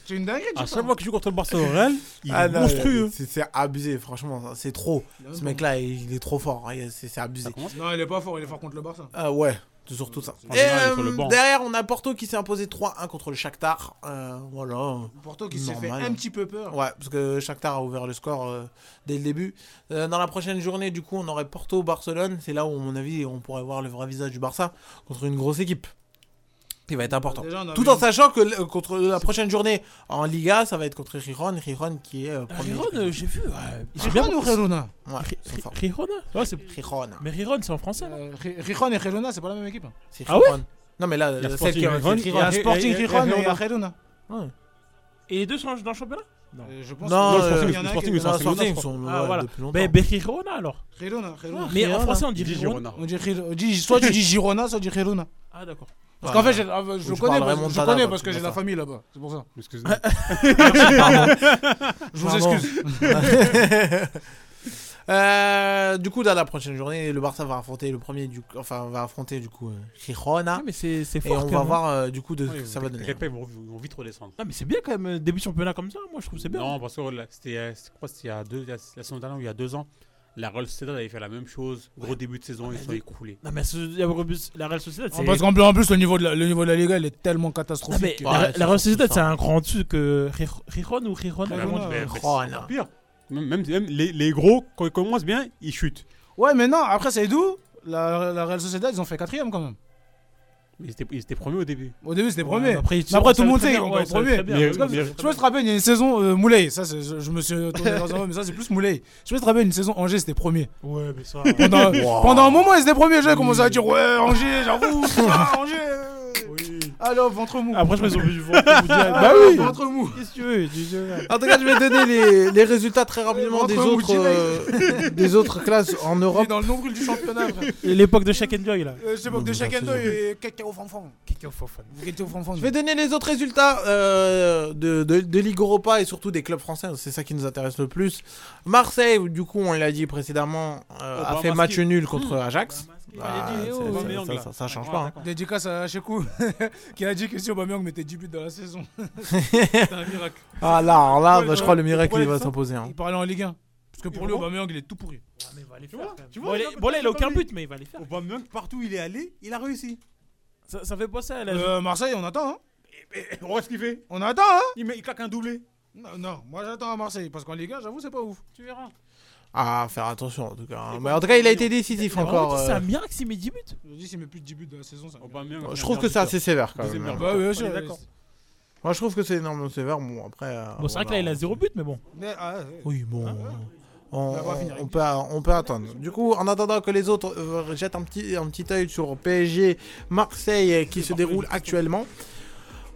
[SPEAKER 9] C'est une dinguerie.
[SPEAKER 4] À
[SPEAKER 9] tu
[SPEAKER 4] chaque fois qu'il joue contre le Barcelone au Real, il
[SPEAKER 2] Ah,
[SPEAKER 4] est
[SPEAKER 2] non,
[SPEAKER 4] monstrueux.
[SPEAKER 2] c'est- C'est abusé, franchement, c'est trop.
[SPEAKER 9] Non, Bah,
[SPEAKER 2] Ce
[SPEAKER 9] non.
[SPEAKER 2] mec-là, il est trop fort, hein, c'est c'est abusé.
[SPEAKER 9] Non, il est pas fort, il est fort contre le Barça.
[SPEAKER 2] Ah ouais, c'est surtout ça.
[SPEAKER 4] En
[SPEAKER 2] Et
[SPEAKER 4] général, il est
[SPEAKER 2] euh,
[SPEAKER 4] sur le banc.
[SPEAKER 2] derrière, on a Porto qui s'est imposé 3-1 contre le Shakhtar. Euh, voilà.
[SPEAKER 9] Porto qui s'est fait
[SPEAKER 2] Normal.
[SPEAKER 9] un petit peu peur.
[SPEAKER 2] Ouais, parce que Shakhtar a ouvert le score euh, dès le début. Euh, dans la prochaine journée, du coup, on aurait Porto-Barcelone. C'est là où, à mon avis, on pourrait voir le vrai visage du Barça contre une grosse équipe. Il va être important.
[SPEAKER 9] Déjà, on a
[SPEAKER 2] Tout
[SPEAKER 9] vu-
[SPEAKER 2] en sachant que euh, contre la prochaine journée en Liga, ça va être contre Riron. Riron qui est euh, premier.
[SPEAKER 3] Riron, euh, j'ai vu. ouais, J'ai bien
[SPEAKER 9] Rijon ou Relona
[SPEAKER 2] Ouais,
[SPEAKER 3] Ri-
[SPEAKER 2] ils sont forts.
[SPEAKER 3] Ri- Riron hein Ouais, c'est-
[SPEAKER 2] Rijon.
[SPEAKER 3] Mais Riron, c'est en français là.
[SPEAKER 9] Euh, Ri- Rijon et Relona, c'est pas la même équipe.
[SPEAKER 2] C'est
[SPEAKER 3] Ah ouais
[SPEAKER 2] Rijon. Non, mais là,
[SPEAKER 4] y a
[SPEAKER 2] celle
[SPEAKER 4] Sporting
[SPEAKER 2] qui est en-
[SPEAKER 4] Rijon.
[SPEAKER 2] c'est
[SPEAKER 9] Il
[SPEAKER 2] Rijon.
[SPEAKER 9] y a
[SPEAKER 4] Et-
[SPEAKER 9] Sporting
[SPEAKER 4] et- et-
[SPEAKER 9] Rijon et il y a
[SPEAKER 4] Relona.
[SPEAKER 9] Relona.
[SPEAKER 3] Et les deux sont dans le championnat
[SPEAKER 9] Euh, Je pense
[SPEAKER 2] Non,
[SPEAKER 9] que-
[SPEAKER 2] euh,
[SPEAKER 9] il y en a un
[SPEAKER 4] Sporting,
[SPEAKER 9] qui-
[SPEAKER 4] ils sont
[SPEAKER 2] Non,
[SPEAKER 4] en
[SPEAKER 9] Relona,
[SPEAKER 2] Sporting, ils
[SPEAKER 9] je crois.
[SPEAKER 2] sont
[SPEAKER 3] Ah,
[SPEAKER 2] ouais,
[SPEAKER 3] voilà.
[SPEAKER 2] depuis longtemps.
[SPEAKER 3] Mais, mais Riron alors.
[SPEAKER 9] Relona, Relona.
[SPEAKER 3] Mais en
[SPEAKER 2] Riron,
[SPEAKER 3] français, on Ah, dit
[SPEAKER 4] Il dit
[SPEAKER 3] Riron.
[SPEAKER 4] Girona.
[SPEAKER 9] On dit Ri- on dit- soit tu dis Girona, soit tu dis Relona.
[SPEAKER 3] Ah d'accord.
[SPEAKER 9] Parce
[SPEAKER 2] Ouais.
[SPEAKER 9] qu'en fait, j'ai- ah, je
[SPEAKER 2] Ou tu
[SPEAKER 9] connais,
[SPEAKER 2] parles
[SPEAKER 9] parce- je
[SPEAKER 2] Remontada,
[SPEAKER 9] connais
[SPEAKER 2] quoi,
[SPEAKER 9] parce que
[SPEAKER 2] tu
[SPEAKER 9] j'ai
[SPEAKER 2] vois
[SPEAKER 9] la
[SPEAKER 2] ça.
[SPEAKER 9] famille là-bas. C'est pour ça.
[SPEAKER 4] Excuse-moi.
[SPEAKER 9] Je vous
[SPEAKER 2] Pardon.
[SPEAKER 9] excuse.
[SPEAKER 2] Euh, du coup, dans la prochaine journée, le Barça va affronter le premier du, enfin va affronter du coup euh, Girona
[SPEAKER 3] Ah mais c'est c'est
[SPEAKER 2] et
[SPEAKER 3] fort. quand
[SPEAKER 2] on va
[SPEAKER 3] même, hein.
[SPEAKER 2] voir euh, du coup de ce
[SPEAKER 4] Ouais,
[SPEAKER 2] que ça va
[SPEAKER 4] t'inquiète
[SPEAKER 2] donner.
[SPEAKER 4] pas, Ils vont ils vont vite redescendre.
[SPEAKER 3] Ah mais c'est bien quand même euh, début de championnat comme ça. Moi je trouve que c'est bien.
[SPEAKER 4] Non, parce que là, c'était euh, c'était quoi C'était il y a deux, la la saison dernière ou il y a deux ans. La Real Sociedad avait fait la même chose. Gros début de saison, ils se sont écroulés.
[SPEAKER 3] Non Ah, bah, mais ce- la Real Sociedad c'est
[SPEAKER 9] Parce qu'en plus, en plus, le niveau de la, le niveau de la Liga, il est tellement
[SPEAKER 3] Non, Ah, mais
[SPEAKER 9] catastrophique. que-
[SPEAKER 3] la-
[SPEAKER 2] Ouais,
[SPEAKER 3] la,
[SPEAKER 2] c'est
[SPEAKER 3] Real
[SPEAKER 2] surtout
[SPEAKER 3] Sociedad
[SPEAKER 2] ça.
[SPEAKER 3] c'est un grand euh, dessus que Ri- Riron ou Riron.
[SPEAKER 4] Mais
[SPEAKER 9] Girona,
[SPEAKER 4] mais- mais c'est
[SPEAKER 2] Girona.
[SPEAKER 4] encore pire. Même, même- même les, les gros, quand ils commencent bien, ils chutent.
[SPEAKER 9] Ouais, mais non, après, Saïdou, la, la Real Sociedad, ils ont fait quatrième quand même.
[SPEAKER 4] Mais ils étaient, ils étaient premiers au début.
[SPEAKER 9] Au début, c'était
[SPEAKER 3] Ouais,
[SPEAKER 9] premier.
[SPEAKER 3] mais après, ils
[SPEAKER 9] mais après,
[SPEAKER 3] savent
[SPEAKER 9] tout le monde
[SPEAKER 3] très
[SPEAKER 9] sait, ils
[SPEAKER 3] bien,
[SPEAKER 9] vont
[SPEAKER 3] ouais,
[SPEAKER 9] pas
[SPEAKER 3] ils savent
[SPEAKER 9] premier.
[SPEAKER 3] très bien.
[SPEAKER 4] Mais-
[SPEAKER 9] C'est comme-
[SPEAKER 4] mais-
[SPEAKER 9] Je me rappelle, il y a une saison euh, Moulay, ça, c'est- je, je me suis tourné dans un rond, mais ça, c'est plus Moulay. Je me rappelle, une saison Angers, c'était premier.
[SPEAKER 3] Ouais mais ça.
[SPEAKER 9] Pendant, pendant un moment, ils étaient premiers. J'ai commencé à dire, ouais, Euh, Angers, j'avoue, ah, Angers. euh. Allez, hop, ventre mou.
[SPEAKER 3] Après je me suis obligé de voir. Bah
[SPEAKER 9] Allez,
[SPEAKER 2] oui.
[SPEAKER 9] Ventre mou.
[SPEAKER 3] Qu'est-ce que tu veux tu- tu-
[SPEAKER 2] En tout cas, je vais donner les, les résultats très rapidement
[SPEAKER 9] Entre
[SPEAKER 2] des
[SPEAKER 9] vous,
[SPEAKER 2] autres euh, des autres classes en
[SPEAKER 9] Il est
[SPEAKER 2] Europe.
[SPEAKER 9] dans le nombril du championnat. frère.
[SPEAKER 3] Et L'époque de Shaq and Joy là.
[SPEAKER 9] Euh, Je sais pas, de chacun d'eux, et quelqu'un au fanfan. Vous êtes au fanfan.
[SPEAKER 2] Je vais donner les autres résultats euh, de, de, de Ligue Europa et surtout des clubs français, c'est ça qui nous intéresse le plus. Marseille, du coup, on l'a dit précédemment, euh,
[SPEAKER 4] Oh,
[SPEAKER 2] a
[SPEAKER 4] bah,
[SPEAKER 2] fait
[SPEAKER 4] masqué.
[SPEAKER 2] match nul contre
[SPEAKER 9] Hmm.
[SPEAKER 2] Ajax. Bah,
[SPEAKER 4] Allez, dis,
[SPEAKER 2] c'est-
[SPEAKER 4] oh,
[SPEAKER 2] ça-
[SPEAKER 4] Aubameyang,
[SPEAKER 2] ça-
[SPEAKER 4] là.
[SPEAKER 2] ça- ça change
[SPEAKER 4] Ah,
[SPEAKER 2] pas, hein.
[SPEAKER 4] d'accord.
[SPEAKER 9] Dédicace à Chekou qui a dit que si Aubameyang mettait 10 buts dans la saison, c'était un miracle.
[SPEAKER 2] Ah là, alors là,
[SPEAKER 9] Ouais,
[SPEAKER 2] bah, je
[SPEAKER 9] ouais.
[SPEAKER 2] crois le miracle
[SPEAKER 9] Pourquoi
[SPEAKER 2] il
[SPEAKER 9] il
[SPEAKER 2] va
[SPEAKER 9] fait ça
[SPEAKER 2] s'imposer. hein.
[SPEAKER 9] Il parlait en Ligue 1. Parce que pour
[SPEAKER 4] Et
[SPEAKER 9] lui,
[SPEAKER 4] pourquoi
[SPEAKER 9] Aubameyang, il est tout pourri.
[SPEAKER 3] Bon, il est- bon, là, il a aucun but, mais il va les faire.
[SPEAKER 4] Aubameyang, partout où il est allé, il a réussi.
[SPEAKER 3] Ça, ça fait pas ça, là.
[SPEAKER 9] Euh, Marseille, on attend, hein
[SPEAKER 4] On voit ce qu'il fait.
[SPEAKER 9] On attend, hein
[SPEAKER 4] Il, met- il claque un doublé.
[SPEAKER 9] non, non, moi j'attends à Marseille, parce qu'en Ligue 1, j'avoue, c'est pas ouf. Tu verras.
[SPEAKER 2] Ah, faire attention en tout cas. hein. Mais en tout cas, il a été décisif encore.
[SPEAKER 3] C'est
[SPEAKER 2] euh,
[SPEAKER 3] un miracle s'il met 10 buts.
[SPEAKER 9] Je dis, s'il met plus de 10 buts dans la saison, ça.
[SPEAKER 4] Aubameyang,
[SPEAKER 2] Je trouve que c'est assez sévère quand même.
[SPEAKER 4] Deuxième
[SPEAKER 2] hein.
[SPEAKER 4] erreur.
[SPEAKER 9] Bah, oui, bien sûr,
[SPEAKER 3] On est d'accord.
[SPEAKER 2] Moi, je trouve que c'est énormément sévère. Bon, après. euh,
[SPEAKER 3] Bon, c'est vrai que là, il
[SPEAKER 2] voilà.
[SPEAKER 3] a 0 but, mais bon.
[SPEAKER 9] Mais, ah, ouais.
[SPEAKER 2] Oui, bon.
[SPEAKER 9] Hein
[SPEAKER 2] on,
[SPEAKER 9] va
[SPEAKER 2] on-
[SPEAKER 9] finir avec
[SPEAKER 2] on peut, on peut attendre. Du coup, en attendant que les autres euh, jettent un petit, un petit œil sur PSG Marseille euh, qui se déroule actuellement,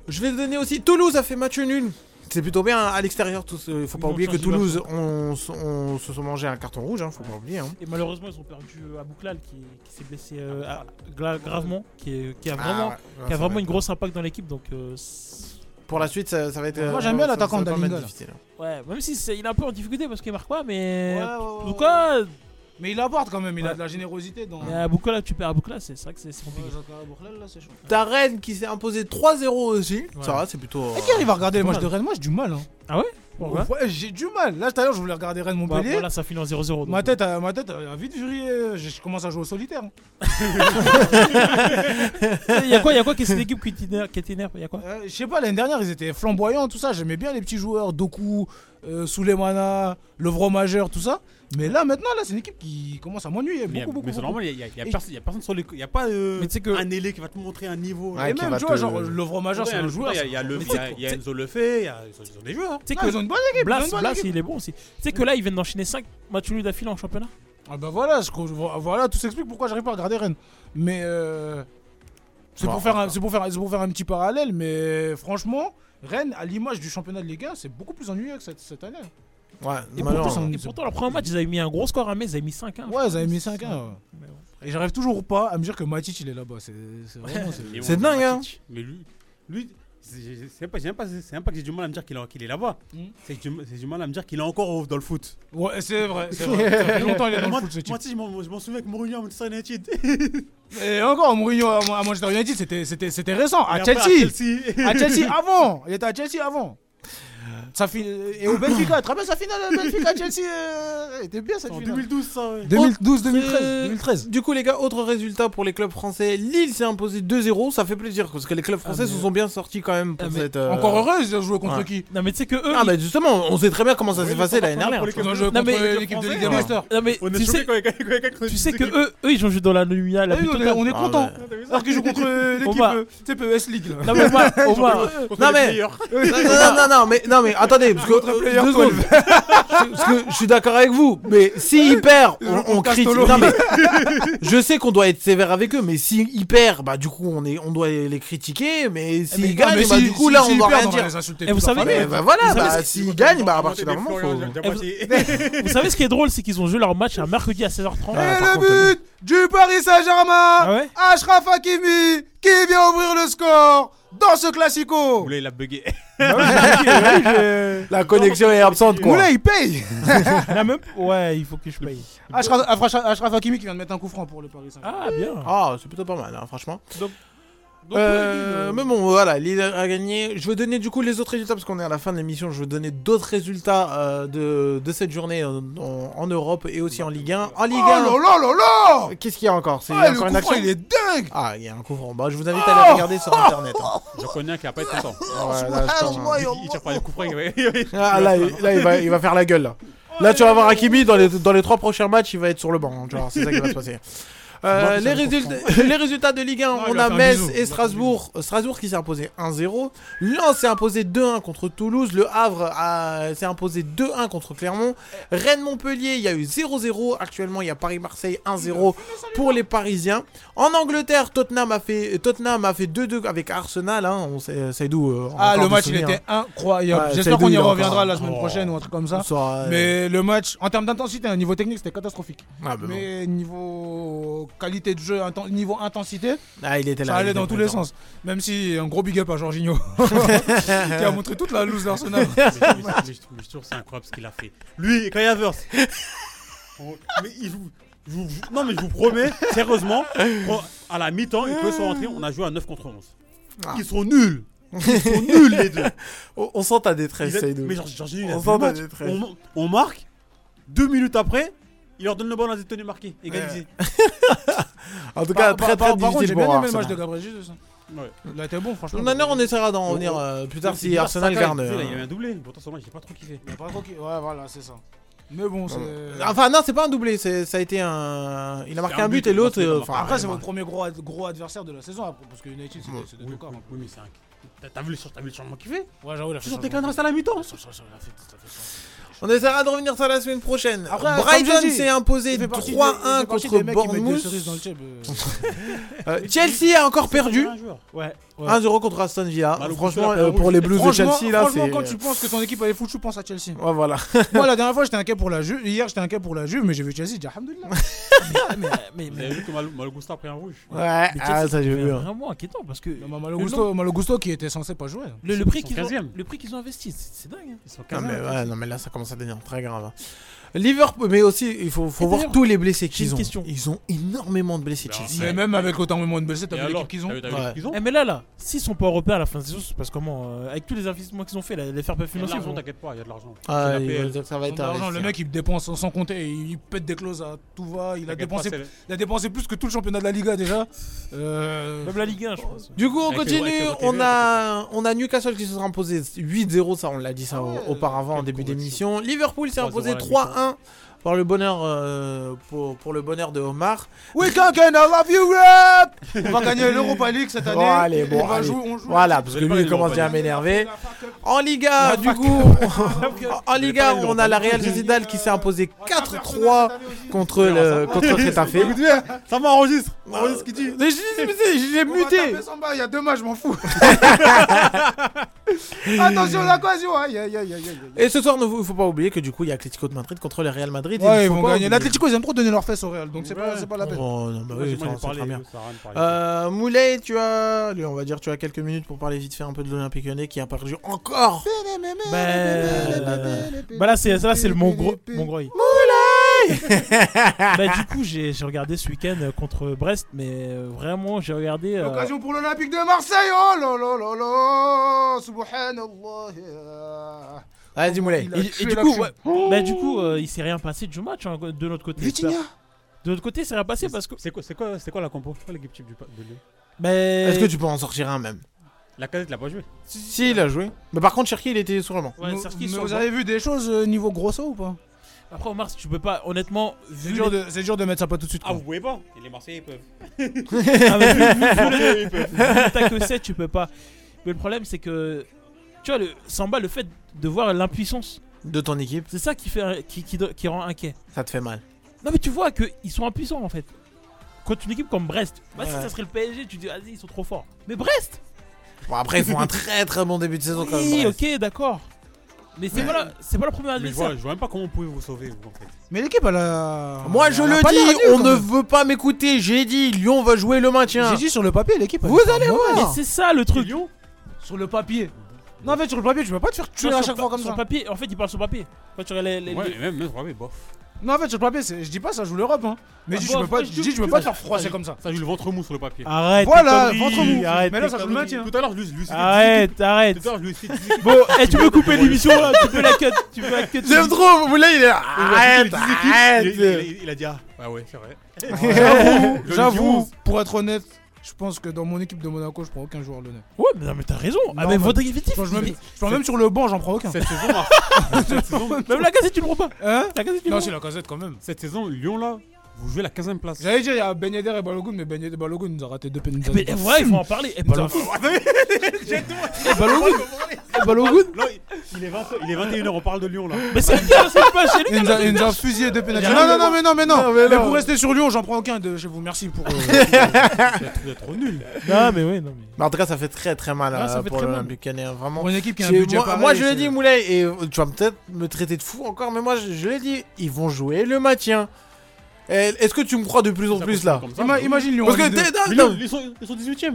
[SPEAKER 2] je vais donner aussi Toulouse a fait match nul. C'est plutôt bien hein, à l'extérieur. Il faut pas
[SPEAKER 3] Ils ont
[SPEAKER 2] oublier que
[SPEAKER 3] changé
[SPEAKER 2] Toulouse, on, s- on se sont mangés un carton rouge. Hein, faut pas oublier. hein.
[SPEAKER 3] Et malheureusement, ils ont perdu euh, Abouklal qui, qui s'est blessé euh, à- gra- gravement, qui, est- qui a vraiment,
[SPEAKER 2] Ah, ouais,
[SPEAKER 3] qui
[SPEAKER 2] ça
[SPEAKER 3] a vraiment
[SPEAKER 2] va
[SPEAKER 3] une
[SPEAKER 2] être-
[SPEAKER 3] grosse impact dans l'équipe. Donc, euh, c'est-
[SPEAKER 2] Pour la suite, ça, ça va être.
[SPEAKER 9] Moi,
[SPEAKER 2] euh,
[SPEAKER 9] j'aime bien
[SPEAKER 2] ça- ça
[SPEAKER 9] l'attaquant
[SPEAKER 2] va pas
[SPEAKER 9] Dalinga,
[SPEAKER 2] être
[SPEAKER 9] là.
[SPEAKER 2] difficile. hein.
[SPEAKER 3] Ouais, même si c'est- il est un peu en difficulté parce qu'il marque pas, mais.
[SPEAKER 9] Ouais, ouais,
[SPEAKER 3] en tout cas.
[SPEAKER 9] Mais il apporte quand même, il a
[SPEAKER 3] Ouais.
[SPEAKER 9] de la générosité dans.
[SPEAKER 3] Et à Boukola, tu perds à Boukola, c'est c'est vrai que c'est c'est compliqué.
[SPEAKER 2] T'as Rennes qui s'est imposé 3-0 aussi. Ça va, c'est plutôt.
[SPEAKER 9] Et qui arrive à regarder les
[SPEAKER 2] Pas
[SPEAKER 9] matchs de
[SPEAKER 2] mal.
[SPEAKER 9] Rennes Moi j'ai du mal. Hein.
[SPEAKER 3] Ah ouais Pourquoi
[SPEAKER 9] Ouais, j'ai du mal. Là, tout à l'heure, je voulais regarder Rennes
[SPEAKER 3] Bah,
[SPEAKER 9] Montpellier.
[SPEAKER 3] voilà, ça finit en 0-0. donc. euh.
[SPEAKER 9] Ma tête, a, ma tête a vite furieux. Je je commence à jouer au solitaire. hein.
[SPEAKER 3] Il y a quoi, il y a quoi qui est cette équipe qui t'énerve- qui t'énerve Il y a quoi
[SPEAKER 9] Euh, Je sais pas, l'année dernière, ils étaient flamboyants, tout ça. J'aimais bien les petits joueurs, Doku, euh, Souleymana, Levro Majeur, tout ça. Mais là, maintenant, là, c'est une équipe qui commence à m'ennuyer.
[SPEAKER 4] Mais,
[SPEAKER 9] Beaucoup, beaucoup.
[SPEAKER 4] c'est normal, il n'y a,
[SPEAKER 9] Et-
[SPEAKER 4] personne, sur les. Il n'y a pas euh, un ailé qui va te montrer un niveau.
[SPEAKER 9] Et même, tu vois, genre, Levro Majeur, c'est un joueur.
[SPEAKER 4] Il y a
[SPEAKER 9] Mais
[SPEAKER 4] le-
[SPEAKER 9] tu
[SPEAKER 4] il
[SPEAKER 9] sais
[SPEAKER 4] y a- il y a Enzo Lefebvre, il y a- ils ont des
[SPEAKER 2] hein.
[SPEAKER 4] joueurs. hein.
[SPEAKER 3] Tu sais
[SPEAKER 9] Non,
[SPEAKER 3] que
[SPEAKER 9] Ah, ils ont une bonne équipe, ils
[SPEAKER 3] Blas,
[SPEAKER 9] ont une bonne
[SPEAKER 3] Blas,
[SPEAKER 9] équipe.
[SPEAKER 3] il est bon aussi. Tu sais que là, ils viennent d'enchaîner 5 matchs nuls d'affilée en championnat.
[SPEAKER 9] Ah bah voilà, je- je- voilà, tout s'explique pourquoi j'arrive pas à regarder Rennes. Mais euh, c'est
[SPEAKER 3] Bah,
[SPEAKER 9] pour, faire un- c'est pour, faire- c'est pour faire un petit parallèle, mais euh, franchement, Rennes, à l'image du championnat de Ligue 1, c'est beaucoup plus ennuyeux que cette, cette année.
[SPEAKER 2] Ouais,
[SPEAKER 3] Et
[SPEAKER 9] maintenant,
[SPEAKER 3] pourtant,
[SPEAKER 9] euh,
[SPEAKER 3] et pourtant, leur premier match, ils avaient mis un gros score à Metz, ils avaient mis 5-1.
[SPEAKER 9] Ouais, ils avaient mis 5-1. ouais. Et j'arrive toujours pas à me dire que Matic il est là-bas. C'est c'est vraiment. c'est-
[SPEAKER 4] Mais bon,
[SPEAKER 9] c'est dingue, hein.
[SPEAKER 4] Matic, Mais lui, lui c'est c'est- c'est pas, c'est même pas, c'est même pas que j'ai du mal à me dire qu'il est- qu'il est là-bas. C'est que j'ai- j'ai du mal à me dire qu'il est encore au- dans le foot.
[SPEAKER 9] Hmm. Ouais, c'est vrai, c'est vrai. Ça fait longtemps qu'il est dans le
[SPEAKER 4] Moi-
[SPEAKER 9] foot, ce type.
[SPEAKER 4] Moi, tu sais, je m'en- je m'en souviens avec Mourinho à Manchester United.
[SPEAKER 9] Et encore, Mourinho à à Manchester United, c'était- c'était c'était récent.
[SPEAKER 4] Et
[SPEAKER 9] À
[SPEAKER 4] après,
[SPEAKER 9] Chelsea.
[SPEAKER 4] à Chelsea.
[SPEAKER 9] À Chelsea avant. Il était à Chelsea avant. Ça fi- Et au Benfica, très bien sa finale à Benfica Chelsea. euh, était bien cette
[SPEAKER 4] En
[SPEAKER 9] finale.
[SPEAKER 4] 2012, ça, ouais.
[SPEAKER 9] 2012,
[SPEAKER 2] Autre-
[SPEAKER 9] 2013,
[SPEAKER 2] euh, Du coup, les gars, autre résultat pour les clubs français. Lille s'est imposé 2-0. Ça fait plaisir parce que les
[SPEAKER 9] Ah,
[SPEAKER 2] clubs français se sont bien sortis quand même pour cette. euh,
[SPEAKER 9] Encore heureux, ils ont joué contre
[SPEAKER 2] ouais.
[SPEAKER 9] qui
[SPEAKER 3] Non, mais tu sais que eux.
[SPEAKER 2] Ah,
[SPEAKER 3] ils-
[SPEAKER 2] bah justement, on sait très bien comment ça s'est passé l'année dernière.
[SPEAKER 9] Ils ont joué
[SPEAKER 3] Non,
[SPEAKER 9] contre
[SPEAKER 3] mais-
[SPEAKER 9] l'équipe de Ligue des Masters.
[SPEAKER 3] Non, mais
[SPEAKER 9] On est
[SPEAKER 3] tu
[SPEAKER 9] choqués
[SPEAKER 3] sais,
[SPEAKER 4] quand quelqu'un
[SPEAKER 3] tu sais que eux, eux, ils ont joué dans la nuit.
[SPEAKER 9] Ah oui, on est- on est content. Alors qu'ils jouent contre euh, l'équipe
[SPEAKER 3] Omar.
[SPEAKER 9] euh,
[SPEAKER 4] E
[SPEAKER 9] TPES League. là.
[SPEAKER 3] Non, mais Omar,
[SPEAKER 9] Ils jouent
[SPEAKER 3] Omar.
[SPEAKER 9] contre- contre
[SPEAKER 2] Non
[SPEAKER 9] les
[SPEAKER 2] mais,
[SPEAKER 9] meilleurs.
[SPEAKER 2] non, non, non,
[SPEAKER 9] Ah,
[SPEAKER 2] non, mais, non, mais attendez, parce que, euh,
[SPEAKER 9] player
[SPEAKER 2] deux secondes. Je- parce que je suis d'accord avec vous, mais s'ils perdent, on, on
[SPEAKER 9] casse
[SPEAKER 2] critique.
[SPEAKER 9] Tolo.
[SPEAKER 2] Non, mais, je sais qu'on doit être sévère avec eux, mais s'ils perdent, bah du coup on, est, on doit les critiquer, mais s'ils
[SPEAKER 9] mais- ah,
[SPEAKER 2] gagnent,
[SPEAKER 9] mais
[SPEAKER 2] bah,
[SPEAKER 9] si-
[SPEAKER 2] du coup
[SPEAKER 9] si-
[SPEAKER 2] là
[SPEAKER 9] s'ils
[SPEAKER 2] on doit
[SPEAKER 9] perdent,
[SPEAKER 2] rien
[SPEAKER 9] on va
[SPEAKER 2] dire.
[SPEAKER 9] les insulter
[SPEAKER 3] Et vous savez,
[SPEAKER 2] mais bah, voilà, bah, s'ils gagnent, bah à partir d'un moment faut.
[SPEAKER 3] Et vous- eh, vous savez ce qui est drôle, c'est qu'ils ont joué leur match un mercredi à
[SPEAKER 9] Et
[SPEAKER 3] 16h30.
[SPEAKER 9] le but du Paris Saint-Germain
[SPEAKER 3] Ah ouais
[SPEAKER 9] Achraf Hakimi qui vient ouvrir le score dans ce classico Ah
[SPEAKER 4] Oula, il a bugué.
[SPEAKER 2] La connexion est absente quoi.
[SPEAKER 9] Moulay, il paye
[SPEAKER 3] La même- Ouais, il faut que je paye.
[SPEAKER 9] Achraf, Achraf- Achraf Hakimi qui vient de mettre un coup franc pour le Paris Saint-Germain.
[SPEAKER 3] Ah bien.
[SPEAKER 2] Ah, c'est plutôt pas mal, hein, franchement.
[SPEAKER 3] Donc-
[SPEAKER 2] Euh, mais bon, voilà, Lille a gagné. Je veux donner du coup les autres résultats parce qu'on est à la fin de l'émission. Je veux donner d'autres résultats euh, de, de cette journée en, en- en Europe et aussi en Ligue 1. En Ligue 1,
[SPEAKER 9] Oh là là là là
[SPEAKER 2] Euh, qu'est-ce qu'il y a encore C'est
[SPEAKER 9] Ah, le
[SPEAKER 2] encore
[SPEAKER 9] coup
[SPEAKER 2] une
[SPEAKER 9] franc,
[SPEAKER 2] action.
[SPEAKER 9] il est dingue
[SPEAKER 2] Ah, il y a un coup franc. Bah, je vous invite à aller regarder sur internet. hein.
[SPEAKER 4] Je connais qu'il va pas être content.
[SPEAKER 2] Ah, ouais, là, je t'en-
[SPEAKER 4] Il il tire pas les coups francs. ouais.
[SPEAKER 2] Ah, là, il- là, il, va, il va faire la gueule. Là,
[SPEAKER 9] Oh,
[SPEAKER 2] Là, tu vas voir Hakimi dans les, dans les trois prochains matchs, il va être sur le banc. hein, tu vois, c'est ça qui va se passer. Euh,
[SPEAKER 9] Moi, ça
[SPEAKER 2] les,
[SPEAKER 9] me
[SPEAKER 2] résultats, les résultats de Ligue 1,
[SPEAKER 9] il
[SPEAKER 2] on
[SPEAKER 9] va
[SPEAKER 2] a
[SPEAKER 9] faire un
[SPEAKER 2] Metz
[SPEAKER 9] bisou. Il va
[SPEAKER 2] et Strasbourg. Strasbourg qui s'est imposé 1-0. Lens s'est imposé 2-1 contre Toulouse. Le Havre a- s'est imposé 2-1 contre Clermont. Rennes-Montpellier, il y a eu 0-0. Actuellement, il y a Paris-Marseille 1-0 pour les Parisiens. En Angleterre, Tottenham a fait euh, Tottenham a fait 2-2 avec Arsenal. hein, on sait, Saïdou, euh,
[SPEAKER 9] Ah,
[SPEAKER 2] encore
[SPEAKER 9] le
[SPEAKER 2] des
[SPEAKER 9] match il
[SPEAKER 2] souvenirs.
[SPEAKER 9] était incroyable.
[SPEAKER 2] Ouais,
[SPEAKER 9] J'espère
[SPEAKER 2] Saïdou,
[SPEAKER 9] qu'on y
[SPEAKER 2] il a encore-
[SPEAKER 9] reviendra la semaine
[SPEAKER 2] Oh.
[SPEAKER 9] prochaine ou un truc comme ça.
[SPEAKER 2] Ça, euh,
[SPEAKER 9] Mais le match, en termes d'intensité, hein, niveau technique, c'était catastrophique.
[SPEAKER 2] Ah, bah
[SPEAKER 9] mais niveau qualité de jeu, inten- niveau intensité,
[SPEAKER 2] Ah, il était là.
[SPEAKER 9] ça
[SPEAKER 2] il
[SPEAKER 9] allait
[SPEAKER 2] était
[SPEAKER 9] dans tous les
[SPEAKER 2] présent.
[SPEAKER 9] sens. Même si un gros big up à Jorginho, qui a montré toute la loose d'Arsenal.
[SPEAKER 4] Mais- mais- mais je trouve- mais je trouve c'est incroyable ce qu'il a fait. Lui et Kai Havertz. Oh, mais il vous- je vous- je- non mais je vous promets, sérieusement, quand- à la mi-temps, ils peuvent se rentrer, on a joué à 9 contre 11. Ils sont nuls. Ils sont nuls les deux.
[SPEAKER 2] Ah. On, on sent ta détresse,
[SPEAKER 4] Ils a-
[SPEAKER 2] Saïdou.
[SPEAKER 4] mais genre, Jorginho, il a
[SPEAKER 2] On
[SPEAKER 4] vu
[SPEAKER 2] sent
[SPEAKER 4] le
[SPEAKER 2] ta
[SPEAKER 4] match.
[SPEAKER 2] détresse.
[SPEAKER 4] On, on marque, deux minutes après, il leur donne le ballon à des tenues marquées, égalisé.
[SPEAKER 2] En tout cas, très très
[SPEAKER 9] par, par contre,
[SPEAKER 2] difficile
[SPEAKER 9] j'ai bien
[SPEAKER 2] pour
[SPEAKER 9] aimé le match de
[SPEAKER 2] Arsenal.
[SPEAKER 9] Gabriel Jesus.
[SPEAKER 4] Ouais.
[SPEAKER 9] Il a été bon, franchement. Oh,
[SPEAKER 2] D'ailleurs, on essaiera
[SPEAKER 4] Oh,
[SPEAKER 2] d'en revenir euh, plus tard
[SPEAKER 4] Il y
[SPEAKER 2] si
[SPEAKER 4] a
[SPEAKER 2] Arsenal
[SPEAKER 4] Saka,
[SPEAKER 2] garde.
[SPEAKER 4] il faisait, là, Il y
[SPEAKER 2] euh,
[SPEAKER 4] avait un doublé, pourtant ce match j'ai pas trop kiffé.
[SPEAKER 9] Il a pas trop qui- Ouais, voilà, c'est ça. Mais bon, c'est.
[SPEAKER 2] Enfin, non, c'est pas un doublé, c'est- ça a été un. Il a marqué un but et l'autre. euh, Enfin,
[SPEAKER 9] Après, c'est
[SPEAKER 2] ouais,
[SPEAKER 9] votre premier gros, ad- gros adversaire de la saison, après, parce que United, c'était c'était
[SPEAKER 4] Oui,
[SPEAKER 9] deux quarts.
[SPEAKER 4] oui, oui, mais c'est un- t'as- T'as vu le t'as vu le changement qu'il fait
[SPEAKER 9] Ouais,
[SPEAKER 2] Ah
[SPEAKER 9] j'avoue, il a fait
[SPEAKER 4] Toujours des
[SPEAKER 9] changement.
[SPEAKER 4] canards à la mi-temps
[SPEAKER 2] On essaiera de revenir sur la semaine prochaine.
[SPEAKER 9] Après, comme
[SPEAKER 2] Brighton
[SPEAKER 9] je dis,
[SPEAKER 2] s'est imposé
[SPEAKER 9] il fait partie des-
[SPEAKER 2] 3-1
[SPEAKER 9] il fait partie
[SPEAKER 2] contre
[SPEAKER 9] des mecs qui mettent des
[SPEAKER 2] Bournemouth.
[SPEAKER 9] cerises dans le chip, euh.
[SPEAKER 2] Euh, Chelsea a encore perdu.
[SPEAKER 4] joueur.
[SPEAKER 3] Ouais. Ouais.
[SPEAKER 2] 1-0 contre Aston Villa.
[SPEAKER 9] Bah,
[SPEAKER 3] Mal au
[SPEAKER 2] franchement,
[SPEAKER 3] couteau, la
[SPEAKER 2] euh, pour les Blues de
[SPEAKER 9] Franchement-
[SPEAKER 2] Chelsea, là,
[SPEAKER 9] franchement,
[SPEAKER 2] c'est. euh,
[SPEAKER 9] quand tu penses que ton équipe elle est foutue, tu penses à Chelsea.
[SPEAKER 2] Ouais, voilà.
[SPEAKER 9] Moi, la dernière fois, j'étais inquiet pour la Juve. Hier, j'étais inquiet pour la Juve, mais j'ai vu Chelsea. J'ai dit, Alhamdoulilah.
[SPEAKER 4] Ah,
[SPEAKER 3] mais,
[SPEAKER 4] Vous avez vu que Mal- Malo Gusto a pris un rouge
[SPEAKER 9] Ouais,
[SPEAKER 3] Mais
[SPEAKER 9] ah,
[SPEAKER 3] Chelsea,
[SPEAKER 9] ça, j'ai
[SPEAKER 3] c'est
[SPEAKER 9] vu, hein.
[SPEAKER 3] Vraiment inquiétant parce que.
[SPEAKER 9] Malo
[SPEAKER 3] le
[SPEAKER 9] Gusto, Malo Gusto qui était censé pas jouer.
[SPEAKER 3] Le, le prix
[SPEAKER 9] Son
[SPEAKER 3] qu'ils ont,
[SPEAKER 9] 15e.
[SPEAKER 3] le prix qu'ils ont investi, c'est c'est dingue. hein.
[SPEAKER 2] Non mais, ouais, non, mais là, ça commence à devenir très grave. hein. Liverpool, mais aussi, il faut, faut
[SPEAKER 3] Et
[SPEAKER 2] voir
[SPEAKER 3] d'ailleurs,
[SPEAKER 2] tous les blessés
[SPEAKER 3] j'ai
[SPEAKER 2] qu'ils
[SPEAKER 3] une
[SPEAKER 2] ont.
[SPEAKER 3] question.
[SPEAKER 2] Ils ont énormément de
[SPEAKER 9] Bah,
[SPEAKER 2] blessés, Chelsea.
[SPEAKER 9] Mais même avec autant de blessés, Ah t'as
[SPEAKER 2] Et
[SPEAKER 9] vu
[SPEAKER 2] alors
[SPEAKER 9] l'équipe qu'ils ont.
[SPEAKER 2] T'as vu- t'as vu Ouais. l'équipe qu'ils ont
[SPEAKER 3] Eh, mais là, là, s'ils sont pas européens à la fin de la saison, c'est parce comment euh, Avec tous les investissements qu'ils ont fait, la- les fair
[SPEAKER 4] Il y a
[SPEAKER 3] play
[SPEAKER 4] de
[SPEAKER 3] financiers.
[SPEAKER 4] l'argent,
[SPEAKER 3] vont-
[SPEAKER 4] t'inquiète pas, il y a de l'argent.
[SPEAKER 2] Ah,
[SPEAKER 4] C'est la
[SPEAKER 2] il
[SPEAKER 4] PL.
[SPEAKER 2] va dire que ça va être
[SPEAKER 9] Son argent,
[SPEAKER 2] investi.
[SPEAKER 9] le mec il dépense sans- sans compter, il pète des clauses à tout va, il a,
[SPEAKER 4] T'inquiète
[SPEAKER 9] dépensé,
[SPEAKER 4] pas, c'est le-
[SPEAKER 9] il a dépensé plus que tout le championnat de la Liga déjà. Euh,
[SPEAKER 3] Même la Ligue 1 je pense.
[SPEAKER 2] Du coup, on
[SPEAKER 9] Avec les-
[SPEAKER 2] continue.
[SPEAKER 9] avec les
[SPEAKER 2] on,
[SPEAKER 9] motivés,
[SPEAKER 2] a, on a Newcastle qui se sera imposé 8-0, ça on l'a dit ça
[SPEAKER 9] Ah,
[SPEAKER 2] auparavant en début d'émission. Liverpool s'est
[SPEAKER 9] 3-0 à
[SPEAKER 2] imposé
[SPEAKER 9] la
[SPEAKER 2] 3-1 par le bonheur euh, pour, pour le bonheur de Omar.
[SPEAKER 9] We can can I love you rap On va gagner l'Europa League cette année.
[SPEAKER 2] Bon, allez, bon,
[SPEAKER 9] on va
[SPEAKER 2] allez.
[SPEAKER 9] jouer, on joue.
[SPEAKER 2] Voilà, parce que
[SPEAKER 9] Vous
[SPEAKER 2] lui,
[SPEAKER 9] allez
[SPEAKER 2] il
[SPEAKER 9] pas
[SPEAKER 2] commence
[SPEAKER 9] aller
[SPEAKER 2] déjà à
[SPEAKER 9] l'Europa League.
[SPEAKER 2] m'énerver. En Liga, du coup, en en Liga, on a la Real Sociedad qui s'est imposée 4-3 contre le contre Getafe.
[SPEAKER 9] Écoute bien, ça m'enregistre. Regarde ce qu'il dit.
[SPEAKER 2] Mais je l'ai muté.
[SPEAKER 9] Il y a deux matchs, je m'en fous. Attention, l'occasion. Aïe, aïe, aïil aïe, aïe.
[SPEAKER 2] Et ce soir, ne faut- faut pas oublier que du coup, il y a Atlético de Madrid contre le Real Madrid. et
[SPEAKER 9] Ouais,
[SPEAKER 2] il
[SPEAKER 9] ils
[SPEAKER 2] faut
[SPEAKER 9] vont
[SPEAKER 2] pas
[SPEAKER 9] gagner.
[SPEAKER 2] oublier-
[SPEAKER 9] L'Atlético, ils aiment trop donner leur fesse au Real, donc c'est pas, c'est pas la peine.
[SPEAKER 2] Oh non, bah
[SPEAKER 9] Moi,
[SPEAKER 2] oui,
[SPEAKER 9] j'ai
[SPEAKER 2] ça,
[SPEAKER 9] pas envie de
[SPEAKER 2] c'est
[SPEAKER 9] parler,
[SPEAKER 2] très bien.
[SPEAKER 3] euh,
[SPEAKER 9] eux, ça a rien de parler.
[SPEAKER 2] Euh, Moulay, tu as, lui, on va dire, tu as quelques minutes pour parler vite fait un peu de l'Olympique Lyonnais qui a perdu encore. euh,
[SPEAKER 3] Bah, bah là, c'est là, c'est le Mongro- Mongroy. bah, du coup, j'ai j'ai regardé ce week-end euh, contre Brest, mais euh, vraiment, j'ai regardé. euh,
[SPEAKER 9] Occasion pour l'Olympique de Marseille. Oh là là là là. Subhanallah.
[SPEAKER 2] Ah, dis Moulay.
[SPEAKER 9] a
[SPEAKER 3] Et, et
[SPEAKER 9] tué
[SPEAKER 3] du
[SPEAKER 9] la
[SPEAKER 3] coup,
[SPEAKER 9] clim.
[SPEAKER 3] ouais,
[SPEAKER 4] Oh
[SPEAKER 3] bah, du coup euh, il s'est rien passé du match hein, de notre côté. De notre côté, c'est rien passé parce que.
[SPEAKER 4] C'est quoi, c'est quoi, c'est quoi la compo C'est quoi l'équipe type du pa- de Lyon
[SPEAKER 3] Mais.
[SPEAKER 2] Est-ce que tu peux en sortir un même
[SPEAKER 4] La casette l'a pas joué.
[SPEAKER 2] Si, il a joué. Mais par contre, Cherki, il était sur le banc.
[SPEAKER 3] Ouais,
[SPEAKER 9] Mais-
[SPEAKER 3] Sarki
[SPEAKER 9] mais
[SPEAKER 3] sur le
[SPEAKER 9] vous
[SPEAKER 3] banc.
[SPEAKER 9] avez vu des choses euh, niveau grosso ou pas
[SPEAKER 3] Après, Omar, si tu peux pas, honnêtement,
[SPEAKER 9] C'est
[SPEAKER 3] vu.
[SPEAKER 9] dur,
[SPEAKER 3] les-
[SPEAKER 9] de, c'est dur de mettre ça pas tout de suite.
[SPEAKER 4] Ah,
[SPEAKER 9] quoi.
[SPEAKER 4] vous pouvez pas Et Les Marseillais ils peuvent.
[SPEAKER 3] Ah, mais vu- vu- vu-
[SPEAKER 4] Ils
[SPEAKER 3] vu-
[SPEAKER 4] peuvent.
[SPEAKER 3] vu- T'as que 7, tu peux pas. Mais le problème, c'est que. Tu vois, le, Samba, le fait de voir l'impuissance.
[SPEAKER 2] De ton équipe.
[SPEAKER 3] C'est ça qui, fait, qui, qui, qui rend inquiet.
[SPEAKER 2] Ça te fait mal.
[SPEAKER 3] Non, mais tu vois qu'ils sont impuissants en fait. Contre une équipe comme Brest, bah, si
[SPEAKER 2] Ouais.
[SPEAKER 3] ça serait le PSG, tu dis, vas-y, ils sont trop forts. Mais Brest
[SPEAKER 2] Bon, après, ils font un très très bon début de saison quand même.
[SPEAKER 3] Oui,
[SPEAKER 2] Brest.
[SPEAKER 3] ok, d'accord. Mais c'est
[SPEAKER 2] Mais-
[SPEAKER 3] pas, la- c'est pas le premier
[SPEAKER 4] Mais je
[SPEAKER 3] adversaire.
[SPEAKER 4] vois, je vois même pas comment vous pouvez vous sauver, vous, en fait.
[SPEAKER 9] Mais l'équipe, elle a.
[SPEAKER 2] Moi,
[SPEAKER 9] elle
[SPEAKER 2] je
[SPEAKER 9] a
[SPEAKER 2] le
[SPEAKER 9] pas l'air
[SPEAKER 2] dis,
[SPEAKER 9] nulle,
[SPEAKER 2] on
[SPEAKER 9] quand
[SPEAKER 2] ne
[SPEAKER 9] même.
[SPEAKER 2] veut pas m'écouter. J'ai dit, Lyon va jouer le maintien.
[SPEAKER 9] J'ai dit sur le papier, l'équipe. elle
[SPEAKER 2] Vous
[SPEAKER 9] est pas
[SPEAKER 2] allez
[SPEAKER 9] mauvaise.
[SPEAKER 3] Mais c'est ça le truc.
[SPEAKER 9] Sur le papier. Non, en fait, sur le papier, tu peux pas te faire tuer
[SPEAKER 3] Non,
[SPEAKER 9] à
[SPEAKER 3] sur
[SPEAKER 9] chaque
[SPEAKER 3] pa-
[SPEAKER 9] fois comme
[SPEAKER 3] sur
[SPEAKER 9] ça.
[SPEAKER 3] papier, en fait, il parle sur papier. Quand tu regardes les. les-
[SPEAKER 4] Ouais,
[SPEAKER 3] les-
[SPEAKER 4] mais même, même, ouais, mais bof.
[SPEAKER 9] Non, en fait, sur le papier, c'est- je dis pas ça joue l'Europe. Hein. Mais
[SPEAKER 3] Ah,
[SPEAKER 9] je dis,
[SPEAKER 3] bon,
[SPEAKER 9] je peux pas,
[SPEAKER 3] après,
[SPEAKER 9] je
[SPEAKER 3] tu-
[SPEAKER 9] dis, je peux
[SPEAKER 3] tu-
[SPEAKER 9] pas te
[SPEAKER 3] tu-
[SPEAKER 9] faire froisser comme ça.
[SPEAKER 4] Ça joue le ventre mou sur le papier.
[SPEAKER 3] Arrête.
[SPEAKER 9] Voilà,
[SPEAKER 3] tes
[SPEAKER 9] ventre
[SPEAKER 3] conneries,
[SPEAKER 9] mou.
[SPEAKER 3] Arrête.
[SPEAKER 9] Mais là,
[SPEAKER 3] tes
[SPEAKER 9] ça joue le
[SPEAKER 3] conneries.
[SPEAKER 9] maintien.
[SPEAKER 4] Tout à l'heure, je lui- je lui ai dit-
[SPEAKER 3] Arrête, arrête.
[SPEAKER 4] Tout à l'heure, je lui ai dit-
[SPEAKER 3] Bon, et tu peux couper l'émission là, tu peux la cut, tu peux la cut.
[SPEAKER 2] J'aime trop, Moulay, il est.
[SPEAKER 4] Il
[SPEAKER 2] Arrête,
[SPEAKER 4] a cité les dix équipes,
[SPEAKER 2] arrête.
[SPEAKER 4] Il, il- il a dit ah bah ouais c'est vrai.
[SPEAKER 9] J'avoue,
[SPEAKER 4] Je le
[SPEAKER 9] J'avoue,
[SPEAKER 4] dis
[SPEAKER 9] pour être honnête, je pense que dans mon équipe de Monaco, je prends aucun joueur lyonnais.
[SPEAKER 3] Ouais, mais, non, mais t'as raison. Ah,
[SPEAKER 9] Non,
[SPEAKER 3] mais
[SPEAKER 9] mais-
[SPEAKER 3] votre effectif.
[SPEAKER 9] Quand je me
[SPEAKER 3] il-
[SPEAKER 9] mets- je prends même sur le banc, j'en prends aucun.
[SPEAKER 4] Cette saison, Mar- cette saison,
[SPEAKER 3] Même la casette, tu le prends pas.
[SPEAKER 9] Hein
[SPEAKER 3] La casette, tu le
[SPEAKER 9] Non,
[SPEAKER 3] prends
[SPEAKER 9] c'est la casette quand même.
[SPEAKER 4] cette saison Lyon là, vous jouez la 15ème place.
[SPEAKER 9] J'allais dire, il y a Ben Yedder et Balogun, mais Ben Yedder Balogun nous a raté deux pénalités.
[SPEAKER 3] Mais eh, ouais, il faut en parler. Eh, bah, le-
[SPEAKER 9] Eh, Balogun Balogun
[SPEAKER 4] Là, il est 20 il est 21h, on parle de Lyon là.
[SPEAKER 3] Mais c'est lui qui a lancé le match, c'est lui qui
[SPEAKER 9] Il
[SPEAKER 3] a
[SPEAKER 9] nous a,
[SPEAKER 3] lancé
[SPEAKER 9] il
[SPEAKER 3] le
[SPEAKER 9] nous a
[SPEAKER 3] match.
[SPEAKER 9] fusillé deux pénalités.
[SPEAKER 3] Il y
[SPEAKER 9] Non,
[SPEAKER 3] a
[SPEAKER 9] non, non,
[SPEAKER 3] rien
[SPEAKER 9] mais non, mais non. Mais,
[SPEAKER 2] non.
[SPEAKER 9] pour rester sur Lyon, j'en prends aucun de chez vous. Merci pour. euh,
[SPEAKER 4] Vous êtes trop nul.
[SPEAKER 3] Non, mais ouais, non, mais.
[SPEAKER 2] Mais en tout cas, ça fait très très mal
[SPEAKER 3] Ah, ça
[SPEAKER 2] euh,
[SPEAKER 3] fait
[SPEAKER 2] pour
[SPEAKER 3] très mal.
[SPEAKER 2] l'Olympique Lyonnais, vraiment.
[SPEAKER 9] pour une équipe qui a un
[SPEAKER 2] C'est-
[SPEAKER 9] budget
[SPEAKER 2] moi,
[SPEAKER 9] pareil,
[SPEAKER 2] moi, je l'ai
[SPEAKER 9] c'est-
[SPEAKER 2] dit, Moulay, et euh, tu vas peut-être me traiter de fou encore, mais moi je, je l'ai dit, ils vont jouer le maintien. Et Est-ce que tu me crois de plus en plus là
[SPEAKER 4] Comme ça,
[SPEAKER 9] Ima-
[SPEAKER 4] bah oui.
[SPEAKER 9] Imagine Lyon.
[SPEAKER 2] Parce
[SPEAKER 9] en
[SPEAKER 2] que
[SPEAKER 9] Ligue deux.
[SPEAKER 2] t'es dingue,
[SPEAKER 4] Mais
[SPEAKER 2] non,
[SPEAKER 4] Lyon, ils sont ils sont 18ème.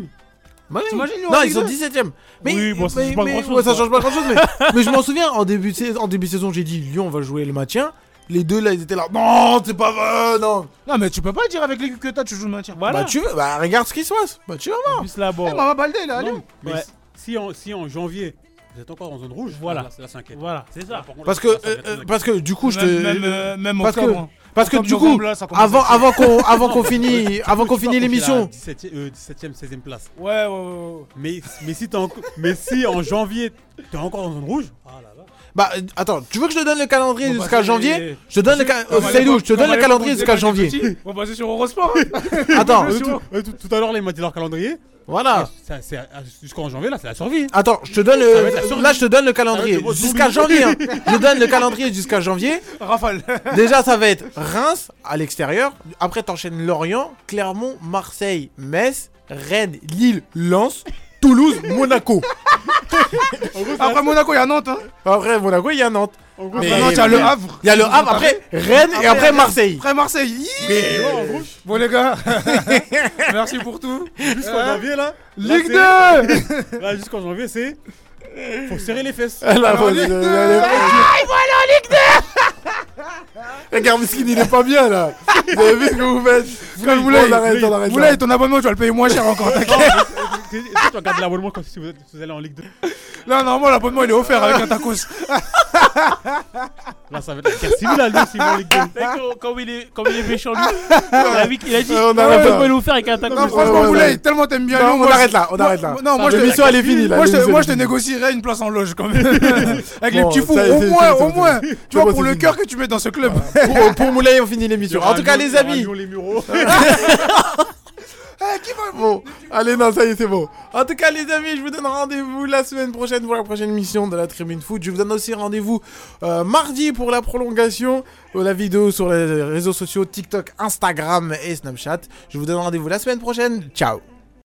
[SPEAKER 2] bah oui.
[SPEAKER 9] T'imagines Lyon
[SPEAKER 2] Non,
[SPEAKER 9] en
[SPEAKER 2] ils
[SPEAKER 9] Ligue
[SPEAKER 2] sont
[SPEAKER 9] deux
[SPEAKER 2] 17ème. Mais,
[SPEAKER 3] Oui, bon, ça
[SPEAKER 2] mais-
[SPEAKER 3] change pas
[SPEAKER 2] mais-
[SPEAKER 3] grand-chose,
[SPEAKER 2] ouais, ça
[SPEAKER 3] quoi.
[SPEAKER 2] change pas grand chose, mais, mais je m'en souviens, en début, de saison- en début de saison, j'ai dit Lyon va jouer le maintien. Les deux là, ils étaient là. Non, c'est pas vrai, non.
[SPEAKER 9] Non, mais tu peux pas dire avec l'équipe que t'as, tu joues le maintien.
[SPEAKER 4] Ah
[SPEAKER 3] Voilà.
[SPEAKER 2] Bah, tu veux, bah, regarde ce qui se passe. Bah, tu vas
[SPEAKER 3] En
[SPEAKER 2] voir.
[SPEAKER 3] plus là,
[SPEAKER 9] Eh,
[SPEAKER 3] bon.
[SPEAKER 9] Mama Baldé, là, à Lyon.
[SPEAKER 4] Non, mais
[SPEAKER 3] Ouais.
[SPEAKER 4] si en si en janvier, vous êtes encore en zone rouge,
[SPEAKER 3] Voilà.
[SPEAKER 4] là, là, c'est inquiétant.
[SPEAKER 3] Voilà, c'est ça.
[SPEAKER 4] Par contre,
[SPEAKER 2] Parce que,
[SPEAKER 4] là, ça va
[SPEAKER 2] euh,
[SPEAKER 4] être
[SPEAKER 2] euh,
[SPEAKER 4] inquiétant.
[SPEAKER 2] parce que du coup, je te.
[SPEAKER 9] Même, euh, même
[SPEAKER 2] parce
[SPEAKER 9] octobre,
[SPEAKER 2] que,
[SPEAKER 9] hein.
[SPEAKER 2] parce que
[SPEAKER 9] Octobre,
[SPEAKER 2] du coup,
[SPEAKER 9] novembre, là, ça commence à
[SPEAKER 2] avant,
[SPEAKER 9] faire.
[SPEAKER 2] avant qu'on, avant qu'on finisse, avant qu'on finisse l'émission,
[SPEAKER 4] 17 e 16ème place.
[SPEAKER 9] Ouais, ouais, ouais. ouais.
[SPEAKER 4] Mais mais si t'es en- mais si en janvier, t'es encore en zone rouge Ah
[SPEAKER 2] Bah euh, attends, tu veux que je te donne le calendrier
[SPEAKER 9] Bon, bah,
[SPEAKER 2] jusqu'à
[SPEAKER 9] c'est-
[SPEAKER 2] janvier Je te donne le
[SPEAKER 9] Comme à
[SPEAKER 2] calendrier.
[SPEAKER 9] l'époque-
[SPEAKER 2] je te donne
[SPEAKER 9] comme à
[SPEAKER 2] le
[SPEAKER 9] l'époque
[SPEAKER 2] calendrier
[SPEAKER 9] où
[SPEAKER 2] jusqu'à
[SPEAKER 9] on était
[SPEAKER 2] janvier.
[SPEAKER 9] petits, On passait bah, sur Eurosport. hein.
[SPEAKER 2] Attends,
[SPEAKER 4] Euh, tout, euh, tout- tout à l'heure, les m'a dit leur calendrier.
[SPEAKER 2] voilà.
[SPEAKER 4] Ça, c'est à- jusqu'en janvier, là, c'est la survie.
[SPEAKER 2] Attends, je te donne
[SPEAKER 4] Ça va être la
[SPEAKER 2] le.
[SPEAKER 4] survie.
[SPEAKER 2] Là, je te donne le
[SPEAKER 4] Ça va
[SPEAKER 2] calendrier
[SPEAKER 4] être le mot
[SPEAKER 2] jusqu'à
[SPEAKER 4] survie.
[SPEAKER 2] janvier. hein. Je donne le calendrier jusqu'à janvier.
[SPEAKER 9] Rafale.
[SPEAKER 2] Déjà, ça va être Reims à l'extérieur. Après, t'enchaînes Lorient, Clermont, Marseille, Metz, Rennes, Lille, Lens. Toulouse, Monaco.
[SPEAKER 9] Après Monaco, il y a Nantes. hein.
[SPEAKER 2] Après Monaco, il y a Nantes.
[SPEAKER 9] gros, c'est Nantes, il y a Le Havre.
[SPEAKER 2] Il y a Le Havre, après Rennes et après
[SPEAKER 9] Rennes.
[SPEAKER 2] Marseille.
[SPEAKER 9] Après Marseille. Hi.
[SPEAKER 2] Mais-
[SPEAKER 9] Bon les gars, merci pour tout.
[SPEAKER 4] Jusqu'en
[SPEAKER 9] Euh,
[SPEAKER 4] janvier là.
[SPEAKER 9] Ligue
[SPEAKER 4] là,
[SPEAKER 9] 2
[SPEAKER 4] c'est- Là, jusqu'en janvier, c'est. Faut serrer les fesses.
[SPEAKER 2] Ah, là, faut-
[SPEAKER 4] Alors, Ligue
[SPEAKER 2] euh,
[SPEAKER 4] 2.
[SPEAKER 2] allez,
[SPEAKER 4] Ah,
[SPEAKER 2] faut aller Regarde, Miskin, Eh, il est pas bien là. Vous avez vu ce que vous faites Quand
[SPEAKER 9] Moulay,
[SPEAKER 2] on arrête, on arrête.
[SPEAKER 9] Moulay, ton abonnement, tu vas le payer moins cher encore, t'inquiète.
[SPEAKER 4] Est-ce que Euh, tu regardes l'abonnement comme si vous êtes- vous allez en Ligue 2
[SPEAKER 9] Là, normalement, l'abonnement, il est offert avec un tacos.
[SPEAKER 4] Là, ça va être la guerre civile à Lyon s'ils vont en Ligue 2.
[SPEAKER 3] Quand il est quand il est méchant, lui, il a dit- il a dit
[SPEAKER 2] On
[SPEAKER 3] on
[SPEAKER 2] arrête là.
[SPEAKER 3] peut nous faire avec un taco.
[SPEAKER 9] Non, franchement, Moulay, tellement t'aimes bien
[SPEAKER 2] Non,
[SPEAKER 9] Lyon,
[SPEAKER 2] on
[SPEAKER 9] moi, je-
[SPEAKER 2] arrête là, on
[SPEAKER 9] moi-
[SPEAKER 2] arrête là.
[SPEAKER 9] Non, moi, je te-
[SPEAKER 2] L'émission, elle est finie, là,
[SPEAKER 9] Moi, je te-
[SPEAKER 2] l'émission,
[SPEAKER 9] moi,
[SPEAKER 2] elle
[SPEAKER 9] je te
[SPEAKER 2] est finie.
[SPEAKER 9] négocierais une place en loge quand même. Avec les
[SPEAKER 2] Bon,
[SPEAKER 9] petits fous,
[SPEAKER 2] ça y est,
[SPEAKER 9] au
[SPEAKER 2] c'est-
[SPEAKER 9] moins,
[SPEAKER 2] c'est- c'est-
[SPEAKER 9] au
[SPEAKER 2] c'est-
[SPEAKER 9] moins.
[SPEAKER 2] c'est-
[SPEAKER 9] Tu vois,
[SPEAKER 2] bon,
[SPEAKER 9] pour
[SPEAKER 2] c'est
[SPEAKER 9] le
[SPEAKER 2] fini.
[SPEAKER 9] cœur que tu mets dans ce club.
[SPEAKER 2] Pour, pour Moulay, on finit l'émission.
[SPEAKER 9] Il y aura
[SPEAKER 2] En tout cas,
[SPEAKER 9] Lyon-
[SPEAKER 2] les
[SPEAKER 9] il y aura
[SPEAKER 2] amis.
[SPEAKER 9] Lyon, les
[SPEAKER 4] Mureaux.
[SPEAKER 2] Eh, Bon, allez, non, ça y est, c'est bon. En tout cas, les amis, je vous donne rendez-vous la semaine prochaine pour la prochaine émission de la Tribune Foot. Je vous donne aussi rendez-vous euh, mardi pour la prolongation. euh, La vidéo sur les réseaux sociaux TikTok, Instagram et Snapchat. Je vous donne rendez-vous la semaine prochaine. Ciao.